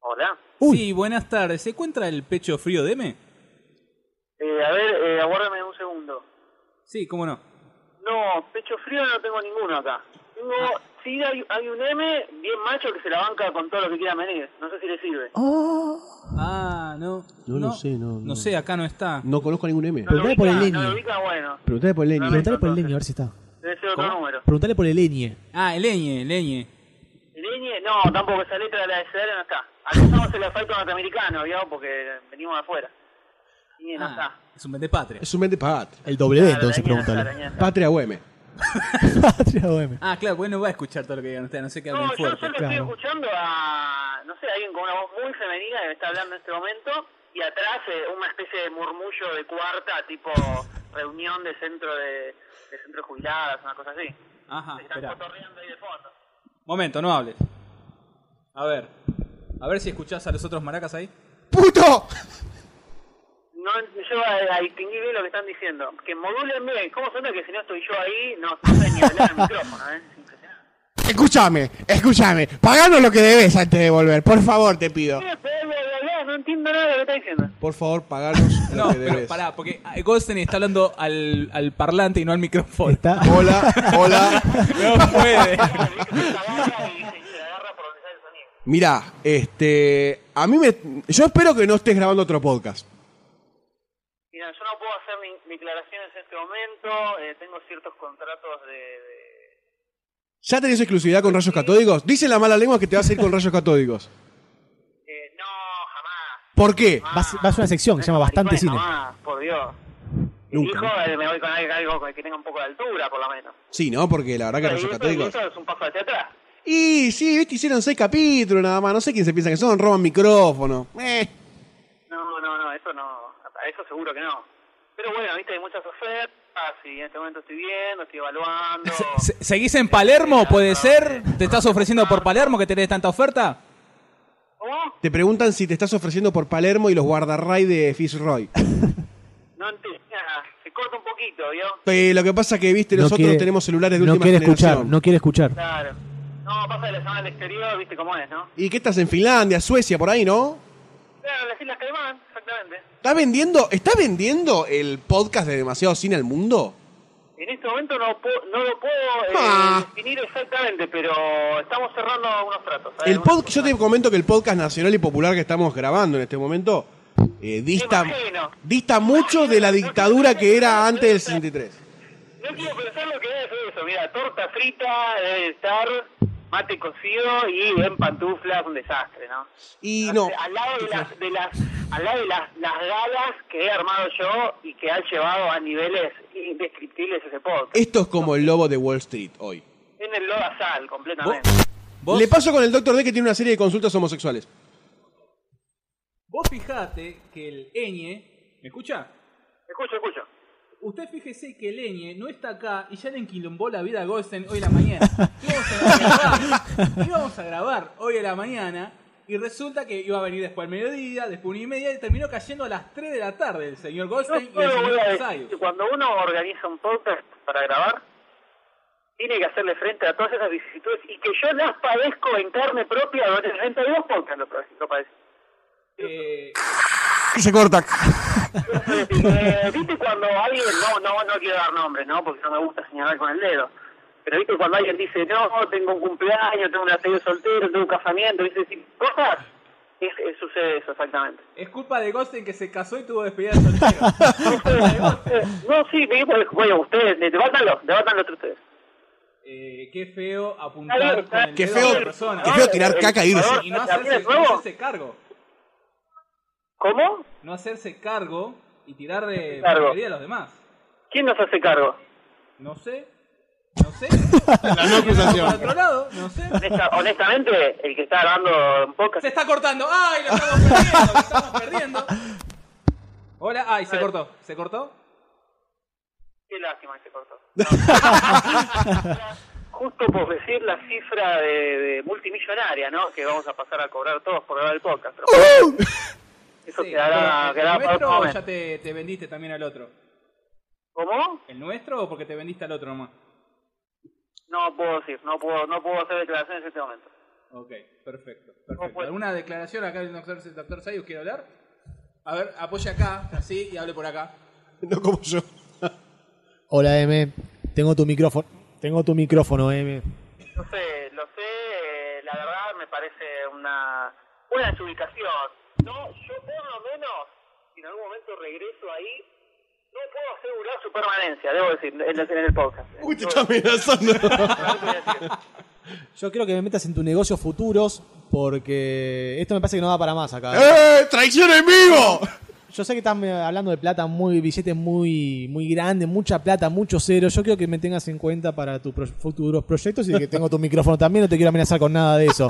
Speaker 21: Hola.
Speaker 5: Sí, buenas tardes. ¿Se encuentra el pecho frío de M?
Speaker 21: Eh, a ver, eh, aguárdame un segundo.
Speaker 5: Sí, cómo no.
Speaker 21: No, pecho frío no tengo ninguno acá. Tengo,
Speaker 5: Ah.
Speaker 21: sí hay, hay un M bien macho que se la banca con todo lo que quiera venir. No sé si le sirve.
Speaker 5: Oh. Ah, no.
Speaker 3: No lo sé, no,
Speaker 5: No,
Speaker 3: no.
Speaker 5: sé, acá no está.
Speaker 3: No conozco a ningún M.
Speaker 21: No lo
Speaker 10: Preguntale por
Speaker 21: ubica,
Speaker 10: el
Speaker 21: no lo
Speaker 10: N.
Speaker 21: ubica, bueno.
Speaker 3: Preguntale por el
Speaker 21: No,
Speaker 3: N.
Speaker 21: no.
Speaker 10: Preguntale por el leño, a ver si está.
Speaker 21: Debe ser otro número.
Speaker 10: Preguntale por el leñe.
Speaker 5: Ah, el Leñe, el Leñe.
Speaker 21: El Ñ, no, tampoco esa letra de la SL no está. Acá estamos en el asfalto norteamericano, ¿vio? Porque venimos de afuera. Ñ no está.
Speaker 5: Ah, es un vendepatria.
Speaker 3: Es un mente patria.
Speaker 10: El doble D,
Speaker 21: Claro, la
Speaker 10: entonces
Speaker 21: Ñ no está,
Speaker 10: pregúntale.
Speaker 21: la Ñ no está.
Speaker 3: Patria UM.
Speaker 10: Patria OM.
Speaker 5: Ah, claro, porque no va a escuchar todo lo que digan ustedes, no sé qué hablen
Speaker 21: No, yo
Speaker 5: fuerte.
Speaker 21: solo estoy
Speaker 10: claro.
Speaker 21: escuchando a, no sé, alguien con una voz muy femenina que está hablando en este momento y atrás eh, una especie de murmullo de cuarta, tipo reunión de centro de, de centro de jubiladas, una cosa así.
Speaker 5: Ajá,
Speaker 21: Están
Speaker 5: espera.
Speaker 21: cotorreando ahí de fondo.
Speaker 5: Momento, no hables. A ver. A ver si escuchás a los otros maracas ahí.
Speaker 3: ¡Puto!
Speaker 21: No llego a, a distinguir bien lo que están diciendo. Que modulen bien, ¿cómo suena que si no estoy yo ahí no, no sé ni hablar al micrófono? ¿eh? Es impresionante.
Speaker 18: Escúchame, escúchame. Paganos lo que debes antes de volver. Por favor, te pido.
Speaker 21: Eh, pero, eh, eh, No entiendo nada de lo que está diciendo.
Speaker 3: Por favor, paganos lo
Speaker 5: No,
Speaker 3: que
Speaker 5: pero
Speaker 3: debes.
Speaker 5: pará, porque Goldstein está hablando al, al parlante y no al micrófono.
Speaker 10: Está.
Speaker 21: Ah,
Speaker 18: Hola, hola.
Speaker 5: No puede.
Speaker 3: Mirá, este. A mí me. Yo espero que no estés grabando otro podcast.
Speaker 21: Mira, yo no puedo hacer mi, mi aclaraciones en este momento, eh, tengo ciertos contratos de... de-
Speaker 3: ¿Ya tenés exclusividad con rayos catódicos? Dice la mala lengua que te vas a ir con rayos catódicos.
Speaker 21: eh, no, jamás.
Speaker 3: ¿Por qué?
Speaker 10: Vas, vas a una sección que se llama Bastante
Speaker 21: Maricón,
Speaker 10: Cine.
Speaker 21: Jamás, por Dios.
Speaker 3: Nunca.
Speaker 21: Dijo, eh, me voy con algo- algo que tenga un poco de altura, por lo menos.
Speaker 3: Sí, ¿no? Porque la verdad que
Speaker 21: Y
Speaker 3: rayos
Speaker 21: eso, y
Speaker 3: catódicos.
Speaker 21: eso es un paso hacia atrás.
Speaker 3: Y sí, viste, hicieron seis capítulos nada más. No sé quién se piensa que son, roban micrófono. Eh.
Speaker 21: No, no, no, eso no, a eso seguro que no. Pero bueno, viste, hay muchas ofertas y en este momento estoy viendo, estoy evaluando.
Speaker 5: Se- se- ¿Seguís en Palermo?
Speaker 22: Ah,
Speaker 5: ¿Puede ser? ¿Te estás ofreciendo por Palermo que tenés tanta oferta?
Speaker 21: ¿Cómo?
Speaker 3: Te preguntan si te estás ofreciendo por Palermo y los guardarray de Fitzroy.
Speaker 21: No entiendo nada, se corta un poquito, ¿vio?
Speaker 3: Eh, lo que pasa que, viste,
Speaker 10: No
Speaker 3: nosotros
Speaker 10: quiere-
Speaker 3: tenemos celulares de
Speaker 10: No
Speaker 3: última
Speaker 10: quiere
Speaker 3: generación.
Speaker 10: escuchar, no quiere escuchar.
Speaker 21: Claro. No, pasa de la zona al exterior, viste cómo es, ¿no?
Speaker 3: ¿Y qué estás en Finlandia, Suecia, por ahí, no?
Speaker 21: Claro, las Islas Caimán, exactamente.
Speaker 3: ¿Está vendiendo, ¿Está vendiendo el podcast de Demasiado Cine al mundo?
Speaker 21: En este momento no, po- no lo puedo eh,
Speaker 3: Ah.
Speaker 21: definir exactamente, pero estamos cerrando algunos tratos. ¿sabes?
Speaker 3: El pod,
Speaker 21: Algunos-
Speaker 3: yo te comento que el podcast nacional y popular que estamos grabando en este momento eh, dista,
Speaker 21: Me imagino.
Speaker 3: dista mucho de la dictadura que era antes del 63.
Speaker 21: No quiero pensar lo que es eso. Mira, torta frita debe estar, mate cocido y en pantuflas, un desastre, ¿no?
Speaker 3: Y no,
Speaker 21: Al lado de las, de las, al lado de las, las galas que he armado yo y que han llevado a niveles indescriptibles ese podcast.
Speaker 3: esto es como el lobo de Wall Street hoy.
Speaker 21: En el lodazal, completamente.
Speaker 5: ¿Vos?
Speaker 3: Le paso con el doctor D que tiene una serie de consultas homosexuales.
Speaker 5: Vos fijate que el Eñe. ¿Me escucha?
Speaker 21: Escucho, escucho.
Speaker 5: Usted fíjese que el Eñe no está acá y ya le enquilombó la vida a Goldstein hoy en la mañana. Íbamos a grabar, íbamos a grabar hoy en la mañana y resulta que iba a venir después al mediodía, después una y media y terminó cayendo a las 3 de la tarde el señor
Speaker 21: Yo
Speaker 5: Goldstein y el
Speaker 21: solo voy
Speaker 5: señor
Speaker 21: a decir que
Speaker 5: Casayos.
Speaker 21: cuando uno organiza un podcast para grabar, tiene que hacerle frente a todas esas vicisitudes y que yo las padezco en carne propia durante 32 podcasts, lo, pade- lo padezco.
Speaker 5: Eh,
Speaker 18: Se corta.
Speaker 21: Eh, ¿Viste cuando alguien, no, no, no quiero dar nombres, ¿no? Porque no me gusta señalar con el dedo. Pero viste, cuando alguien dice, no, tengo un cumpleaños, tengo un ateo soltero, tengo un casamiento, viste, decir cosas, es, es- sucede eso exactamente.
Speaker 5: Es culpa de Gosten que se casó y tuvo despedida de soltero.
Speaker 21: No, sí, me dijo, bueno, ustedes, debátanlo, debátanlo entre ustedes.
Speaker 5: Eh, qué feo apuntar con el
Speaker 3: Qué
Speaker 5: dedo
Speaker 3: feo-
Speaker 5: a la persona.
Speaker 3: qué feo tirar caca e irse.
Speaker 5: Y no
Speaker 21: ¿También
Speaker 5: hacerse,
Speaker 21: es nuevo?
Speaker 5: no hacerse cargo.
Speaker 21: ¿Cómo?
Speaker 5: No hacerse cargo y tirar de
Speaker 21: Cargo.
Speaker 5: porquería a los demás.
Speaker 21: ¿Quién nos hace cargo?
Speaker 5: No sé. No sé. La no acusación. Por otro lado, no sé.
Speaker 21: Honesta- honestamente, el que está grabando en podcast.
Speaker 5: Se está cortando. ¡Ay, lo estamos perdiendo! ¡Lo estamos perdiendo! Hola. ¡Ay, se cortó! ¿Se cortó?
Speaker 21: Qué lástima que se cortó. Justo por decir la cifra de, de multimillonaria, ¿no? Que vamos a pasar a cobrar todos por grabar el podcast. pero bueno, Eso
Speaker 5: Uh. Sí,
Speaker 21: quedará,
Speaker 5: pero
Speaker 21: quedará
Speaker 5: ¿El
Speaker 21: para otro
Speaker 5: nuestro o
Speaker 21: momento.
Speaker 5: ya te, te vendiste también al otro?
Speaker 21: ¿Cómo?
Speaker 5: ¿El nuestro o porque te vendiste al otro nomás?
Speaker 21: No puedo decir, no puedo, no puedo hacer declaraciones en este momento.
Speaker 5: Ok, perfecto. perfecto. ¿Alguna declaración acá del doctor, doctor Sayus quiere hablar? A ver, apoya acá, así, y hable por acá.
Speaker 3: No como yo.
Speaker 10: Hola, M. Tengo tu micrófono. Tengo tu micrófono, M.
Speaker 21: No sé, lo sé, eh, la verdad me parece una, una desubicación. No, yo por lo menos, si en algún momento regreso ahí, no puedo asegurar su permanencia, debo decir, en el, en el podcast.
Speaker 3: Uy, te está amenazando.
Speaker 10: Yo quiero que me metas en tus negocios futuros porque esto me parece que no va para más acá.
Speaker 3: ¡Eh! ¡Traición en vivo!
Speaker 10: Yo sé que están eh, hablando de plata muy, billetes muy, muy grande, mucha plata, mucho cero. Yo quiero que me tengas en cuenta para tus pro- futuros proyectos y que tengo tu micrófono también. No te quiero amenazar con nada de eso.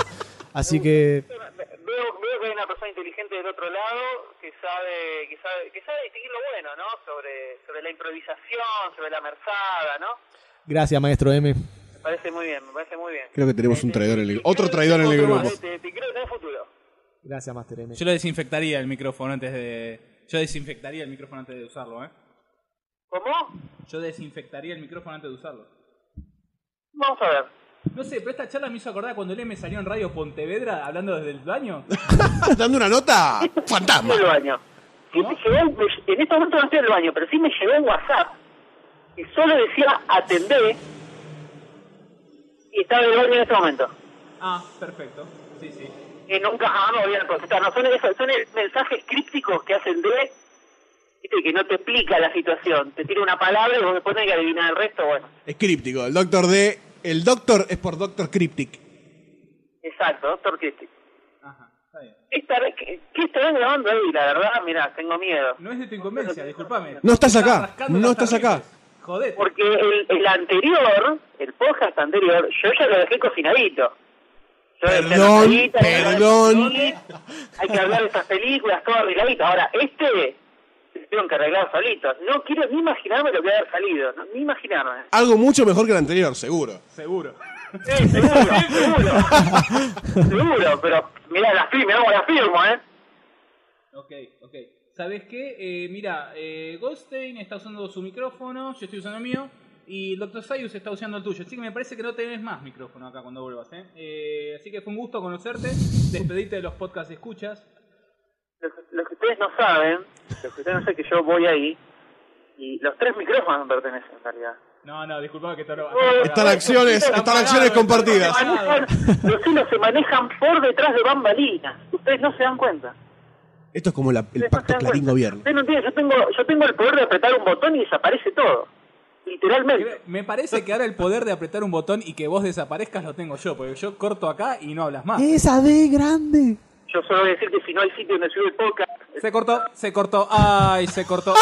Speaker 10: Así que
Speaker 21: Veo, veo que hay una persona inteligente del otro lado que sabe que sabe, que sabe distinguir lo bueno, ¿no? Sobre, sobre la improvisación, sobre la merzada, ¿no?
Speaker 10: gracias, maestro M.
Speaker 21: Me parece muy bien, me parece muy bien.
Speaker 3: Creo que tenemos un traidor en el Otro traidor en el grupo.
Speaker 21: Te, te creo que tenés futuro.
Speaker 10: Gracias, maestro M.
Speaker 5: Yo lo desinfectaría el micrófono antes de. Yo desinfectaría el micrófono antes de usarlo, ¿eh?
Speaker 21: ¿Cómo?
Speaker 5: Yo desinfectaría el micrófono antes de usarlo.
Speaker 21: Vamos a ver.
Speaker 5: No sé, pero esta charla me hizo acordar cuando el M salió en Radio Pontevedra hablando desde el baño.
Speaker 3: Dando una nota. Fantasma.
Speaker 21: Estoy en el baño. Sí me llegó un- me- en este momento no estoy en el baño, pero sí me llegó un WhatsApp y solo decía atendé y estaba en el baño en este momento.
Speaker 5: Ah, perfecto. Sí, sí.
Speaker 21: que nunca jamás voy a contestar. No, son, esos, son mensajes crípticos que hacen de viste, que no te explica la situación. Te tira una palabra y vos después tenés que adivinar el resto. Bueno,
Speaker 3: Es críptico. El doctor D. El doctor es por Doctor Cryptic.
Speaker 21: exacto, doctor Críptico.
Speaker 5: Ajá, está bien.
Speaker 21: ¿Qué estará- ¿Qué, qué estarán grabando ahí? La verdad, mirá, tengo miedo.
Speaker 5: No es de tu incumbencia, disculpame.
Speaker 3: No estás
Speaker 5: Estás
Speaker 3: acá.
Speaker 5: rascando
Speaker 3: No
Speaker 5: las
Speaker 3: estás acá.
Speaker 5: arvejas. Jodete.
Speaker 21: Porque el, el anterior, el podcast anterior, yo ya lo dejé cocinadito. Yo dejé
Speaker 3: Perdón,
Speaker 21: cocinadito, hay que hablar de
Speaker 3: perdón.
Speaker 21: cine, Hay que hablar de estas películas, todo arregladito. Ahora, este, se tuvieron que arreglar solitos. No quiero ni imaginarme lo que va a haber salido, no, ni imaginarme.
Speaker 3: Algo mucho mejor que el anterior, seguro.
Speaker 5: Seguro.
Speaker 21: Sí, Eh, seguro, seguro. seguro, pero mirá, la firmo, vamos, la firmo, ¿eh?
Speaker 5: Ok, ok. ¿Sabes qué? Eh, mira, eh, Goldstein está usando su micrófono, yo estoy usando el mío, y el Dr. Sayus está usando el tuyo. Así que me parece que no tenés más micrófono acá cuando vuelvas, ¿eh? Eh, así que fue un gusto conocerte, despedirte de los podcasts escuchas.
Speaker 21: Lo, que- lo que ustedes no saben, lo que ustedes no saben es que yo voy ahí y los tres micrófonos me pertenecen, en realidad.
Speaker 5: No, no, disculpame que te lo...
Speaker 3: Están acciones, están acciones compartidas.
Speaker 21: Se manejan- los hilos se manejan por detrás de bambalinas. Ustedes no se dan cuenta.
Speaker 3: Esto es como la- el
Speaker 21: Ustedes no se
Speaker 3: pacto
Speaker 21: dan
Speaker 3: Clarín
Speaker 21: cuenta.
Speaker 3: Gobierno.
Speaker 21: Ustedes no entienden, yo tengo, yo tengo el poder de apretar un botón y desaparece todo. Literalmente.
Speaker 5: Me parece que ahora el poder de apretar un botón y que vos desaparezcas lo tengo yo, porque yo corto acá y no hablas más.
Speaker 10: Esa D grande.
Speaker 21: Yo solo voy a decir que si no hay sitio donde sube el podcast,
Speaker 5: Se cortó, se cortó, ay, se cortó.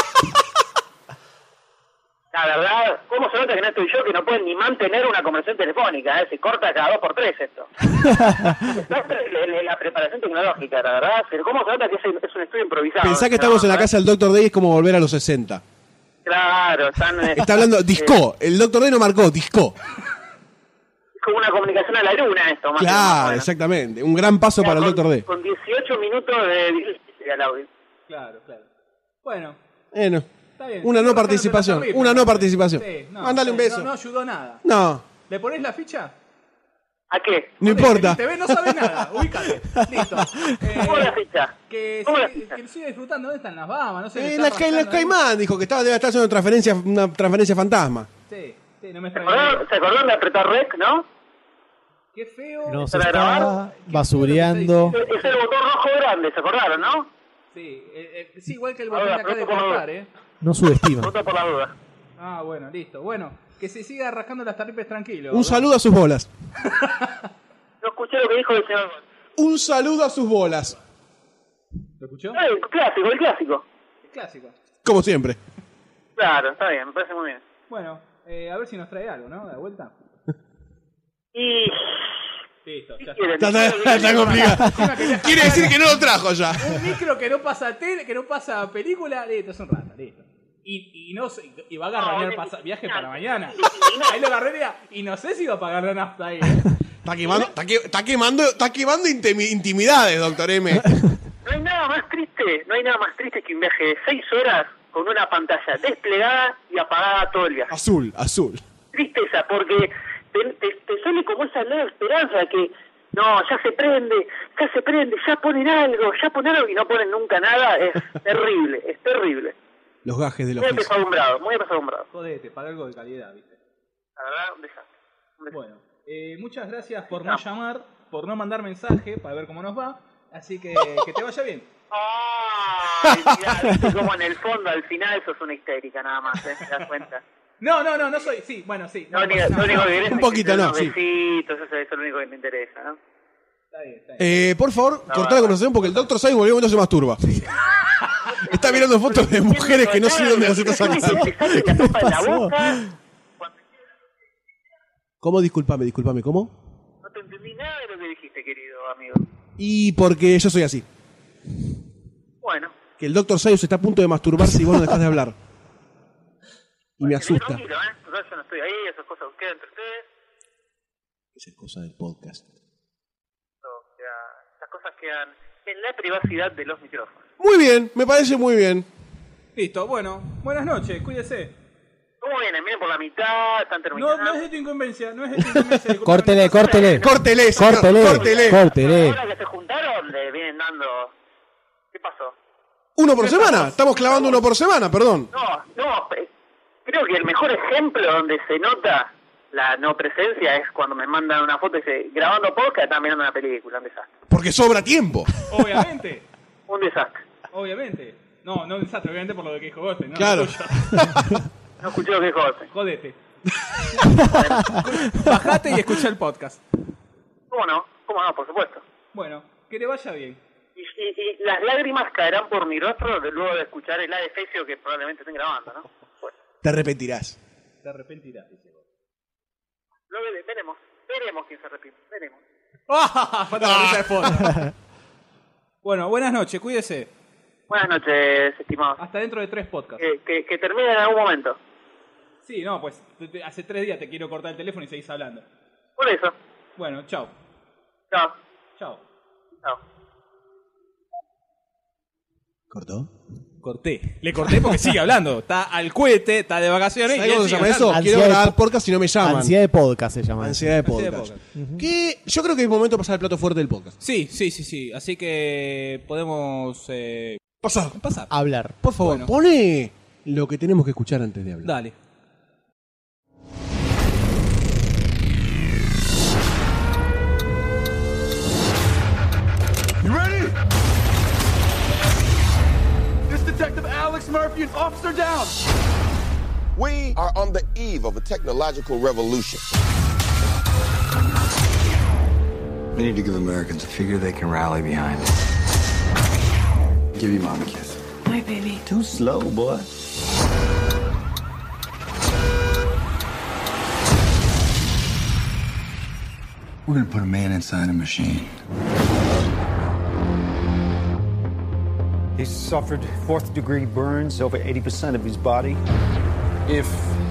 Speaker 21: La verdad, ¿cómo se nota que no estoy yo que no pueden ni mantener una conversación telefónica? eh? Se corta cada dos por tres esto. la, la- la preparación tecnológica, la verdad. pero ¿Cómo se nota que es, es un estudio improvisado?
Speaker 3: Pensá que estamos en la casa del Doctor D y es como volver a los 60.
Speaker 21: Claro, están... eh,
Speaker 3: Está hablando,
Speaker 21: eh,
Speaker 3: disco. El Doctor D no marcó, disco.
Speaker 21: Es como una comunicación a la luna esto, más o menos,
Speaker 3: Claro,
Speaker 21: bueno.
Speaker 3: exactamente. Un gran paso para el
Speaker 21: con,
Speaker 3: Doctor D.
Speaker 21: Con 18 minutos de de al audio.
Speaker 5: Claro, claro. Bueno,
Speaker 3: Eh, no.
Speaker 5: está bien.
Speaker 3: Una no
Speaker 5: Cortaron,
Speaker 3: participación,
Speaker 5: pero está bien,
Speaker 3: una
Speaker 5: me
Speaker 3: no
Speaker 5: parece.
Speaker 3: participación.
Speaker 5: Sí, no,
Speaker 3: Mándale un
Speaker 5: sí,
Speaker 3: beso.
Speaker 5: No, no ayudó nada.
Speaker 3: No,
Speaker 5: ¿Le pones la ficha?
Speaker 21: ¿A qué?
Speaker 3: no importa.
Speaker 5: Te ve, no sabe nada. Ubícate. Listo. Eh,
Speaker 21: ¿Cómo la ficha?
Speaker 5: que,
Speaker 21: ¿Cómo la
Speaker 5: sigue-
Speaker 21: ficha?
Speaker 5: que lo sigue disfrutando. ¿Dónde están las Bahamas? No sé.
Speaker 3: Eh,
Speaker 5: le
Speaker 3: la,
Speaker 5: está
Speaker 3: Ca- la
Speaker 5: rascando ahí.
Speaker 3: Caimán dijo que estaba, debe estar haciendo una transferencia, una transferencia fantasma.
Speaker 5: Sí, sí, sí, no me
Speaker 21: ¿Se acordaron, se acordaron de apretar rec, no?
Speaker 5: Qué feo.
Speaker 4: Nos
Speaker 21: ¿Para
Speaker 4: está
Speaker 21: grabar?
Speaker 4: basureando.
Speaker 21: Ese es el botón rojo grande, ¿se acordaron, no?
Speaker 5: Sí, eh, eh, sí, igual que el botón de acá de cortar, ¿eh?
Speaker 4: No subestima.
Speaker 21: Por la duda.
Speaker 5: Ah, bueno, listo. Bueno, que se siga rascando las taripes tranquilo.
Speaker 3: Un saludo a sus bolas.
Speaker 21: No escuché lo que dijo el señor.
Speaker 3: Un saludo a sus bolas.
Speaker 5: ¿Lo escuchó?
Speaker 21: Eh, el clásico, el clásico.
Speaker 5: Es clásico.
Speaker 3: Como siempre.
Speaker 21: Claro, está bien, me parece muy bien.
Speaker 5: Bueno, eh, a ver si nos trae algo, ¿no? De la vuelta.
Speaker 21: Y.
Speaker 5: Listo, ya está.
Speaker 21: ¿Quieren?
Speaker 3: Está, está- está complicado. Quiere decir que no lo trajo ya.
Speaker 5: Un micro que no pasa tele, que no pasa película, listo, es un rata, listo. Y, y no sé, y va a agarrar viaje para mañana. Ahí lo agarré mira, y no sé si va a pagar la nafta ahí. ¿eh?
Speaker 3: Está quemando, está que- está quemando, está quemando intimi- intimidades, doctor M.
Speaker 21: No hay nada más triste, no hay nada más triste que un viaje de 6 horas con una pantalla desplegada y apagada todo el viaje.
Speaker 3: Azul, azul.
Speaker 21: Tristeza, porque te, te, te sale como esa nueva esperanza que no, ya se prende, ya se prende, ya ponen algo, ya ponen algo y no ponen nunca nada. Es terrible, es terrible.
Speaker 3: Los gajes del
Speaker 21: Muy
Speaker 3: oficio.
Speaker 21: apesadumbrado, muy apesadumbrado.
Speaker 5: Jodete, para algo de calidad, viste.
Speaker 21: La verdad, un desastre. Un desastre.
Speaker 5: Bueno, eh, muchas gracias por no
Speaker 21: Estamos.
Speaker 5: llamar, por no mandar mensaje, para ver cómo nos va. Así que que te vaya bien.
Speaker 21: Ay, mirá, viste como en el fondo, al final sos una histérica nada más, ¿eh? ¿Te das cuenta?
Speaker 5: No, no, no, no soy. Sí, bueno, sí.
Speaker 21: Lo
Speaker 5: no,
Speaker 21: único,
Speaker 5: pasa
Speaker 21: lo
Speaker 5: nada.
Speaker 21: único que querés
Speaker 3: Un poquito,
Speaker 21: es que te den
Speaker 3: no,
Speaker 21: unos
Speaker 3: sí.
Speaker 21: besitos, eso es lo único que te interesa, ¿no?
Speaker 5: Está bien, está bien.
Speaker 3: Eh, por favor, cortá la conversación porque el doctor Sai volvió cuando se masturba. Está mirando fotos de mujeres que no sé dónde las está sacando.
Speaker 21: Te saques la sopa de la boca,
Speaker 3: ¿Cómo? Disculpame, disculpame, ¿cómo?
Speaker 21: no te entendí nada de lo que dijiste, querido amigo.
Speaker 3: Y porque yo soy así.
Speaker 21: Bueno,
Speaker 3: Que el doctor Sayus está a punto de masturbarse y vos no dejás de hablar. Y me asusta.
Speaker 21: tranquilo, ¿eh? Total, Yo no estoy ahí, esas cosas quedan entre ustedes.
Speaker 3: Esa es cosa del podcast.
Speaker 21: O sea, esas cosas quedan en la privacidad de los micrófonos.
Speaker 3: Muy bien, me parece muy bien.
Speaker 5: Listo, bueno. Buenas noches, cuídese.
Speaker 21: ¿Cómo vienen? Vienen por la mitad, están
Speaker 5: No,
Speaker 21: terminando.
Speaker 5: no es de tu incumbencia, no es de tu incumbencia. discúlpame.
Speaker 10: Córtele, córtele.
Speaker 3: Córtele, señor,
Speaker 10: Córtele.
Speaker 3: córtele.
Speaker 10: Córtele.
Speaker 21: Ahora que se juntaron, le vienen dando... ¿Qué pasó?
Speaker 3: Uno por semana. Estamos clavando uno por semana, perdón.
Speaker 21: No, no, eh, creo que el mejor ejemplo donde se nota la no presencia es cuando me mandan una foto y dice, grabando podcast, están mirando una película, un desastre.
Speaker 3: Porque sobra tiempo.
Speaker 5: Obviamente,
Speaker 21: Un desastre.
Speaker 5: obviamente. No, no un desastre, obviamente por lo que dijo Goste, ¿no?
Speaker 3: Claro.
Speaker 5: Tuyo.
Speaker 21: No escuché lo que dijo Orfe.
Speaker 5: Jodete. Bajate y escucha el podcast.
Speaker 21: ¿Cómo no? ¿Cómo no? Por supuesto.
Speaker 5: Bueno, que le vaya bien.
Speaker 21: Y, y- y las lágrimas caerán por mi rostro de- luego de escuchar el adefesio que probablemente estén grabando, ¿no? Bueno,
Speaker 3: Te arrepentirás.
Speaker 5: Te arrepentirás, dice Goste.
Speaker 21: lo vere- veremos. Veremos quién se repite. Veremos.
Speaker 5: Falta la risa de fondo. Bueno, buenas noches, cuídese.
Speaker 21: Buenas noches, estimados.
Speaker 5: Hasta dentro de tres podcasts.
Speaker 21: Que, que, que termine en algún momento.
Speaker 5: Sí, no, pues te- te- hace tres días te quiero cortar el teléfono y seguís hablando.
Speaker 21: Por eso.
Speaker 5: Bueno, chao.
Speaker 21: Chao.
Speaker 5: Chao.
Speaker 21: Chao.
Speaker 3: ¿Cortó?
Speaker 5: Corté. Le corté porque sigue hablando. Está al cohete, está de vacaciones.
Speaker 3: ¿Sabes
Speaker 5: y él
Speaker 3: cómo se
Speaker 5: sigue
Speaker 3: llama
Speaker 5: hablando.
Speaker 3: eso? Quiero
Speaker 10: Ansiedad de
Speaker 3: grabar
Speaker 10: po-
Speaker 3: podcast si no me llaman.
Speaker 10: Ansiedad de podcast se llama. eso.
Speaker 3: Ansiedad de
Speaker 5: Así de
Speaker 3: podcast.
Speaker 5: poca.
Speaker 3: Que yo creo que es momento de pasar el plato fuerte del podcast.
Speaker 5: Sí, sí, sí, sí. Así que podemos eh,
Speaker 3: Pasar.
Speaker 5: pasar.
Speaker 10: Hablar.
Speaker 3: Por favor,
Speaker 5: Bueno.
Speaker 3: pone lo que tenemos que escuchar antes de hablar.
Speaker 5: Dale.
Speaker 18: You ready? This Detective Alex Murphy and officer down.
Speaker 23: We are on the eve of a technological revolution.
Speaker 24: We need to give Americans a figure they can rally behind. Give your mom a kiss.
Speaker 25: My baby.
Speaker 24: Too slow, boy. We're gonna put a man inside a machine.
Speaker 25: He suffered fourth degree burns over 80% of his body. If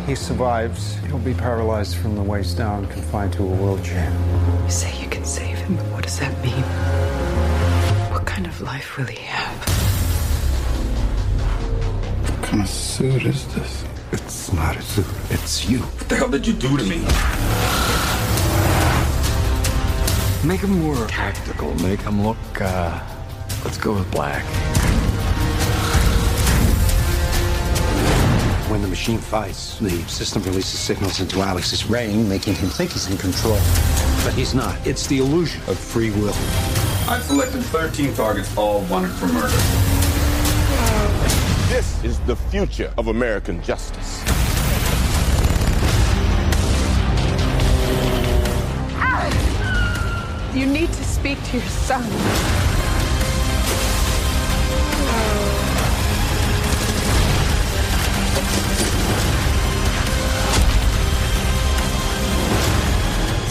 Speaker 25: he survives, he'll be paralyzed from the waist down, confined to a wheelchair.
Speaker 24: You say you can save him, but what does that mean? What kind of life will he have? What kind of suit is this? It's not a suit, it's you. What the hell did you do to me? Make him more tactical, make him look, uh, let's go with black.
Speaker 25: When the machine fights, the system releases signals into Alex's brain, making him think he's in control. But he's not. It's the illusion of free will.
Speaker 26: I've selected 13 targets, all wanted for murder.
Speaker 23: This is the future of American justice.
Speaker 24: You need to speak to your son.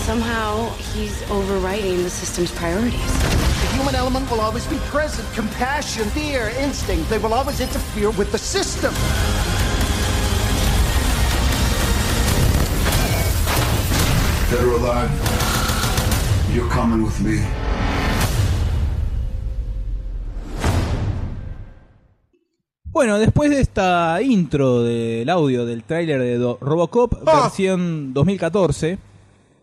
Speaker 1: Somehow, he's overriding the system's priorities.
Speaker 22: The human element will always be present. Compassion, fear, instinct. They will always interfere with the system.
Speaker 27: Dead or alive, you're coming with me.
Speaker 9: Bueno, después de esta intro del audio del tráiler de Do- Robocop
Speaker 23: Oh,
Speaker 3: Ah.
Speaker 9: versión 2014,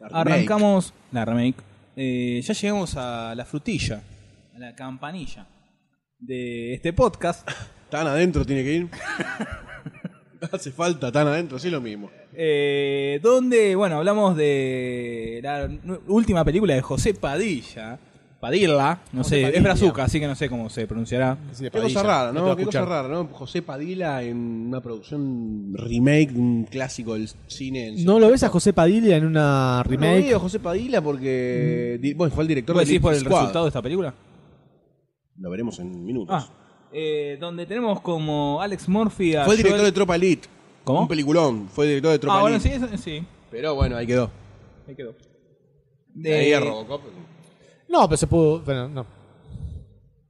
Speaker 5: remake.
Speaker 9: arrancamos la remake. Eh, ya llegamos a la frutilla, a la campanilla de este podcast.
Speaker 3: Tan adentro tiene que ir. Hace falta tan adentro, sí lo mismo.
Speaker 9: Eh, donde, bueno, hablamos de la nu- última película de José Padilla. Padilla, no
Speaker 3: José
Speaker 9: sé,
Speaker 3: Padilla.
Speaker 9: es Brazuca, así que no sé cómo se pronunciará.
Speaker 3: Qué cosa rara, ¿no? Qué cosa rara, ¿no? José Padilla en una producción remake de un clásico del cine. en-
Speaker 10: ¿No lo ves a José Padilla en una
Speaker 3: No
Speaker 10: remake?
Speaker 3: veo a José Padilla porque di- bueno, fue el director
Speaker 9: Mm. ¿Vos
Speaker 3: de
Speaker 9: decís por el
Speaker 3: Elite Squad.
Speaker 9: resultado de esta película?
Speaker 3: Lo veremos en minutos.
Speaker 9: Eh, donde tenemos como Alex Murphy a
Speaker 3: fue el director
Speaker 9: Joel-
Speaker 3: de Tropa Elite.
Speaker 9: ¿Cómo?
Speaker 3: Un peliculón. Fue el director de Tropa
Speaker 9: Ah, bueno,
Speaker 3: Elite.
Speaker 9: sí, eso- sí. Eh,
Speaker 3: Pero bueno, ahí quedó.
Speaker 9: Ahí quedó.
Speaker 3: De... Ahí a Robocop.
Speaker 10: No, pero se pudo. Bueno, no.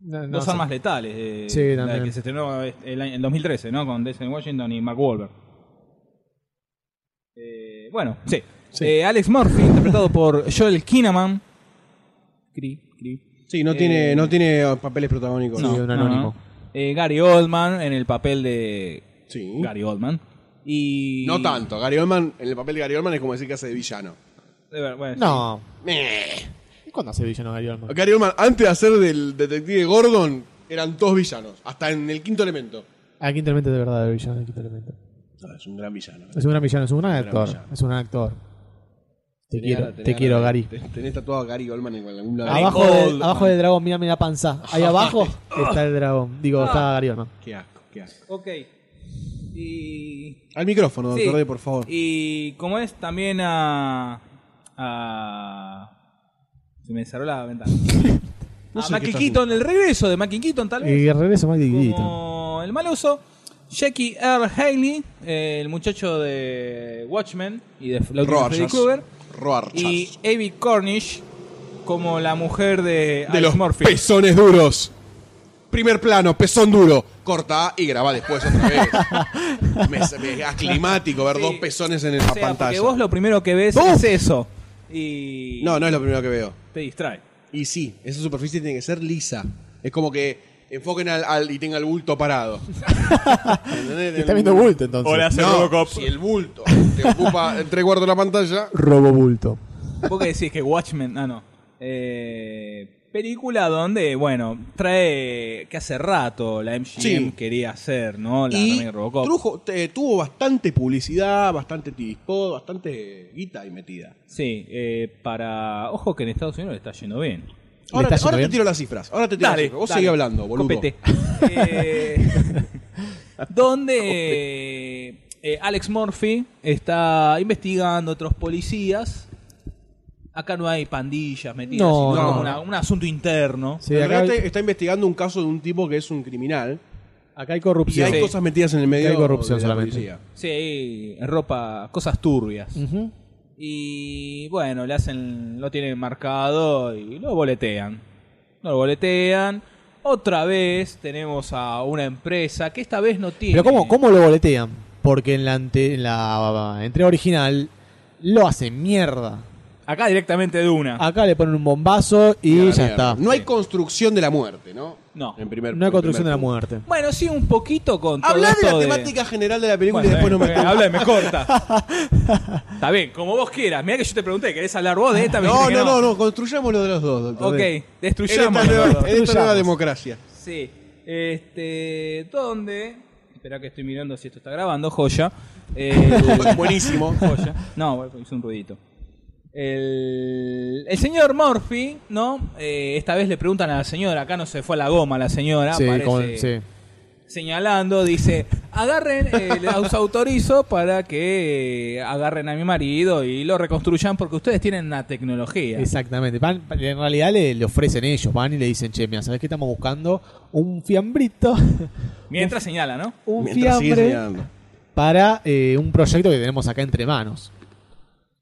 Speaker 10: No, no,
Speaker 9: Dos
Speaker 10: sí.
Speaker 9: armas letales. eh,
Speaker 10: Sí,
Speaker 9: la
Speaker 10: también.
Speaker 9: que se estrenó este, el año- en 2013, ¿no? Con Denzel Washington y Mark Wahlberg. Eh, bueno, sí. Eh, Alex Murphy, interpretado por Joel Kinnaman. Cri, cri.
Speaker 3: Sí, no,
Speaker 9: Eh,
Speaker 3: tiene, no tiene papeles protagónicos.
Speaker 9: no, no,
Speaker 10: Oh.
Speaker 9: no. Eh, Gary Oldman en el papel de Gary Oldman. Y...
Speaker 3: Uh. No tanto. Gary Oldman, en el papel de Gary Oldman es como decir que hace de villano.
Speaker 10: No.
Speaker 9: Eh.
Speaker 3: Meh.
Speaker 10: ¿Cuándo hace villano Gary Oldman?
Speaker 3: Gary Oldman, antes de hacer del detective Gordon, eran todos villanos. Hasta en el quinto elemento.
Speaker 10: Aquí intermente de verdad el villano, el quinto elemento.
Speaker 3: No, es un gran villano. eh.
Speaker 10: Es un gran villano, es un gran
Speaker 3: Es un gran
Speaker 10: actor.
Speaker 3: villano.
Speaker 10: Es un gran actor. Te
Speaker 3: Tenía-
Speaker 10: quiero, te
Speaker 3: tenía-
Speaker 10: quiero, Gary.
Speaker 3: Tenés tenés tatuado a Gary Oldman en algún lado.
Speaker 10: Abajo, del, abajo del dragón, mírame la panza. Ahí abajo
Speaker 3: Ay.
Speaker 10: está el dragón.
Speaker 3: Ah.
Speaker 10: Digo, está Gary Oldman.
Speaker 3: Qué asco, qué asco.
Speaker 9: Ok. Y...
Speaker 3: Al micrófono,
Speaker 9: Sí.
Speaker 3: doctor D, por favor.
Speaker 9: Y como es también a. a- se me cerró la ventana.
Speaker 10: No
Speaker 9: a
Speaker 10: sé qué Eh,
Speaker 9: Mackie
Speaker 10: está
Speaker 9: Keaton, el regreso de Mackie Keaton, tal vez.
Speaker 10: Y regreso más dividito.
Speaker 9: Como el mal uso. Jackie R. Haley, eh, el muchacho de Watchmen y de la última
Speaker 3: Roarchas.
Speaker 9: Freddy Krueger.
Speaker 3: Roarchas.
Speaker 9: Y Abby Cornish como la mujer de,
Speaker 3: de
Speaker 9: Alex
Speaker 3: los
Speaker 9: Murphy.
Speaker 3: pezones duros. Primer plano, pezón duro. Corta y graba después otra vez. me, me- es aclimático ver dos pezones en la
Speaker 9: O sea, porque
Speaker 3: pantalla.
Speaker 9: vos lo primero que ves es eso. Y
Speaker 3: No, no es lo primero que veo.
Speaker 9: te distrae.
Speaker 3: Y sí, esa superficie tiene que ser lisa. Es como que enfoquen al, al- y tenga el bulto parado. ¿Entendés?
Speaker 10: Está viendo bulto, entonces.
Speaker 3: O le hace
Speaker 10: No,
Speaker 3: Robocop. Si el bulto te ocupa el tres cuartos de la pantalla,
Speaker 10: Robobulto.
Speaker 9: Vos que decís que Watchmen, ah, no. Eh, película donde, bueno, trae que hace rato la MGM
Speaker 3: Sí.
Speaker 9: quería hacer, ¿no? La
Speaker 3: y
Speaker 9: remake de Robocop.
Speaker 3: trujo- te- tuvo bastante publicidad, bastante tirispod, bastante guita ahí metida.
Speaker 9: Sí, eh, para. Ojo que en Estados Unidos le está yendo bien.
Speaker 3: Ahora, te- ahora te tiro las cifras. Ahora te tiro
Speaker 9: Dale,
Speaker 3: las cifras. Vos
Speaker 9: dale.
Speaker 3: sigue hablando, boludo.
Speaker 9: Copete. Eh, donde eh, Alex Murphy está investigando otros policías. Acá no hay pandillas metidas,
Speaker 3: No,
Speaker 9: sino
Speaker 3: no.
Speaker 9: una- un asunto interno.
Speaker 3: En realidad está, está investigando un caso de un tipo que es un criminal.
Speaker 10: Acá hay
Speaker 3: Y hay
Speaker 9: Sí.
Speaker 3: cosas metidas en el medio.
Speaker 10: Acá hay corrupción
Speaker 3: de la
Speaker 10: solamente.
Speaker 3: policía.
Speaker 9: Sí, ropa, cosas turbias.
Speaker 10: Ujú.
Speaker 9: Y bueno, le hacen, lo tienen marcado y lo boletean. Lo boletean. Otra vez tenemos a una empresa que esta vez no tiene.
Speaker 10: Pero ¿cómo, ¿cómo lo boletean? Porque en la, ante- en la entrega original lo hacen mierda.
Speaker 9: Acá directamente de una.
Speaker 3: Ah,
Speaker 10: Acá le ponen un bombazo y ya está.
Speaker 3: No hay construcción de la muerte, ¿no?
Speaker 9: No.
Speaker 3: En primer,
Speaker 10: No hay
Speaker 3: en
Speaker 10: construcción de
Speaker 3: primer
Speaker 10: la
Speaker 3: punto.
Speaker 10: muerte.
Speaker 9: Bueno, sí, un poquito con todo
Speaker 3: Habla de la
Speaker 9: esto
Speaker 3: temática general de la película y
Speaker 9: Bueno,
Speaker 3: después no me.
Speaker 9: eh, habla y me corta. Está bien, como vos quieras. Mira que yo te pregunté, ¿querés hablar vos de esta? Me
Speaker 3: No,
Speaker 9: dijiste que
Speaker 3: no, no, no, construyamos lo de los dos, doctor.
Speaker 9: Ok,
Speaker 3: D.
Speaker 9: destruyamos
Speaker 3: En esta nueva,
Speaker 9: los dos.
Speaker 3: en esta nueva
Speaker 9: Destruyamos.
Speaker 3: democracia.
Speaker 9: Sí. Este, donde
Speaker 5: Espera que estoy mirando si esto está grabando, joya.
Speaker 3: Buenísimo.
Speaker 5: Joya. No, bueno, hice un ruidito. El, el señor Murphy, ¿no? Eh, esta vez le preguntan a la señora, acá no se fue a la goma la señora,
Speaker 10: Sí,
Speaker 5: Ah, parece,
Speaker 10: con- sí.
Speaker 5: señalando, dice, agarren, eh, los autorizo para que eh, agarren a mi marido y lo reconstruyan porque ustedes tienen una tecnología.
Speaker 10: Exactamente. Van- en realidad le, le ofrecen ellos, van y le dicen, che, mira, ¿sabes qué estamos buscando? Un fiambrito
Speaker 5: Mientras señala, ¿no?
Speaker 10: Un fiambre. para eh, un proyecto que tenemos acá entre manos.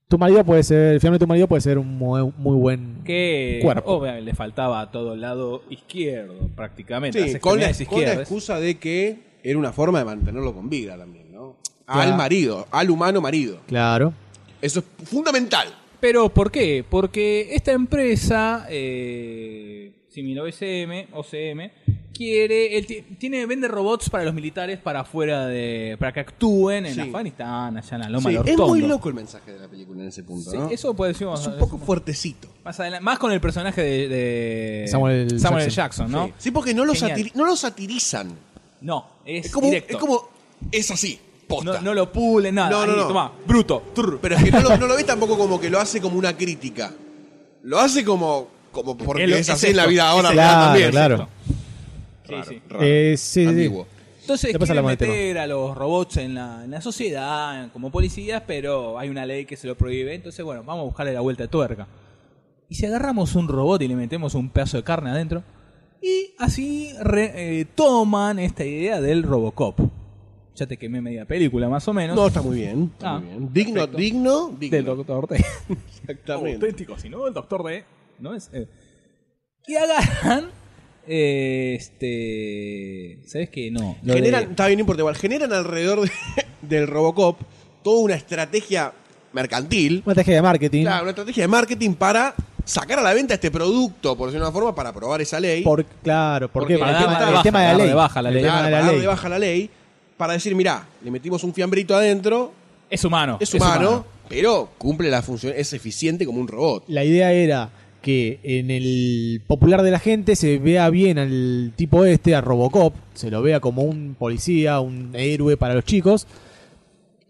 Speaker 10: Tu marido puede ser, el fiambre de tu marido puede ser un muy, muy buen
Speaker 5: Que oh.
Speaker 10: cuerpo.
Speaker 5: obviamente le faltaba a todo el lado izquierdo, prácticamente.
Speaker 3: Sí,
Speaker 5: las
Speaker 3: con la,
Speaker 5: extremidades
Speaker 3: con la
Speaker 5: izquierdas.
Speaker 3: excusa de que era una forma de mantenerlo con vida también, ¿no?
Speaker 5: Claro.
Speaker 3: Al marido, al humano marido.
Speaker 10: Claro.
Speaker 3: Eso es fundamental.
Speaker 5: Pero ¿por qué? Porque esta empresa, eh, similar OSM, OCM, quiere, él ti- tiene vende robots para los militares para afuera de, para que actúen en
Speaker 3: Sí.
Speaker 5: Afganistán, allá en la
Speaker 3: Sí,
Speaker 5: Loma de
Speaker 3: es
Speaker 5: Ortondo.
Speaker 3: muy loco el mensaje de la película en ese punto,
Speaker 5: Sí,
Speaker 3: ¿no?
Speaker 5: Eso puede decir
Speaker 3: Es un poco fuertecito.
Speaker 5: Más, adela- más con el personaje de, de-
Speaker 3: Samuel
Speaker 5: Eh, Samuel L.
Speaker 3: Jackson.
Speaker 5: Jackson, ¿no?
Speaker 3: Sí. Sí, porque no lo
Speaker 5: Genial.
Speaker 3: satiri- no lo satirizan.
Speaker 5: No, es,
Speaker 3: Es como-
Speaker 5: directo.
Speaker 3: es como- es así.
Speaker 5: No, no lo pule, nada.
Speaker 3: No, no,
Speaker 5: Ahí,
Speaker 3: no.
Speaker 5: tomá, bruto. Turr.
Speaker 3: Pero es que no lo, no lo ves tampoco como que lo hace como una crítica. Lo hace como, como porque
Speaker 5: Es
Speaker 3: es,
Speaker 5: lo- es
Speaker 3: así en la
Speaker 5: esto,
Speaker 3: vida
Speaker 5: es
Speaker 3: ahora
Speaker 5: esto.
Speaker 3: real también.
Speaker 10: claro.
Speaker 5: Sí, sí.
Speaker 10: Eh, sí, sí.
Speaker 5: Entonces
Speaker 10: Después
Speaker 5: quieren
Speaker 10: hablamos del
Speaker 5: meter a los robots en la, en la sociedad en- como policías, pero hay una ley que se lo prohíbe. Entonces, bueno, vamos a buscarle la vuelta de tuerca. Y si agarramos un robot y le metemos un pedazo de carne adentro, y así re- eh, toman esta idea del Robocop. Ya te quemé media película, más o menos.
Speaker 3: No, está muy bien. está
Speaker 5: Ah,
Speaker 3: muy bien. Digno,
Speaker 5: perfecto.
Speaker 3: digno, digno.
Speaker 5: Del Doctor D.
Speaker 9: Oh,
Speaker 5: Auténtico, si no, el Doctor D. ¿No es? Eh, Y agarran. eh, este. ¿Sabes qué? No. lo de-
Speaker 3: generan, está bien, no importa igual, generan alrededor de- del Robocop toda una estrategia mercantil,
Speaker 10: Una estrategia de marketing.
Speaker 3: claro, una estrategia de marketing para sacar a la venta este producto, por decirlo de una forma, para aprobar esa ley.
Speaker 10: Por- claro, ¿por qué? Porque
Speaker 3: la
Speaker 10: el
Speaker 3: dama
Speaker 10: tema- el
Speaker 3: baja,
Speaker 10: tema de la
Speaker 3: dama
Speaker 10: ley.
Speaker 5: baja la
Speaker 10: El
Speaker 5: ley.
Speaker 10: tema
Speaker 3: Claro,
Speaker 10: de la
Speaker 3: para dar
Speaker 10: ley.
Speaker 3: de baja la ley, para decir, mirá, le metimos un fiambrito adentro,
Speaker 5: Es humano.
Speaker 3: es humano, pero cumple la función, es eficiente como un robot.
Speaker 10: La idea era que en el popular de la gente se vea bien al tipo este, a Robocop, se lo vea como un policía, un héroe para los chicos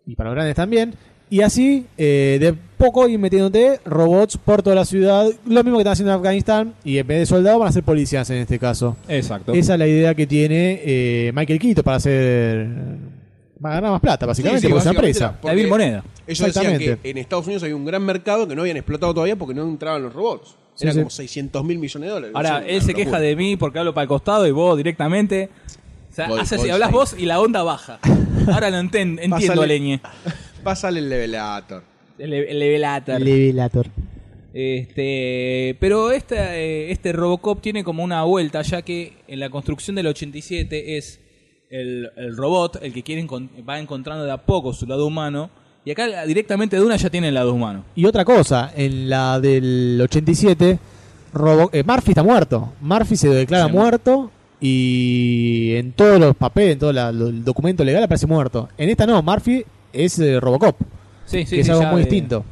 Speaker 10: y para los grandes también. Y así, eh, de poco ir metiéndote robots por toda la ciudad, lo mismo que están haciendo en Afganistán, y en vez de soldados van a ser policías en este caso.
Speaker 5: Exacto.
Speaker 10: Esa es la idea que tiene eh, Michael Quito para hacer. para ganar más plata, básicamente,
Speaker 3: Sí, sí,
Speaker 10: porque es una
Speaker 3: básicamente
Speaker 10: empresa.
Speaker 3: era porque Ellos decían que
Speaker 10: Exactamente.
Speaker 3: en Estados Unidos había un gran mercado que no habían explotado todavía porque no entraban los robots.
Speaker 10: Sí,
Speaker 3: Era
Speaker 10: sí.
Speaker 3: como 600 mil millones de dólares. Es
Speaker 5: Ahora,
Speaker 3: una
Speaker 5: él se
Speaker 3: locura.
Speaker 5: queja de mí porque hablo para el costado y vos directamente. O sea,
Speaker 3: Voy-
Speaker 5: haces
Speaker 3: voy
Speaker 5: así, hablas
Speaker 3: ahí.
Speaker 5: vos y la onda baja. Ahora lo enten- entiendo,
Speaker 3: Pásale-
Speaker 5: Leñe.
Speaker 3: Pásale el levelator.
Speaker 5: El, el levelator.
Speaker 10: Levelator.
Speaker 5: Este, pero esta, eh, este Robocop tiene como una vuelta, ya que en la construcción del 87 es el, el robot el que quiere encon- va encontrando de a poco su lado humano. Y acá directamente de una ya tiene el lado humano.
Speaker 10: Y otra cosa, en la del 87, Robo- eh, Murphy está muerto. Murphy se declara muerto y en todos los papeles, en todo la- lo- el documento legal aparece muerto. En esta no, Murphy es eh, Robocop,
Speaker 5: Sí, sí,
Speaker 10: que es
Speaker 5: sí,
Speaker 10: algo
Speaker 5: ya
Speaker 10: muy
Speaker 5: de-
Speaker 10: distinto.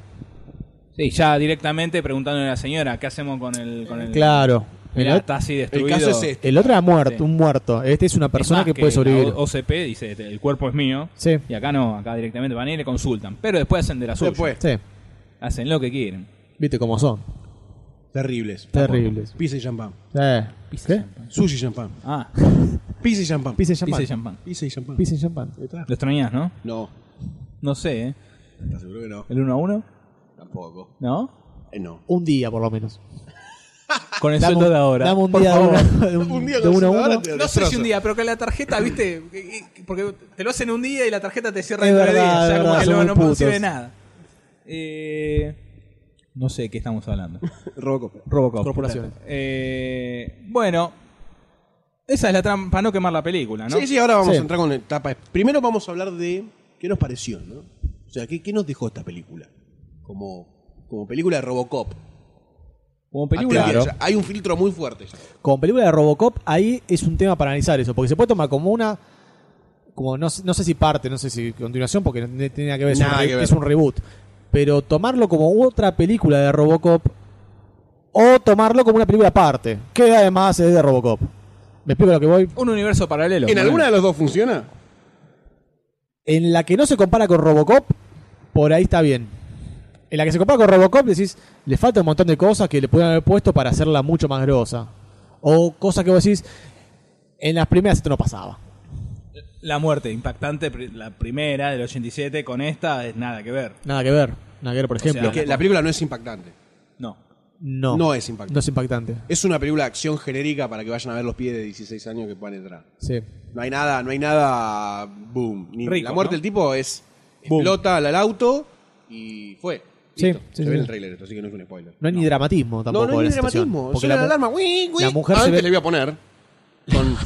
Speaker 5: Sí, ya directamente preguntándole a la señora, ¿qué hacemos con el... Con el
Speaker 10: Claro.
Speaker 5: Mirá,
Speaker 10: ot-
Speaker 5: está así destruido.
Speaker 10: El otro era muerto,
Speaker 5: Sí.
Speaker 10: un muerto. Este es una persona
Speaker 5: más
Speaker 10: que, puede
Speaker 5: la
Speaker 10: sobrevivir.
Speaker 5: O- OCP dice, "Este, el cuerpo es mío.
Speaker 10: Sí.
Speaker 5: Y acá no, acá directamente van y le consultan. Pero después hacen de la suya.
Speaker 3: Después.
Speaker 10: Sí.
Speaker 5: Hacen lo que quieren.
Speaker 10: Viste cómo son.
Speaker 3: Terribles.
Speaker 10: Terribles.
Speaker 3: Pizza y champán.
Speaker 10: Eh, ¿Qué?
Speaker 3: Sushi y champán.
Speaker 5: Ah.
Speaker 3: Pizza y champán.
Speaker 10: Pizza y champán. Pizza y
Speaker 5: champán.
Speaker 3: Pizza y champán.
Speaker 10: Pizza y champán.
Speaker 5: Lo extrañas, ¿no?
Speaker 3: No.
Speaker 5: No sé, ¿eh?
Speaker 3: ¿Estás seguro que no?
Speaker 5: ¿El 1 a 1?
Speaker 3: Tampoco.
Speaker 5: ¿No?
Speaker 3: Eh, no.
Speaker 10: Un día por lo menos.
Speaker 5: Con el
Speaker 10: Dame un-
Speaker 5: sueldo de ahora.
Speaker 10: dame un
Speaker 5: Por
Speaker 10: día de
Speaker 5: favor.
Speaker 10: una- de un- Un día de con el uno a sueldo de uno. ahora te
Speaker 5: No sé si
Speaker 10: destrozo.
Speaker 5: un día, pero con la tarjeta, viste, que- que- porque te lo hacen un día y la tarjeta te cierra
Speaker 10: Es
Speaker 5: en nueve
Speaker 10: verdad,
Speaker 5: días.
Speaker 10: es
Speaker 5: Ya como
Speaker 10: verdad,
Speaker 5: que
Speaker 10: son
Speaker 5: no,
Speaker 10: muy
Speaker 5: no sirve
Speaker 10: putos.
Speaker 5: nada. Eh, no sé de qué estamos hablando.
Speaker 3: Robocop.
Speaker 5: Robocop.
Speaker 3: Corporaciones.
Speaker 5: Eh, bueno, esa es la trampa, para no quemar la
Speaker 9: Ah,
Speaker 5: película, ¿no?
Speaker 3: Sí, sí, ahora vamos
Speaker 5: Sí.
Speaker 3: a entrar con etapa. Primero vamos a hablar de qué nos pareció, ¿no? O sea, ¿qué, qué nos dejó esta película? Como, como película de Robocop.
Speaker 5: Como
Speaker 10: película-
Speaker 3: Atención,
Speaker 10: Claro.
Speaker 3: ya, hay un filtro muy fuerte. ya.
Speaker 10: Como película de Robocop, ahí es un tema para analizar eso, porque se puede tomar como una. Como no, sé- no sé si parte, no sé si continuación, porque no tiene nada que ver, es,
Speaker 3: Nada
Speaker 10: un, re-
Speaker 3: que ver.
Speaker 10: es un reboot. Pero tomarlo como otra película de Robocop o tomarlo como una película aparte, que además es de Robocop. ¿Me explico lo que voy?
Speaker 5: Un universo paralelo.
Speaker 3: ¿En
Speaker 5: Bueno.
Speaker 3: alguna de los dos funciona?
Speaker 10: En la que no se compara con Robocop, por ahí está bien. En la que se compara con Robocop, decís, le falta un montón de cosas que le pueden haber puesto para hacerla mucho más grosa. O cosas que vos decís, en las primeras esto no pasaba.
Speaker 5: La muerte impactante, pri- la primera del 87, con esta es nada que ver.
Speaker 10: Nada que ver. Nada que ver, por
Speaker 5: O sea,
Speaker 10: ejemplo.
Speaker 5: que
Speaker 3: La película no es impactante.
Speaker 10: no,
Speaker 3: no es impactante.
Speaker 10: No es impactante.
Speaker 3: Es una película de acción genérica para que vayan a ver los pies de 16 años que puedan entrar.
Speaker 10: Sí.
Speaker 3: No hay nada, no hay nada. Boom. Ni-
Speaker 10: Rico,
Speaker 3: la muerte
Speaker 10: ¿no?
Speaker 3: del tipo es.
Speaker 10: Boom.
Speaker 3: Explota al al auto y fue.
Speaker 10: Sí,
Speaker 3: Listo.
Speaker 10: sí,
Speaker 3: Se
Speaker 10: sí,
Speaker 3: ve en
Speaker 10: sí.
Speaker 3: el trailer, esto, así que no es un spoiler.
Speaker 10: No hay ni dramatismo tampoco.
Speaker 3: no, no hay
Speaker 10: de la
Speaker 3: ni
Speaker 10: situación.
Speaker 3: dramatismo.
Speaker 10: Porque
Speaker 3: Suena
Speaker 10: la
Speaker 3: la,
Speaker 10: mu-
Speaker 3: alarma. Wii, wii.
Speaker 10: la mujer se
Speaker 3: Antes
Speaker 10: ve-
Speaker 3: le voy a poner con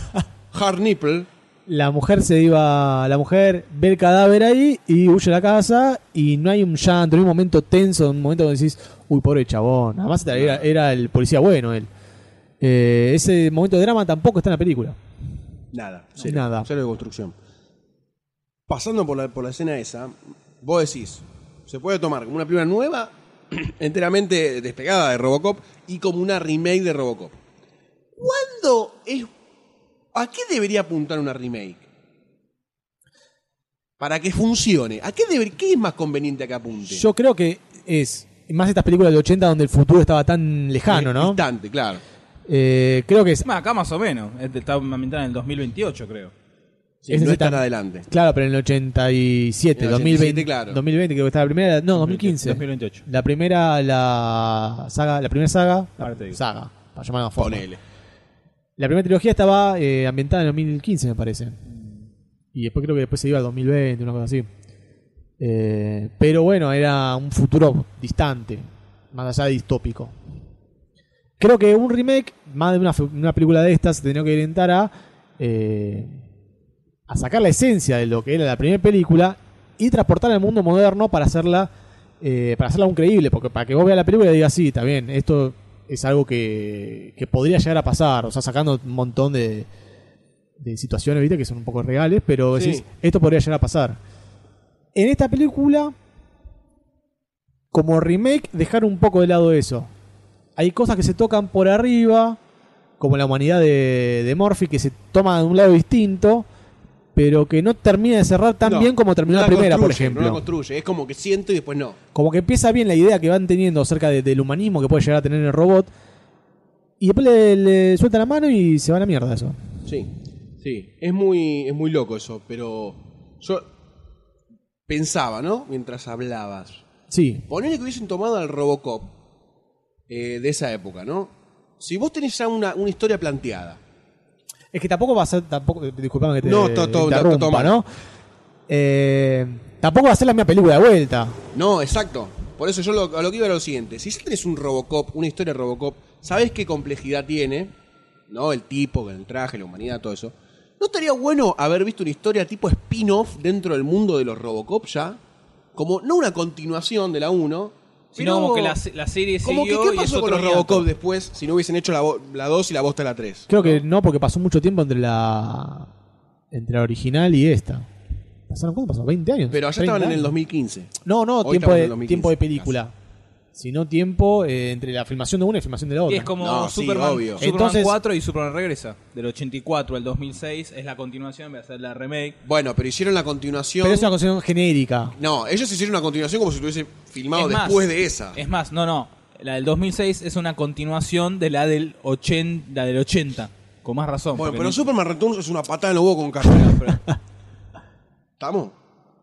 Speaker 3: hard nipple.
Speaker 10: La mujer se iba. La mujer ve el cadáver ahí y huye a la casa. Y no hay un llanto, no hay un momento tenso, un momento donde decís, uy, pobre chabón. Además, era, era el policía bueno él. Eh, ese momento de drama tampoco está en la película.
Speaker 3: Nada. Cero,
Speaker 10: Nada.
Speaker 3: Cero de construcción. Pasando por la, por la escena esa, vos decís, se puede tomar como una película nueva, enteramente despegada de Robocop, y como una remake de Robocop. ¿Cuándo es... ¿A qué debería apuntar una remake? Para que funcione. ¿A qué, deber- qué es más conveniente que apunte?
Speaker 10: Yo creo que es. Más estas películas de 80 donde el futuro estaba tan lejano, ¿no?
Speaker 3: Distante, claro.
Speaker 10: Eh, creo que es.
Speaker 5: Más acá más o menos. Este Está ambientada en el 2028, creo.
Speaker 3: Sí, no es tan adelante.
Speaker 10: Claro, pero en el 87,
Speaker 5: En el
Speaker 10: 2020,
Speaker 5: 87, claro.
Speaker 10: 2020 creo que está la primera, no, 2015.
Speaker 5: 2028.
Speaker 10: La primera la saga, la primera saga, la
Speaker 5: Ahora te digo.
Speaker 10: saga, para llamarla de forma.
Speaker 3: Ponele.
Speaker 10: La primera trilogía estaba eh, ambientada en 2015, me parece. Y después creo que después se iba al 2020, una cosa así. Eh, pero bueno, era un futuro distante, más allá de distópico. Creo que un remake, más de una, fe- una película de estas, se tenía que orientar a, eh, a sacar la esencia de lo que era la primera película y transportarla al mundo moderno para hacerla eh, para hacerla un creíble, porque para que vos veas la película y digas, sí, está bien, esto es algo que, que podría llegar a pasar, o sea, sacando un montón de, de situaciones, viste, que son un poco reales, pero
Speaker 3: Sí.
Speaker 10: decís, esto podría llegar a pasar. En esta película, como remake, dejar un poco de lado eso. Hay cosas que se tocan por arriba, como la humanidad de, de Murphy, que se toma de un lado distinto, pero que no termina de cerrar tan
Speaker 3: No,
Speaker 10: bien como terminó
Speaker 3: no
Speaker 10: la primera, por
Speaker 3: construye, No la
Speaker 10: ejemplo
Speaker 3: construye. Es como que siento y después no.
Speaker 10: como que empieza bien la idea que van teniendo acerca de- del humanismo que puede llegar a tener el robot. Y después le, le sueltan la mano y se va a la mierda eso.
Speaker 3: Sí, sí. Es muy, es muy loco eso, pero yo pensaba, ¿no? Mientras hablabas.
Speaker 10: Sí.
Speaker 3: Ponele que hubiesen tomado al Robocop eh, de esa época, ¿no? Si vos tenés ya una, una historia planteada.
Speaker 10: Es que tampoco va a ser, tampoco, disculpame que te
Speaker 3: No, to- to-
Speaker 10: interrumpa,
Speaker 3: to- to- toma.
Speaker 10: ¿no? Eh, tampoco va a ser la misma película de vuelta.
Speaker 3: No, exacto. Por eso yo lo, a lo que iba era lo siguiente. Si ya tenés un Robocop, una historia de Robocop, sabés qué complejidad tiene, ¿no? El tipo, el traje, la humanidad, todo eso. ¿No estaría bueno haber visto una historia tipo spin-off dentro del mundo de los Robocop ya? Como, no una continuación de la 1,
Speaker 5: Sino
Speaker 3: pero-
Speaker 5: como que la, la serie
Speaker 3: Como que,
Speaker 5: siguió
Speaker 3: ¿qué
Speaker 5: y es
Speaker 3: pasó con
Speaker 5: otro
Speaker 3: los
Speaker 5: hiato.
Speaker 3: Robocop después si no hubiesen hecho la, bo- la 2 y la bosta la 3?
Speaker 10: Creo que no, porque pasó mucho tiempo entre la entre la original y esta. ¿Pasaron cuánto? ¿Pasaron 20 años?
Speaker 3: Pero allá
Speaker 10: 30
Speaker 3: estaban en
Speaker 10: años.
Speaker 3: el 2015.
Speaker 10: No, no,
Speaker 3: Hoy
Speaker 10: tiempo
Speaker 3: estamos en el
Speaker 10: de,
Speaker 3: 2015,
Speaker 10: tiempo de película. Sino tiempo eh, entre la filmación de una y la filmación de la
Speaker 5: Y
Speaker 10: otra.
Speaker 5: es como
Speaker 3: No, sí,
Speaker 5: Superman,
Speaker 3: obvio.
Speaker 5: Superman
Speaker 10: Entonces-
Speaker 5: 4 y Superman regresa. Del 84 al 2006 es la continuación, voy a hacer la remake.
Speaker 3: Bueno, pero hicieron la continuación.
Speaker 10: Pero es una cuestión genérica.
Speaker 3: No, ellos hicieron una continuación como si tuviese filmado
Speaker 5: Es más,
Speaker 3: después de esa.
Speaker 5: Es más, no, no. La del 2006 es una continuación de la del 80, la del 80 con más razón.
Speaker 3: Bueno,
Speaker 5: porque
Speaker 3: pero
Speaker 5: ni-
Speaker 3: Superman Returns es una patada en el huevo con carrera. pero- ¿Estamos?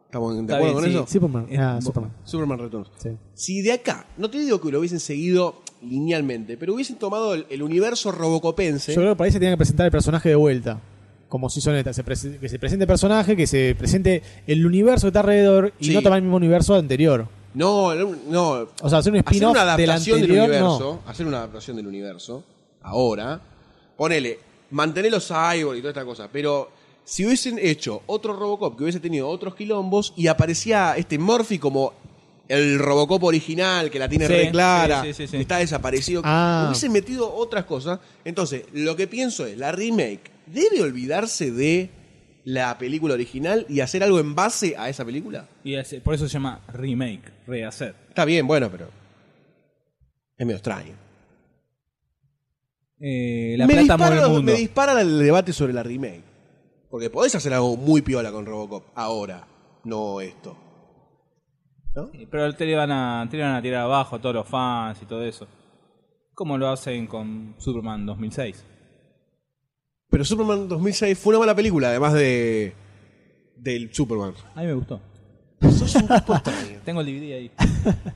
Speaker 3: ¿Estamos de
Speaker 10: Está
Speaker 3: acuerdo con
Speaker 10: bien, sí.
Speaker 3: eso?
Speaker 10: Superman. Ah,
Speaker 3: Bo-
Speaker 10: Superman.
Speaker 3: Superman Returns. Si de acá, no te digo que lo hubiesen seguido linealmente, pero hubiesen tomado el, el universo robocopense.
Speaker 10: Yo creo que para ahí se tiene que presentar el personaje de vuelta. Como si soneta, se prese- que se presente el personaje, que se presente el universo que está alrededor y
Speaker 3: Sí.
Speaker 10: no tomar el mismo universo anterior.
Speaker 3: No, no.
Speaker 10: O sea, hacer un spin-off
Speaker 3: una
Speaker 10: del
Speaker 3: adaptación del,
Speaker 10: anterior,
Speaker 3: universo. Hacer una adaptación del universo. Ahora. Ponele. Mantener los cyborg y toda esta cosa. Pero si hubiesen hecho otro Robocop que hubiese tenido otros quilombos y aparecía este Murphy como el Robocop original que la tiene
Speaker 5: Sí,
Speaker 3: re clara.
Speaker 5: sí, sí, sí, sí.
Speaker 3: que Está desaparecido.
Speaker 5: Ah.
Speaker 3: Hubiesen metido otras cosas. Entonces, lo que pienso es, la remake debe olvidarse de la película original y hacer algo en base a esa película.
Speaker 5: y es- por eso se llama remake, rehacer.
Speaker 3: Está bien, bueno, pero. Es medio extraño.
Speaker 5: Eh, la
Speaker 3: me,
Speaker 5: plata mueve
Speaker 3: dispara,
Speaker 5: el mundo.
Speaker 3: me dispara el debate sobre la remake. Porque podés hacer algo muy piola con Robocop ahora. no esto.
Speaker 5: Sí, Pero te le, van a, te le van a tirar abajo a todos los fans y todo eso. Como lo hacen con Superman 2006.
Speaker 3: Pero Superman 2006 fue una mala película, además de. del Superman.
Speaker 5: A mí me gustó. Tengo el DVD ahí.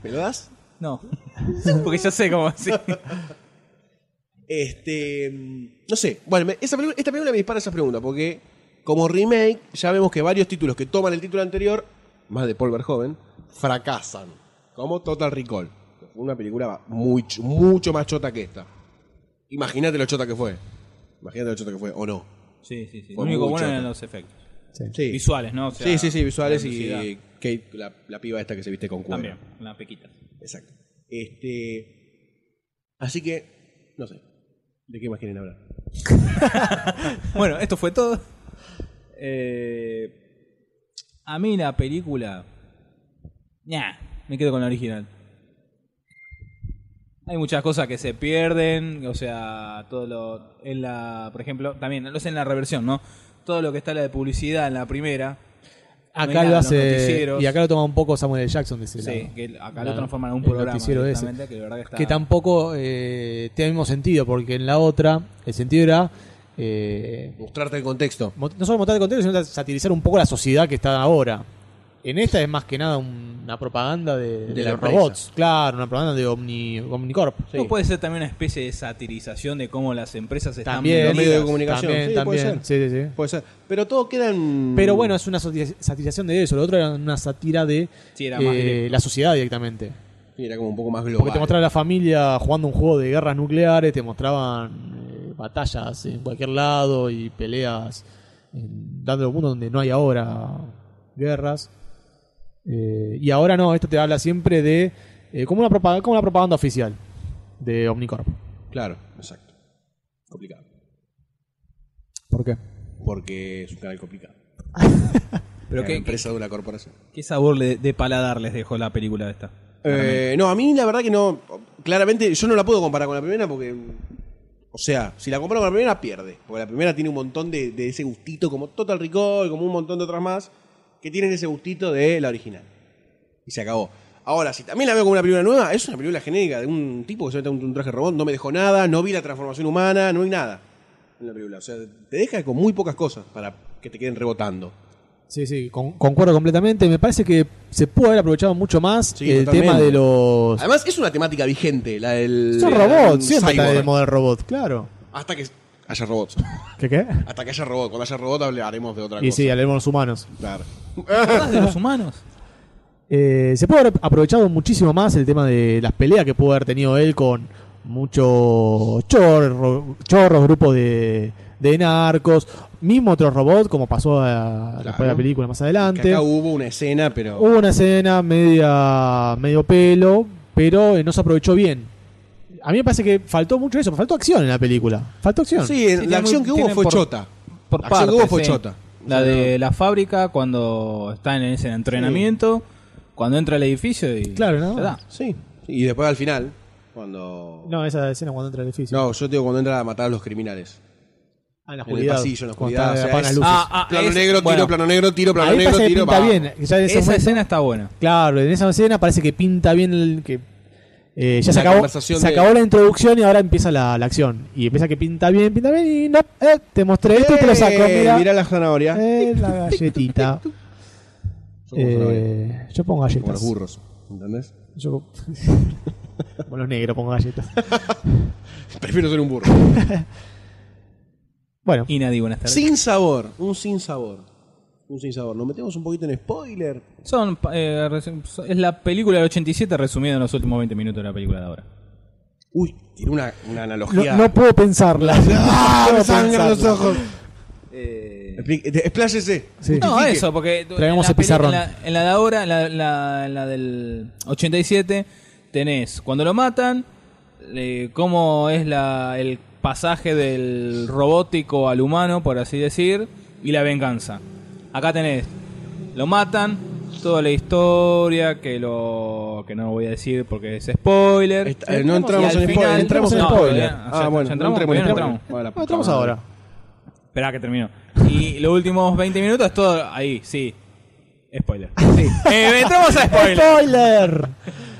Speaker 3: ¿Me lo das?
Speaker 5: No. Porque yo sé cómo así.
Speaker 3: Este. mm, No sé. Bueno, me- esa película- esta película me dispara esas preguntas, porque como remake, ya vemos que varios títulos que toman el título anterior, más de Paul Verhoeven, fracasan. Como Total Recall. que Fue una película muy ch- mucho más chota que esta. Imagínate lo chota que fue. Imagínate lo chota que fue, o no.
Speaker 5: Sí, sí, sí. Lo
Speaker 3: Fue
Speaker 5: único
Speaker 3: muy
Speaker 5: bueno
Speaker 3: chota.
Speaker 5: eran los efectos.
Speaker 3: Sí.
Speaker 5: Visuales, ¿no? O sea,
Speaker 3: sí, sí, sí, visuales
Speaker 5: la velocidad.
Speaker 3: y Kate, la, la piba esta que se viste con cuero.
Speaker 5: También, las pequitas.
Speaker 3: Exacto. Este. Así que, no sé. ¿De qué más quieren hablar?
Speaker 5: bueno, esto fue todo. Eh, a mí la película. Nah, me quedo con la original. Hay muchas cosas que se pierden, o sea, todo lo en la, por ejemplo, también lo sé en la reversión, ¿no? Todo lo que está la de publicidad en la primera. no
Speaker 10: Acá
Speaker 5: hay
Speaker 10: lo
Speaker 5: nada, los
Speaker 10: hace.
Speaker 5: noticieros.
Speaker 10: Y acá lo toma un poco Samuel L. Jackson de ese
Speaker 5: Sí,
Speaker 10: lado.
Speaker 5: que acá lo
Speaker 10: La-
Speaker 5: transforman en un
Speaker 10: el
Speaker 5: programa
Speaker 10: noticiero ese.
Speaker 5: directamente, que la verdad que está-
Speaker 10: tampoco eh, tiene el mismo sentido, porque en la otra, el sentido era. eh,
Speaker 3: Mostrarte el contexto.
Speaker 10: mot- no solo mostrar el contexto, sino satirizar un poco la sociedad que está ahora. En esta es más que nada un- una propaganda de,
Speaker 5: De
Speaker 10: de
Speaker 5: la
Speaker 10: los
Speaker 5: empresa.
Speaker 10: robots, claro, una propaganda de Omni, Omnicorp.
Speaker 5: No puede ser también una especie de satirización de cómo las empresas están
Speaker 10: También,
Speaker 5: vendidas?
Speaker 10: los medios de comunicación. También, Sí, puede también. ser. Sí, sí,
Speaker 3: Puede ser. Pero todo queda en.
Speaker 10: Pero bueno, es una sati- satirización de eso. Lo otro era una sátira de
Speaker 5: Sí, era más
Speaker 10: eh,
Speaker 5: directo.
Speaker 10: la sociedad directamente.
Speaker 3: Sí, era como un poco más global.
Speaker 10: Porque te mostraba la familia jugando un juego de guerras nucleares, te mostraban eh, batallas en cualquier lado y peleas en dando mundo donde no hay ahora guerras. Eh, y ahora no, esto te habla siempre de eh, como, una propaganda, como una propaganda oficial de Omnicorp.
Speaker 3: Claro, exacto. Complicado.
Speaker 10: ¿Por qué?
Speaker 3: Porque es un canal complicado.
Speaker 5: Pero
Speaker 3: Pero
Speaker 5: qué-
Speaker 3: que empresa de una corporación.
Speaker 5: ¿Qué sabor le- de paladar les dejó la película esta?
Speaker 3: Eh, no, a mí la verdad que no. Claramente, yo no la puedo comparar con la primera porque. O sea, si la comparo con la primera, pierde. Porque la primera tiene un montón de, de ese gustito, como Total Recall, como un montón de otras más, que tienen ese gustito de la original. Y se acabó. Ahora, si también la veo como una película nueva, es una película genérica de un tipo que se mete un, un traje robot, no me dejó nada, no vi la transformación humana, no hay nada en la película. O sea, te deja con muy pocas cosas para que te queden rebotando.
Speaker 10: Sí, sí, con- concuerdo completamente. Me parece que se pudo haber aprovechado mucho más
Speaker 3: Sí,
Speaker 10: el
Speaker 3: totalmente.
Speaker 10: tema de los...
Speaker 3: Además, es una temática vigente, la del.
Speaker 10: Son
Speaker 3: la del
Speaker 10: robots, siempre está
Speaker 3: cyborg.
Speaker 10: de moda el robot, claro.
Speaker 3: Hasta que haya robots.
Speaker 10: ¿Qué qué?
Speaker 3: Hasta que haya robot. Cuando haya robot hablaremos de otra
Speaker 10: Y
Speaker 3: cosa.
Speaker 10: sí, hablemos los humanos.
Speaker 3: Claro.
Speaker 5: de los humanos?
Speaker 10: Eh, se puede haber aprovechado muchísimo más el tema de las peleas que pudo haber tenido él con muchos chorros, chorros grupos de, de narcos, mismo otros robots, como pasó a- después de la película más
Speaker 3: Que
Speaker 10: adelante.
Speaker 3: acá hubo una escena, pero.
Speaker 10: Hubo una escena media medio pelo, pero eh, no se aprovechó bien. A mí me parece que faltó mucho eso, faltó acción en la película. Faltó acción.
Speaker 3: Sí, en- la acción que hubo
Speaker 5: tienen
Speaker 3: fue
Speaker 5: por-
Speaker 3: chota.
Speaker 5: Por
Speaker 3: La acción que
Speaker 5: partes,
Speaker 3: hubo fue
Speaker 5: sí.
Speaker 3: chota.
Speaker 5: La de la fábrica cuando están en ese entrenamiento, cuando entra al edificio y
Speaker 10: Claro, ¿no?
Speaker 5: ya está.
Speaker 3: Sí. Y después al final, cuando.
Speaker 10: No, esa escena cuando entra el edificio.
Speaker 3: No, yo te digo cuando entra a matar a los criminales.
Speaker 10: Ah, en la
Speaker 3: En el
Speaker 10: oscuridad,
Speaker 3: pasillo, en la
Speaker 10: cuando
Speaker 3: oscuridad.
Speaker 10: está-
Speaker 3: o sea,
Speaker 10: apagan las
Speaker 3: es-
Speaker 10: luces.
Speaker 3: Ah, ah, plano
Speaker 10: es-
Speaker 3: negro, tiro,
Speaker 10: bueno.
Speaker 3: plano negro, tiro, plano
Speaker 10: Ahí
Speaker 3: negro,
Speaker 10: parece que
Speaker 3: tiro.
Speaker 10: pinta
Speaker 3: va.
Speaker 10: bien. que ya en ese
Speaker 5: Esa
Speaker 10: momento-
Speaker 5: escena está buena.
Speaker 10: Claro, en esa escena parece que pinta bien el que eh, ya
Speaker 3: La
Speaker 10: se acabó,
Speaker 3: conversación
Speaker 10: se
Speaker 3: de-
Speaker 10: acabó la introducción y ahora empieza la, la acción. Y empieza que pinta bien, pinta bien y no, eh, te mostré esto y te lo saco.
Speaker 3: Eh,
Speaker 10: Mira,
Speaker 3: mirá la zanahoria.
Speaker 10: Eh, la galletita. Eh, yo pongo galletas.
Speaker 3: Como los burros. ¿Entendés?
Speaker 10: Yo como los negros pongo galletas.
Speaker 3: Prefiero ser un burro.
Speaker 10: bueno.
Speaker 5: Y nadie, buenas tardes.
Speaker 3: sin sabor. Un sin sabor. Un sin sabor. Nos metemos un poquito en spoiler.
Speaker 5: Son, eh, resu- son- es la película del 87 resumida en los últimos 20 minutos de la película de ahora.
Speaker 3: Uy, tiene una, una analogía.
Speaker 10: No, no puedo pensarla.
Speaker 3: ¡Ah!
Speaker 10: No
Speaker 3: Me
Speaker 10: puedo
Speaker 3: sangran los
Speaker 10: pensarla.
Speaker 3: ojos. Expli- de- Expláyese.
Speaker 5: No,
Speaker 3: Justifique.
Speaker 5: eso, porque tú-
Speaker 10: Traigamos
Speaker 5: en la
Speaker 10: el pizarrón.
Speaker 5: peli- En la, en la de ahora, en la, la- la del 87, tenés cuando lo matan, eh, cómo es la, el pasaje del robótico al humano, por así decir, y la venganza. Acá tenés, lo matan, toda la historia, que lo que no voy a decir porque es spoiler.
Speaker 3: Está- eh, no entramos
Speaker 5: Y al
Speaker 3: en
Speaker 5: final-
Speaker 3: spoiler. Entramos en
Speaker 5: No,
Speaker 3: spoiler.
Speaker 5: todavía-
Speaker 3: Ah, bueno,
Speaker 5: ya- ya
Speaker 3: no entremos,
Speaker 5: todavía no
Speaker 3: entremos.
Speaker 5: entramos.
Speaker 3: Bueno, la puta
Speaker 10: Entramos
Speaker 3: madre.
Speaker 10: ahora.
Speaker 5: Esperá que termino. Y los últimos 20 minutos es todo ahí, sí.
Speaker 9: Spoiler. Sí. Eh, entramos a spoiler.
Speaker 28: ¡Spoiler!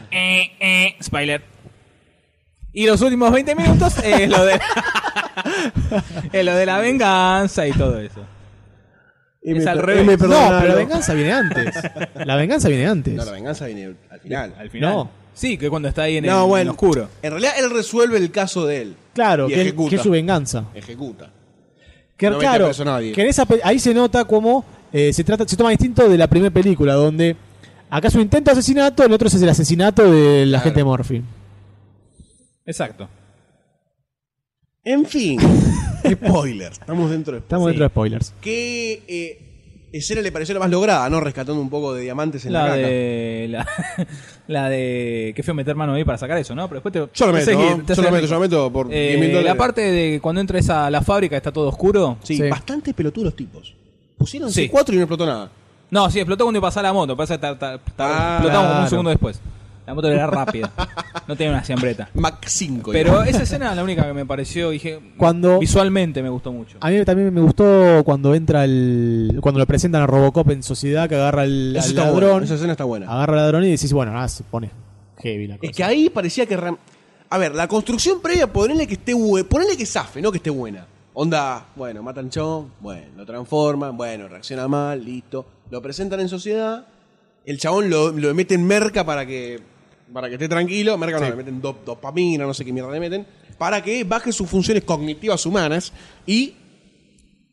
Speaker 9: Eh, eh, spoiler. Y los últimos 20 minutos es lo de, es lo de la venganza y todo eso.
Speaker 10: Y
Speaker 9: es
Speaker 10: me
Speaker 9: al
Speaker 10: per-
Speaker 9: revés.
Speaker 10: y me perdonaron.
Speaker 9: No,
Speaker 10: pero la venganza viene antes. La venganza viene antes.
Speaker 3: No, la venganza viene al final.
Speaker 9: Al final.
Speaker 10: No.
Speaker 9: Sí, que cuando está ahí en,
Speaker 3: No,
Speaker 9: el,
Speaker 3: bueno.
Speaker 9: en el oscuro.
Speaker 3: En realidad él resuelve el caso de él.
Speaker 10: Claro,
Speaker 3: Y
Speaker 10: que,
Speaker 3: ejecuta.
Speaker 10: que es su venganza.
Speaker 3: Ejecuta.
Speaker 10: Que,
Speaker 3: No mete
Speaker 10: claro,
Speaker 3: preso a nadie.
Speaker 10: que en esa pe- ahí se nota como se trata, se toma distinto de la primera película, donde acá es un intento de asesinato, el otro es el asesinato de la gente Morphy.
Speaker 9: Exacto.
Speaker 3: En fin, spoilers. Estamos dentro de spoilers.
Speaker 10: Estamos dentro de spoilers.
Speaker 3: ¿Qué eh, escena le pareció la más lograda, no? Rescatando un poco de diamantes en la,
Speaker 9: La
Speaker 3: caja.
Speaker 9: de. La, la de. Que feo meter mano ahí para sacar eso, ¿no? Pero después te.
Speaker 3: Yo lo
Speaker 9: te
Speaker 3: meto,
Speaker 9: seguí,
Speaker 3: ¿no?
Speaker 9: te
Speaker 3: Yo lo
Speaker 9: seguí.
Speaker 3: meto, yo lo meto por
Speaker 9: Eh,
Speaker 3: 10.000 dólares.
Speaker 9: La parte de cuando entres a la fábrica está todo oscuro.
Speaker 3: Sí, bastante pelotudos los tipos. Pusieron
Speaker 9: Sí.
Speaker 3: C4 y no explotó nada.
Speaker 9: No, sí, explotó cuando pasaba la moto. Pasa que ta- ta- ta-
Speaker 3: Ah,
Speaker 9: explotamos
Speaker 3: claro.
Speaker 9: un segundo después. La moto era rápida. No tenía una siambreta.
Speaker 3: Mac 5.
Speaker 9: Pero esa escena es la única que me pareció. Dije.
Speaker 10: Cuando
Speaker 9: Visualmente me gustó mucho.
Speaker 10: a mí también me gustó cuando entra el cuando lo presentan a Robocop en sociedad que agarra el
Speaker 3: Eso
Speaker 10: al
Speaker 3: está
Speaker 10: ladrón,
Speaker 3: bueno, esa escena está buena.
Speaker 10: agarra al ladrón y decís, bueno, ah, se pone heavy la cosa.
Speaker 3: Es que ahí parecía que. Ram- A ver, la construcción previa, ponerle que esté bue- ponele que zafe, no que esté buena. Onda, bueno, matan chon, bueno, lo transforman, bueno, reacciona mal, listo. Lo presentan en sociedad, el chabón lo, lo mete en merca para que para que esté tranquilo, merca no, le meten dop- dopamina, no sé qué mierda le meten, para que baje sus funciones cognitivas humanas y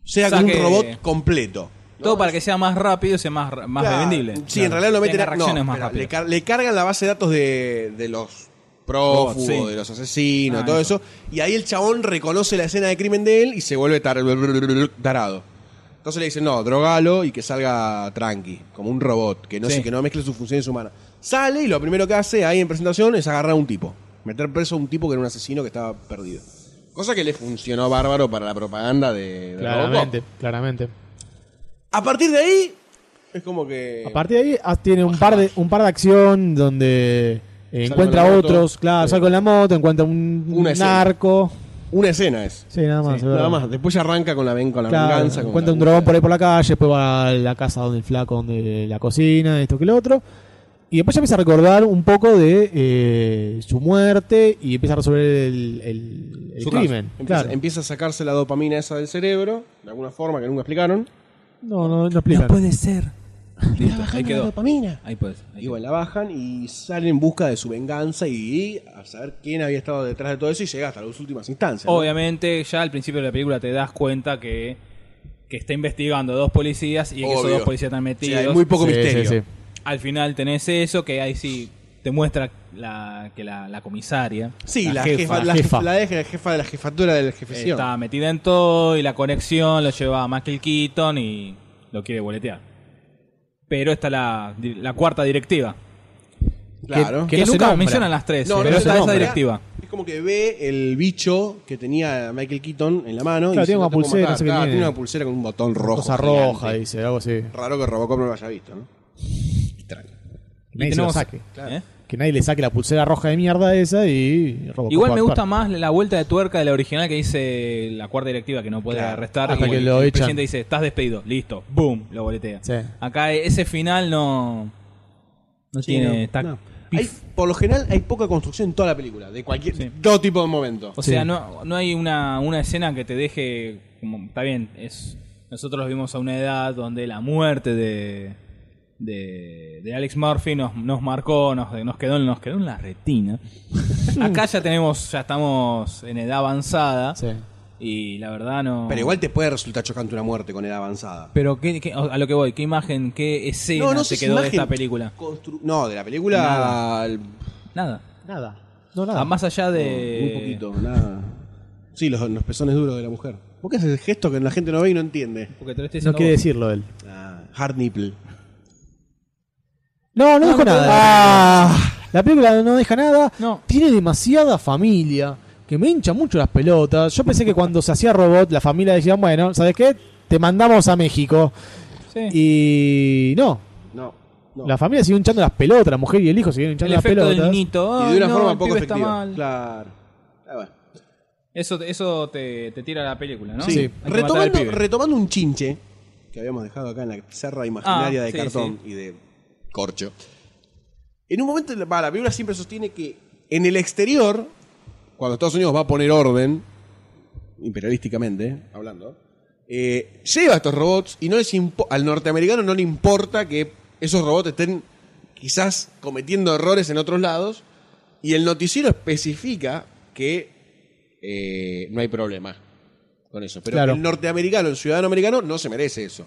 Speaker 3: sea como
Speaker 9: Saque-
Speaker 3: un robot completo.
Speaker 9: Todo para que sea más rápido y sea más, ra- más
Speaker 3: Claro.
Speaker 9: vendible.
Speaker 3: Sí, en realidad lo meten
Speaker 9: Tenga
Speaker 3: a- no,
Speaker 9: reacciones más
Speaker 3: espera, le,
Speaker 9: rápidas.
Speaker 3: car- le cargan la base de datos de, de los prófugos,
Speaker 9: Robots, sí.
Speaker 3: de los asesinos,
Speaker 9: Ah,
Speaker 3: todo eso. Y ahí el chabón reconoce la escena de crimen de él y se vuelve tar- tarado. Entonces le dicen, no, drogalo y que salga tranqui, como un robot, que no,
Speaker 9: Sí.
Speaker 3: se- que no mezcle sus funciones humanas. Sale y lo primero que hace ahí en presentación es agarrar a un tipo, meter preso a un tipo que era un asesino que estaba perdido. Cosa que le funcionó bárbaro para la propaganda de, de Robocop.
Speaker 10: Claramente, claramente.
Speaker 3: A partir de ahí, es como que...
Speaker 10: A partir de ahí ah, tiene un par de un par de acción donde eh, encuentra
Speaker 3: con la moto.
Speaker 10: otros, claro, sale con la moto, encuentra un
Speaker 3: Una escena.
Speaker 10: narco,
Speaker 3: Una escena es.
Speaker 10: sí, nada más, es
Speaker 3: Nada
Speaker 10: verdad.
Speaker 3: más, después ya arranca con la, ven- con la
Speaker 10: Claro,
Speaker 3: venganza. con
Speaker 10: encuentra
Speaker 3: la-
Speaker 10: un dragón por ahí por la calle, después va a la casa donde el flaco, donde la cocina, esto que lo otro. Y después ya empieza a recordar un poco de eh, su muerte y empieza a resolver el, el- el
Speaker 3: Su caso.
Speaker 10: crimen.
Speaker 3: Empieza, em-
Speaker 10: claro.
Speaker 3: empieza a sacarse la dopamina esa del cerebro, de alguna forma que nunca explicaron.
Speaker 10: No, no, no explica.
Speaker 9: puede ser. Listo, ahí
Speaker 3: bajando
Speaker 9: quedó.
Speaker 3: la dopamina.
Speaker 9: Ahí puede ser.
Speaker 3: Y bueno, la bajan y salen en busca de su venganza y a saber quién había estado detrás de todo eso y llega hasta las últimas instancias. ¿no?
Speaker 9: Obviamente, ya al principio de la película te das cuenta que, que está investigando dos policías y que esos
Speaker 3: Obvio.
Speaker 9: dos policías están
Speaker 3: Sí,
Speaker 9: metidos.
Speaker 3: hay muy poco
Speaker 10: Sí,
Speaker 3: misterio.
Speaker 10: sí, sí.
Speaker 9: Al final tenés eso, que ahí sí te muestra la, que la, la comisaria.
Speaker 3: Sí, la, jefa, la, jefa. la de- la jefa de la jefatura de la jefesión.
Speaker 9: Está metida en todo y la conexión lo lleva a Michael Keaton y lo quiere boletear. Pero está la, la cuarta directiva.
Speaker 3: Claro.
Speaker 9: Que, nunca mencionan las tres, eh, pero
Speaker 3: se
Speaker 9: está esa
Speaker 3: nombra.
Speaker 9: directiva.
Speaker 3: Es como que ve el bicho que tenía Michael Keaton en la mano.
Speaker 10: Claro,
Speaker 3: y dice, "Lo
Speaker 10: tiene
Speaker 3: tengo
Speaker 10: una
Speaker 3: que
Speaker 10: pulsera,
Speaker 3: matar".
Speaker 10: no sé qué
Speaker 3: Claro,
Speaker 10: tiene.
Speaker 3: tiene una pulsera con un botón rojo.
Speaker 10: Cosa
Speaker 3: gigante.
Speaker 10: roja, dice, algo así.
Speaker 3: Raro que Robocop no lo haya visto, ¿no? Extraño.
Speaker 10: Que nadie se
Speaker 9: tenemos-
Speaker 10: lo saque.
Speaker 9: Claro. ¿Eh?
Speaker 10: Que nadie le saque la pulsera roja de mierda esa y Robocop
Speaker 9: Igual
Speaker 10: va
Speaker 9: me
Speaker 10: a
Speaker 9: gusta
Speaker 10: actuar.
Speaker 9: más la vuelta de tuerca de la original que dice la cuarta directiva que no puede
Speaker 10: Claro,
Speaker 9: arrestar.
Speaker 10: hasta
Speaker 9: y
Speaker 10: que
Speaker 9: el-
Speaker 10: lo
Speaker 9: el
Speaker 10: echan.
Speaker 9: presidente dice, estás despedido, listo, boom, lo boletea.
Speaker 10: Sí.
Speaker 9: Acá ese final no... No
Speaker 3: Sí,
Speaker 9: tiene...
Speaker 3: no,
Speaker 9: está-
Speaker 3: no. Hay- por lo general hay poca construcción en toda la película, de cualquier todo tipo de momento.
Speaker 9: O sea, no, no hay una, una escena que te deje... como- está bien, es nosotros vimos a una edad donde la muerte de... De, de Alex Murphy nos, nos marcó, nos, nos, quedó, en- nos quedó en la retina. Acá ya tenemos, ya estamos en edad avanzada. Y la verdad no.
Speaker 3: Pero igual te puede resultar chocante una muerte con edad avanzada.
Speaker 9: Pero qué- qué- a lo que voy, ¿qué imagen, qué escena
Speaker 3: No, no sé
Speaker 9: se
Speaker 3: si
Speaker 9: quedó de
Speaker 3: imagen.
Speaker 9: esta película?
Speaker 3: Constru- no, de la película
Speaker 9: Nada.
Speaker 3: al-
Speaker 9: Nada.
Speaker 10: Nada. No,
Speaker 9: Ah, más allá de.
Speaker 3: muy poquito, nada. Eh. Sí, los, los pezones duros de la mujer. ¿Por qué haces el gesto que la gente no ve y no entiende?
Speaker 9: Porque te lo estoy
Speaker 10: No
Speaker 9: diciendo
Speaker 10: quiere
Speaker 9: vos.
Speaker 10: decirlo él.
Speaker 3: Ah, hard nipple.
Speaker 10: No, no, dijo
Speaker 3: no,
Speaker 10: nada.
Speaker 3: no.
Speaker 10: Ah, la película no deja nada.
Speaker 9: No.
Speaker 10: Tiene demasiada familia. Que me hincha mucho las pelotas. Yo pensé que cuando se hacía robot, la familia decía, bueno, ¿sabes qué? Te mandamos a México. Y no.
Speaker 3: No.
Speaker 10: La familia sigue hinchando las pelotas. La mujer y el hijo siguen
Speaker 9: El
Speaker 10: hinchando las
Speaker 9: efecto
Speaker 10: pelotas.
Speaker 9: del niñito.
Speaker 3: y de una
Speaker 9: "Ay, no,
Speaker 3: forma
Speaker 9: el
Speaker 3: poco
Speaker 9: pibe está
Speaker 3: efectiva.
Speaker 9: mal".
Speaker 3: Claro. Ah, bueno.
Speaker 9: Eso, eso te, te tira la película, ¿no?
Speaker 3: Sí.
Speaker 9: Hay que matar al
Speaker 3: Retomando,
Speaker 9: pibe.
Speaker 3: retomando un chinche que habíamos dejado acá en la pizarra imaginaria
Speaker 29: Ah,
Speaker 3: de
Speaker 29: sí,
Speaker 3: cartón y de corcho. En un momento, va, la Biblia siempre sostiene que en el exterior, cuando Estados Unidos va a poner orden, imperialísticamente hablando, eh, lleva estos robots y no les impo- al norteamericano no le importa que esos robots estén quizás cometiendo errores en otros lados y el noticiero especifica que eh, no hay problema con eso. Pero
Speaker 10: Claro.
Speaker 3: el norteamericano, el ciudadano americano, no se merece eso.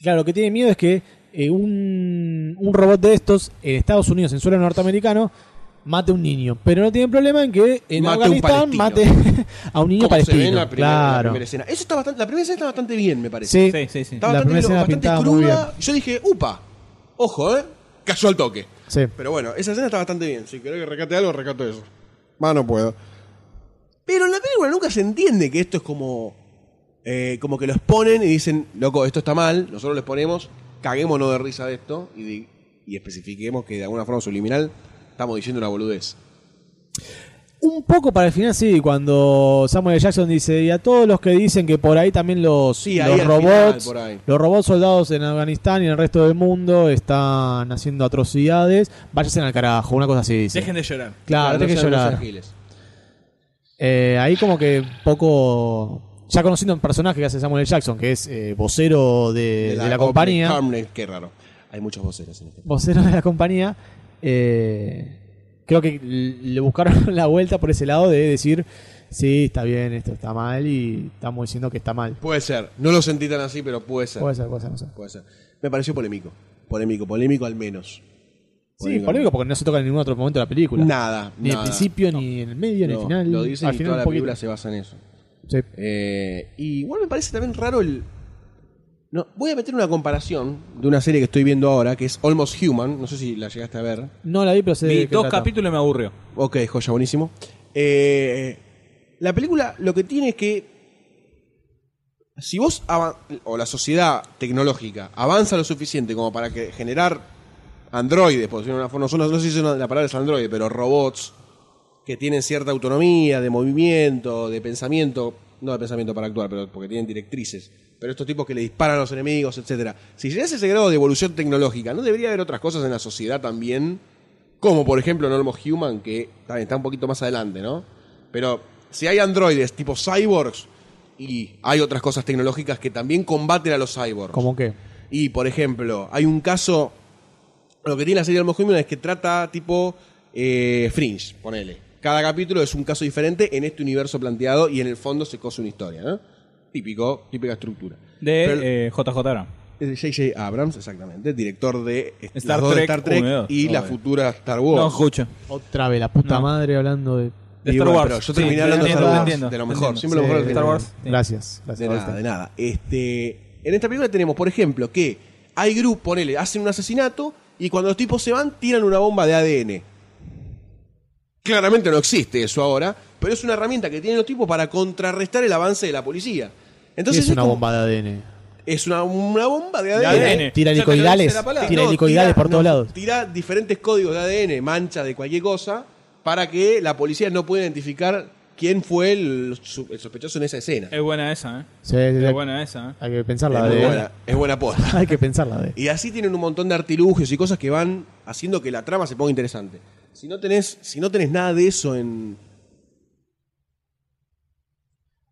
Speaker 10: Claro, lo que tiene miedo es que eh, un, un robot de estos en Estados Unidos, en suelo norteamericano, mate a un niño. Pero no tiene problema en que en
Speaker 3: Mate a un
Speaker 10: Afganistán
Speaker 3: palestino.
Speaker 10: mate a un
Speaker 3: Como se
Speaker 10: niño palestino.
Speaker 3: ve en la primera, en la
Speaker 10: claro.
Speaker 3: primera escena. Eso está bastante, la primera escena está bastante bien, me parece.
Speaker 10: Sí. Sí, sí, sí.
Speaker 3: Está
Speaker 10: La
Speaker 3: bastante,
Speaker 10: primera escena
Speaker 3: bastante
Speaker 10: pintaba muy
Speaker 3: cruda. Yo dije, upa, ojo, ¿eh? Cayó al toque.
Speaker 10: Sí.
Speaker 3: Pero bueno, esa escena está bastante bien. Si querés que recate algo, recato eso. Más no puedo. Pero en la película nunca se entiende que esto es como. eh, como que los ponen y dicen, loco, esto está mal, nosotros les ponemos, caguémonos de risa de esto y, di- y especifiquemos que de alguna forma subliminal estamos diciendo una boludez.
Speaker 10: Un poco para el final, sí, cuando Samuel L. Jackson dice, y a todos los que dicen que por ahí también los,
Speaker 3: Sí, ahí
Speaker 10: los
Speaker 3: al
Speaker 10: robots,
Speaker 3: final, por ahí.
Speaker 10: los robots soldados en Afganistán y en el resto del mundo están haciendo atrocidades, váyanse al carajo, una cosa así. dice.
Speaker 9: Dejen de llorar.
Speaker 10: Claro,
Speaker 3: no
Speaker 10: dejen de
Speaker 3: sean unos
Speaker 10: llorar.
Speaker 3: giles.
Speaker 10: Eh, ahí como que un poco... Ya conociendo un personaje que hace Samuel L. Jackson, que es eh, vocero de, Eh, de la, compañía.
Speaker 3: Omni- Qué raro. Hay muchos voceros en este.
Speaker 10: vocero de la compañía, eh, creo que l- le buscaron la vuelta por ese lado de decir, sí, está bien, esto está mal y estamos diciendo que está mal.
Speaker 3: Puede ser. No lo sentí tan así, pero puede ser.
Speaker 10: Puede ser, puede ser, no sé.
Speaker 3: Puede ser. Me pareció polémico. Polémico, polémico al menos.
Speaker 10: Sí, polémico porque no se toca en ningún otro momento de la película.
Speaker 3: Nada,
Speaker 10: Ni en el
Speaker 3: nada.
Speaker 10: principio, ni en el medio, ni en
Speaker 3: No,
Speaker 10: el final.
Speaker 3: Lo dicen
Speaker 10: Al
Speaker 3: y
Speaker 10: final
Speaker 3: toda
Speaker 10: un
Speaker 3: la
Speaker 10: poquito.
Speaker 3: película se basa en eso.
Speaker 10: Sí.
Speaker 3: Eh, y igual me parece también raro el. No, voy a meter una comparación de una serie que estoy viendo ahora, que es Almost Human. No sé si la llegaste a ver.
Speaker 10: No la vi, pero sé de
Speaker 9: Vi
Speaker 10: qué
Speaker 9: dos
Speaker 10: trata.
Speaker 9: capítulos y me aburrió.
Speaker 3: Ok, joya, buenísimo. Eh, la película lo que tiene es que. Si vos. avan- O la sociedad tecnológica avanza lo suficiente como para que generar androides, por decirlo de una forma. No, son- no sé si son- la palabra es androide, pero robots que tienen cierta autonomía de movimiento, de pensamiento. No de pensamiento para actuar, pero porque tienen directrices. Pero estos tipos que le disparan a los enemigos, etcétera. Si llegas a ese grado de evolución tecnológica, ¿no debería haber otras cosas en la sociedad también? Como por ejemplo en Almost Human, que también está un poquito más adelante, ¿no? Pero si hay androides tipo cyborgs y hay otras cosas tecnológicas que también combaten a los cyborgs.
Speaker 10: ¿Cómo qué?
Speaker 3: Y por ejemplo, hay un caso. Lo que tiene la serie Almost Human es que trata tipo eh, Fringe, ponele. Cada capítulo es un caso diferente en este universo planteado y en el fondo se cose una historia, ¿no? Típico, típica estructura.
Speaker 9: De
Speaker 3: Pero-
Speaker 9: eh, JJ Abrams.
Speaker 3: Es de J.J. Abrams, exactamente, director de las
Speaker 9: Star
Speaker 3: dos de
Speaker 9: Trek
Speaker 3: Star Trek
Speaker 9: 1 y 2.
Speaker 3: y la
Speaker 9: Obvio.
Speaker 3: futura Star Wars.
Speaker 9: No escucho.
Speaker 10: Otra vez, la puta madre hablando de...
Speaker 9: De
Speaker 3: Y
Speaker 9: Star
Speaker 3: bueno,
Speaker 9: Wars.
Speaker 3: pero yo
Speaker 9: Sí,
Speaker 3: terminé
Speaker 9: sí,
Speaker 3: hablando de
Speaker 9: entiendo,
Speaker 3: Star Wars,
Speaker 9: entiendo,
Speaker 3: de lo
Speaker 9: entiendo.
Speaker 3: mejor, siempre lo
Speaker 10: Sí,
Speaker 3: mejor de
Speaker 10: de
Speaker 3: Star Wars.
Speaker 10: Gracias, gracias.
Speaker 3: De
Speaker 10: ahí
Speaker 3: nada,
Speaker 10: está.
Speaker 3: de nada. Este, en esta película tenemos, por ejemplo, que hay grupos, ponele, hacen un asesinato y cuando los tipos se van tiran una bomba de ADN. Claramente no existe eso ahora, pero es una herramienta que tienen los tipos para contrarrestar el avance de la policía. Entonces
Speaker 10: es una
Speaker 3: como-
Speaker 10: bomba de ADN.
Speaker 3: es una, una bomba de
Speaker 10: De
Speaker 3: ADN.
Speaker 10: ADN. Tira
Speaker 3: Ya te lo dice
Speaker 10: helicoidales,
Speaker 3: la palabra.
Speaker 10: tira
Speaker 3: No,
Speaker 10: helicoidales por
Speaker 3: no,
Speaker 10: todos lados.
Speaker 3: Tira diferentes códigos de ADN, mancha de cualquier cosa, para que la policía no pueda identificar quién fue el, su- el sospechoso en esa escena.
Speaker 9: Es buena esa, ¿eh?
Speaker 10: Sí, sí, sí.
Speaker 9: Es buena esa, ¿eh?
Speaker 10: Hay que pensarla
Speaker 3: es, muy
Speaker 10: de...
Speaker 3: buena, es buena posta.
Speaker 10: Hay que pensarla de...
Speaker 3: Y así tienen un montón de artilugios y cosas que van haciendo que la trama se ponga interesante. Si no tenés, si no tenés nada de eso en.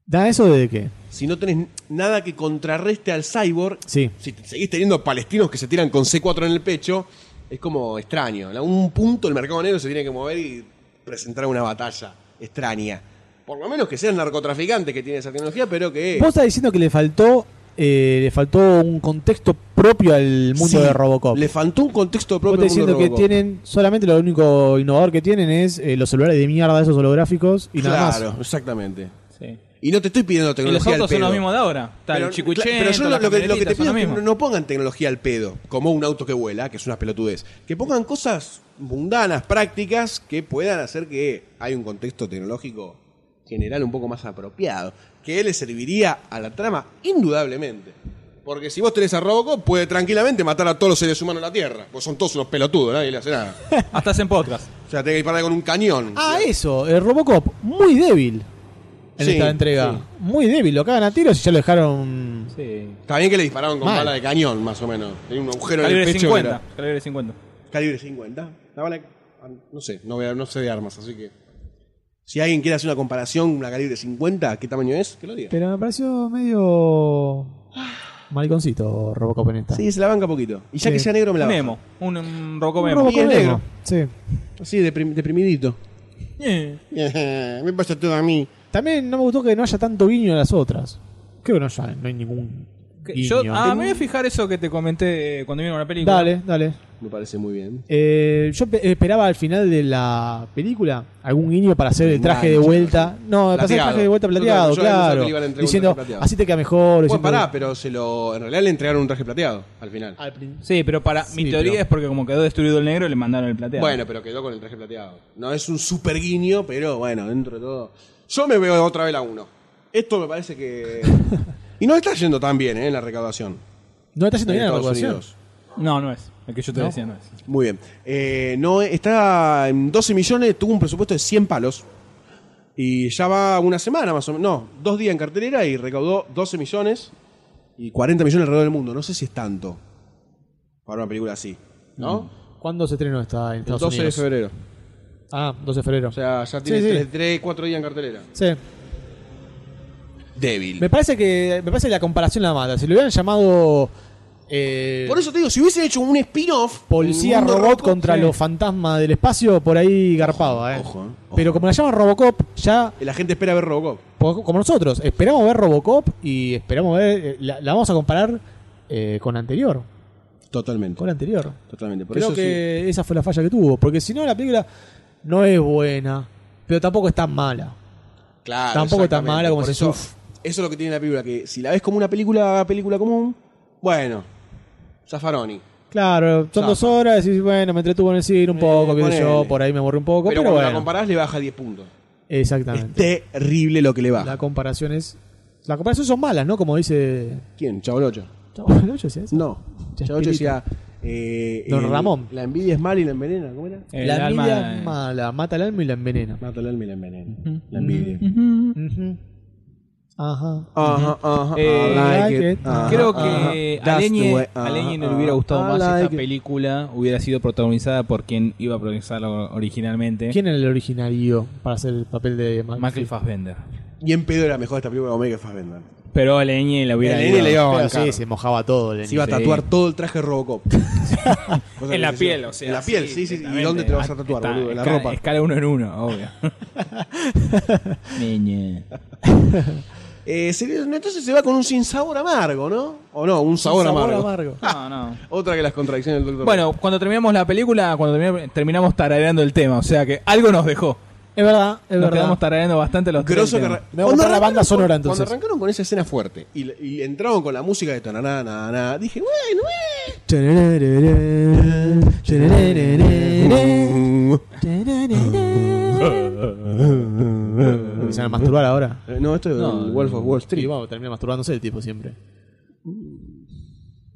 Speaker 10: ¿Da eso de qué?
Speaker 3: Si no tenés nada que contrarreste al cyborg,
Speaker 10: Sí.
Speaker 3: si te- seguís teniendo palestinos que se tiran con C4 en el pecho, es como extraño. En algún punto el mercado negro se tiene que mover y presentar una batalla extraña. Por lo menos que sean narcotraficantes que tienen esa tecnología, pero que.
Speaker 10: Vos estás diciendo que le faltó eh, le faltó un contexto propio al mundo
Speaker 3: Sí,
Speaker 10: de Robocop.
Speaker 3: Le faltó un contexto
Speaker 10: Vos
Speaker 3: propio.
Speaker 10: estás
Speaker 3: al mundo
Speaker 10: diciendo que
Speaker 3: Robocop.
Speaker 10: tienen solamente lo único innovador que tienen es eh, los celulares de mierda esos holográficos y nada
Speaker 3: Claro,
Speaker 10: más.
Speaker 3: exactamente.
Speaker 9: Sí.
Speaker 3: Y no te estoy pidiendo
Speaker 9: Y los
Speaker 3: tecnología al
Speaker 9: autos son
Speaker 3: pedo.
Speaker 9: los mismos de ahora. Está el
Speaker 3: cla-
Speaker 9: chicuchén,
Speaker 3: pero yo lo,
Speaker 9: las
Speaker 3: lo que, lo que te
Speaker 9: camionetitas son
Speaker 3: pido
Speaker 9: lo
Speaker 3: es que
Speaker 9: mismo.
Speaker 3: no, no pongan tecnología al pedo, como un auto que vuela, que es una pelotudez. Que pongan cosas mundanas, prácticas, que puedan hacer que hay un contexto tecnológico general un poco más apropiado. Que le serviría a la trama, indudablemente. Porque si vos tenés a Robocop, puede tranquilamente matar a todos los seres humanos de la Tierra. Pues son todos unos pelotudos, nadie le hace nada.
Speaker 9: Hasta hacen podcast.
Speaker 3: O sea, tenés que disparar con un cañón.
Speaker 10: Ah, eso, el Robocop, muy débil. en
Speaker 3: Sí,
Speaker 10: esta entrega.
Speaker 3: sí.
Speaker 10: Muy débil, lo cagan a tiros y ya lo dejaron.
Speaker 3: Sí. Está bien que le dispararon con
Speaker 10: Mal.
Speaker 3: bala de cañón, más o menos. Tenía un agujero en
Speaker 9: Calibre
Speaker 3: el pecho.
Speaker 9: 50.
Speaker 3: que
Speaker 9: Calibre 50.
Speaker 3: era- Calibre 50. La bala- No sé, no, veo- no sé de armas, así que. Si alguien quiere hacer una comparación, una calibre 50, ¿qué tamaño es? Que lo diga.
Speaker 10: Pero me pareció medio. Mariconcito Robocop en esta.
Speaker 3: Sí, se la banca poquito. Y ya que
Speaker 10: Sí.
Speaker 3: sea negro, me la
Speaker 9: Un
Speaker 3: baja.
Speaker 9: emo. Un, un roco
Speaker 10: Un
Speaker 9: emo.
Speaker 10: Robocop
Speaker 3: Y el
Speaker 10: emo.
Speaker 3: negro.
Speaker 10: Sí.
Speaker 3: Así, deprim- deprimidito.
Speaker 9: Eh.
Speaker 3: me pasa todo a mí.
Speaker 10: También no me gustó que no haya tanto guiño en las otras. Creo que no, ya, no hay ningún.
Speaker 9: Que
Speaker 10: guiño.
Speaker 9: Yo, ah, me voy a fijar eso que te comenté eh, cuando vimos la película.
Speaker 10: Dale, dale.
Speaker 3: Me parece muy bien.
Speaker 10: Eh, yo pe- esperaba al final de la película algún guiño para hacer el traje de
Speaker 3: Mancha,
Speaker 10: vuelta. No, para hacer el
Speaker 3: Plateado.
Speaker 10: traje de vuelta
Speaker 3: Yo creo- yo había
Speaker 10: plateado,
Speaker 3: pensado que
Speaker 10: claro.
Speaker 3: le iban a entregar un
Speaker 10: Diciendo,
Speaker 3: traje plateado.
Speaker 10: así te queda mejor.
Speaker 3: Bueno,
Speaker 10: diciendo-
Speaker 3: pará, pero se lo, en realidad le entregaron un traje plateado al final.
Speaker 9: Sí, pero para mi
Speaker 3: Sí,
Speaker 9: teoría
Speaker 3: pero-
Speaker 9: es porque como quedó destruido el negro, le mandaron el plateado.
Speaker 3: Bueno, pero quedó con el traje plateado. No es un super guiño, pero bueno, dentro de todo. Yo me veo otra vez la 1. Esto me parece que. y no está yendo tan bien, ¿eh? En la recaudación.
Speaker 10: No está yendo
Speaker 3: En
Speaker 10: bien la
Speaker 3: Estados
Speaker 10: recaudación.
Speaker 3: Unidos.
Speaker 9: No, no es. El que yo te
Speaker 3: ¿No?
Speaker 9: decía no es.
Speaker 3: Muy bien. Eh, no, está en 12 millones, tuvo un presupuesto de 100 palos. Y ya va una semana más o menos. No, dos días en cartelera y recaudó 12 millones y 40 millones alrededor del mundo. No sé si es tanto para una película así. ¿No?
Speaker 10: ¿Cuándo se estrenó esta en
Speaker 3: El
Speaker 10: Mm, Estados
Speaker 3: 12 de
Speaker 10: Unidos?
Speaker 3: febrero.
Speaker 10: Ah, 12 de febrero.
Speaker 3: O sea, ya
Speaker 10: Sí, sí.
Speaker 3: tiene 3, 4 días en cartelera.
Speaker 10: Sí.
Speaker 3: Débil.
Speaker 10: Me parece que me parece que la comparación la mata. Si lo hubieran llamado eh,
Speaker 3: Por eso te digo, si hubiesen hecho un spin-off.
Speaker 10: policía
Speaker 3: un mundo
Speaker 10: robot
Speaker 3: roco,
Speaker 10: contra
Speaker 3: sí.
Speaker 10: los fantasmas del espacio, por ahí garpaba, eh. Pero como la llaman Robocop, ya
Speaker 3: La gente espera ver Robocop.
Speaker 10: po- como nosotros, esperamos ver Robocop y esperamos ver eh, la, la vamos a comparar eh, con la anterior,
Speaker 3: Totalmente.
Speaker 10: con la anterior.
Speaker 3: Totalmente. Por
Speaker 10: Creo
Speaker 3: eso
Speaker 10: que esa fue la falla que tuvo, porque si no la película no es buena, pero tampoco es tan mala.
Speaker 3: sí. Claro,
Speaker 10: tampoco tan
Speaker 3: exactamente.
Speaker 10: mala como
Speaker 3: Por
Speaker 10: se
Speaker 3: eso,
Speaker 10: suf-
Speaker 3: eso es lo que tiene la película, que si la ves como una película película común, bueno, Zaffaroni.
Speaker 10: Claro, son
Speaker 3: Zapa.
Speaker 10: dos horas y bueno, me entretuvo en el cine un poco, qué sé
Speaker 3: Eh,
Speaker 10: yo,
Speaker 3: ponele.
Speaker 10: por ahí me aburrí un poco,
Speaker 3: Pero,
Speaker 10: pero,
Speaker 3: cuando la
Speaker 10: bueno.
Speaker 3: comparás le baja 10 puntos.
Speaker 10: Exactamente.
Speaker 3: Terrible lo que le baja.
Speaker 10: La comparación es. Las comparaciones son malas, ¿no? Como dice.
Speaker 3: ¿Quién? Chabolocho.
Speaker 10: Chabolocho decía eso.
Speaker 3: No. Chabolocho decía... eh,
Speaker 10: Don
Speaker 3: el-
Speaker 10: Ramón.
Speaker 3: La envidia es mala y la envenena. ¿Cómo era?
Speaker 10: La envidia es mala, mata el alma y la envenena.
Speaker 3: Mata el alma y la envenena. La envidia.
Speaker 10: Ajá.
Speaker 3: Ajá, ajá.
Speaker 9: Eh,
Speaker 3: I like it.
Speaker 10: Ajá,
Speaker 9: creo
Speaker 3: ajá.
Speaker 9: que a
Speaker 3: That's the
Speaker 9: Leñe,
Speaker 3: way,
Speaker 9: a
Speaker 3: ajá,
Speaker 9: Leñe le
Speaker 3: ajá.
Speaker 9: hubiera gustado
Speaker 3: I
Speaker 9: más si
Speaker 3: like
Speaker 9: esta
Speaker 3: it.
Speaker 9: película hubiera sido protagonizada por quien iba a protagonizarla originalmente.
Speaker 10: ¿Quién era el originario para hacer el papel de Mac-
Speaker 9: Michael Fassbender.
Speaker 3: Y en pedo era mejor esta película de Omega Fassbender.
Speaker 9: Pero a Leñe la hubiera
Speaker 3: A Leñe le iba a
Speaker 10: Pero
Speaker 3: bancar.
Speaker 10: sí, se mojaba todo. Lenin.
Speaker 3: Se iba a
Speaker 10: Sí.
Speaker 3: tatuar todo el traje de Robocop. Cosa
Speaker 9: En la
Speaker 3: que-
Speaker 9: piel, o sea.
Speaker 3: En la piel, sí, sí. ¿Y dónde te lo vas a tatuar,
Speaker 9: Ah, Está-
Speaker 3: boludo? En la
Speaker 9: escala-
Speaker 3: ropa.
Speaker 9: Escala uno en uno, obvio. Leñe.
Speaker 3: Eh, se- entonces se va con un sinsabor amargo, ¿no? O no, un sabor, amargo.
Speaker 9: No, no.
Speaker 3: Otra que las contradicciones del doctor.
Speaker 9: Bueno, cuando terminamos la película, cuando termi- terminamos tarareando el tema, o sea que algo nos dejó.
Speaker 10: Es verdad, es
Speaker 9: Nos
Speaker 10: verdad.
Speaker 9: quedamos tarareando bastante los tres
Speaker 3: grosso
Speaker 9: el
Speaker 3: que
Speaker 9: tema.
Speaker 3: arran-
Speaker 10: Me voy a comprar la
Speaker 3: arrancaron
Speaker 10: banda sonora,
Speaker 3: con-
Speaker 10: entonces.
Speaker 3: Cuando arrancaron con esa escena fuerte y, y entraron con la música de tonana, na, na, dije, bueno, eh. eh".
Speaker 10: Empiezan a masturbar ahora.
Speaker 3: Eh, No, esto es
Speaker 10: No,
Speaker 3: el Wolf of Wall Street.
Speaker 10: Y vamos, termina masturbándose el tipo siempre.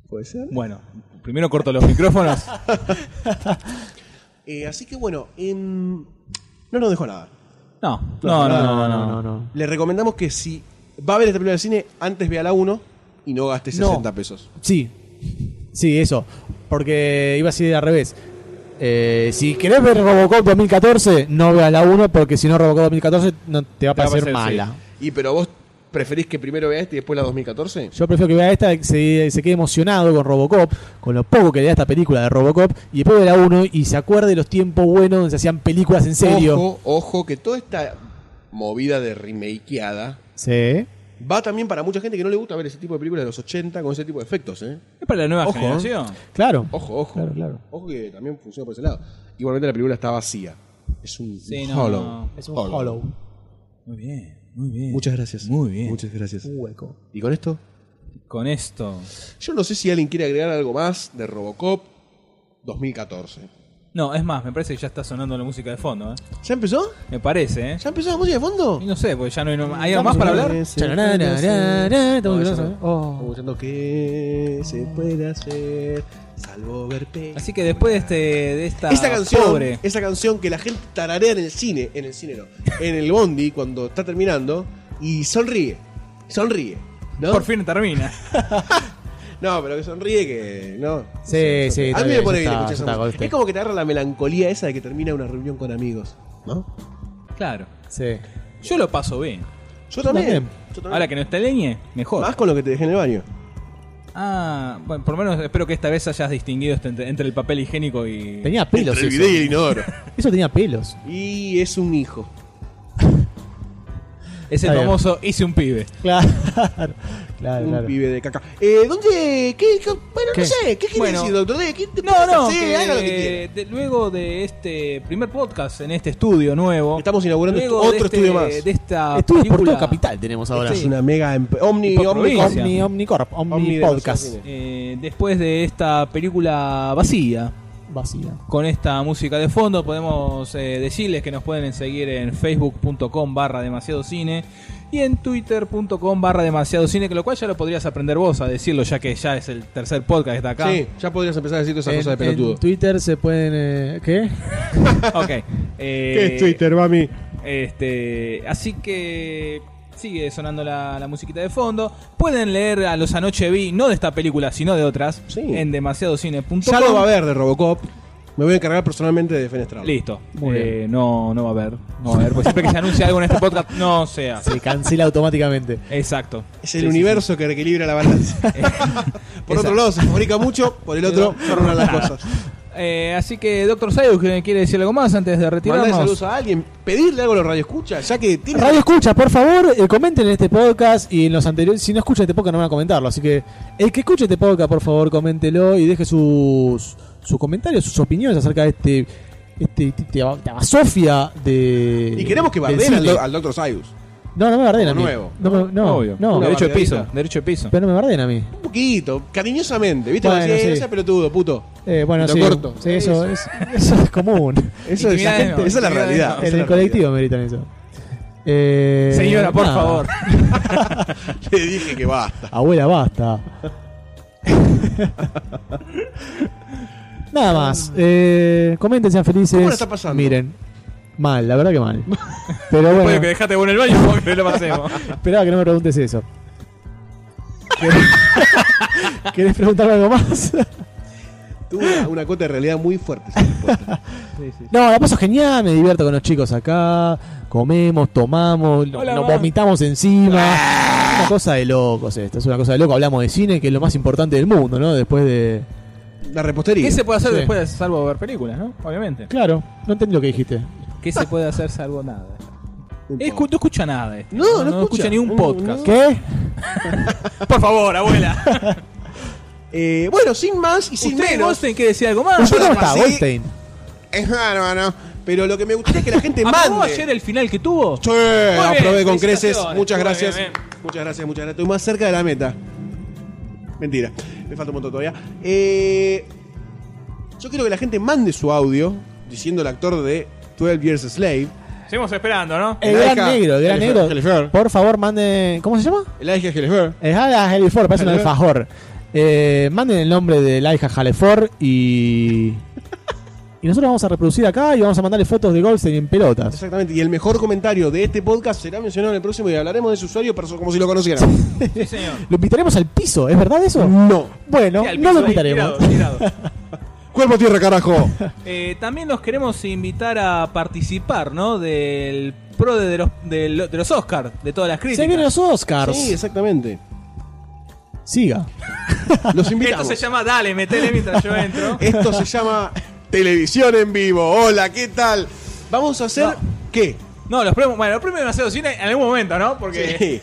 Speaker 3: ¿Puede ser?
Speaker 9: Bueno, primero corto los micrófonos.
Speaker 3: Eh, así que bueno, em, no nos dejó nada.
Speaker 9: No, no, no, no, no. no,
Speaker 3: Le recomendamos que si va a ver esta película de cine, antes vea la 1 y no gaste
Speaker 10: No.
Speaker 3: 60 pesos.
Speaker 10: Sí, sí, eso. Porque iba así al revés. Eh, si querés ver Robocop 2014, no veas la 1 porque si no Robocop 2014 no te
Speaker 3: Te va
Speaker 10: va a
Speaker 3: a
Speaker 10: parecer
Speaker 3: parecer,
Speaker 10: mala.
Speaker 3: sí. Y pero vos preferís que primero vea esta y después la 2014?
Speaker 10: Yo prefiero que vea esta, que se, se quede emocionado con Robocop, con lo poco que le da esta película de Robocop, y después vea la 1 y se acuerde de los tiempos buenos donde se hacían películas en serio.
Speaker 3: Ojo, ojo, que toda esta movida de remakeada
Speaker 10: Sí.
Speaker 3: va también para mucha gente que no le gusta ver ese tipo de películas de los 80 con ese tipo de efectos, ¿eh?
Speaker 9: Es para la nueva
Speaker 3: Ojo,
Speaker 9: generación.
Speaker 10: Claro.
Speaker 3: Ojo, ojo.
Speaker 10: Claro, claro.
Speaker 3: Ojo que también funciona por ese lado. Igualmente la película está vacía. Es un
Speaker 9: Sí, no,
Speaker 3: hollow.
Speaker 9: no.
Speaker 10: Es un hollow.
Speaker 9: Muy bien, muy bien.
Speaker 3: Muchas gracias.
Speaker 9: Muy bien.
Speaker 3: Muchas gracias.
Speaker 10: Un hueco.
Speaker 3: ¿Y con esto?
Speaker 9: Con esto.
Speaker 3: Yo no sé si alguien quiere agregar algo más de Robocop 2014.
Speaker 9: No, es más, me parece que ya está sonando la música de fondo, ¿eh?
Speaker 3: ¿Ya empezó?
Speaker 9: Me parece, ¿eh?
Speaker 3: ¿Ya empezó la música de fondo?
Speaker 9: Y no sé, porque ya no hay, no- ¿hay algo más para hablar.
Speaker 10: Chararararara, tengo que
Speaker 3: Estamos
Speaker 10: ver, oh.
Speaker 3: escuchando qué se puede hacer, salvo ver películas.
Speaker 9: Así que después de, este, de esta,
Speaker 3: Esa canción,
Speaker 9: pobre...
Speaker 3: esa canción que la gente tararea en el cine, en el cine no, en el bondi cuando está terminando y sonríe. Sonríe. ¿no?
Speaker 9: Por fin termina.
Speaker 3: no, pero que sonríe que. No.
Speaker 10: Sí, sí.
Speaker 3: a
Speaker 10: está
Speaker 3: mí me
Speaker 10: bien,
Speaker 3: pone bien
Speaker 10: ya está,
Speaker 3: escuchar esa
Speaker 10: ya está,
Speaker 3: música.
Speaker 10: golpe.
Speaker 3: Es como que te agarra la melancolía esa de que termina una reunión con amigos. ¿No?
Speaker 9: Claro.
Speaker 10: Sí.
Speaker 9: Yo lo paso bien.
Speaker 3: Yo también.
Speaker 9: Ahora que no está leñe, mejor.
Speaker 3: Más con lo que te dejé en el baño.
Speaker 9: Ah, bueno, por lo menos espero que esta vez hayas distinguido este- entre, entre el papel higiénico y.
Speaker 10: Tenía pelos
Speaker 9: Entre el
Speaker 10: eso.
Speaker 9: bidet y el inodoro.
Speaker 10: eso tenía pelos.
Speaker 3: Y es un hijo.
Speaker 9: Es el
Speaker 10: Está bien.
Speaker 9: famoso hice un pibe.
Speaker 10: Claro, claro,
Speaker 3: un
Speaker 10: claro.
Speaker 3: pibe de caca. Eh, ¿Dónde? ¿Qué? qué- bueno,
Speaker 10: ¿Qué?
Speaker 3: no sé. ¿Qué quiere
Speaker 9: Bueno.
Speaker 3: decir, doctor? D? ¿Qué te
Speaker 9: No, no,
Speaker 3: Sí,
Speaker 9: que,
Speaker 3: haga lo que quiera.
Speaker 9: de- luego de este primer podcast en este estudio nuevo.
Speaker 3: Estamos inaugurando
Speaker 9: luego
Speaker 3: otro
Speaker 9: de este-
Speaker 3: estudio más.
Speaker 9: De
Speaker 10: Ah,
Speaker 9: esta
Speaker 3: Estudios por
Speaker 9: película-
Speaker 3: toda capital
Speaker 10: tenemos
Speaker 3: Esta
Speaker 9: Sí.
Speaker 3: es una mega. emp- Omni,
Speaker 9: Y por
Speaker 3: Omni,
Speaker 9: provincia.
Speaker 3: Omni,
Speaker 10: Omnicorp, Omni
Speaker 3: Omni de los
Speaker 10: Podcast.
Speaker 3: cines.
Speaker 9: Eh, después de esta película vacía.
Speaker 10: Vacía.
Speaker 9: Con esta música de fondo podemos eh, decirles que nos pueden seguir en facebook.com barra demasiado cine y en twitter.com barra demasiado cine, que lo cual ya lo podrías aprender vos a decirlo ya que ya es el tercer podcast que está acá.
Speaker 3: Sí, ya podrías empezar a decir todas esas
Speaker 10: En-
Speaker 3: cosas de
Speaker 10: en
Speaker 3: pelotudo.
Speaker 10: Twitter se pueden. eh, ¿Qué?
Speaker 9: Ok. eh,
Speaker 10: ¿Qué es Twitter,
Speaker 3: mami?
Speaker 9: Este, así que sigue sonando la, la musiquita de fondo. Pueden leer a los anoche vi, no de esta película, sino de otras, en demasiadocine.com.
Speaker 3: Ya lo va a ver de Robocop. Me voy a encargar personalmente de Fenestrado.
Speaker 9: Listo. Eh, no, no va a haber. No va a haber. Pues siempre que se anuncia algo en este podcast, no sea.
Speaker 10: Se cancela automáticamente.
Speaker 9: Exacto.
Speaker 3: Es el universo que equilibra la balanza. por otro lado se fabrica mucho, por el otro se arruinan las cosas.
Speaker 9: Eh, así que, Doctor Sayus, ¿que- ¿quiere decir algo más antes de
Speaker 3: Mandar saludos
Speaker 9: retirarnos?
Speaker 3: a alguien, pedirle algo a los radioescuchas, ya que tiene
Speaker 10: Radio escucha, por favor, eh, comenten en este podcast y en los anteriores. Si no escuchan este podcast, no van a comentarlo. Así que el que escuche este podcast, por favor, coméntelo y deje sus, sus comentarios, sus opiniones acerca de este. Este, este- esta basofia de.
Speaker 3: Y queremos que
Speaker 10: del
Speaker 3: barden al,
Speaker 10: cine.
Speaker 3: do- al Dr. Sayus.
Speaker 10: No, no me barden a
Speaker 3: Como
Speaker 10: mí.
Speaker 3: nuevo.
Speaker 10: No, me- no,
Speaker 3: Obvio.
Speaker 10: no.
Speaker 3: Una
Speaker 9: Derecho de piso,
Speaker 3: bardeadita.
Speaker 9: derecho de piso.
Speaker 10: Pero no me barden a mí.
Speaker 3: Un poquito, cariñosamente, ¿viste?
Speaker 10: Bueno,
Speaker 3: Como, "Eh,
Speaker 10: sí.
Speaker 3: no seas pelotudo, puto.
Speaker 10: Eh, bueno,
Speaker 3: Lo
Speaker 10: sí,
Speaker 3: corto.
Speaker 10: sí, eso, es, eso es común.
Speaker 3: Eso es- la Intimidades gente- no, esa es la intimidades realidad, no. esa es
Speaker 10: En
Speaker 3: la
Speaker 10: el colectivo meritan eso. Eh,
Speaker 9: Señora, por
Speaker 10: nada.
Speaker 9: favor.
Speaker 3: Le dije que basta.
Speaker 10: Abuela, basta. Nada más. Eh, comenten, sean felices.
Speaker 3: ¿Cómo la está pasando?
Speaker 10: Miren. Mal, la verdad que mal. Pero bueno.
Speaker 9: Oye, que dejate vos en el baño porque lo pasemos.
Speaker 10: Esperaba que no me preguntes eso. ¿Querés- ¿Querés preguntarme algo más?
Speaker 3: Tuvo una, una cuota de realidad muy fuerte.
Speaker 10: No, la paso genial, me divierto con los chicos acá. Comemos, tomamos, no-
Speaker 3: Hola,
Speaker 10: nos
Speaker 3: ma.
Speaker 10: vomitamos encima. Es una cosa de locos esto, es una cosa de loco. Hablamos de cine, que es lo más importante del mundo, ¿no? Después de.
Speaker 3: La repostería.
Speaker 9: ¿Qué se puede hacer
Speaker 10: Sí.
Speaker 9: después, salvo ver películas, no? Obviamente.
Speaker 10: Claro, no entendí lo que dijiste.
Speaker 9: ¿Qué se puede hacer salvo nada? Escu- Eh, no escucha nada. Este.
Speaker 3: No, no escucha. Mm,
Speaker 9: ni un
Speaker 3: No,
Speaker 9: podcast.
Speaker 3: no.
Speaker 10: ¿Qué?
Speaker 9: Por favor, abuela.
Speaker 3: Eh, bueno, sin más y sin
Speaker 9: ¿Usted,
Speaker 3: menos.
Speaker 9: Goldstein, quiere decir algo más?
Speaker 3: Yo la pasé-
Speaker 10: Goldstein?
Speaker 3: Es raro, ¿no? Pero lo que me gustaría es que la gente
Speaker 9: ¿Aprobó
Speaker 3: mande.
Speaker 9: ayer el final que tuvo?
Speaker 3: Sí, aprobé con creces.
Speaker 9: felicitaciones.
Speaker 3: Muchas
Speaker 9: Muy
Speaker 3: gracias.
Speaker 9: bien,
Speaker 3: Muchas gracias, muchas gracias. Estoy más cerca de la meta. Mentira. Me falta un montón todavía. Eh, yo quiero que la gente mande su audio diciendo el actor de 12 Years a Slave.
Speaker 9: Seguimos esperando, ¿no?
Speaker 10: El gran negro, el gran negro. Por favor, manden. ¿Cómo se llama?
Speaker 3: Elijah Hellesberg.
Speaker 10: Es Ala Halifor, ah, parece un
Speaker 3: Halifor.
Speaker 10: alfajor. Eh, manden el nombre de Laija Halifor y. Y nosotros vamos a reproducir acá y vamos a mandarle fotos de Goldstein en pelotas.
Speaker 3: Exactamente. Y el mejor comentario de este podcast será mencionado en el próximo y hablaremos de su usuario perso- como si lo conociéramos.
Speaker 10: Lo invitaremos al piso, ¿es verdad eso?
Speaker 3: No.
Speaker 10: Bueno,
Speaker 9: al
Speaker 10: no
Speaker 9: piso
Speaker 10: lo
Speaker 9: ahí,
Speaker 10: invitaremos.
Speaker 9: tirado, tirado.
Speaker 3: Cuerpo tierra, carajo.
Speaker 9: Eh, también los queremos invitar a participar, ¿no? Del pro de, de los, de, lo- de los Oscars, de todas las críticas.
Speaker 10: Se vienen los Oscars.
Speaker 3: Sí, exactamente.
Speaker 10: Siga.
Speaker 3: Los
Speaker 9: Esto
Speaker 3: invitamos.
Speaker 9: se llama Dale, metele mientras yo entro.
Speaker 3: Esto se llama televisión en vivo. Hola, ¿qué tal? Vamos a hacer. ¿Qué?
Speaker 9: No, los premios, bueno, los premios de Maceo Cine en algún momento, ¿no? Porque
Speaker 3: Sí.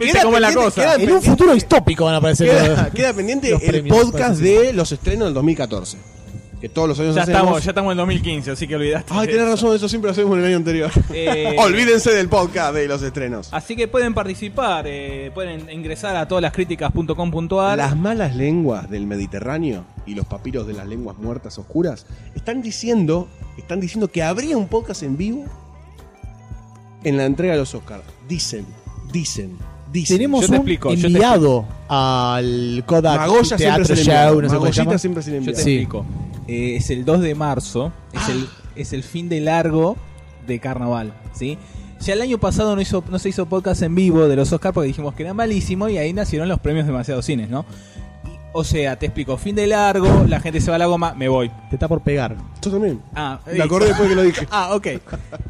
Speaker 9: viste cómo es la
Speaker 3: Quédate,
Speaker 9: cosa.
Speaker 3: quédate,
Speaker 10: En un futuro distópico van a aparecer.
Speaker 3: Queda,
Speaker 10: los-
Speaker 3: queda pendiente
Speaker 10: los
Speaker 3: el
Speaker 10: premios,
Speaker 3: podcast
Speaker 10: parece.
Speaker 3: de los estrenos del 2014. Que todos los años
Speaker 9: Ya
Speaker 3: hacemos.
Speaker 9: estamos, ya estamos en 2015, así que olvidaste.
Speaker 3: Ay, tenés razón, eso siempre lo hacemos en el año anterior.
Speaker 9: Eh,
Speaker 3: Olvídense del podcast de los estrenos.
Speaker 9: Así que pueden participar, eh, pueden ingresar a todas las
Speaker 3: Las malas lenguas del Mediterráneo y los papiros de las lenguas muertas oscuras están diciendo, están diciendo que habría un podcast en vivo en la entrega de los Oscars. Dicen, dicen, dicen.
Speaker 10: Tenemos un enviado al Kodak
Speaker 3: Magoya siempre
Speaker 10: Teatro
Speaker 3: se le
Speaker 10: Show,
Speaker 3: envía.
Speaker 10: no sé cómo se llama.
Speaker 3: Magoyita siempre se le
Speaker 9: Yo
Speaker 3: envía.
Speaker 9: te explico. Eh, es el 2 de marzo, es el, es el fin de largo de carnaval, ¿sí? Si al año pasado no, hizo, no se hizo podcast en vivo de los Oscars porque dijimos que era malísimo y ahí nacieron los premios demasiados cines, ¿no? O sea, te explico, fin de largo, la gente se va a la goma, me voy.
Speaker 10: Te está por pegar.
Speaker 3: Yo también.
Speaker 9: Ah,
Speaker 3: Me acordé
Speaker 9: listo.
Speaker 3: después que lo dije.
Speaker 9: Ah, ok.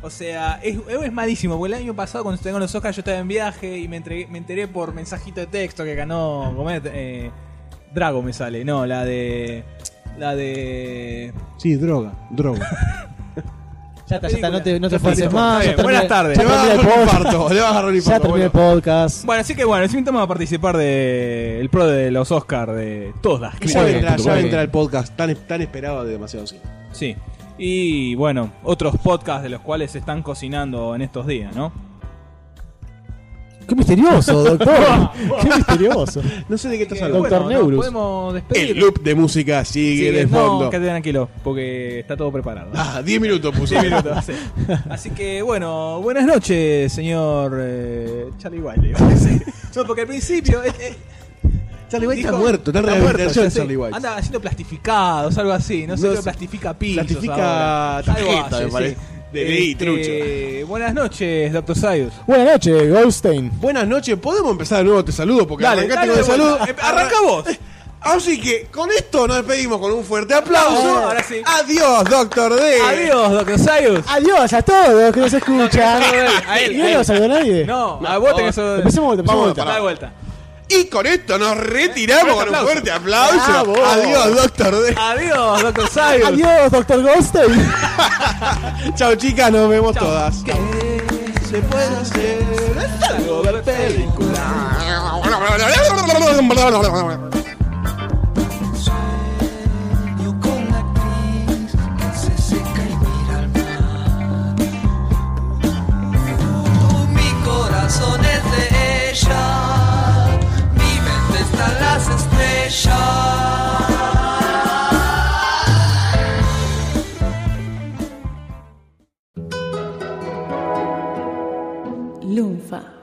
Speaker 9: O sea, es, es malísimo, porque el año pasado cuando estuvieron los Oscars yo estaba en viaje y me, entregué- me enteré por mensajito de texto que ganó, ¿cómo es? Eh, Drago me sale, no, la de... La de...
Speaker 3: Sí, droga, droga.
Speaker 10: Ya está, ya está, no te, no te
Speaker 9: Está
Speaker 10: esfuerces
Speaker 9: listo.
Speaker 10: más.
Speaker 9: Está
Speaker 10: ya
Speaker 9: bien, buenas
Speaker 10: terminé-
Speaker 9: tardes.
Speaker 10: ya
Speaker 9: Le va a
Speaker 10: terminé el
Speaker 9: agarrar un
Speaker 10: podcast.
Speaker 9: infarto, le va a agarrar un
Speaker 10: Ya
Speaker 9: infarto,
Speaker 10: terminé el podcast.
Speaker 9: Bueno, así que bueno, el tema va a participar del el pro de los Oscars de todas las
Speaker 3: Ya vendrá, ya
Speaker 9: Sí.
Speaker 3: vendrá el podcast tan, tan esperado de demasiado cine.
Speaker 9: Sí. Y bueno, otros podcasts de los cuales se están cocinando en estos días, ¿no?
Speaker 10: Qué misterioso, doctor. Qué misterioso.
Speaker 3: No sé de qué estás
Speaker 9: hablando.
Speaker 10: Doctor
Speaker 9: bueno,
Speaker 10: Neurus.
Speaker 9: nos podemos despedir.
Speaker 3: El loop de música sigue
Speaker 9: Sí,
Speaker 3: de
Speaker 9: no,
Speaker 3: fondo.
Speaker 9: quédate tranquilo, porque está todo preparado.
Speaker 3: Ah, 10 minutos puse.
Speaker 9: 10 minutos, sí. Así que bueno, buenas noches, señor eh, Charlie Wiley. no, porque al principio. eh, eh,
Speaker 3: Charlie White está
Speaker 9: dijo-
Speaker 3: muerto, está en
Speaker 9: muerto,
Speaker 3: rehabilitación,
Speaker 9: ya sé.
Speaker 3: Charlie White.
Speaker 9: Anda haciendo plastificados, algo así. No, sé,
Speaker 3: No
Speaker 9: creo
Speaker 3: sé.
Speaker 9: plastifica pisos.
Speaker 3: Plastifica
Speaker 9: ahora.
Speaker 3: tarjeta,
Speaker 9: Algo hace,
Speaker 3: me parece.
Speaker 9: sí.
Speaker 3: De ley,
Speaker 9: Este, Buenas noches, Dr. Sayus.
Speaker 10: Buenas noches, Goldstein.
Speaker 3: Buenas noches, ¿podemos empezar de nuevo? Te saludo porque
Speaker 9: Dale,
Speaker 3: arrancaste
Speaker 9: dale,
Speaker 3: con el
Speaker 9: de
Speaker 3: saludo.
Speaker 9: vuelta. Eh, arranca vos.
Speaker 3: Así que con esto nos despedimos con un fuerte aplauso.
Speaker 9: Vamos, ahora sí.
Speaker 3: Adiós, doctor D.
Speaker 9: Adiós, Dr. Sayus.
Speaker 3: Eh.
Speaker 10: Adiós a todos los que nos escuchan.
Speaker 9: A él,
Speaker 10: Y
Speaker 9: a
Speaker 10: no
Speaker 9: él.
Speaker 10: nos saludó nadie.
Speaker 9: No, a vos tenés.
Speaker 10: Empecemos vuelta, empecemos
Speaker 3: Vamos,
Speaker 10: vuelta.
Speaker 9: Da vuelta.
Speaker 3: Y con esto nos retiramos con un
Speaker 9: aplauso.
Speaker 3: fuerte aplauso.
Speaker 10: Bravo.
Speaker 3: Adiós, doctor D.
Speaker 9: Adiós, Dr. Sayus.
Speaker 10: Adiós, doctor Goldstein.
Speaker 3: Chao, chicas, nos vemos todas.
Speaker 21: Se puede hacer algo de Sueño con la actriz que se seca y mira al mar. Tú, mi corazón es de ella, mi mente está en las estrellas.
Speaker 1: Lunfa.